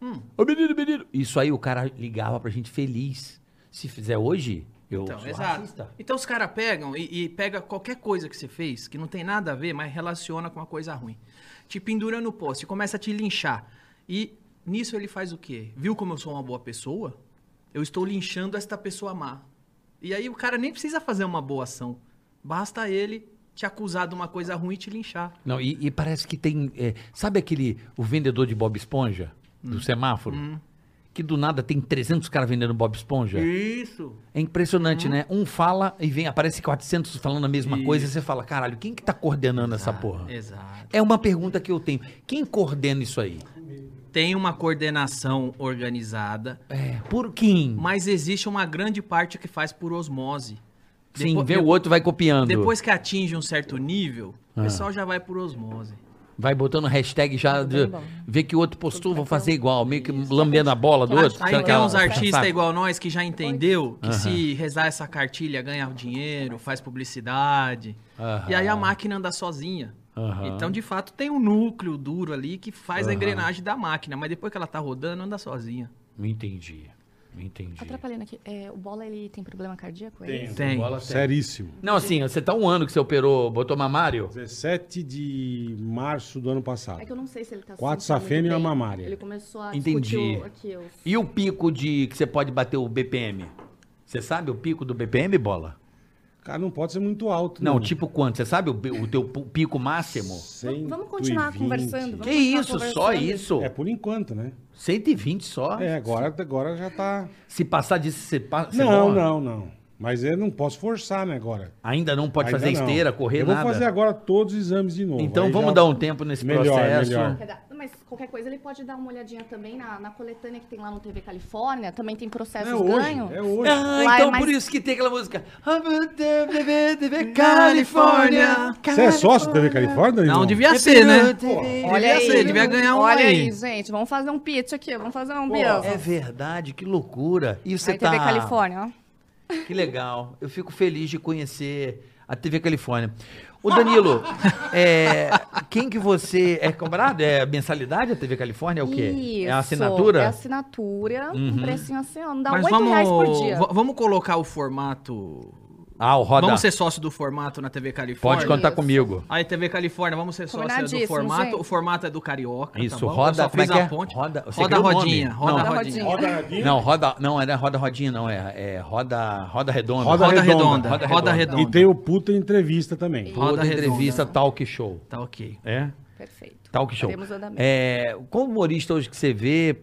Hum.
Ô, menino, menino. Isso aí o cara ligava pra gente feliz. Se fizer hoje, eu
Então,
sou
exato.
racista.
Então os caras pegam e, e pega qualquer coisa que você fez, que não tem nada a ver, mas relaciona com uma coisa ruim. Te pendura no poste, começa a te linchar. E nisso ele faz o quê? Viu como eu sou uma boa pessoa? Eu estou linchando esta pessoa má. E aí o cara nem precisa fazer uma boa ação. Basta ele te acusar de uma coisa ruim e te linchar.
Não, e, e parece que tem. é, sabe aquele. O vendedor de Bob Esponja?
Hum.
Do semáforo? Que do nada tem 300 caras vendendo Bob Esponja.
Isso.
É impressionante,
Uhum.
né? Um fala e vem, aparece 400 falando a mesma coisa e você fala: caralho, quem que tá coordenando essa porra?
Exato.
É uma pergunta que eu tenho. Quem coordena isso aí?
Tem uma coordenação organizada.
É, por quem?
Mas existe uma grande parte que faz por osmose.
Sim,
Depo-
vê
de-
o outro vai copiando.
Depois que atinge um certo nível,
Ah.
o pessoal já vai por osmose.
Vai botando hashtag já, de-
Tá bom.
vê que o outro postou, vou fazer igual, meio que lambendo a bola do outro. sabe
Aí tem
aquela-
uns artistas
sabe?
igual nós que já entendeu que
Aham.
se rezar essa cartilha ganha dinheiro, faz publicidade.
Aham.
E aí a máquina anda sozinha.
Aham.
Então, de fato, tem um núcleo duro ali que faz a
Aham.
engrenagem da máquina, mas depois que ela tá rodando, anda sozinha.
Entendi, entendi.
Atrapalhando aqui, é, o Bola ele tem problema cardíaco? é isso?
Tem.
Bola tem.
Seríssimo.
Não, assim, você tá um ano que você operou, botou mamário?
17 de março do ano passado.
É que eu não sei se ele tá
Quatro
sentindo
safena e
muito
é uma
bem.
mamária.
Ele começou a
Entendi.
discutir o- aqui, os-
E o pico de que você pode bater o BPM? Você sabe o pico do BPM, Bola?
Cara, não pode ser muito alto. né?
Não, tipo quanto? Você sabe o, bi- o teu pu- pico máximo?
Vamos continuar
120.
conversando. vamos
Que
continuar
isso, só
conversando.
isso?
É por enquanto, né?
120 só?
É, agora, agora já tá.
Se passar disso, você passa.
Não, não, não. Mas eu não posso forçar, né, agora.
Ainda não pode
Ainda
fazer
não.
esteira, correr,
Eu vou
nada?
fazer agora todos os exames de novo.
Então
Aí
vamos
já-
dar um tempo nesse
Melhor,
processo.
melhor.
Quer dar- Mas qualquer coisa ele pode dar uma olhadinha também na, na coletânea que tem lá no TV Califórnia. Também tem processos
É hoje,
ganho.
é hoje.
Ah,
Lá é
então
mais-
por isso que tem aquela música. "Ah, Califórnia.
Você é sócio da TV Califórnia? Danilão?
Não, devia ser, né?
Olha
devia ser,
aí,
devia ganhar um
olha
aí.
aí, gente. Vamos fazer um pitch aqui, vamos fazer um bião.
É verdade, que loucura. E você
Aí
tá
TV Califórnia, ó.
Que legal. Eu fico feliz de conhecer a TV Califórnia. Ô Danilo, é, quem que você é cobrado? É mensalidade a TV Califórnia? É o quê? é a
Isso,
assinatura?
É assinatura,
Uhum.
um precinho assim, ó, não dá
mas
8
vamos,
reais por dia.
va- vamos colocar o formato.
Ah, o Roda.
Vamos ser sócio do formato na TV
Pode
Califórnia.
contar
Isso.
comigo.
Aí, TV Califórnia, vamos ser sócia do
Combinadíssimo,
formato.
gente.
O formato é do Carioca.
Isso,
tá bom?
roda-
Eu só
como é
fiz
que
a
é?
ponte.
Roda- você
roda
criou o nome?
rodinha. Roda
Não.
rodinha.
Roda
Roda radinho.
Não, roda, não era roda rodinha, não, é, é roda, roda redonda.
Roda Roda redonda. redonda.
Roda,
Roda
redonda.
redonda.
E tem o puta entrevista também.
Roda,
Roda redonda.
entrevista, talk show.
Tá ok.
É?
Perfeito.
Talk show.
Teremos andamento.
É, qual humorista hoje que você vê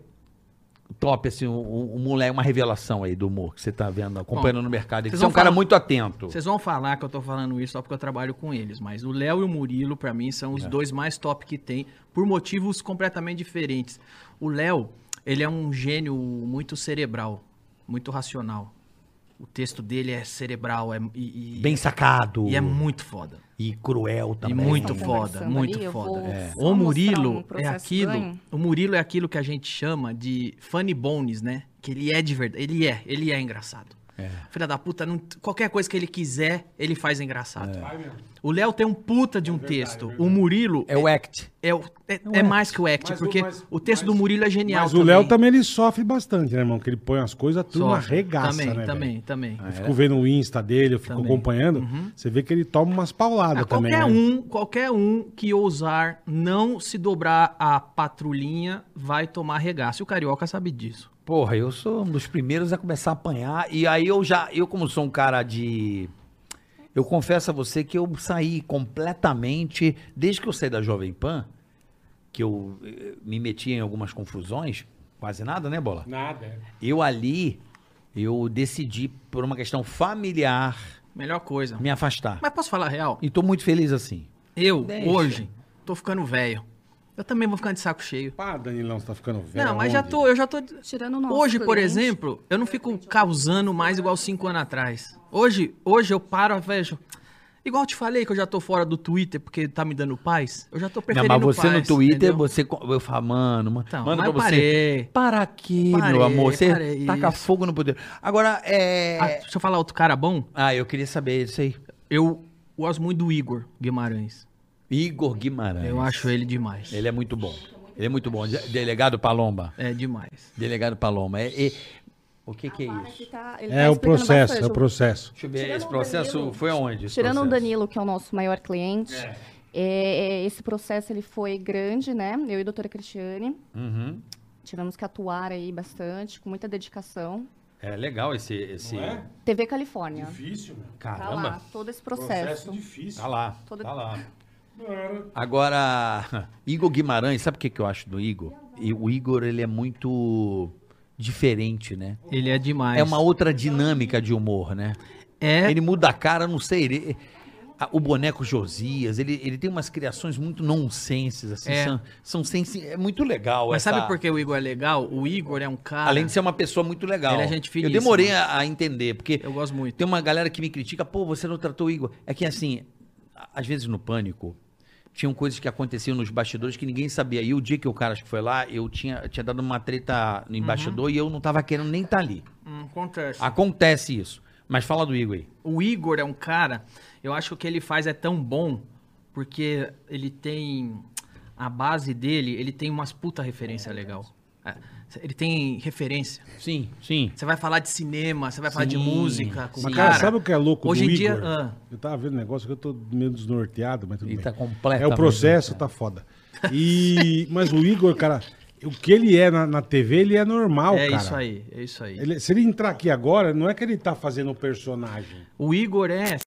top, assim, um, um moleque, uma revelação aí do humor que você tá vendo, acompanhando
Bom,
no mercado? aí, que
vocês
Você é um
vão
cara
falar-
muito atento.
Vocês vão falar que eu tô falando isso só porque eu trabalho com eles, mas o Léo e o Murilo, pra mim, são os
É.
dois mais top que tem, por motivos completamente diferentes. O Léo, ele é um gênio muito cerebral, muito racional. O texto dele é cerebral é, e, e-
Bem sacado.
e é muito foda.
e cruel
E
também.
muito
Estão
foda,
conversando
muito
ali, eu
foda.
vou É. só
O
mostrar
Murilo
um
é
processo
aquilo,
ganho.
o Murilo é aquilo que a gente chama de funny bones, né? Que ele é de verdade, ele é, ele é engraçado. Filha da puta, não- qualquer coisa que ele quiser, ele faz
É.
engraçado.
Vai mesmo. É
O Léo tem um puta de um texto. o Murilo. É o act. É, o- é- é mais que o act,
Mas o-
porque
mas-
o texto do Murilo é genial.
Mas o Léo também ele sofre bastante, né, irmão? Que ele põe as coisas, a turma
Sofre.
arregaça,
Também,
né? velho?
também, também.
Eu
Ah,
fico
é?
vendo o Insta dele, eu fico
Também.
acompanhando.
Uhum.
Você vê que ele toma umas pauladas
Ah,
também.
qualquer
né?
um, qualquer um que ousar não se dobrar à patrulhinha vai tomar regaço. E o carioca sabe disso.
Porra, eu sou um dos primeiros a começar a apanhar. E aí eu já, eu como sou um cara de. Eu confesso a você que eu saí completamente. Desde que eu saí da Jovem Pan, que eu eh, me meti em algumas confusões, quase nada, né, Bola?
Nada. é.
Eu ali, eu decidi, por uma questão familiar,
Melhor coisa.
me afastar.
Mas posso falar a real?
E tô muito feliz assim.
Eu,
Deixa.
hoje, tô ficando velho. Eu também vou ficando de saco cheio.
Pá, Danilão, você tá ficando velho.
Não, mas já
aonde?
tô, eu já tô.
Tirando o nosso
Hoje, por
cliente.
exemplo, eu não fico causando mais igual cinco anos atrás. Hoje, hoje eu paro, vejo. Igual eu te falei que eu já tô fora do Twitter porque tá me dando paz. Eu já tô
Não,
preferindo
mas você
paz,
no Twitter,
entendeu?
você. co- Eu falo, mano, mano.
Então,
manda
mas
pra você.
parei.
Para aqui, meu
Parei,
amor. Você
parei,
taca
isso.
fogo no poder. Agora, é.
Ah, deixa eu falar outro cara bom.
Ah, eu queria saber isso aí.
Eu gosto muito do Igor Guimarães.
Igor Guimarães.
Eu acho ele demais.
É Ele é muito bom. Ele é muito bom. De- Delegado Palomba.
É demais.
Delegado Palomba. É- é- O que, que é isso?
tá,
Tá
É o processo, é o processo.
Deixa eu ver. Esse processo foi aonde? esse
Tirando o
processo?
Danilo, que é o nosso maior cliente, é, é, esse processo ele foi grande, né? Eu e a doutora Cristiane
Uhum.
tivemos que atuar aí bastante, com muita dedicação.
É legal esse. esse...
é?
TV Califórnia.
Difícil, mano.
Tá lá,
Caramba.
todo esse processo.
difícil.
Tá lá.
Todo-
Tá lá.
Cara,
Agora, Igor Guimarães, sabe o que, que eu acho do Igor? E o Igor, ele é muito diferente, né?
Ele é demais.
É uma outra dinâmica de humor, né?
É,
Ele muda a cara, não sei, ele... a- O boneco Josias, ele, ele tem umas criações muito nonsenses, assim,
É.
são, são sensi... é muito legal
mas
essa...
sabe por que o Igor é legal? O Igor é um cara.
Além de ser uma pessoa muito legal.
Ele é gente
Eu
finíssima.
demorei a, a entender, porque
Eu gosto muito.
tem uma galera que me critica, pô, você não tratou o Igor. É que assim, a- às vezes no pânico, tinham coisas que aconteciam nos bastidores que ninguém sabia. E o dia que o cara acho que foi lá, eu tinha, tinha dado uma treta
Uhum.
no embaixador e eu não tava querendo nem estar ali.
Hum, acontece.
Acontece isso. Mas fala do Igor aí.
O Igor é um cara, eu acho que o que ele faz é tão bom, porque ele tem a base dele, ele tem umas puta referência legal. É, Ele tem referência.
Sim, sim.
Você vai falar de cinema, você vai falar de
Sim.
música com o
Mas, cara, sabe o que é louco
Hoje
do
em
Igor?
dia, ah,
Eu tava vendo um negócio que eu tô meio desnorteado, mas tudo
Ele
bem.
tá completamente
É o processo, tá foda. E... mas o Igor, cara, o que ele é na, na TV, ele é normal,
é
cara.
isso aí, é isso aí.
Ele- se ele entrar aqui agora, não é que ele tá fazendo um personagem.
O Igor é.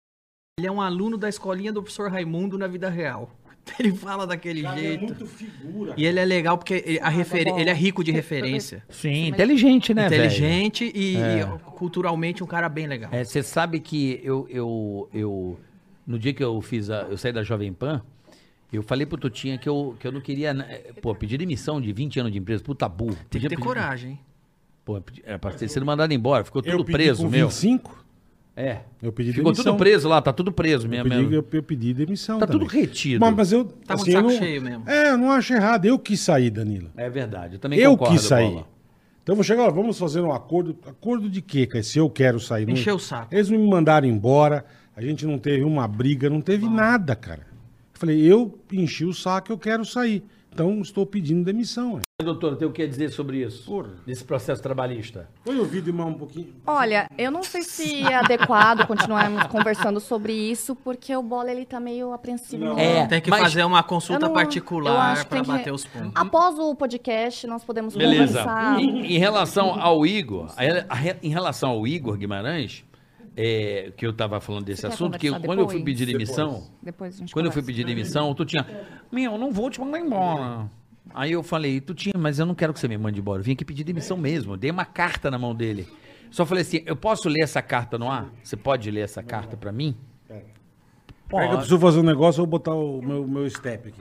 Ele é um aluno da escolinha do professor Raimundo na vida real. Ele fala daquele jeito.
figura.
E ele é legal porque
Ah,
ele,
tá
a refer- ele é rico de referência.
Sim, inteligente, né, velho?
Inteligente e, e culturalmente um cara bem legal.
É, você sabe que eu, eu, eu. No dia que eu fiz a, eu saí da Jovem Pan, eu falei pro Tutinha que eu, que eu não queria. né, Pô, pedir demissão de 20 anos de empresa, puta burro.
Tem
Podia
que ter
pedir-
coragem, hein?
Pô, pedi- era pra ter sido mandado embora, ficou
Eu
tudo
pedi
preso,
com
meu.
25,
É.
eu pedi
Ficou
demissão.
tudo preso lá, tá tudo preso
Eu
mesmo.
pedi,
mesmo.
eu, eu pedi demissão
Tá
também.
tudo retido.
Mas, mas eu... assim,
Tá muito
eu
saco
não-
cheio mesmo.
É, eu não acho errado. Eu quis sair, Danilo.
É verdade, eu também
Eu
concordo.
quis sair.
Bola.
Então eu vou chegar, ó, vamos fazer um acordo. Acordo de quê, cara? Se eu quero sair. não-
Encheu o saco.
Eles me mandaram embora, a gente não teve uma briga, não teve nada, cara. Eu falei, eu enchi o saco, eu quero sair. Então estou pedindo demissão. ué.
Doutora, tem o que dizer sobre isso?
Porra.
Desse processo trabalhista.
Foi ouvido, irmão, um pouquinho.
Olha, eu não sei se é adequado continuarmos conversando sobre isso, porque o Bola ele tá meio apreensivo.
Não.
no
É,
Tem que
mas-
fazer uma
Eu
consulta
não- eu acho
particular
que
pra
tem que-
bater os pontos.
Após o podcast, nós podemos
Beleza. Uhum.
conversar.
Em, em relação ao Igor, a- a- em relação ao Igor Guimarães, é, que eu tava falando desse
Você quer
assunto, que eu-
conversar
quando eu
depois?
fui pedir demissão,
Depois a gente
quando eu fui
conversa.
pedir demissão, tu tinha, meu, não vou te mandar embora. Aí eu falei, tu tinha, mas eu não quero que você me mande embora. Eu vim aqui pedir demissão mesmo. Eu dei uma carta na mão dele. Só falei assim, eu posso ler essa carta no ar? Você pode ler essa carta pra mim?
Pega, eu preciso fazer um negócio, eu vou botar o meu, meu step aqui.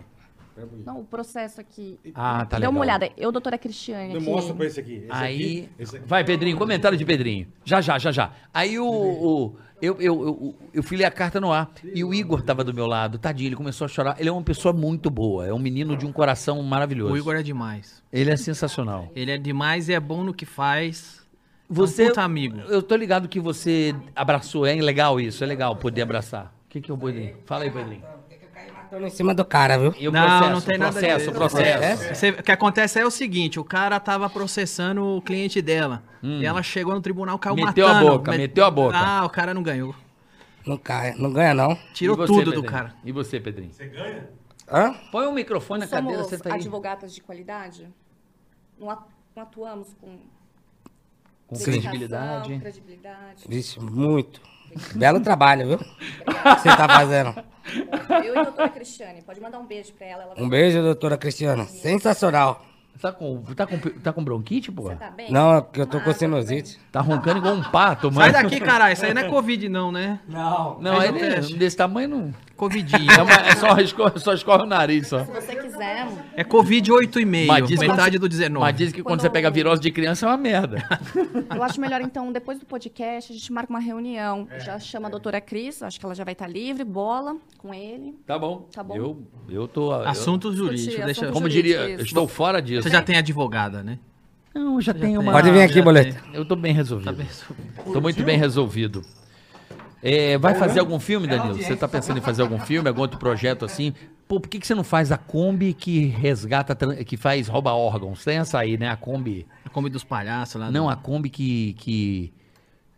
Não, o processo aqui.
Ah, tá
Dê
legal.
uma olhada. Eu, doutora Cristiane.
Eu
aqui.
mostro pra esse aqui. Esse
Aí.
aqui, esse aqui.
Vai, Pedrinho, comentário de Pedrinho. Já, já, já, já. Aí o. o- eu, eu, eu, eu fui ler a carta no ar e o Igor tava do meu lado, tadinho, ele começou a chorar. Ele é uma pessoa muito boa, é um menino de um coração maravilhoso.
O Igor é demais.
Ele é sensacional.
Ele é demais e é bom no que faz.
Você,
puta amigo.
Eu tô ligado que você abraçou. É legal isso, é legal poder abraçar. O que, que eu poder? Fala aí, Pedrinho.
Em cima do cara, viu?
E o
não,
processo,
não tem
o
nada
processo,
disso.
o processo.
Você- o que acontece é o seguinte, o cara tava processando o cliente dela.
Hum.
E ela chegou no tribunal, caiu
Meteu a
matando.
boca, meteu a boca.
Ah, o cara não ganhou.
Não cai, não ganha não.
Tirou
E você,
tudo do
Pedrinho?
cara.
E você, Pedrinho? Você ganha?
Hã?
Põe o microfone na cadeira,
Somos
você tá aí.
advogatas de qualidade? Não atu- não atuamos com...
Com
dedicação,
credibilidade.
credibilidade. Tipo,
Vixe, muito. Belo trabalho, viu? Que você tá fazendo.
Eu e a doutora Cristiane, pode mandar um beijo pra ela. ela vai-
Um beijo, doutora Cristiana. Sensacional.
Tá com, tá com, tá com bronquite, porra?
Tá bem?
Não, é porque eu tô com sinusite.
Tá roncando igual um pato,
Sai
mano.
daqui, caralho. Isso aí não é Covid, não, né?
Não.
Não,
Faz
ele
o
é
teste.
desse tamanho não.
Covidinho.
É, uma- é só, escorre, só escorre o nariz, só.
Se você quiser,
É Covid 8,5.
que-
Metade do 19.
Mas diz que quando você pega virose de criança é uma merda.
eu acho melhor então, depois do podcast, a gente marca uma reunião.
É,
já chama a doutora Cris, acho que ela já vai estar livre, bola com ele.
Tá bom.
Tá bom.
Eu, eu tô. eu-
Assunto jurídico.
Discutir,
Deixa...
assunto
como
jurídico.
diria,
isso.
estou fora disso.
Você já tem advogada, né?
Não, eu já,
Ah, já
tenho
tem.
uma.
Pode vir aqui,
já
boleto.
tenho. Eu tô bem resolvido.
Tá bem resolvido.
Tô muito bem resolvido. É, vai fazer algum filme, Danilo? Você tá pensando em fazer algum filme, algum outro projeto assim? Pô, por que, que você não faz a Kombi que resgata, tran- que faz rouba órgãos? Tem essa aí, né? A Kombi.
A Kombi dos palhaços lá.
Ah, Não,
do-
a Kombi que, que,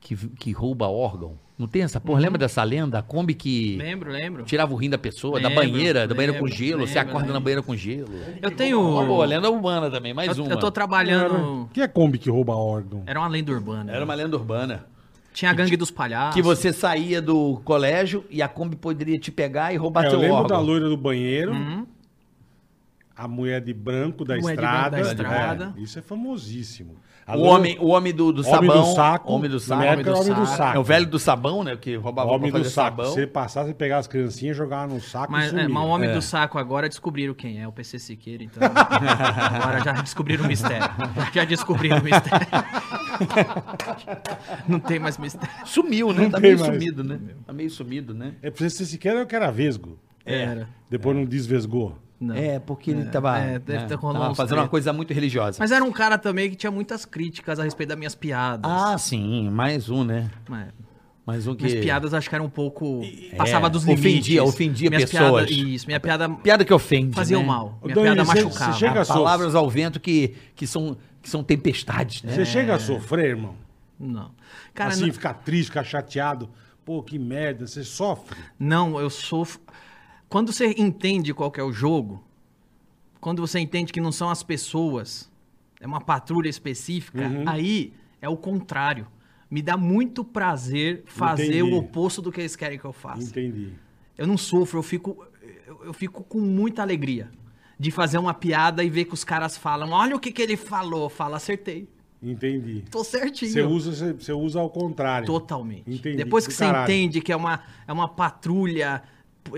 que, que rouba órgão. Não tem essa porra? Lembra dessa lenda? A Kombi que
Lembro, lembro.
tirava o rim da pessoa, da
Lembro,
banheira, da banheira com
lembro,
gelo. você
lembro,
acorda na
lembro.
banheira com gelo.
Eu tenho.
Uma boa, lenda urbana também, mais
eu,
uma.
eu tô trabalhando.
Que é Kombi que rouba órgão?
Era uma lenda urbana.
Era uma lenda urbana.
Tinha a gangue dos palhaços.
Que você saía do colégio e a Kombi poderia te pegar e roubar
É, eu
seu
lembro da
órgão. Uhum.
loira do banheiro. A mulher de branco da
Mulher de branco
estrada.
da estrada.
É, isso é famosíssimo. A
O
loira-
homem, o homem do, do
Homem do
sabão.
saco.
Homem do
Na
saco.
minha época era
do
homem do saco.
É o velho do sabão, né? Que roubava
homem
pra
do
fazer
saco.
sabão.
Se ele passasse, ele pegava as criancinhas, jogava no saco e
Mas,
sumia.
é, mas o homem
É.
do saco agora descobriram quem é, o PC Siqueira, então. agora já descobriram o mistério. Já descobriram o mistério. Não tem mais mistério.
Sumiu, né? Tá
tem
meio
mais.
sumido, né? Tá meio sumido, né?
É pra você sequer eu que era vesgo.
Era.
Depois não desvesgou.
Não.
É, porque ele tava,
é, deve
né,
ter rolado
tava
uns
fazendo
treta.
uma coisa muito religiosa.
Mas era um cara também que tinha muitas críticas a respeito das minhas piadas.
Ah, sim, mais um, né?
Mas-
Mais um que. É.
Minhas piadas acho que eram um pouco. Passava dos limites.
ofendia- ofendia
Minhas
pessoas.
piadas- isso, minha piada
Piada que ofende.
fazia
né?
mal.
Ô,
Minha
Dani,
piada
você-
machucava.
você chega-
Há Palavras ao vento que, que, são, que são tempestades, né?
Você chega a sofrer, irmão?
Não. Cara,
assim,
não-
ficar triste, ficar chateado. Pô, que merda, você sofre.
Não, eu sofro. Quando você entende qual que é o jogo, quando você entende que não são as pessoas, é uma patrulha específica,
Uhum.
aí é o contrário. Me dá muito prazer fazer
Entendi.
o oposto do que eles querem que eu faça.
Entendi.
Eu não sofro, eu fico, eu, eu fico com muita alegria de fazer uma piada e ver que os caras falam: olha o que, que ele falou, fala, acertei.
Entendi.
Tô certinho.
Você usa, você- você usa ao contrário.
Totalmente.
Entendi.
Depois que
Do
você
caralho.
entende que é uma, é uma patrulha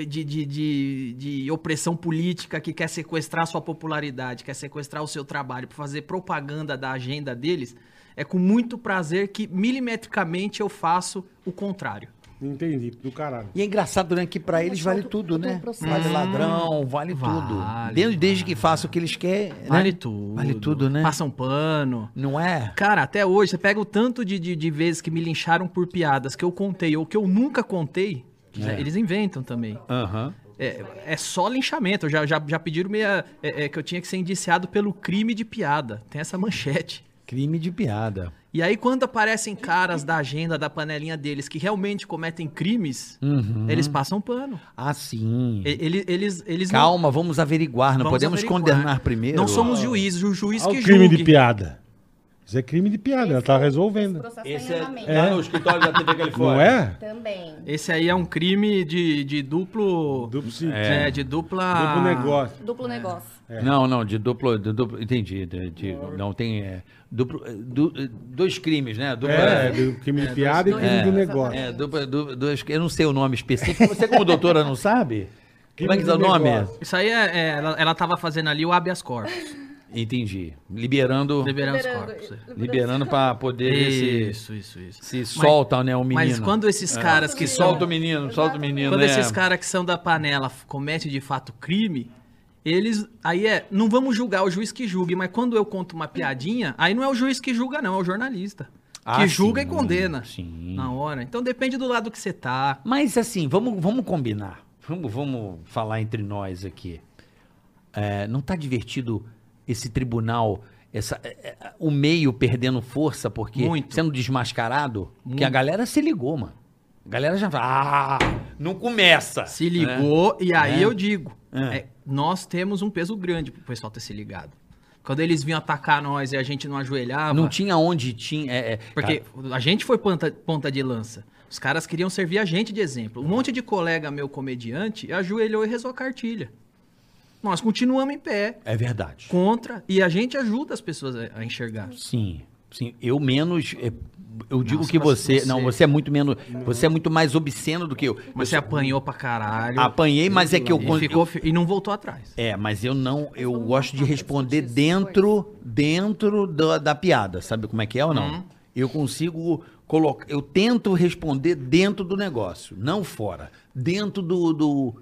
de, de, de, de opressão política que quer sequestrar sua popularidade, quer sequestrar o seu trabalho, para fazer propaganda da agenda deles, é com muito prazer que milimetricamente eu faço o contrário.
Entendi, do caralho.
E é engraçado, né? Que pra eles vale tudo, né? Vale ladrão, vale,
Vale,
tudo. Desde, desde que faça o que eles querem. né?
Vale tudo.
Vale tudo, né?
Passam pano.
Não é?
Cara, até hoje, você pega o tanto de, de, de vezes que me lincharam por piadas que eu contei ou que eu nunca contei,
É.
eles inventam também.
Aham.
É, é só linchamento. Já, já, já pediram meia, é, é, que eu tinha que ser indiciado pelo crime de piada. Tem essa manchete.
Crime de piada.
E aí, quando aparecem caras da agenda, da panelinha deles, que realmente cometem crimes,
Uhum.
eles passam pano.
Ah, sim.
E- Eles, eles, eles não-
Calma, vamos averiguar. Não
Vamos
podemos
averiguar.
condenar primeiro.
Não somos juízes, o juiz
Olha
que
o crime
julgue.
de piada. Isso é crime de piada, ela tá
Esse
resolvendo.
processo
Esse
tá em
é,
andamento.
tá no escritório da TV
Não
Califórnia.
é?
Também.
Esse aí é um crime de, de duplo.
Duplo sentido.
É, de dupla.
Duplo negócio.
Duplo negócio.
É.
Não, não, de duplo, de duplo entendi. de- de- não tem é, duplo, é, du- é, dois crimes, né? Duplo,
É, do crime de piada e crime de negócio.
é, duplo- du- dois, eu não sei o nome específico. Você como doutora não sabe? Como é que é o
de
nome?
negócio.
Isso aí é. é, ela, ela tava fazendo ali o habeas corpus.
Entendi. Liberando,
Liberando os
Liberando,
corpos. é.
liberando para poder ver se,
Isso, isso, isso.
se solta, né, o menino.
Mas quando esses caras que são.
solta o menino, solta o menino,
Quando
é.
esses caras que são da panela f- cometem de fato crime, eles. Aí é. Não vamos julgar o juiz que julgue, mas quando eu conto uma piadinha, aí não é o juiz que julga, não, é o jornalista.
Ah,
que julga
sim,
e condena
sim.
na hora. Então depende do lado que você tá.
Mas assim, vamos, vamos combinar. Vamos, vamos falar entre nós aqui. É, não tá divertido esse tribunal, essa, é, é, o meio perdendo força, porque
Muito.
sendo desmascarado, que a galera se ligou, mano. A galera já fala, ah, não começa.
Se ligou, e aí
É.
eu digo:
É.
é, nós temos um peso grande pro pessoal ter se ligado. Quando eles vinham atacar nós e a gente não ajoelhava.
É. Não tinha onde, tinha... é, é,
Porque
cara,
a gente foi ponta, ponta de lança. Os caras queriam servir a gente de exemplo. Um
Tá.
monte de colega meu comediante ajoelhou e rezou a cartilha. Nós continuamos em pé,
é verdade.
contra, e a gente ajuda as pessoas a, a enxergar.
Sim, sim. Eu menos. é, Eu digo
Nossa,
que
mas
você,
você-
Não, você é muito menos. Você é muito mais obsceno do que eu.
Mas
Eu
você apanhou pra caralho.
Apanhei, mas é que eu-
E, ficou, e não voltou atrás.
sou- É, mas eu não. Eu gosto de responder dentro dentro da, da piada. Sabe como é que é ou
Uhum.
não? Eu consigo colocar. Eu tento responder dentro do negócio, não fora. Dentro do. do-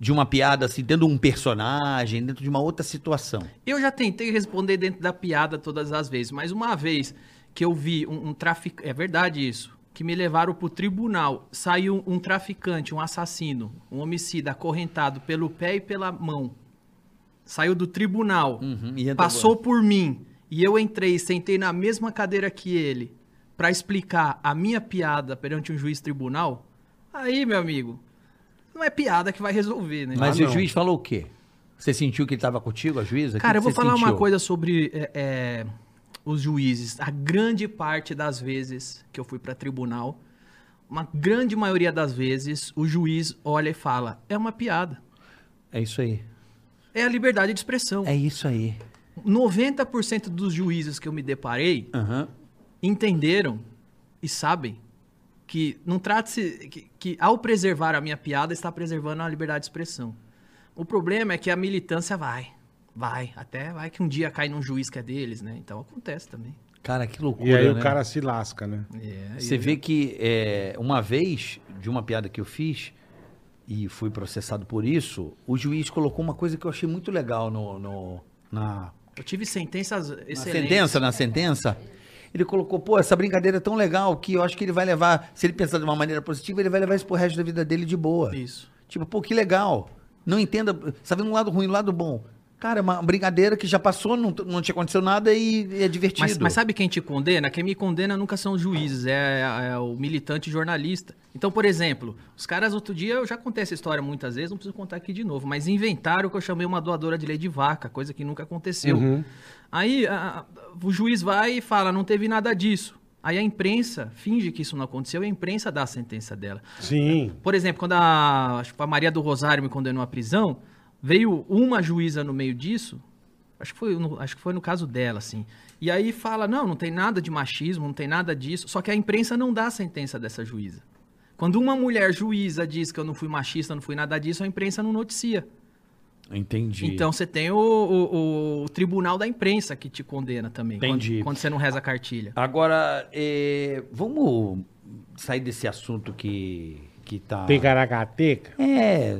de uma piada, assim, dentro de um personagem, dentro de uma outra situação.
Eu já tentei responder dentro da piada todas as vezes, mas uma vez que eu vi um, um traficante. É verdade isso. Que me levaram pro tribunal. Saiu um traficante, um assassino, um homicida acorrentado pelo pé e pela mão. Saiu do tribunal.
Uhum, e entra
passou por mim. E eu entrei, sentei na mesma cadeira que ele pra explicar a minha piada perante um juiz tribunal. Aí, meu amigo, não é piada que vai resolver, né?
Mas
Ah,
o
não.
juiz falou o quê? Você sentiu que ele estava contigo, a juíza? O que
Cara,
que
eu vou
você
falar uma
sentiu?
coisa sobre é, é, os juízes. A grande parte das vezes que eu fui pra tribunal, uma grande maioria das vezes, o juiz olha e fala: é uma piada.
É isso aí.
É a liberdade de expressão.
É isso aí.
90% dos juízes que eu me deparei entenderam e sabem que não trata-se. Que, que ao preservar a minha piada, está preservando a liberdade de expressão. O problema é que a militância vai. Vai. Até vai que um dia cai num juiz que é deles, né? Então acontece também.
Cara, que loucura.
E aí o
né?
cara se lasca, né?
Você vê que é, uma vez, de uma piada que eu fiz, e fui processado por isso, o juiz colocou uma coisa que eu achei muito legal no, no- na,
Eu tive sentenças
na
excelentes.
sentença, né? na sentença. Ele colocou, pô, essa brincadeira é tão legal que eu acho que ele vai levar, se ele pensar de uma maneira positiva, ele vai levar isso pro resto da vida dele de boa.
Isso.
Tipo, pô, que legal. Não entenda, tá vendo um lado ruim, um lado bom. Cara, é uma brincadeira que já passou, não, não te aconteceu nada e é divertido.
Mas, mas sabe quem te condena? Quem me condena nunca são os juízes, é, é o militante jornalista. Então, por exemplo, os caras outro dia, eu já contei essa história muitas vezes, não preciso contar aqui de novo, mas inventaram que eu chamei uma doadora de lei de vaca, coisa que nunca aconteceu.
Uhum.
Aí a- a- o juiz vai e fala, não teve nada disso. Aí a imprensa finge que isso não aconteceu e a imprensa dá a sentença dela.
Sim.
Por exemplo, quando a, acho que foi a Maria do Rosário me condenou à prisão, veio uma juíza no meio disso, acho que foi no, acho que foi no caso dela, assim. E aí fala, não, não tem nada de machismo, não tem nada disso. Só que a imprensa não dá a sentença dessa juíza. Quando uma mulher juíza diz que eu não fui machista, não fui nada disso, a imprensa não noticia.
Entendi.
Então você tem o, o- o tribunal da imprensa que te condena também. quando-
Entendi.
Quando, você não reza a cartilha.
Agora, eh, vamos sair desse assunto que, que tá.
Picaracateca.
É.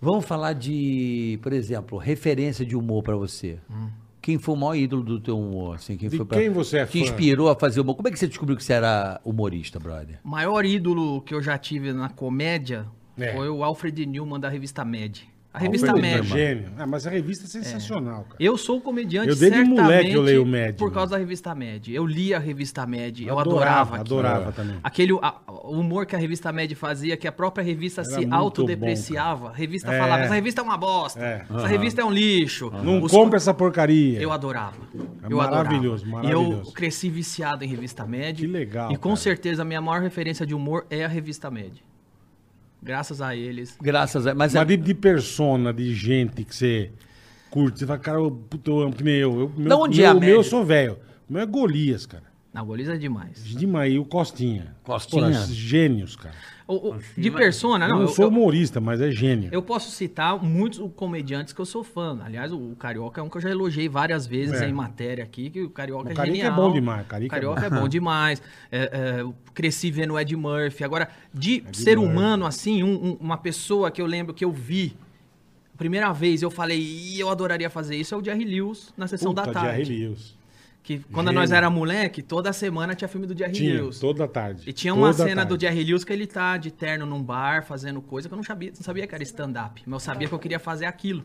Vamos falar de, por exemplo, referência de humor pra você. Quem foi o maior ídolo do teu humor? Assim, quem
De
foi pra-
quem você é
Te
fã?
inspirou a fazer humor. Como é que você descobriu que você era humorista, brother?
O maior ídolo que eu já tive na comédia
É.
foi o Alfred Newman da revista Mad. A
Alfredo
revista
é
Mad.
Gênio. Ah, mas a revista é sensacional, cara.
Eu sou comediante
Eu desde
certamente
moleque eu leio o Mad,
por
mano.
causa da revista Mad. Eu li a revista Mad, eu
Adorava,
adorava. aquilo.
adorava também.
Aquele a- o humor que a revista Mad fazia, que a própria revista
Era
se
muito
autodepreciava. A revista
É.
falava, essa revista é uma bosta,
É.
essa
Aham.
revista é um lixo.
Não
Os
compra essa porcaria.
eu adorava.
É
eu adorava.
maravilhoso,
E
maravilhoso.
eu cresci viciado em revista Med.
Que legal,
E com
cara.
certeza a minha maior referência de humor é a revista Med. Graças a eles.
Graças a. Mas,
Mas
é-
de, de persona, de gente que você curte, você fala, cara, eu, puta, eu, que nem eu, eu meu,
onde
meu,
é a
o meu eu
média?
sou velho. O meu é Golias, cara.
Na Goliza é demais.
Demais. E o Costinha.
Costinha?
Porra, esses gênios, cara.
O- o- de persona,
Eu
não.
não
eu-
sou
eu-
humorista, mas é gênio.
Eu posso citar muitos comediantes que eu sou fã. Aliás, o o Carioca é um que eu já elogiei várias vezes
É.
em matéria aqui, que o Carioca
O
é
Carica é
genial.
bom demais, Carica é
Carioca é
bom.
bom demais. É, é, eu cresci vendo o Ed Murphy. Agora, de ser
Murphy.
humano, assim, um- um- uma pessoa que eu lembro que eu vi, a primeira vez eu falei, e eu adoraria fazer isso, é o Jerry Lewis na sessão da
Puta,
tarde.
Jerry Lewis.
Que quando
Gênio.
nós era moleque, toda semana tinha filme do Jerry
Tinha,
Lewis.
toda tarde.
E tinha uma
Toda
cena do
tarde.
Jerry Lewis que ele tá de terno num bar fazendo coisa que eu não sabia, não sabia que era stand-up, mas eu sabia que eu queria fazer aquilo.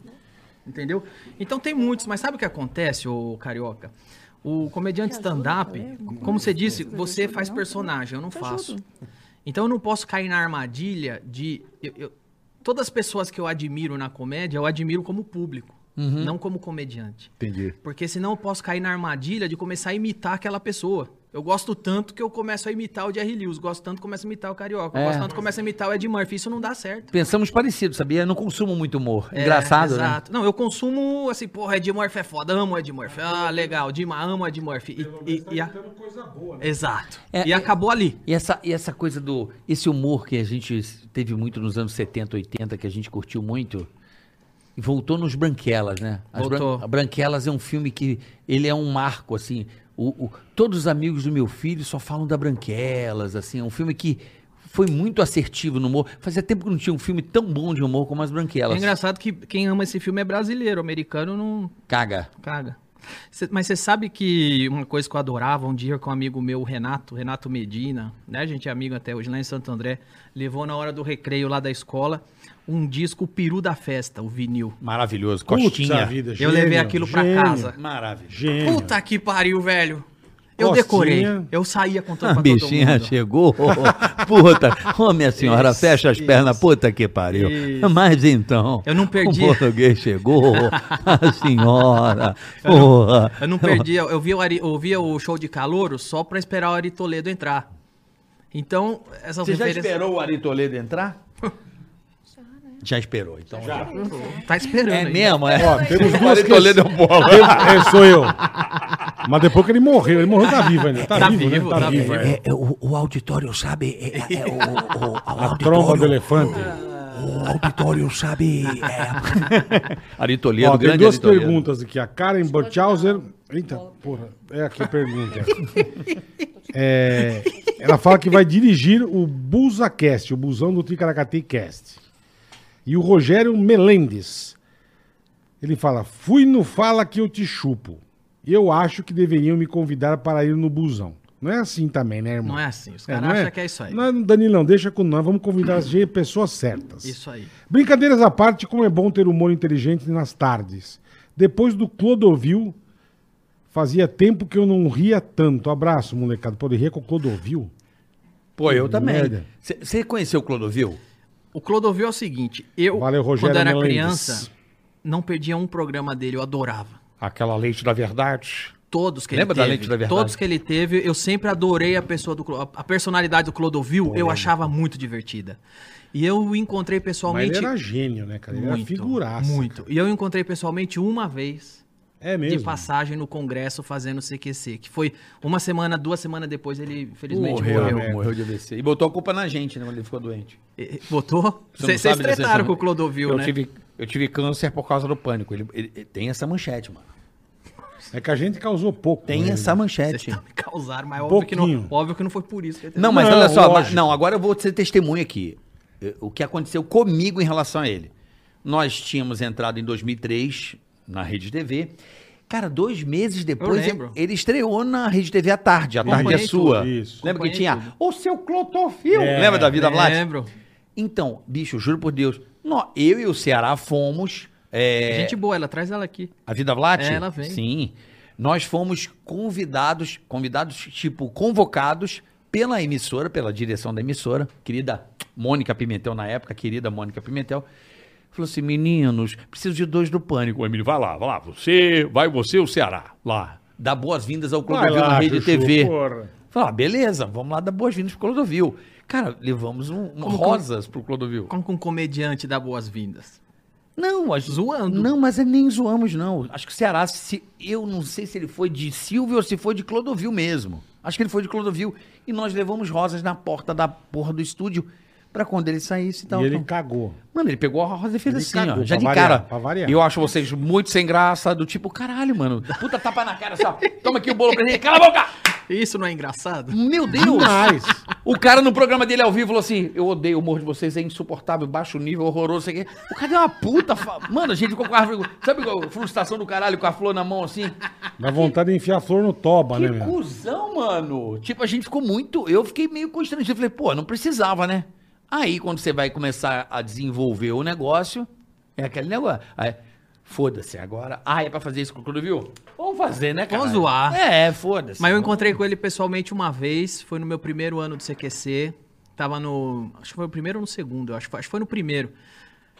Entendeu? Então tem muitos, mas sabe o que acontece, ô Carioca? O comediante stand-up, como você disse, você faz personagem, eu não faço. Então eu não posso cair na armadilha de. eu- eu- todas as pessoas que eu admiro na comédia, eu admiro como público,
Uhum.
não como comediante.
Entendi.
Porque senão eu posso cair na armadilha de começar a imitar aquela pessoa. Eu gosto tanto que eu começo a imitar o Jerry Lewis, gosto tanto que começo a imitar o Carioca,
É.
gosto tanto que começo a imitar o Ed Murphy. Isso não dá certo.
Pensamos parecido, sabia? Eu não consumo muito humor.
É,
Engraçado, né?
Não, eu consumo assim, porra, Ed Murphy é foda, amo o Ed Murphy. Ah, legal, Dima, amo o Ed Murphy. E, e, e a... Exato.
É,
e acabou ali.
E essa, e essa coisa do. Esse humor que a gente teve muito nos anos 70, 80, que a gente curtiu muito. e Voltou nos Branquelas, né? As
Voltou.
Bran- Branquelas é um filme que. Ele é um marco, assim. O, o- todos os amigos do meu filho só falam da Branquelas, assim. É um filme que foi muito assertivo no humor. Fazia tempo que não tinha um filme tão bom de humor como as
É
Branquelas.
engraçado que quem ama esse filme é brasileiro, americano não,
Caga.
Caga. Cê- mas você sabe que uma coisa que eu adorava um dia com um amigo meu, o Renato, Renato Medina, né? A gente é amigo até hoje lá em Santo André, levou na hora do recreio lá da escola um disco o Peru da Festa, o vinil.
Maravilhoso.
Puta
Costinha.
vida,
Eu levei aquilo pra
gênio,
casa.
Maravilhoso.
Gênio.
Puta que pariu, velho. Eu
Costinha.
decorei. Eu saía contando
A
pra
Ah, bichinha
todo mundo.
chegou. Puta. Ô, minha senhora, fecha as pernas. Puta que pariu.
Isso.
Mas então.
Eu não perdi.
O português chegou. A senhora. Porra.
Eu não perdi, eu, eu via, o Ari- eu via o show de calouro só pra esperar o Ari Toledo entrar. Então, essas
Você já
referências-
esperou o Ari Toledo entrar? Já esperou, então. Já.
Tá esperando.
É
ainda.
mesmo? É.
Ó, temos
O Ari
duas
Toledo é um bola.
Eu- é, sou eu. Mas depois que ele morreu, ele morreu, tá vivo ainda. Tá,
Tá
vivo, né?
vivo,
Tá,
tá
vivo.
vivo.
é.
É, o, o auditório sabe. É, é o, o- o- o
A tromba do
auditório,
elefante.
o auditório sabe. é,
Ari Toledo,
Ó, tem
grande
duas
Ari Toledo.
perguntas aqui. A Karen Burchauser. Eita, porra, é aqui a pergunta. É, ela fala que vai dirigir o BusaCast, o busão do Ticaracati Cast. E o Rogério Melendes. Ele fala: Fui no Fala que eu te chupo. Eu acho que deveriam me convidar para ir no busão. Não é assim também, né, irmão?
Não é assim. Os
É,
caras
não
acham que é isso aí.
Não, Danilão, deixa com nós. Vamos convidar as gente- pessoas certas.
Isso aí.
Brincadeiras à parte, como é bom ter humor inteligente nas tardes. Depois do Clodovil, fazia tempo que eu não ria tanto. Abraço, molecada. Pô, ele ria com o Clodovil?
Pô, eu também.
Merda.
Você conheceu o Clodovil?
O Clodovil é o seguinte, eu,
Valeu, Rogério
quando era
Melendes.
criança, não perdia um programa dele, eu adorava.
Aquela leite da verdade.
Todos que
Lembra
ele
da
teve.
Lente da Verdade?
Todos que ele teve, eu sempre adorei a pessoa do Clo- a personalidade do Clodovil, eu achava muito divertida. E eu encontrei
Mas
pessoalmente
ele era gênio, né, cara? Ele era
muito,
figuraça.
muito. E eu encontrei pessoalmente uma vez
É
de
mesmo.
passagem no congresso fazendo CQC, que foi uma semana, duas semanas depois ele infelizmente
Morreu, né?
morreu.
né?
morreu, de AVC. E botou a culpa na gente, né, quando ele ficou doente.
E- e- Botou?
Você não
Vocês
sabe dessa
tretaram
semana?
com o Clodovil,
eu,
né?
tive, eu tive câncer por causa do pânico. Ele, ele- ele-
Tem essa manchete, mano.
É que a gente causou pouco.
Tem
né?
essa
Vocês
manchete.
também causaram, É mas é óbvio que, não,
Pouquinho.
óbvio que não foi por isso. que ele teve-
Não, mas
Não,
olha só,
lógico.
mas- não, agora eu vou ser testemunha aqui. eh, O que aconteceu comigo em relação a ele. Nós tínhamos entrado em 2003 na Rede TV. Cara, dois meses depois ele,
lembro.
ele estreou na Rede TV à tarde. A tarde é
Acompanhei
sua.
tudo, isso.
Lembra que
Acompanhei
tinha
tudo.
o seu Clotofil?
É,
Lembra da Vida Blat?
Lembro.
Então, bicho, juro por Deus. nó- eu e o Ceará fomos. eh,
Gente boa, ela traz ela aqui.
a Vida Vlat?
É, ela vem.
Sim. Nós fomos convidados, convidados, tipo, convocados pela emissora, pela direção da emissora, querida Mônica Pimentel na época, querida Mônica Pimentel. Falou assim, meninos, preciso de dois do pânico.
Ô, Emílio, vai lá, vai lá. Você, vai você ou Ceará? Lá.
Dá boas-vindas ao
Vai
Clodovil
lá,
na Rede
Chuchu,
TV.
porra.
Falei, ah, beleza, vamos lá dar boas-vindas pro Clodovil. Cara, levamos um, um
Como-
rosas pro Clodovil.
Como que um comediante dá boas-vindas?
Não, a gente-
Zoando.
Não, mas é nem zoamos, não. Acho que o Ceará, se, eu não sei se ele foi de Silvio ou se foi de Clodovil mesmo. Acho que ele foi de Clodovil. E nós levamos rosas na porta da porra do estúdio pra quando ele saísse e tal.
E ele
Então,
cagou.
Mano, ele pegou a rosa e fez
Ele
assim,
cagou,
ó. Já
pra
de
variar,
cara.
pra variar.
Eu acho vocês assim, muito sem graça, do tipo, caralho, mano. Puta tapa na cara, só. Toma aqui o bolo pra ele. Cala a boca!
Isso não é engraçado?
Meu Deus!
Demais.
O cara no programa dele ao vivo falou assim: Eu odeio o humor de vocês, é insuportável, baixo nível, horroroso, sei o quê. O cara é uma puta. fa- Mano, a gente ficou com a árvore. Sabe a frustração do caralho com a flor na mão assim?
Dá vontade de enfiar a flor no toba, né,
Que
meu?
cuzão, mano. Tipo, a gente ficou muito. Eu fiquei meio constrangido. Falei, pô, não precisava, né? Aí, quando você vai começar a desenvolver o negócio, é aquele negócio. Aí, foda-se agora. Ah, é pra fazer isso com o Clodovil? Vamos fazer, né, cara?
Vamos zoar.
É, foda-se.
Mas eu encontrei com ele pessoalmente uma vez, foi no meu primeiro ano do CQC. Tava no. Acho que foi no primeiro ou no segundo, eu acho, que foi- acho que foi no primeiro.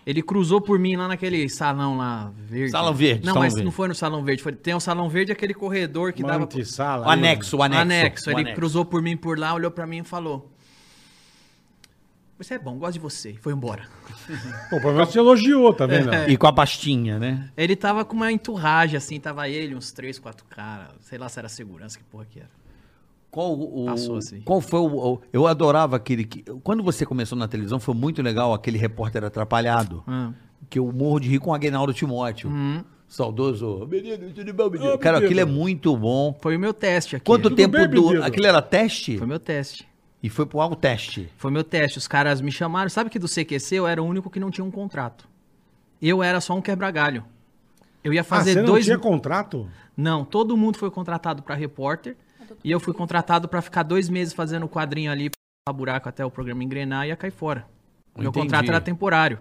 Ele cruzou por mim lá naquele salão lá verde.
Salão verde,
Não,
salão
mas
verde.
não foi no salão verde. Foi, tem um salão verde, aquele corredor que
Uma né?
dava.
antessala,
O anexo, o anexo.
Anexo.
o
Ele
anexo.
cruzou por mim por lá, olhou pra mim e falou: Você é bom, gosto de você. E foi embora.
Pô, pelo menos você elogiou, tá vendo?
É.
E com a pastinha, né?
Ele tava com uma enturragem, assim, tava ele, uns três, quatro caras. Sei lá se era segurança, que porra que era.
Qual o.
Passou, assim.
Qual foi o, o- Eu adorava aquele. que- Quando você começou na televisão, foi muito legal aquele repórter atrapalhado.
Ah. Uhum.
Que eu morro de rir com o Aguinaldo Timóteo. Saudoso. Menino, tudo bom, menino? Cara,
menino.
aquilo é muito bom.
Foi o meu teste aqui.
Quanto
né?
tempo
bem,
do.
menino?
Aquilo era teste?
Foi meu teste.
E foi pro algo teste.
Foi meu teste. Os caras me chamaram. Sabe que do CQC eu era o único que não tinha um contrato. Eu era só um quebra-galho. Eu ia
Ah,
fazer
você
dois.
não tinha contrato?
Não, todo mundo foi contratado pra repórter. E eu fui contratado pra ficar dois meses fazendo o quadrinho ali, pra buraco até o programa engrenar e ia cair fora. Meu
Entendi.
contrato era temporário.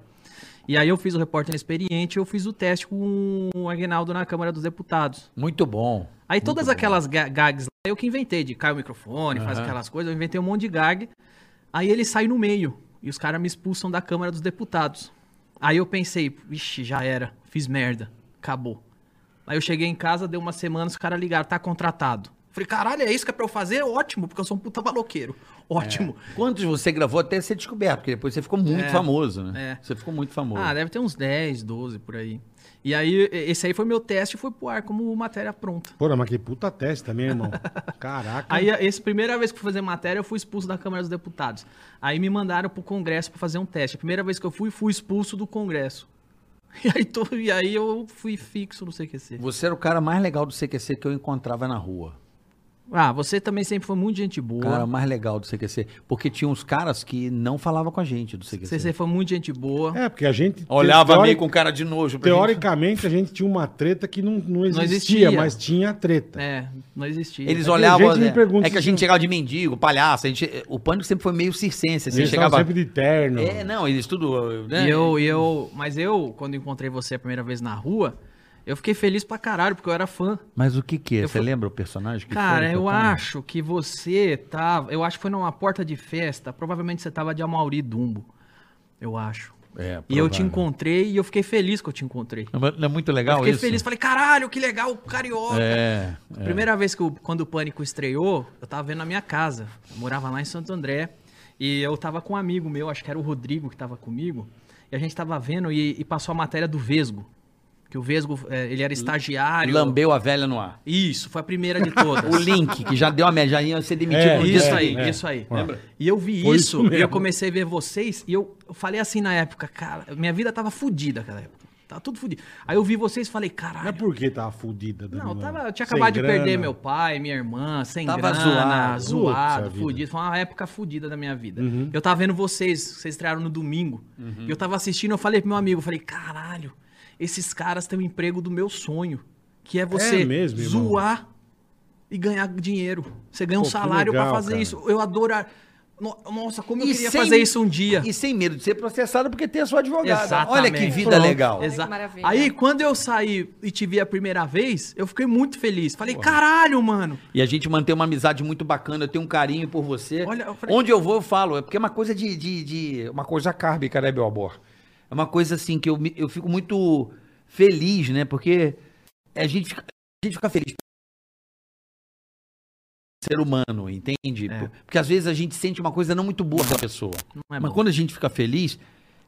E aí eu fiz o repórter inexperiente, eu fiz o teste com o Aguinaldo na Câmara dos Deputados.
Muito bom.
Aí todas aquelas ga- gags lá, eu que inventei, de cai o microfone, faz aquelas coisas, eu inventei um monte de gag. Aí ele sai no meio e os caras me expulsam da Câmara dos Deputados. Aí eu pensei, vixe, já era, fiz merda, acabou. Aí eu cheguei em casa, deu umas semanas, os caras ligaram, tá contratado. Falei, caralho, é isso que é pra eu fazer? Ótimo, porque eu sou um puta maloqueiro. Ótimo.
Quantos você gravou até ser descoberto? Porque depois você ficou muito famoso, né? Você ficou muito famoso.
É. Ah, deve ter uns 10, 12 por aí. E aí, e- esse aí foi meu teste e foi pro ar como matéria pronta.
Pô, mas que puta teste também, irmão. Caraca.
Aí, essa primeira vez que eu fui fazer matéria, eu fui expulso da Câmara dos Deputados. Aí me mandaram pro Congresso pra fazer um teste. A primeira vez que eu fui, fui expulso do Congresso. E aí, tô- e aí eu fui fixo no CQC.
Você era o cara mais legal do CQC que eu encontrava na rua.
Ah, você também sempre foi muito gente boa.
cara mais legal do CQC. Porque tinha uns caras que não falavam com a gente do CQC.
você sempre foi muito gente boa.
É, porque a gente.
Olhava
teori-
meio com cara de nojo pra gente.
Teoricamente, a gente tinha uma treta que não, não, existia,
existia.
mas tinha treta.
É, não existia.
Eles
que
olhavam.
gente me
né?
pergunta
É que a
se-
gente chegava de mendigo, palhaço. A gente... O pânico sempre foi meio circense. Assim,
Eles
chegava...
estavam sempre de terno.
É, não, eles tudo. né?
E eu, e eu, mas eu, quando encontrei você a primeira vez na rua, eu fiquei feliz pra caralho, porque eu era fã.
Mas o que que é?
Eu
Você
fui-
lembra o personagem que foi?
Cara,
que
eu
tava?
acho que você tava. Eu acho que foi numa porta de festa. Provavelmente você tava de Amauri Dumbo. Eu acho.
É,
E eu te encontrei e eu fiquei feliz que eu te encontrei.
Não é- não é muito
Eu
legal
fiquei
isso?
feliz, falei, caralho, que legal, carioca.
É.
A Primeira vez que o- quando o Pânico estreou, eu tava vendo na minha casa. Eu morava lá em Santo André. E eu tava com um amigo meu, acho que era o Rodrigo que tava comigo. E a gente tava vendo e, e passou a matéria do Vesgo. Que o Vesgo, eh, ele era estagiário.
Lambeu a velha no ar.
Isso, foi a primeira de todas.
O Link, que já deu a média, já ia ser demitido.
É,
no dia
Isso
é,
Tipo, aí,
é.
isso aí.
Ó.
Lembra? E eu vi
Foi
isso,
isso mesmo.
e eu comecei a ver vocês, e eu eu falei assim na época, cara, minha vida tava fudida naquela época. Tava tudo fudido. Aí eu vi vocês e falei,
Mas
caralho.
por que é tava fudida?
Não, eu,
Danilo?
tava, eu tinha
Sem
acabado de perder
grana.
meu pai, minha irmã, sem
Tava
grana,
zoado.
zoado,
Putz, a vida. Uhum.
fudido. Foi uma época fudida da minha vida. Eu tava vendo vocês, vocês estrearam no domingo. E eu tava assistindo, eu falei pro meu amigo, eu falei, caralho, esses caras têm o emprego do meu sonho. Que é você
mesmo, irmão?
zoar e ganhar dinheiro. Você ganha um
Pô, que
salário pra
legal,
fazer
cara.
isso. Eu adoro. Nossa, como eu
E
queria
sem-
fazer isso um dia.
E sem medo de ser processado porque tem a sua advogada.
Exatamente.
Olha que vida
Pronto.
legal.
Olha que
Exa-
maravilha.
Aí, quando eu saí e te vi a primeira vez, eu fiquei muito feliz. Falei, caralho, mano.
E a gente mantém uma amizade muito bacana, eu tenho um carinho por você.
Olha, eu falei-
Onde eu vou, eu falo. É porque é uma coisa de. de, de- uma coisa kárbica, né, meu amor? É uma coisa assim que eu, me- eu fico muito feliz, né? Porque a gente, fica- a gente fica feliz. Ser humano, entende?
É.
Por- Porque às vezes a gente sente uma coisa não muito boa da pessoa.
Não é
Mas
bom.
quando a gente fica feliz,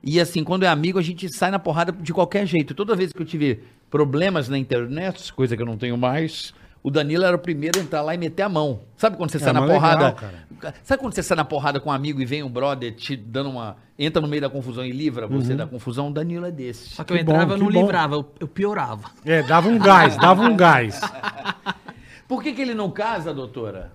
e assim, quando é amigo, a gente sai na porrada de qualquer jeito. Toda vez que eu tive problemas na internet, coisa que eu não tenho mais, o Danilo era o primeiro a entrar lá e meter a mão. Sabe quando você sai na
É, mas legal,
porrada?
cara.
Sabe quando você sai na porrada com um amigo e vem um brother te dando uma. entra no meio da confusão e livra
Uhum.
você da confusão? O Danilo é desse.
Só que, eu
Que bom,
entrava, eu
que
não
bom.
livrava, eu, eu piorava. Tá
É, dava um gás, dava um gás.
Por que, que ele não casa, doutora?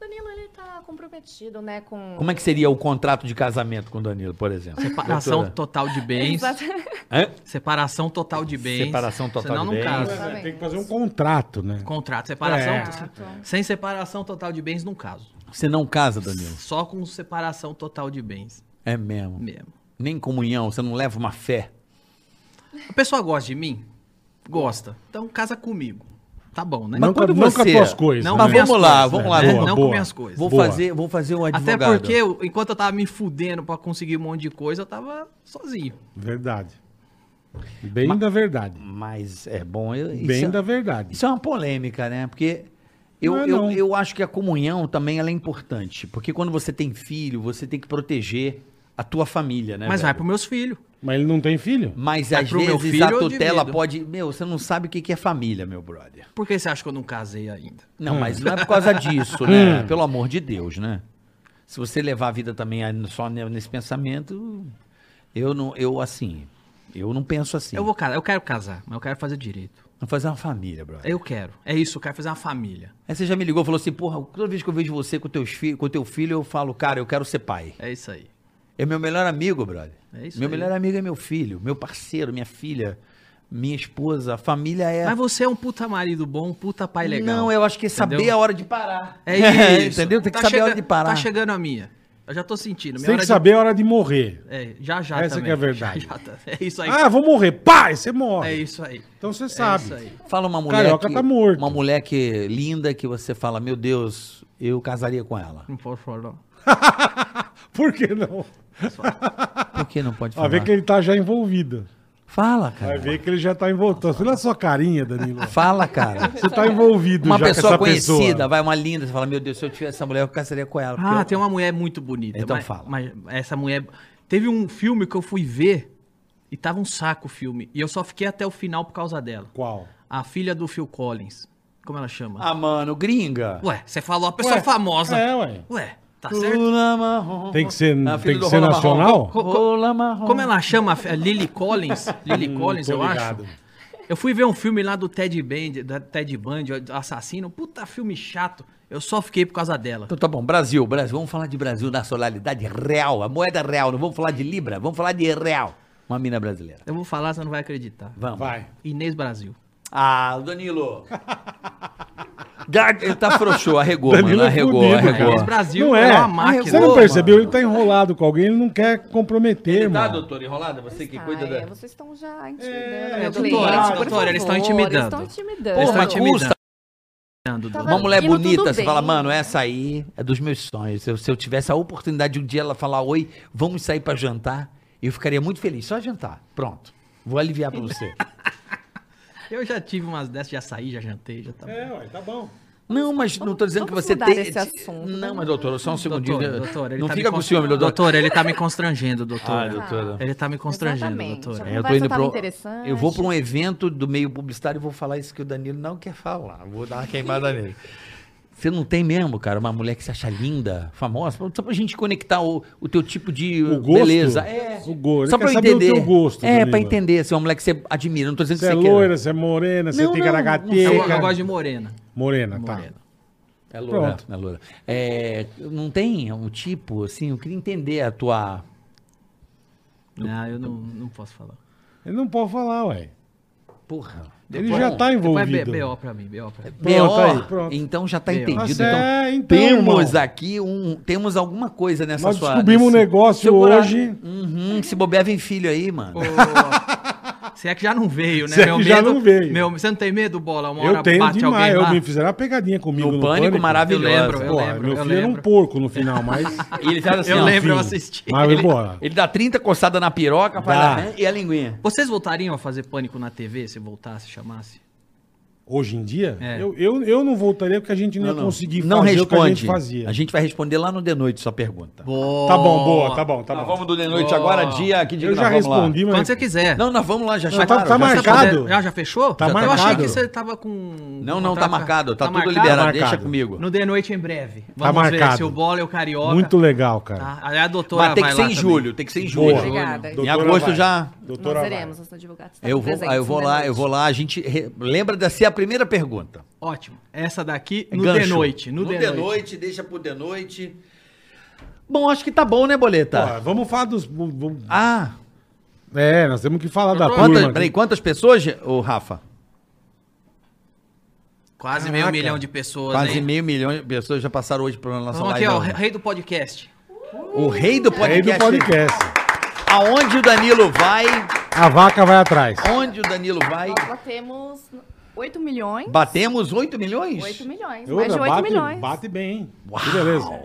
Danilo, ele tá comprometido, né, com...
Como é que seria o contrato de casamento com o Danilo, por exemplo?
Separação
Doutora?
total de
é
bens.
Exato.
Hã?
Separação total de bens.
Separação total
Senão
de
não
bens.
casa.
Exatamente.
Tem que fazer um contrato, né?
Contrato, separação.
É.
Contrato.
Sem separação total de bens, não caso.
Você não casa, Danilo?
Só com separação total de bens
É mesmo.
mesmo.
Nem comunhão, você não leva uma fé.
A pessoa gosta de mim? Gosta. Então casa comigo. Tá bom, né?
Mas Não com- não com as tuas coisas,
Não
né?
com
Mas
minhas
vamos lá,
coisas,
vamos
né?
lá.
Não
vamos lá.
com
boa.
minhas coisas.
Vou
Boa.
fazer, vou fazer um
Até
advogado.
porque, eu- enquanto eu tava me fudendo pra conseguir um monte de coisa, eu tava sozinho.
Verdade. Bem da verdade.
Mas é bom. eu- isso
Bem
é-
da verdade.
Isso é uma polêmica, né? Porque eu,
Não é
eu,
não.
eu acho que a comunhão também ela é importante. Porque quando você tem filho, você tem que proteger a tua família, né?
Mas vai
velho?
pros meus filhos.
Mas ele não tem filho?
Mas
vai
às
pro meu
vezes
filho,
a
eu
tutela
divido.
pode. Meu, você não sabe o que que é família, meu brother.
Por que você acha que eu não casei ainda?
Não, mas não é por causa disso,
Hum.
né? Pelo amor de Deus, né? Se você levar a vida também a- só ne- nesse pensamento, eu não, eu assim, eu não penso assim.
Eu vou casar, eu quero casar, mas eu quero fazer direito.
Vamos fazer uma família, brother.
Eu quero. É isso, eu quero fazer uma família.
Aí você já me ligou, e falou assim, porra, toda vez que eu vejo você com teus filhos, com teu filho, eu falo, cara, eu quero ser pai.
É isso aí.
É meu melhor amigo, brother.
É isso
meu
aí.
melhor amigo é meu filho, meu parceiro, minha filha, minha esposa, a família é.
Mas você é um puta marido bom, um puta pai legal.
Não, eu acho que é saber
Entendeu?
a hora de parar.
É isso.
Entendeu? Tem que saber a hora de
chega-
parar.
Tá chegando a minha. Eu já tô sentindo.
Você
Minha
tem
hora
que
de-
saber a hora de morrer.
É, já já
Essa
também.
que é a verdade.
Já, já tá- É isso aí.
Ah, vou morrer. Pai, você morre.
é isso aí.
Então você
É
sabe.
isso aí.
Fala uma mulher.
Carioca
que,
tá morto.
Uma mulher que linda que você fala, meu Deus, eu casaria com ela.
Não posso falar, não.
Por que não?
Por que não pode
Vai
falar?
ver que ele tá já envolvido.
Fala,
Vai
cara.
ver que ele já tá envolvido. Olha a sua carinha, Danilo.
Fala, cara.
Você tá envolvido
Uma
já com
pessoa
essa
conhecida,
pessoa.
vai uma linda, você fala, meu Deus, se eu tivesse essa mulher, eu casaria com ela. porque
Ah,
eu-
tem uma mulher muito bonita.
Então
mas-
fala.
Mas essa mulher. Teve um filme que eu fui ver e tava um saco o filme. E eu só fiquei até o final por causa dela.
Qual?
A filha do Phil Collins. Como ela chama?
Ah, mano, gringa.
Ué, você falou a pessoa
Ué,
famosa.
é, ué.
Ué, tá certo?
Pula marrom.
Tem que ser,
A filha
tem que
Tá do
ser
Rola Marrom.
nacional?
Co- co-
Rola marrom.
Como ela chama? a Lily Collins?
Hum,
Lily Collins,
tô
eu
ligado.
acho. Eu fui ver um filme lá do Ted Bundy, da Ted Bundy, o assassino. Puta filme chato. Eu só fiquei por causa dela.
Então tá bom, Brasil, Brasil, vamos falar de Brasil, nacionalidade real, a moeda real, não vamos falar de Libra, vamos falar de real. Uma mina brasileira.
Eu vou falar, você não vai acreditar.
Vamos.
Vai.
Inês Brasil.
Ah, o Danilo. Gag- Ele tá frouxou, arregou,
Danilo
mano.
é
Arregou,
fudido,
A Inês
arregou.
Brasil
Não é.
uma máquina.
Você não
Arregou,
percebeu?
mano.
Ele tá enrolado com alguém, ele não quer comprometer,
Tá,
mano.
doutora enrolada? Você que
Ah,
cuida
é,
da.
Vocês estão já intimidando
É,
meu
doutora,
cliente,
doutora,
por
doutora, eles estão
favor, Eles
intimidando.
estão intimidando.
Eles
Porra,
estão intimidando.
custa. Uma
Tava
mulher
indo tudo
bonita, você
bem.
fala, mano, essa aí é dos meus sonhos. Se eu, se eu tivesse a oportunidade de um dia ela falar, oi, vamos sair pra jantar, eu ficaria muito feliz. Só jantar. Pronto. Vou aliviar pra você.
Eu já tive umas dessas, já saí, já jantei, já tava.
É, ué, tá bom.
Não, mas não tô dizendo que
vamos
você
mudar
tem.
esse assunto,
não,
né?
mas doutora, só um segundinho.
Doutor, doutor, ele
não
tá me
fica com
const-
ciúme, doutor.
Doutor, ele tá me constrangendo, doutor.
Ah, doutora.
Ele tá me constrangendo,
Exatamente.
doutor.
É,
eu tô
Conversa
indo
tava
pro,
interessante.
eu vou para um evento do meio publicitário e vou falar isso que o Danilo não quer falar. Vou dar uma queimada nele. Você não tem mesmo, cara, uma mulher que se acha linda, famosa, só pra gente conectar o, o teu tipo de
O gosto?
beleza. É.
O gosto. Ele
Só
quer
pra eu
saber o
entender.
teu gosto,
é,
Danilo.
pra entender. Se é uma mulher que você admira. Não tô dizendo que
Você é
você
loira, você é morena, você
Não,
tem
não,
Eu,
não sei,
caracateca.
eu gosto de morena.
Ah,
Morena, tá.
Morena.
quer. É loira.
Pronto.
É loira. É, não tem um tipo, assim, eu queria entender a tua.
Não, Ah, eu não, não posso falar.
Ele não pode falar, ué.
Porra.
Ele
Bom,
já tá
Depois é
envolvido.
B- BO pra mim, BO pra mim.
B.O.,
aí, pronto.
Então já tá
B.O..
entendido.
Nossa,
então,
é, então,
temos
irmão.
aqui um. Temos alguma coisa nessa
Nós
sua.
descobrimos um
nesse-
negócio
Seu cora-
hoje.
Uhum, que se bobear vem filho aí, mano.
Ô, Se é que já não veio, né?
Se é que já não veio.
Meu, você não tem medo, bola? Uma
Eu
hora
tenho
bate
demais.
alguém
Eu
lá?
me fizeram uma pegadinha comigo
No Pânico, maravilhoso.
Eu lembro, eu
Pô,
lembro,
meu
eu
filho era um
lembro.
porco no final, mas...
E ele faz assim,
Eu
ó,
lembro, eu
filho.
assisti.
mas,
Ele-
bora.
Ele dá 30 coçadas na piroca, faz
Dá.
a- e a linguinha.
Vocês voltariam a fazer pânico na TV se voltasse, chamasse?
Hoje em dia,
É.
eu, eu, eu não voltaria porque a gente não, ia conseguir
não
fazer
responde.
o que a gente fazia.
vai responder lá no The Noite sua pergunta.
Tá bom, boa, tá bom, tá bom.
do The Noite agora, dia que
eu já respondi,
Quando
mas...
você quiser.
É. Não, nós vamos lá, já
é Não, tá-
chamaram.
tá
já-
marcado.
Já, já fechou?
Tá
Já Eu achei
marcado.
que você tava com...
Não, não, tá
contrato-
marcado, tá, tudo
marcado?
liberado,
Tá
deixa
marcado. Tá
comigo.
No The Noite em breve. Vamos ver
marcado.
se o Bola é o Carioca.
Muito legal, cara.
Tá? Aí a doutora
Mas tem que
vai
ser
lá
em
também.
julho, tem que ser em
Boa.
julho.
Obrigada.
Em agosto já...
Nós
Doutora vai.
veremos os advogados. né,
Eu vou, ah, eu vou lá, eu vou lá, a gente re- lembra de ser a primeira pergunta.
Ótimo. Essa daqui
É
no
gancho.
de noite. No,
No
de,
de
noite.
noite, deixa pro de noite. Bom, acho que tá bom, né, Boleta?
Ó, vamos falar dos. vamos- vamos-
Ah,
É, nós temos que falar da turma.
quantas,
aqui.
peraí, quantas pessoas, o Rafa?
Quase
Caraca.
meio milhão de pessoas
Quase
aí.
meio milhão de pessoas já passaram hoje pela nossa
Vamos aqui,
live.
ó.
da
o
Urna.
Rei do podcast.
O rei do
Rei
podcast.
É do podcast.
Aonde o Danilo vai?
A vaca vai atrás.
Onde o Danilo vai?
Nós batemos 8 milhões.
Batemos 8 milhões?
8 milhões.
Ô,
mais de 8
bate,
milhões.
Bate bem, hein? Que beleza.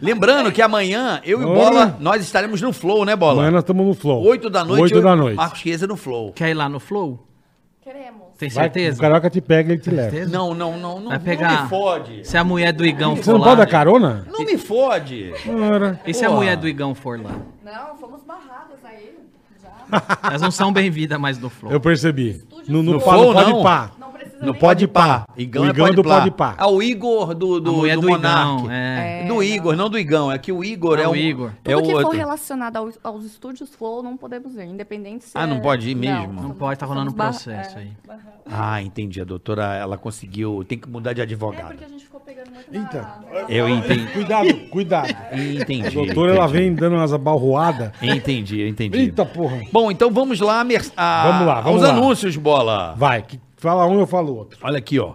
Lembrando que amanhã eu e
Ô.
Bola, nós estaremos no Flow, né, Bola?
Amanhã nós estamos no flow.
8 da noite.
8
eu- Ah,
da noite.
Marcos Chiesa no Flow.
Quer ir lá no Flow?
Queremos.
Tem
Vai,
certeza?
o carioca te pega e ele te leva.
Certeza?
Não, não, não. Não,
Vai
não
pegar.
me fode.
Se a mulher do Igão
Você
for
não pode
lá. né?
dar carona?
Não me fode.
Ora.
E se a
Porra.
mulher do Igão for lá?
Não, fomos barradas aí. Já.
Elas não são bem-vindas mais no Flow.
Eu percebi. No, no,
No
pá-
flow,
no pode
não.
pá.
Não precisa
No
nem...
Pode Pá. Igão,
O
é
Igão é
Pode
do
Pá.
Pode Pá.
Ah, o Igor do,
a
do,
mulher
do,
do,
Monark.
Igão. É.
Do Igor, não do Igão. É que o Igor
Ah,
é
o
o.
Igor.
Tudo
É o
que for
outro.
relacionado aos, aos estúdios Flow não podemos ir, independente se
Ah, não
é-
pode ir mesmo? Não
somos-
pode, tá rolando
somos barra- é.
processo aí.
barra-
Ah, entendi. A doutora, ela conseguiu. Tem que mudar de
É porque a
advogado.
gente ficou pegando muito
Eita.
na...
Eu entendi.
Cuidado, cuidado.
Entendi.
A doutora, ela
entendi.
vem dando umas abalroadas.
Entendi, eu entendi.
Eita porra.
Bom, então vamos lá, mer- a-
Vamos lá, vamos
aos
lá.
anúncios, bola.
Vai, que fala um, eu falo outro.
Olha aqui, ó.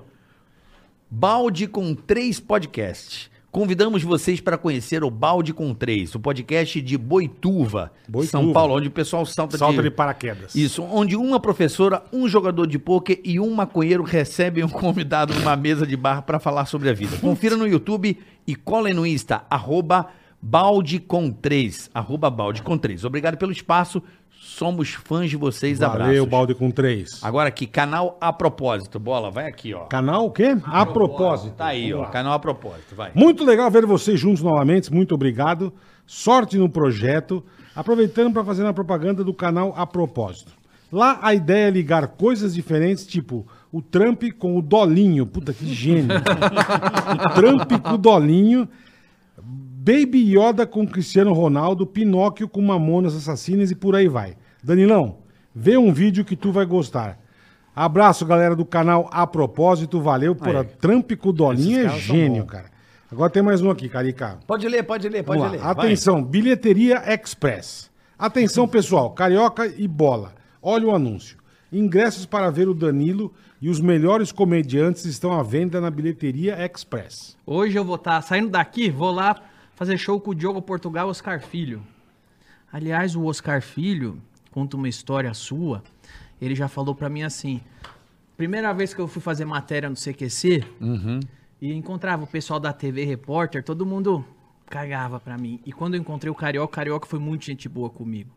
Balde com três podcasts. Convidamos vocês para conhecer o Balde com três, o podcast de Boituva,
Boituva.
São Paulo, onde o pessoal salta,
Salta de paraquedas.
Isso, onde uma professora, um jogador de pôquer e um maconheiro recebem um convidado numa mesa de bar para falar sobre a vida. Confira no YouTube e colhem no Insta, arroba balde com 3, arroba balde com 3. Obrigado pelo espaço, somos fãs de vocês,
Valeu,
abraços.
balde com três.
Agora aqui, canal A Propósito, bola, vai aqui, ó.
Canal o quê? A propósito.
Tá aí, ó, canal A Propósito, vai.
Muito legal ver vocês juntos novamente, muito obrigado. Sorte no projeto. Aproveitando para fazer uma propaganda do canal a propósito. Lá a ideia é ligar coisas diferentes, tipo o Trump com o Dolinho. Puta que gênio. o Trump com o Dolinho. Baby Yoda com Cristiano Ronaldo, Pinóquio com Mamonas Assassinas e por aí vai. Danilão, vê um vídeo que tu vai gostar. Abraço, galera do canal A Propósito. Valeu por a Trump com o Dolinho. É
caras são
gênio,
bons.
cara. Agora tem mais um aqui, Carica.
Pode ler, pode ler, pode
Vamos
ler.
lá.
vai.
Atenção, bilheteria express. Atenção, pessoal, carioca e bola. Olha o anúncio. Ingressos para ver o Danilo e os melhores comediantes estão à venda na bilheteria express.
Hoje eu vou estar saindo daqui, vou lá fazer show com o Diogo Portugal e Oscar Filho. Aliás, o Oscar Filho conta uma história sua. Ele já falou pra mim assim: primeira vez que eu fui fazer matéria no CQC e encontrava o pessoal da TV Repórter, todo mundo cagava pra mim. E quando eu encontrei o Carioca, o Carioca foi muito gente boa comigo.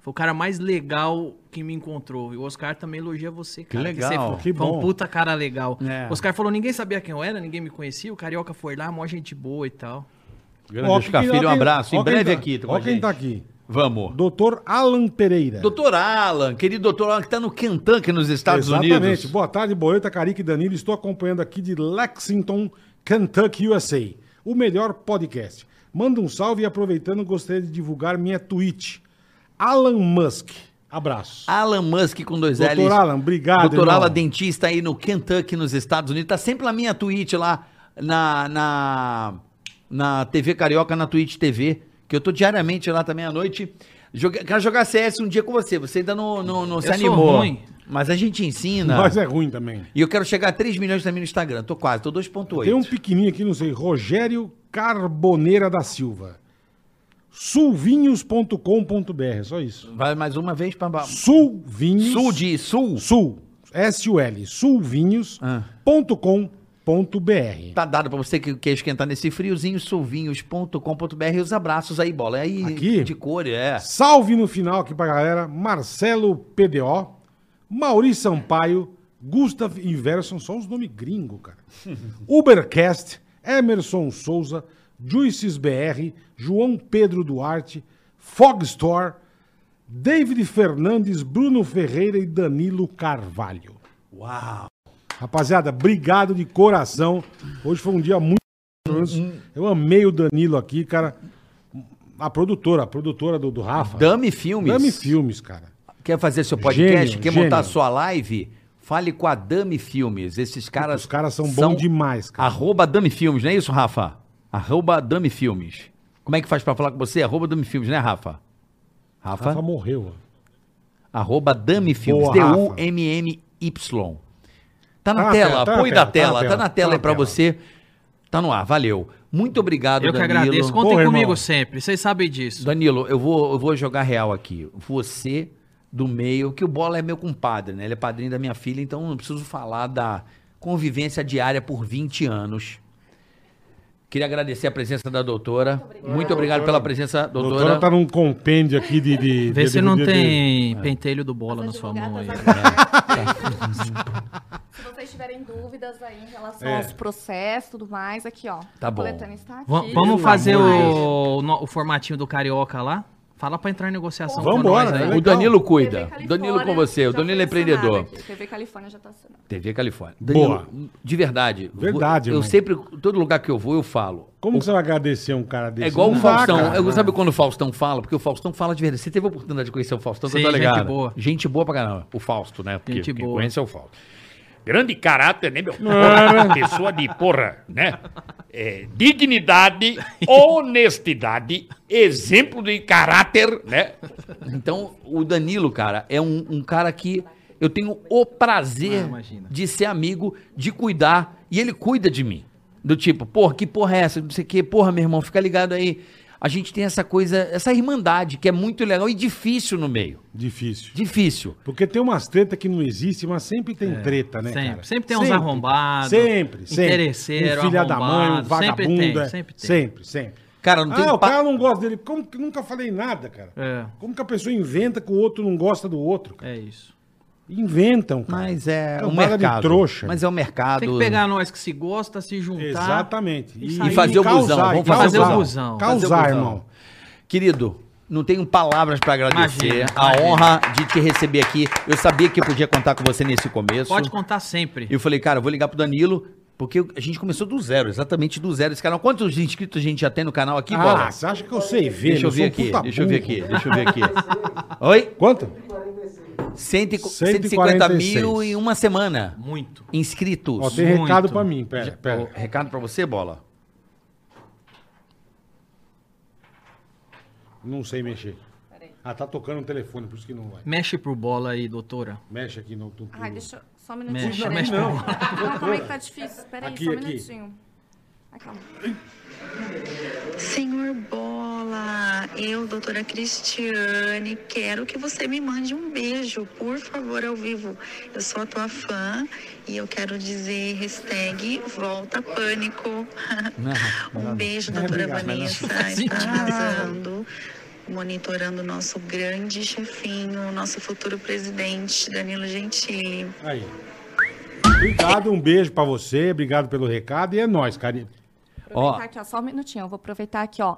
Foi o cara mais legal que me encontrou. E o Oscar também elogia você, cara.
legal,
você foi,
que
foi
bom.
um puta cara legal.
É.
O Oscar falou, ninguém sabia quem eu era, ninguém me conhecia. O Carioca foi lá, mó gente boa e tal.
Grande Oscar
tá
Filho, um abraço. Em breve aqui, com
Olha
a
quem tá
gente.
aqui.
Vamos.
Doutor Alan Pereira.
Doutor Alan, querido doutor Alan, que está no Kentucky, nos Estados Unidos.
Boa tarde, Boeta, Carica e Danilo. Estou acompanhando aqui de Lexington, Kentucky, USA. O melhor podcast. Manda um salve e aproveitando, gostaria de divulgar minha Twitch. Alan Musk. Abraço.
Alan Musk com dois
Doutor
L's.
Alan, obrigado,
Doutor
irmão.
Alan, dentista aí no Kentucky, nos Estados Unidos. Tá sempre na minha Twitch lá, na, na, na TV Carioca, na Twitch TV, que eu tô diariamente lá também à noite. Joga- quero jogar CS um dia com você. Você ainda não, não, não se
sou
animou.
ruim.
Mas a gente ensina.
Mas é ruim também.
E eu quero chegar a 3 milhões também no Instagram. Tô quase, tô 2.8.
Tem um pequenininho aqui, não sei. Rogério Carboneira da Silva. Sulvinhos.com.br. Só isso.
Vai mais uma vez pra...
Sulvinhos.
Sul de Sul.
Sul. S-U-L. Sulvinhos.com.br.
Tá dado pra você que quer esquentar nesse friozinho, solvinhos.com.br e os abraços aí, bola. É Aí
Aqui?
de cor, é.
Salve no final aqui pra galera. Marcelo PDO, Maurício Sampaio, Gustav Inverson, só uns nomes gringo, cara. Ubercast, Emerson Souza, Juices BR, João Pedro Duarte, Fogstore, David Fernandes, Bruno Ferreira e Danilo Carvalho.
Uau!
Rapaziada, obrigado de coração. Hoje foi um dia muito.
Hum.
Hum. Eu amei o Danilo aqui, cara. A produtora, a produtora do, do Rafa.
Dami Filmes.
Dami Filmes, cara.
Quer fazer seu podcast?
Gênio,
quer montar
gênio.
sua live? Fale com a Dami Filmes. Esses caras.
Os caras são bons demais,
cara. Arroba Dami Filmes, não é isso, Rafa? Arroba Dami Filmes. Como é que faz pra falar com você? Arroba Dami Filmes, né, Rafa? Rafa?
Rafa morreu. ó.
Arroba Dami Filmes.
Boa,
D-U-M-M-Y. Tá na
Tá na
tela,
tela, tá na
apoio
tela,
da tela. Tá na tela aí pra você. Tá no ar, valeu. Muito obrigado,
Eu que
Danilo.
agradeço. Contem comigo sempre. Vocês sabem disso.
Danilo, eu vou, eu vou jogar real aqui. Você do meio, que o Bola é meu compadre, né? Ele é padrinho da minha filha, então eu não preciso falar da convivência diária por 20 anos. Queria agradecer a presença da doutora. Muito obrigado pela presença,
A
doutora.
doutora tá num compêndio aqui de. de
Vê
de-
se
de-
não
de- de-
tem
É.
pentelho do bola na sua mão aí. né?
Se vocês tiverem dúvidas aí em relação
É.
aos processos e tudo mais, aqui, ó.
Tá
a
bom.
coletânea está aqui.
Va- Vamos fazer o, no- o formatinho do Carioca lá? Fala pra entrar em negociação com
Vambora,
nós aí.
né? O Danilo cuida. Danilo com você. O Danilo é empreendedor.
Aqui, TV Califórnia já tá assinando.
TV Califórnia.
Boa.
Danilo, De verdade.
Verdade,
Eu
irmão.
sempre, todo lugar que eu vou, eu falo.
Como que você vai agradecer um cara desse?
É igual o
Não dá,
Faustão.
cara.
Eu- sabe quando o Faustão fala? Porque o Faustão fala de verdade. Você teve a oportunidade de conhecer o Faustão,
Sim,
tá
gente
ligado?
boa.
Gente boa pra caramba. O Fausto, né? Porque
Gente
quem
boa.
conhece é o Fausto.
Grande caráter, né, meu?
Era.
é,
Porra, pessoa de porra, né? É, dignidade, honestidade, exemplo de caráter, né?
Então, o Danilo, cara, é um, um cara que eu tenho o prazer
Ah,
de ser amigo, de cuidar, e ele cuida de mim. Do tipo, porra, que porra é essa? Não sei o quê, porra, meu irmão, fica ligado aí. A gente tem essa coisa, essa irmandade que é muito legal e difícil no meio.
Difícil.
Difícil.
Porque tem umas tretas que não existem, mas sempre tem treta, né,
É, sempre.
cara?
Sempre tem uns arrombados,
Sempre, sempre.
interesseiro,
Um filha da mãe, um
arrombado, sempre
vagabundo.
tem,
é.
sempre tem.
Sempre, sempre.
Cara, não
ah,
tem
o
pa-
cara não gosta dele. Como que nunca falei nada, cara?
É.
Como que a pessoa inventa que o outro não gosta do outro, cara?
É isso.
Inventam, cara.
Mas é
Cambada
um mercado.
de trouxa.
Mas é o mercado.
Tem que pegar nós que se gosta, se
um
juntar.
Exatamente.
E,
E
sair-
fazer o busão.
causar,
Vamos
e fazer
fazer
o busão.
Fazer o busão. Querido, não tenho palavras pra agradecer.
Imagina,
a
imagina.
honra de te receber aqui. Eu sabia que eu podia contar com você nesse começo.
Pode contar sempre.
Eu falei, cara, eu vou ligar pro Danilo, porque a gente começou do zero, exatamente do zero esse canal. Quantos inscritos a gente já tem no canal aqui,
ah,
Bola?
você acha que eu sei ver?
Deixa eu ver
sou um
aqui,
puta
deixa eu ver
burro.
aqui, deixa eu ver aqui. Oi?
Quanto?
150 mil em uma semana.
Muito.
Inscritos.
Ó, tem recado pra mim, pera,
Já-
pera.
Ô, Recado pra você, Bola?
Não sei mexer. Ah, tá tocando o telefone, por isso que não vai.
Mexe pro bola aí, doutora.
Mexe aqui no... no-
Ai, deixa eu... Só um minutinho.
Mexe,
peraí.
mexe pra
não.
mim.
Ah, como é que tá difícil? Espera aí,
Aqui,
só um
aqui.
minutinho. Aqui, ó.
Senhor Bola, eu, doutora Cristiane, quero que você me mande um beijo, por favor, ao vivo. Eu sou a tua fã e eu quero dizer hashtag volta pânico. um beijo, doutora
obrigado, mas não
Vanessa.
faz
Está
sentido.
arrasando, monitorando o nosso grande chefinho, o nosso futuro presidente, Danilo Gentili.
Aí. Obrigado, um beijo pra você, obrigado pelo recado e é nóis, carinho.
Aproveitar aqui, ó, só um minutinho. Eu vou aproveitar aqui, ó.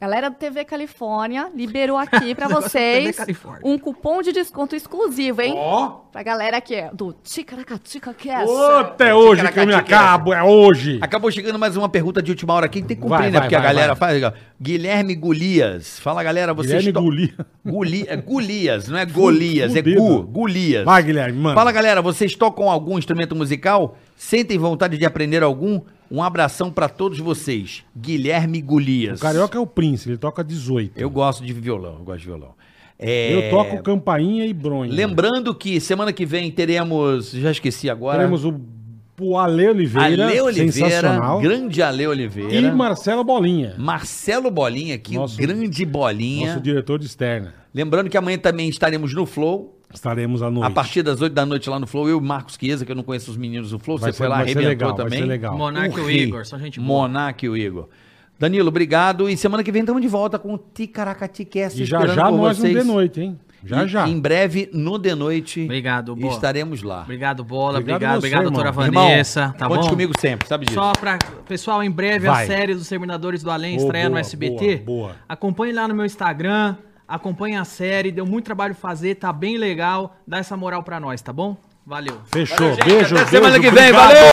Galera do TV Califórnia liberou aqui pra vocês
TV Califórnia.
um cupom de desconto exclusivo, hein?
Ó.
Pra galera aqui ó, do Ticaracatica Cast.
Ô, até é hoje que eu me acabo, é hoje.
Acabou chegando mais uma pergunta de última hora aqui que tem que cumprir,
Vai,
né?
vai,
Porque a
vai,
galera
vai.
faz. ó, Guilherme Golias. Fala, galera, vocês
Guilherme
to-
Golias.
Guli- é Golias, não é Golias, é
fudido.
Gu, Golias.
Vai, Guilherme, manda.
Fala, galera, vocês tocam algum instrumento musical? Sentem vontade de aprender algum? Um abração pra todos vocês. Guilherme Golias.
O carioca é o príncipe, ele toca 18.
Eu gosto de violão, eu gosto de violão. É,
Eu toco campainha e bronha.
Lembrando que semana que vem teremos, já esqueci agora,
Teremos o, o Ale Oliveira,
Ale Oliveira,
sensacional.
grande Ale Oliveira.
E Marcelo Bolinha,
Marcelo Bolinha aqui,
Nosso-
o grande Bolinha.
nosso diretor de externa.
Lembrando que amanhã também estaremos no Flow,
Estaremos à
a
noite.
partir das 8 da noite lá no Flow. Eu e o Marcos Chiesa, que eu não conheço os meninos do Flow.
Vai
Você
ser-
foi lá,
vai ser
arrebentou
legal, vai
também.
ser legal.
Monark e o
rei.
Igor, são gente boa.
Monark e o Igor. Danilo, obrigado. E semana que vem estamos de volta com o Ticaracatiquest.
E já já nós no de noite, hein? Já
E
já.
Em breve, no de noite.
Obrigado, Bola.
Estaremos lá.
Obrigado, Bola.
Obrigado
Obrigado,
você,
obrigado,
irmão.
doutora
Irmão,
Vanessa. tá
conte
bom?
comigo sempre, sabe disso.
Só pra... Pessoal, em breve
Vai.
a série dos Terminadores do Além
Oh,
estreia no
boa,
SBT.
boa, boa.
Acompanhe lá no meu Instagram. Acompanhe a série. Deu muito trabalho fazer. Tá bem legal. Dá essa moral pra nós, tá bom? Valeu.
Fechou. beijo,
até
beijo.
semana que vem,
obrigado.
valeu!